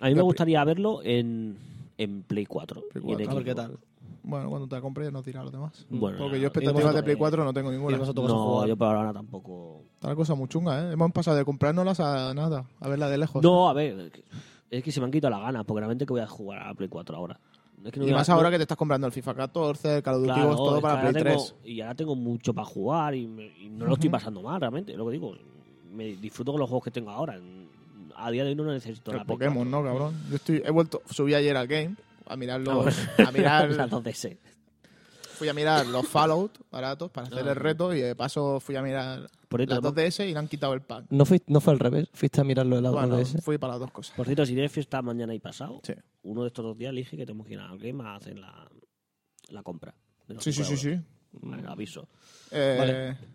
[SPEAKER 1] La
[SPEAKER 4] me
[SPEAKER 1] pri-
[SPEAKER 4] gustaría verlo en, en Play 4.
[SPEAKER 1] Play
[SPEAKER 4] y en
[SPEAKER 1] 4.
[SPEAKER 3] A ver qué
[SPEAKER 4] Xbox.
[SPEAKER 3] tal.
[SPEAKER 1] Bueno, cuando te la compres nos dirá los demás.
[SPEAKER 4] Bueno,
[SPEAKER 1] Porque
[SPEAKER 4] ya,
[SPEAKER 1] yo expectativas
[SPEAKER 3] iremos
[SPEAKER 1] de
[SPEAKER 3] a-
[SPEAKER 1] Play 4 no tengo ninguna.
[SPEAKER 3] iremos a- vas
[SPEAKER 4] No,
[SPEAKER 3] jugar?
[SPEAKER 4] yo para ahora tampoco.
[SPEAKER 1] Está la cosa muy chunga, ¿eh? Hemos pasado de comprárnoslas a nada, a verla de lejos.
[SPEAKER 4] No, a ver, es que se me han quitado las ganas, porque realmente que voy a jugar a Play 4 ahora. Es que no
[SPEAKER 1] y
[SPEAKER 4] voy a-
[SPEAKER 1] más
[SPEAKER 4] no-
[SPEAKER 1] ahora que te estás comprando el FIFA 14, el Call of Duty
[SPEAKER 4] Claro,
[SPEAKER 1] 2, todo
[SPEAKER 4] es que
[SPEAKER 1] para Play
[SPEAKER 4] ahora
[SPEAKER 1] 3.
[SPEAKER 4] tengo- Y ahora tengo mucho para jugar y, me- y no lo estoy pasando mal, realmente. Lo que digo, me disfruto con los juegos que tengo ahora. A día de hoy no necesito
[SPEAKER 1] El
[SPEAKER 4] la Play
[SPEAKER 1] Pokémon, ¿no, cabrón? Yo estoy, he vuelto, subí ayer al game a
[SPEAKER 4] Ah,
[SPEAKER 1] mirar los, a
[SPEAKER 4] 4. Las
[SPEAKER 1] mirar,
[SPEAKER 4] dos DS.
[SPEAKER 1] fui a mirar los Fallout baratos para hacer
[SPEAKER 4] Ah.
[SPEAKER 1] el reto y de paso fui a mirar
[SPEAKER 4] Por cierto,
[SPEAKER 1] las
[SPEAKER 4] además-
[SPEAKER 1] 2DS y le han quitado el pack.
[SPEAKER 3] No, fuiste- no fue al revés, fuiste a mirarlo de lado
[SPEAKER 1] Bueno,
[SPEAKER 3] ese.
[SPEAKER 1] fui para las dos cosas.
[SPEAKER 4] Por cierto, si tienes fiesta mañana y pasado,
[SPEAKER 1] Sí,
[SPEAKER 4] uno de estos dos días elige que tenemos que ir al game a hacer la, la compra. de los
[SPEAKER 1] sí, sí, sí.
[SPEAKER 4] 5 euros.
[SPEAKER 1] sí.
[SPEAKER 4] Vale, aviso.
[SPEAKER 1] Eh,
[SPEAKER 3] Vale.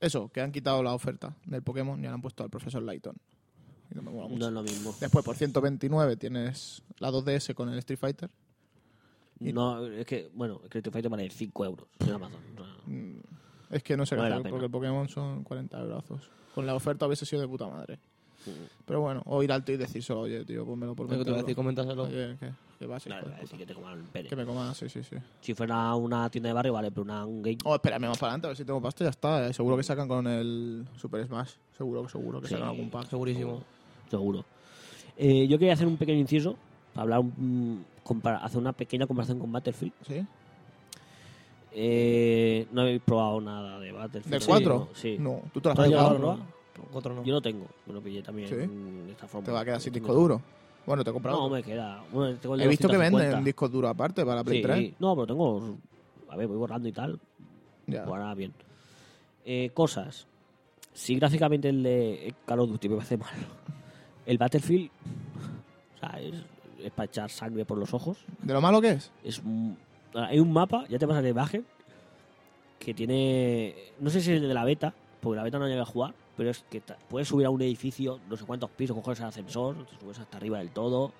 [SPEAKER 1] Eso, que han quitado la oferta del Pokémon y le han puesto al profesor Layton. Y no me mola mucho.
[SPEAKER 4] No es lo mismo.
[SPEAKER 1] Después, por 129 tienes la 2DS con el Street Fighter.
[SPEAKER 4] No, es que, bueno, es que Street Fighter vale 5 euros en Amazon. O sea,
[SPEAKER 1] Es que no sé qué
[SPEAKER 4] Vale la
[SPEAKER 1] hacer,
[SPEAKER 4] pena.
[SPEAKER 1] porque el Pokémon son 40 brazos. Con la oferta hubiese sido de puta madre.
[SPEAKER 4] Mm.
[SPEAKER 1] Pero bueno, o ir alto y decir solo, oye, tío, pónmelo por Eh,
[SPEAKER 3] Lo que te voy a
[SPEAKER 1] 20
[SPEAKER 3] decir,
[SPEAKER 1] euros.
[SPEAKER 3] coméntaselo.
[SPEAKER 1] Oye, que, que vas,
[SPEAKER 4] no,
[SPEAKER 1] hijo de
[SPEAKER 4] no, es
[SPEAKER 1] puta.
[SPEAKER 4] decir que te coman el pene.
[SPEAKER 1] Que me coma, sí, sí, sí.
[SPEAKER 4] Si fuera una tienda de barrio, vale, pero una, un game.
[SPEAKER 1] Oh, espérame más para adelante, a ver si tengo pasta y ya está. eh. Seguro que sacan con el Super Smash. Seguro, seguro que
[SPEAKER 4] Sí.
[SPEAKER 1] sacan algún pack.
[SPEAKER 3] Segurísimo.
[SPEAKER 4] Seguro. Eh, yo quería hacer un pequeño inciso, para hablar, un- compara- hacer una pequeña comparación con Battlefield.
[SPEAKER 1] ¿Sí?
[SPEAKER 4] Eh, no habéis probado nada de Battlefield.
[SPEAKER 1] ¿Del
[SPEAKER 4] Sí,
[SPEAKER 1] 4?
[SPEAKER 4] no, Sí.
[SPEAKER 1] No, tú te lo has
[SPEAKER 4] ¿Tú has llegado
[SPEAKER 1] pillado,
[SPEAKER 4] a probar?
[SPEAKER 3] Otro no.
[SPEAKER 4] Yo lo tengo, me lo pillé también
[SPEAKER 1] Sí.
[SPEAKER 4] de esta forma.
[SPEAKER 1] Te va a quedar sin disco duro. Bueno, te he comprado.
[SPEAKER 4] No,
[SPEAKER 1] otro.
[SPEAKER 4] me queda. Bueno, tengo el
[SPEAKER 1] He
[SPEAKER 4] de
[SPEAKER 1] visto que
[SPEAKER 4] 250.
[SPEAKER 1] venden discos duros aparte para Play
[SPEAKER 4] Sí,
[SPEAKER 1] 3.
[SPEAKER 4] No, pero tengo. A ver, voy borrando y tal.
[SPEAKER 1] Ya.
[SPEAKER 4] Pues ahora bien. Eh, cosas. Si gráficamente el de Call of Duty me parece malo. El Battlefield. O sea, es, es para echar sangre por los ojos.
[SPEAKER 1] ¿De lo malo que es?
[SPEAKER 4] Es un- hay un mapa, ya te pasa la imagen, que tiene. No sé si es el de la beta, porque la beta no llega a jugar, pero es que ta- puedes subir a un edificio, no sé cuántos pisos, coges el ascensor, te subes hasta arriba del todo.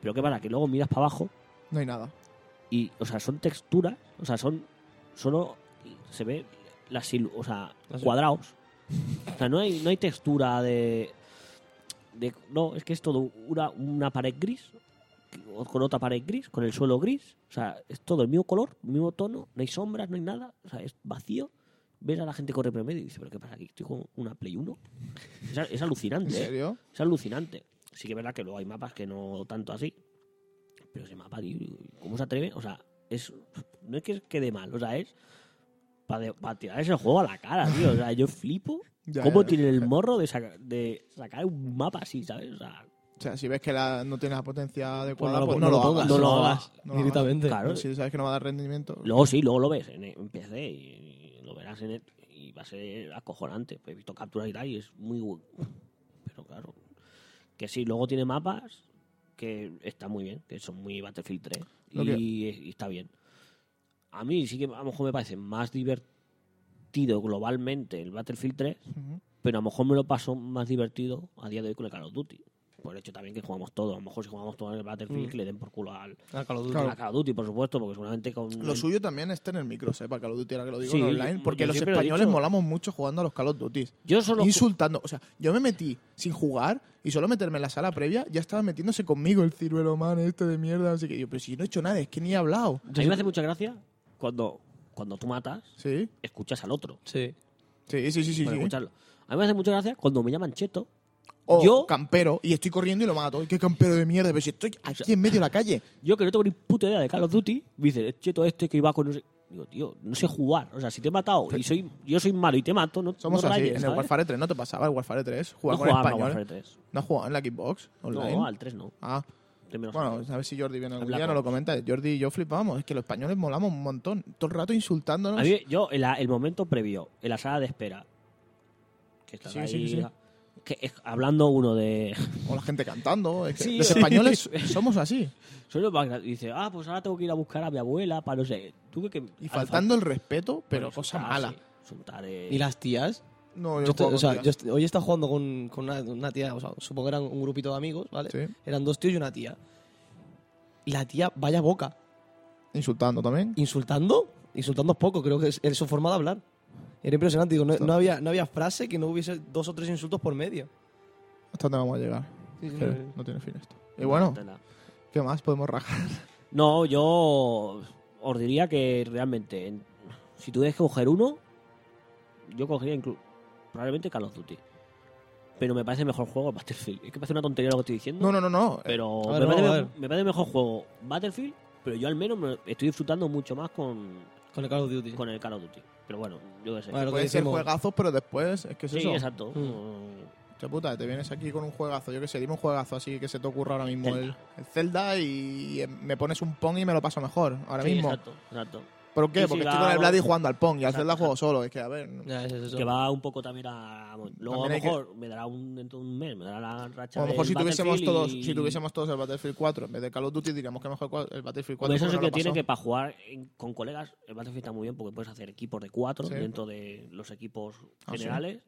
[SPEAKER 4] Pero qué pasa, que luego miras para abajo
[SPEAKER 1] No hay nada.
[SPEAKER 4] y, o sea, son texturas, o sea, son. Solo se ve las silu- o sea,
[SPEAKER 3] Las-
[SPEAKER 4] cuadrados. O sea, no hay, no hay textura de, de- No, es que es todo una, una pared gris, con otra pared gris, con el suelo gris. O sea, es todo el mismo color, el mismo tono, no hay sombras, no hay nada, o sea, es vacío. Ves a la gente correr por el medio y dices, ¿pero qué pasa aquí? ¿Estoy con una Play 1? Es, a- es
[SPEAKER 1] ¿En
[SPEAKER 4] alucinante, ¿eh?
[SPEAKER 1] serio?
[SPEAKER 4] Es alucinante. Sí que es verdad que luego hay mapas que no tanto así. pero ese mapa, tío, ¿cómo se atreve? O sea, es no es que quede mal, o sea, es para tirar ese juego a la cara, tío. O sea, yo flipo
[SPEAKER 1] Ya,
[SPEAKER 4] cómo
[SPEAKER 1] ya.
[SPEAKER 4] tiene el morro de, saca- de sacar un mapa así, ¿sabes? O sea,
[SPEAKER 1] O sea, si ves que la, no tienes la potencia adecuada,
[SPEAKER 3] lo-
[SPEAKER 1] pues
[SPEAKER 3] no
[SPEAKER 1] no,
[SPEAKER 3] lo
[SPEAKER 1] lo, hagas.
[SPEAKER 3] pongas,
[SPEAKER 4] no lo
[SPEAKER 3] hagas
[SPEAKER 1] No lo
[SPEAKER 3] directamente.
[SPEAKER 4] Claro.
[SPEAKER 1] hagas. Si sabes que no va a dar rendimiento.
[SPEAKER 4] Luego sí, luego lo ves en, en PC y, lo verás en el- y va a ser acojonante. Pues he visto capturas y tal y es muy bueno. Pero claro, que sí, luego tiene mapas que está muy bien, que son muy Battlefield 3
[SPEAKER 1] Lo
[SPEAKER 4] y, y está bien. A mí sí que a lo mejor me parece más divertido globalmente el Battlefield 3,
[SPEAKER 1] Ujú.
[SPEAKER 4] pero a lo mejor me lo paso más divertido a día de hoy con el Call of Duty. Por el hecho también que jugamos todos. A lo mejor si jugamos todos en el Battlefield que le den por culo al,
[SPEAKER 3] Ah, Call of Duty.
[SPEAKER 1] Mm. Claro.
[SPEAKER 4] al Call of Duty, por supuesto, porque seguramente con...
[SPEAKER 1] Lo
[SPEAKER 4] el-
[SPEAKER 1] suyo también es tener micros, ¿eh? Para Call of Duty, ahora que lo digo
[SPEAKER 4] Sí,
[SPEAKER 1] en online.
[SPEAKER 4] yo-
[SPEAKER 1] Porque
[SPEAKER 4] yo
[SPEAKER 1] los
[SPEAKER 4] siempre lo he
[SPEAKER 1] españoles
[SPEAKER 4] dicho.
[SPEAKER 1] molamos mucho jugando a los Call of Duty.
[SPEAKER 4] Yo solo...
[SPEAKER 1] Insultando. O sea, yo me metí sin jugar y solo meterme en la sala previa ya estaba metiéndose conmigo el ciruelo man este de mierda. Así que yo, pero si yo no he hecho nada, es que ni he hablado.
[SPEAKER 4] A mí me hace mucha gracia cuando, cuando tú matas,
[SPEAKER 1] Sí,
[SPEAKER 4] escuchas al otro.
[SPEAKER 3] Sí.
[SPEAKER 1] sí, sí, sí. sí,
[SPEAKER 4] Bueno,
[SPEAKER 1] sí.
[SPEAKER 4] escucharlo. A mí me hace mucha gracia cuando me llaman cheto.
[SPEAKER 1] O
[SPEAKER 4] Yo-
[SPEAKER 1] campero y estoy corriendo y lo mato. ¡Qué campero de mierda! Pero si estoy aquí en medio de la calle.
[SPEAKER 4] Yo que no tengo ni puta idea de Call of Duty, me dice, "Es cheto este que iba con... no sé-". Digo, tío, no sé jugar. O sea, si te he matado y soy, yo soy malo y te mato, no,
[SPEAKER 1] Somos
[SPEAKER 4] no
[SPEAKER 1] así.
[SPEAKER 4] rayes,
[SPEAKER 1] en el
[SPEAKER 4] ¿sabes?
[SPEAKER 1] Warfare 3 no te pasaba el Warfare 3. Jugar
[SPEAKER 4] No
[SPEAKER 1] con
[SPEAKER 4] jugaba al
[SPEAKER 1] español.
[SPEAKER 4] Warfare 3.
[SPEAKER 1] ¿No has jugado en la Xbox online?
[SPEAKER 4] No, al 3 no.
[SPEAKER 1] Ah,
[SPEAKER 4] De menos
[SPEAKER 1] bueno,
[SPEAKER 4] años.
[SPEAKER 1] a ver si Jordi viene algún
[SPEAKER 4] Habla
[SPEAKER 1] día, no
[SPEAKER 4] con
[SPEAKER 1] lo
[SPEAKER 4] vos.
[SPEAKER 1] comenta. Jordi y yo flipamos. Es que los españoles molamos un montón. Todo el rato insultándonos.
[SPEAKER 4] A mí, yo, en la- el momento previo, en la sala de espera, que estás
[SPEAKER 1] Sí,
[SPEAKER 4] ahí,
[SPEAKER 1] sí, sí, sí.
[SPEAKER 4] que es- hablando uno de...
[SPEAKER 1] O la gente cantando. es que
[SPEAKER 4] Sí,
[SPEAKER 1] los
[SPEAKER 4] sí.
[SPEAKER 1] españoles somos así.
[SPEAKER 4] Soy lo más gra- y dice, ah, pues ahora tengo que ir a buscar a mi abuela para no sé. Tuve que.
[SPEAKER 1] Y
[SPEAKER 4] al-
[SPEAKER 1] faltando el respeto, pero
[SPEAKER 4] bueno,
[SPEAKER 1] cosa
[SPEAKER 4] insultar,
[SPEAKER 1] mala.
[SPEAKER 4] pues, ah, sí, insultar, eh.
[SPEAKER 3] ¿Y las tías?
[SPEAKER 1] No, yo,
[SPEAKER 3] Yo
[SPEAKER 1] no juego
[SPEAKER 3] estoy- o sea,
[SPEAKER 1] con
[SPEAKER 3] yo
[SPEAKER 1] tías.
[SPEAKER 3] estoy- hoy he estado jugando con, con una, una tía, o sea, supongo que eran un grupito de amigos, ¿vale?
[SPEAKER 1] Sí.
[SPEAKER 3] Eran dos tíos y una tía. Y la tía, vaya boca,
[SPEAKER 1] Insultando también.
[SPEAKER 3] insultando, insultando es poco, creo que es, es su forma de hablar. Era impresionante, digo, no, no había, no había frase que no hubiese dos o tres insultos por medio.
[SPEAKER 1] Hasta dónde vamos a llegar.
[SPEAKER 3] Sí, sí,
[SPEAKER 1] Pero
[SPEAKER 3] sí.
[SPEAKER 1] no tiene fin esto. Y bueno,
[SPEAKER 4] Tela.
[SPEAKER 1] ¿qué más podemos rajar?
[SPEAKER 4] No, yo os diría que realmente, en- si tuvieras que coger uno, yo cogería inclu- probablemente Call of Duty. Pero me parece mejor juego Battlefield. Es que parece una tontería lo que estoy diciendo.
[SPEAKER 1] No, no, no, no.
[SPEAKER 4] Pero
[SPEAKER 3] A ver, no,
[SPEAKER 4] me, parece,
[SPEAKER 3] a ver.
[SPEAKER 4] me parece mejor juego Battlefield, pero yo al menos me estoy disfrutando mucho más con,
[SPEAKER 3] Con el Call of Duty.
[SPEAKER 4] con el Call of Duty. Pero bueno, yo qué sé.
[SPEAKER 3] Bueno, lo que
[SPEAKER 1] Pueden ser
[SPEAKER 3] decimos.
[SPEAKER 1] juegazos, pero después es que es
[SPEAKER 4] sí,
[SPEAKER 1] pues eso. Mm.
[SPEAKER 4] exacto.
[SPEAKER 1] Hostia puta, te vienes aquí con un juegazo, yo que sé, dime un juegazo así que se te ocurra ahora mismo el, el Zelda y eh, me pones un Pong y me lo paso mejor ahora
[SPEAKER 4] Sí,
[SPEAKER 1] mismo.
[SPEAKER 4] Exacto, exacto.
[SPEAKER 1] ¿Por qué?
[SPEAKER 4] Sí, sí,
[SPEAKER 1] Porque
[SPEAKER 4] va,
[SPEAKER 1] estoy con el
[SPEAKER 4] va.
[SPEAKER 1] Vladi jugando al Pong y al
[SPEAKER 4] Exacto,
[SPEAKER 1] Zelda juego solo, es que a ver,
[SPEAKER 3] Ya, eso, eso.
[SPEAKER 4] Que va un poco también a. Luego
[SPEAKER 1] También hay
[SPEAKER 4] a lo mejor me dará un dentro de un mes, me dará la racha.
[SPEAKER 1] a lo mejor
[SPEAKER 4] del
[SPEAKER 1] si tuviésemos
[SPEAKER 4] Battlefield
[SPEAKER 1] todos,
[SPEAKER 4] y-
[SPEAKER 1] si tuviésemos todos el Battlefield 4 en vez de Call of Duty diríamos que mejor cua- el Battlefield 4.
[SPEAKER 4] Pues eso
[SPEAKER 1] porque
[SPEAKER 4] sí
[SPEAKER 1] no
[SPEAKER 4] que
[SPEAKER 1] lo
[SPEAKER 4] tiene
[SPEAKER 1] pasó.
[SPEAKER 4] que para jugar en- con colegas, el Battlefield está muy bien porque puedes hacer equipos de cuatro
[SPEAKER 1] Sí.
[SPEAKER 4] dentro de los equipos
[SPEAKER 1] Ah, sí.
[SPEAKER 4] generales.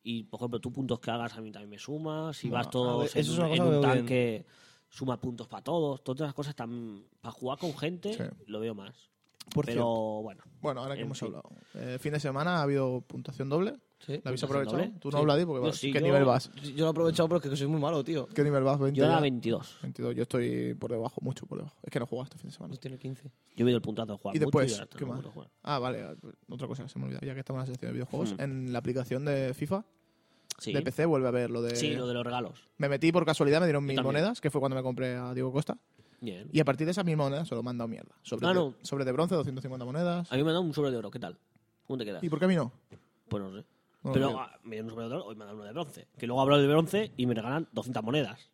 [SPEAKER 4] Y por ejemplo, tú puntos que hagas a mí también me sumas. Si
[SPEAKER 1] Bueno,
[SPEAKER 4] vas
[SPEAKER 3] a ver, eso
[SPEAKER 4] todos en,
[SPEAKER 3] es
[SPEAKER 4] un-
[SPEAKER 3] una
[SPEAKER 4] en
[SPEAKER 3] cosa que
[SPEAKER 4] un
[SPEAKER 3] veo bien.
[SPEAKER 4] tanque, suma puntos para todos. Todas las cosas están. Para jugar con gente,
[SPEAKER 1] Sí.
[SPEAKER 4] lo veo más.
[SPEAKER 1] Por
[SPEAKER 4] Pero
[SPEAKER 1] cierto,
[SPEAKER 4] bueno.
[SPEAKER 1] bueno, ahora que
[SPEAKER 4] en
[SPEAKER 1] hemos
[SPEAKER 4] fin.
[SPEAKER 1] hablado. Eh, fin de semana ha habido puntuación doble.
[SPEAKER 3] Sí.
[SPEAKER 1] ¿La habéis
[SPEAKER 4] ¿Puntuación
[SPEAKER 1] aprovechado?
[SPEAKER 4] doble?
[SPEAKER 1] Tú no,
[SPEAKER 4] Sí.
[SPEAKER 1] Vladi, porque
[SPEAKER 4] Yo
[SPEAKER 1] vas-
[SPEAKER 4] sí,
[SPEAKER 1] ¿qué
[SPEAKER 4] yo-
[SPEAKER 1] nivel vas?
[SPEAKER 3] Yo lo he aprovechado, pero es que soy muy malo, tío.
[SPEAKER 1] ¿Qué nivel vas? 20
[SPEAKER 4] Yo era
[SPEAKER 1] ya?
[SPEAKER 4] 22.
[SPEAKER 1] 22. Yo estoy por debajo, mucho por debajo. Es que no jugaste este fin de semana.
[SPEAKER 3] No tiene 15.
[SPEAKER 4] Yo he visto el puntazo de jugar.
[SPEAKER 1] Y
[SPEAKER 4] mucho
[SPEAKER 1] después,
[SPEAKER 4] ahora estoy
[SPEAKER 1] ¿qué
[SPEAKER 4] no
[SPEAKER 1] más?
[SPEAKER 4] puedo jugar.
[SPEAKER 1] Ah, vale, otra cosa, se me olvidaba, ya que estamos en la sección de videojuegos.
[SPEAKER 4] Hmm.
[SPEAKER 1] En la aplicación de FIFA,
[SPEAKER 4] Sí.
[SPEAKER 1] de PC, vuelve a ver lo de...
[SPEAKER 4] sí, lo de los regalos.
[SPEAKER 1] Me metí por casualidad, me dieron mil
[SPEAKER 4] también.
[SPEAKER 1] monedas, que fue cuando me compré a Diego Costa.
[SPEAKER 4] Bien.
[SPEAKER 1] Y a partir de esas mil monedas solo me han dado mierda. Sobre,
[SPEAKER 4] Ah,
[SPEAKER 1] de,
[SPEAKER 4] no.
[SPEAKER 1] sobre de bronce, 250 monedas.
[SPEAKER 4] A mí me han dado un sobre de oro, ¿qué tal? ¿Cómo te quedas?
[SPEAKER 1] ¿Y por qué a mí no?
[SPEAKER 4] Pues no sé.
[SPEAKER 1] No,
[SPEAKER 4] Pero
[SPEAKER 1] no,
[SPEAKER 4] ah, me dieron un sobre de oro, hoy me han dado uno de bronce. Que luego hablo de bronce y me regalan 200 monedas.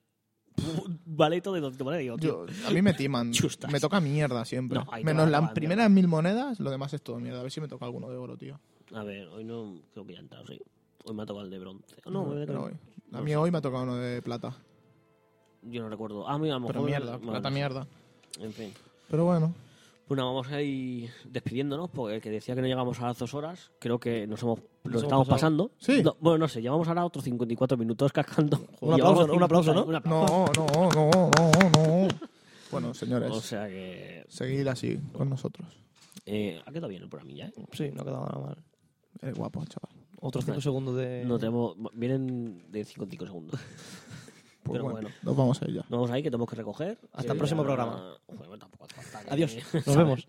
[SPEAKER 4] Un Valeto de 200 monedas. Digo, tío,
[SPEAKER 1] yo- a mí me timan.
[SPEAKER 4] Chustas.
[SPEAKER 1] me toca mierda siempre.
[SPEAKER 4] No, ahí te
[SPEAKER 1] Menos
[SPEAKER 4] va,
[SPEAKER 1] las
[SPEAKER 4] va,
[SPEAKER 1] primeras mil monedas, lo demás es todo mierda. A ver si me toca alguno de oro, tío.
[SPEAKER 4] A ver, hoy no creo que ya he entrado, sí. Hoy me ha tocado el de bronce. Oh, no, me ha
[SPEAKER 1] pero
[SPEAKER 4] tocado-
[SPEAKER 1] hoy. A
[SPEAKER 4] no
[SPEAKER 1] mí
[SPEAKER 4] sé.
[SPEAKER 1] hoy me ha tocado uno de plata.
[SPEAKER 4] Yo no recuerdo. Ah, mira, a lo mejor.
[SPEAKER 1] Pero mierda,
[SPEAKER 4] bueno,
[SPEAKER 1] plata
[SPEAKER 4] no sé.
[SPEAKER 1] mierda.
[SPEAKER 4] En fin.
[SPEAKER 1] Pero bueno.
[SPEAKER 4] Bueno, vamos a ir despidiéndonos porque el que decía que no llegamos a las dos horas, creo que nos hemos nos
[SPEAKER 3] hemos
[SPEAKER 4] estamos
[SPEAKER 3] pasado.
[SPEAKER 4] pasando.
[SPEAKER 1] Sí.
[SPEAKER 4] No, bueno, no sé, llevamos ahora otros 54 minutos cascando.
[SPEAKER 3] Un aplauso,
[SPEAKER 4] Llevamos
[SPEAKER 3] ¿no? Un aplauso,
[SPEAKER 4] 50,
[SPEAKER 3] ¿no?
[SPEAKER 4] un aplauso.
[SPEAKER 1] No, no, no, no, no. Bueno, señores,
[SPEAKER 4] O sea que
[SPEAKER 1] seguid así con nosotros.
[SPEAKER 4] eh, ha quedado bien el programilla, ¿eh?
[SPEAKER 3] Sí, no ha quedado nada mal.
[SPEAKER 1] Eres Eh, guapo, chaval. Pues
[SPEAKER 3] Otros 5 segundos de...
[SPEAKER 4] No tenemos, vienen de 5 en 5 segundos.
[SPEAKER 1] Pues
[SPEAKER 4] Pero
[SPEAKER 1] bueno,
[SPEAKER 4] bueno.
[SPEAKER 1] nos vamos a ir ya.
[SPEAKER 4] Nos vamos ahí que tenemos que recoger.
[SPEAKER 3] Hasta el próximo
[SPEAKER 4] ya-
[SPEAKER 3] programa.
[SPEAKER 4] Joder, tampoco hace falta que-
[SPEAKER 3] Adiós, nos
[SPEAKER 4] ¿sabes?
[SPEAKER 3] vemos.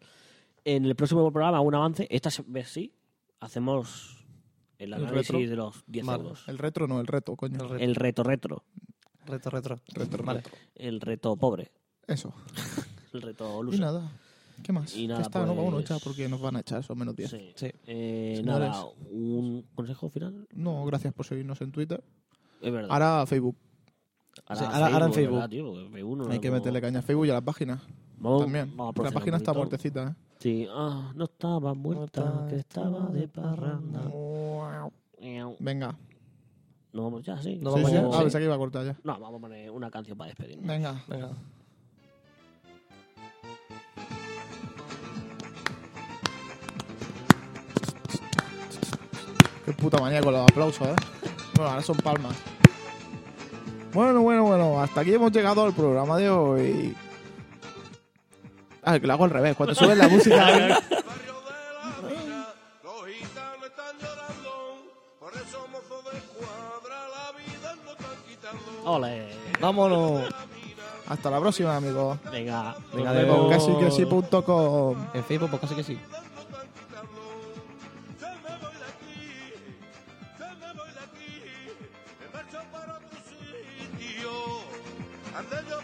[SPEAKER 4] En el próximo programa, un avance. Esta vez sí, hacemos el
[SPEAKER 1] El
[SPEAKER 4] análisis
[SPEAKER 1] retro.
[SPEAKER 4] de los 10
[SPEAKER 3] Vale.
[SPEAKER 4] euros.
[SPEAKER 1] El retro no, el reto, coño.
[SPEAKER 3] El
[SPEAKER 1] El
[SPEAKER 3] reto.
[SPEAKER 4] El reto retro.
[SPEAKER 3] Retro, retro.
[SPEAKER 1] retro,
[SPEAKER 3] Vale.
[SPEAKER 1] retro.
[SPEAKER 4] El reto pobre.
[SPEAKER 1] Eso.
[SPEAKER 4] El reto
[SPEAKER 1] Y
[SPEAKER 4] lusa.
[SPEAKER 1] nada. ¿Qué más?
[SPEAKER 4] Y nada,
[SPEAKER 1] ya está, no,
[SPEAKER 4] pues-
[SPEAKER 1] vámonos ya porque nos van a echar, son menos 10.
[SPEAKER 4] Sí.
[SPEAKER 3] Sí.
[SPEAKER 4] Eh,
[SPEAKER 1] Señores.
[SPEAKER 4] nada, un consejo final.
[SPEAKER 1] No, gracias por seguirnos en Twitter.
[SPEAKER 4] Es verdad.
[SPEAKER 1] Ahora Facebook.
[SPEAKER 3] sí, ahora- ahora en
[SPEAKER 4] es verdad, tío, porque Facebook no
[SPEAKER 1] Hay
[SPEAKER 4] lo
[SPEAKER 1] que
[SPEAKER 4] hemos-
[SPEAKER 1] meterle caña a Facebook y a las páginas.
[SPEAKER 4] Vamos-
[SPEAKER 1] También.
[SPEAKER 4] Oh, vamos a
[SPEAKER 1] la
[SPEAKER 4] proceder
[SPEAKER 1] página
[SPEAKER 4] un
[SPEAKER 1] está
[SPEAKER 4] poquito.
[SPEAKER 1] muertecita, ¿eh?
[SPEAKER 4] Sí, ah, no estaba muerta, que estaba de parranda. Miau.
[SPEAKER 1] Venga.
[SPEAKER 4] No vamos ya, sí.
[SPEAKER 3] No
[SPEAKER 1] Sí,
[SPEAKER 3] vamos
[SPEAKER 1] sí.
[SPEAKER 3] ya,
[SPEAKER 1] Ah,
[SPEAKER 3] sí.
[SPEAKER 1] pensé que iba a cortar ya.
[SPEAKER 4] No, vamos a poner una canción para despedirnos.
[SPEAKER 1] Venga.
[SPEAKER 3] Venga.
[SPEAKER 1] Qué puta manía con los aplausos, ¿eh? Bueno, ahora son palmas. Bueno, bueno, bueno. Hasta aquí hemos llegado al programa de hoy. Ah, que lo hago al revés. Cuando subes la música...
[SPEAKER 6] barrio de la mina, los gitanos están llorando, por eso mozo de cuadra, la vida no están quitando.
[SPEAKER 4] ¡Ole!
[SPEAKER 3] Vámonos.
[SPEAKER 1] Hasta la próxima, amigos.
[SPEAKER 4] Venga,
[SPEAKER 3] Venga,
[SPEAKER 1] Nos vemos. Casi que sí punto com.
[SPEAKER 3] En Facebook, pues casi que sí.
[SPEAKER 6] Yo me voy de aquí, yo me voy de aquí, me marcho para otro sitio, ande yo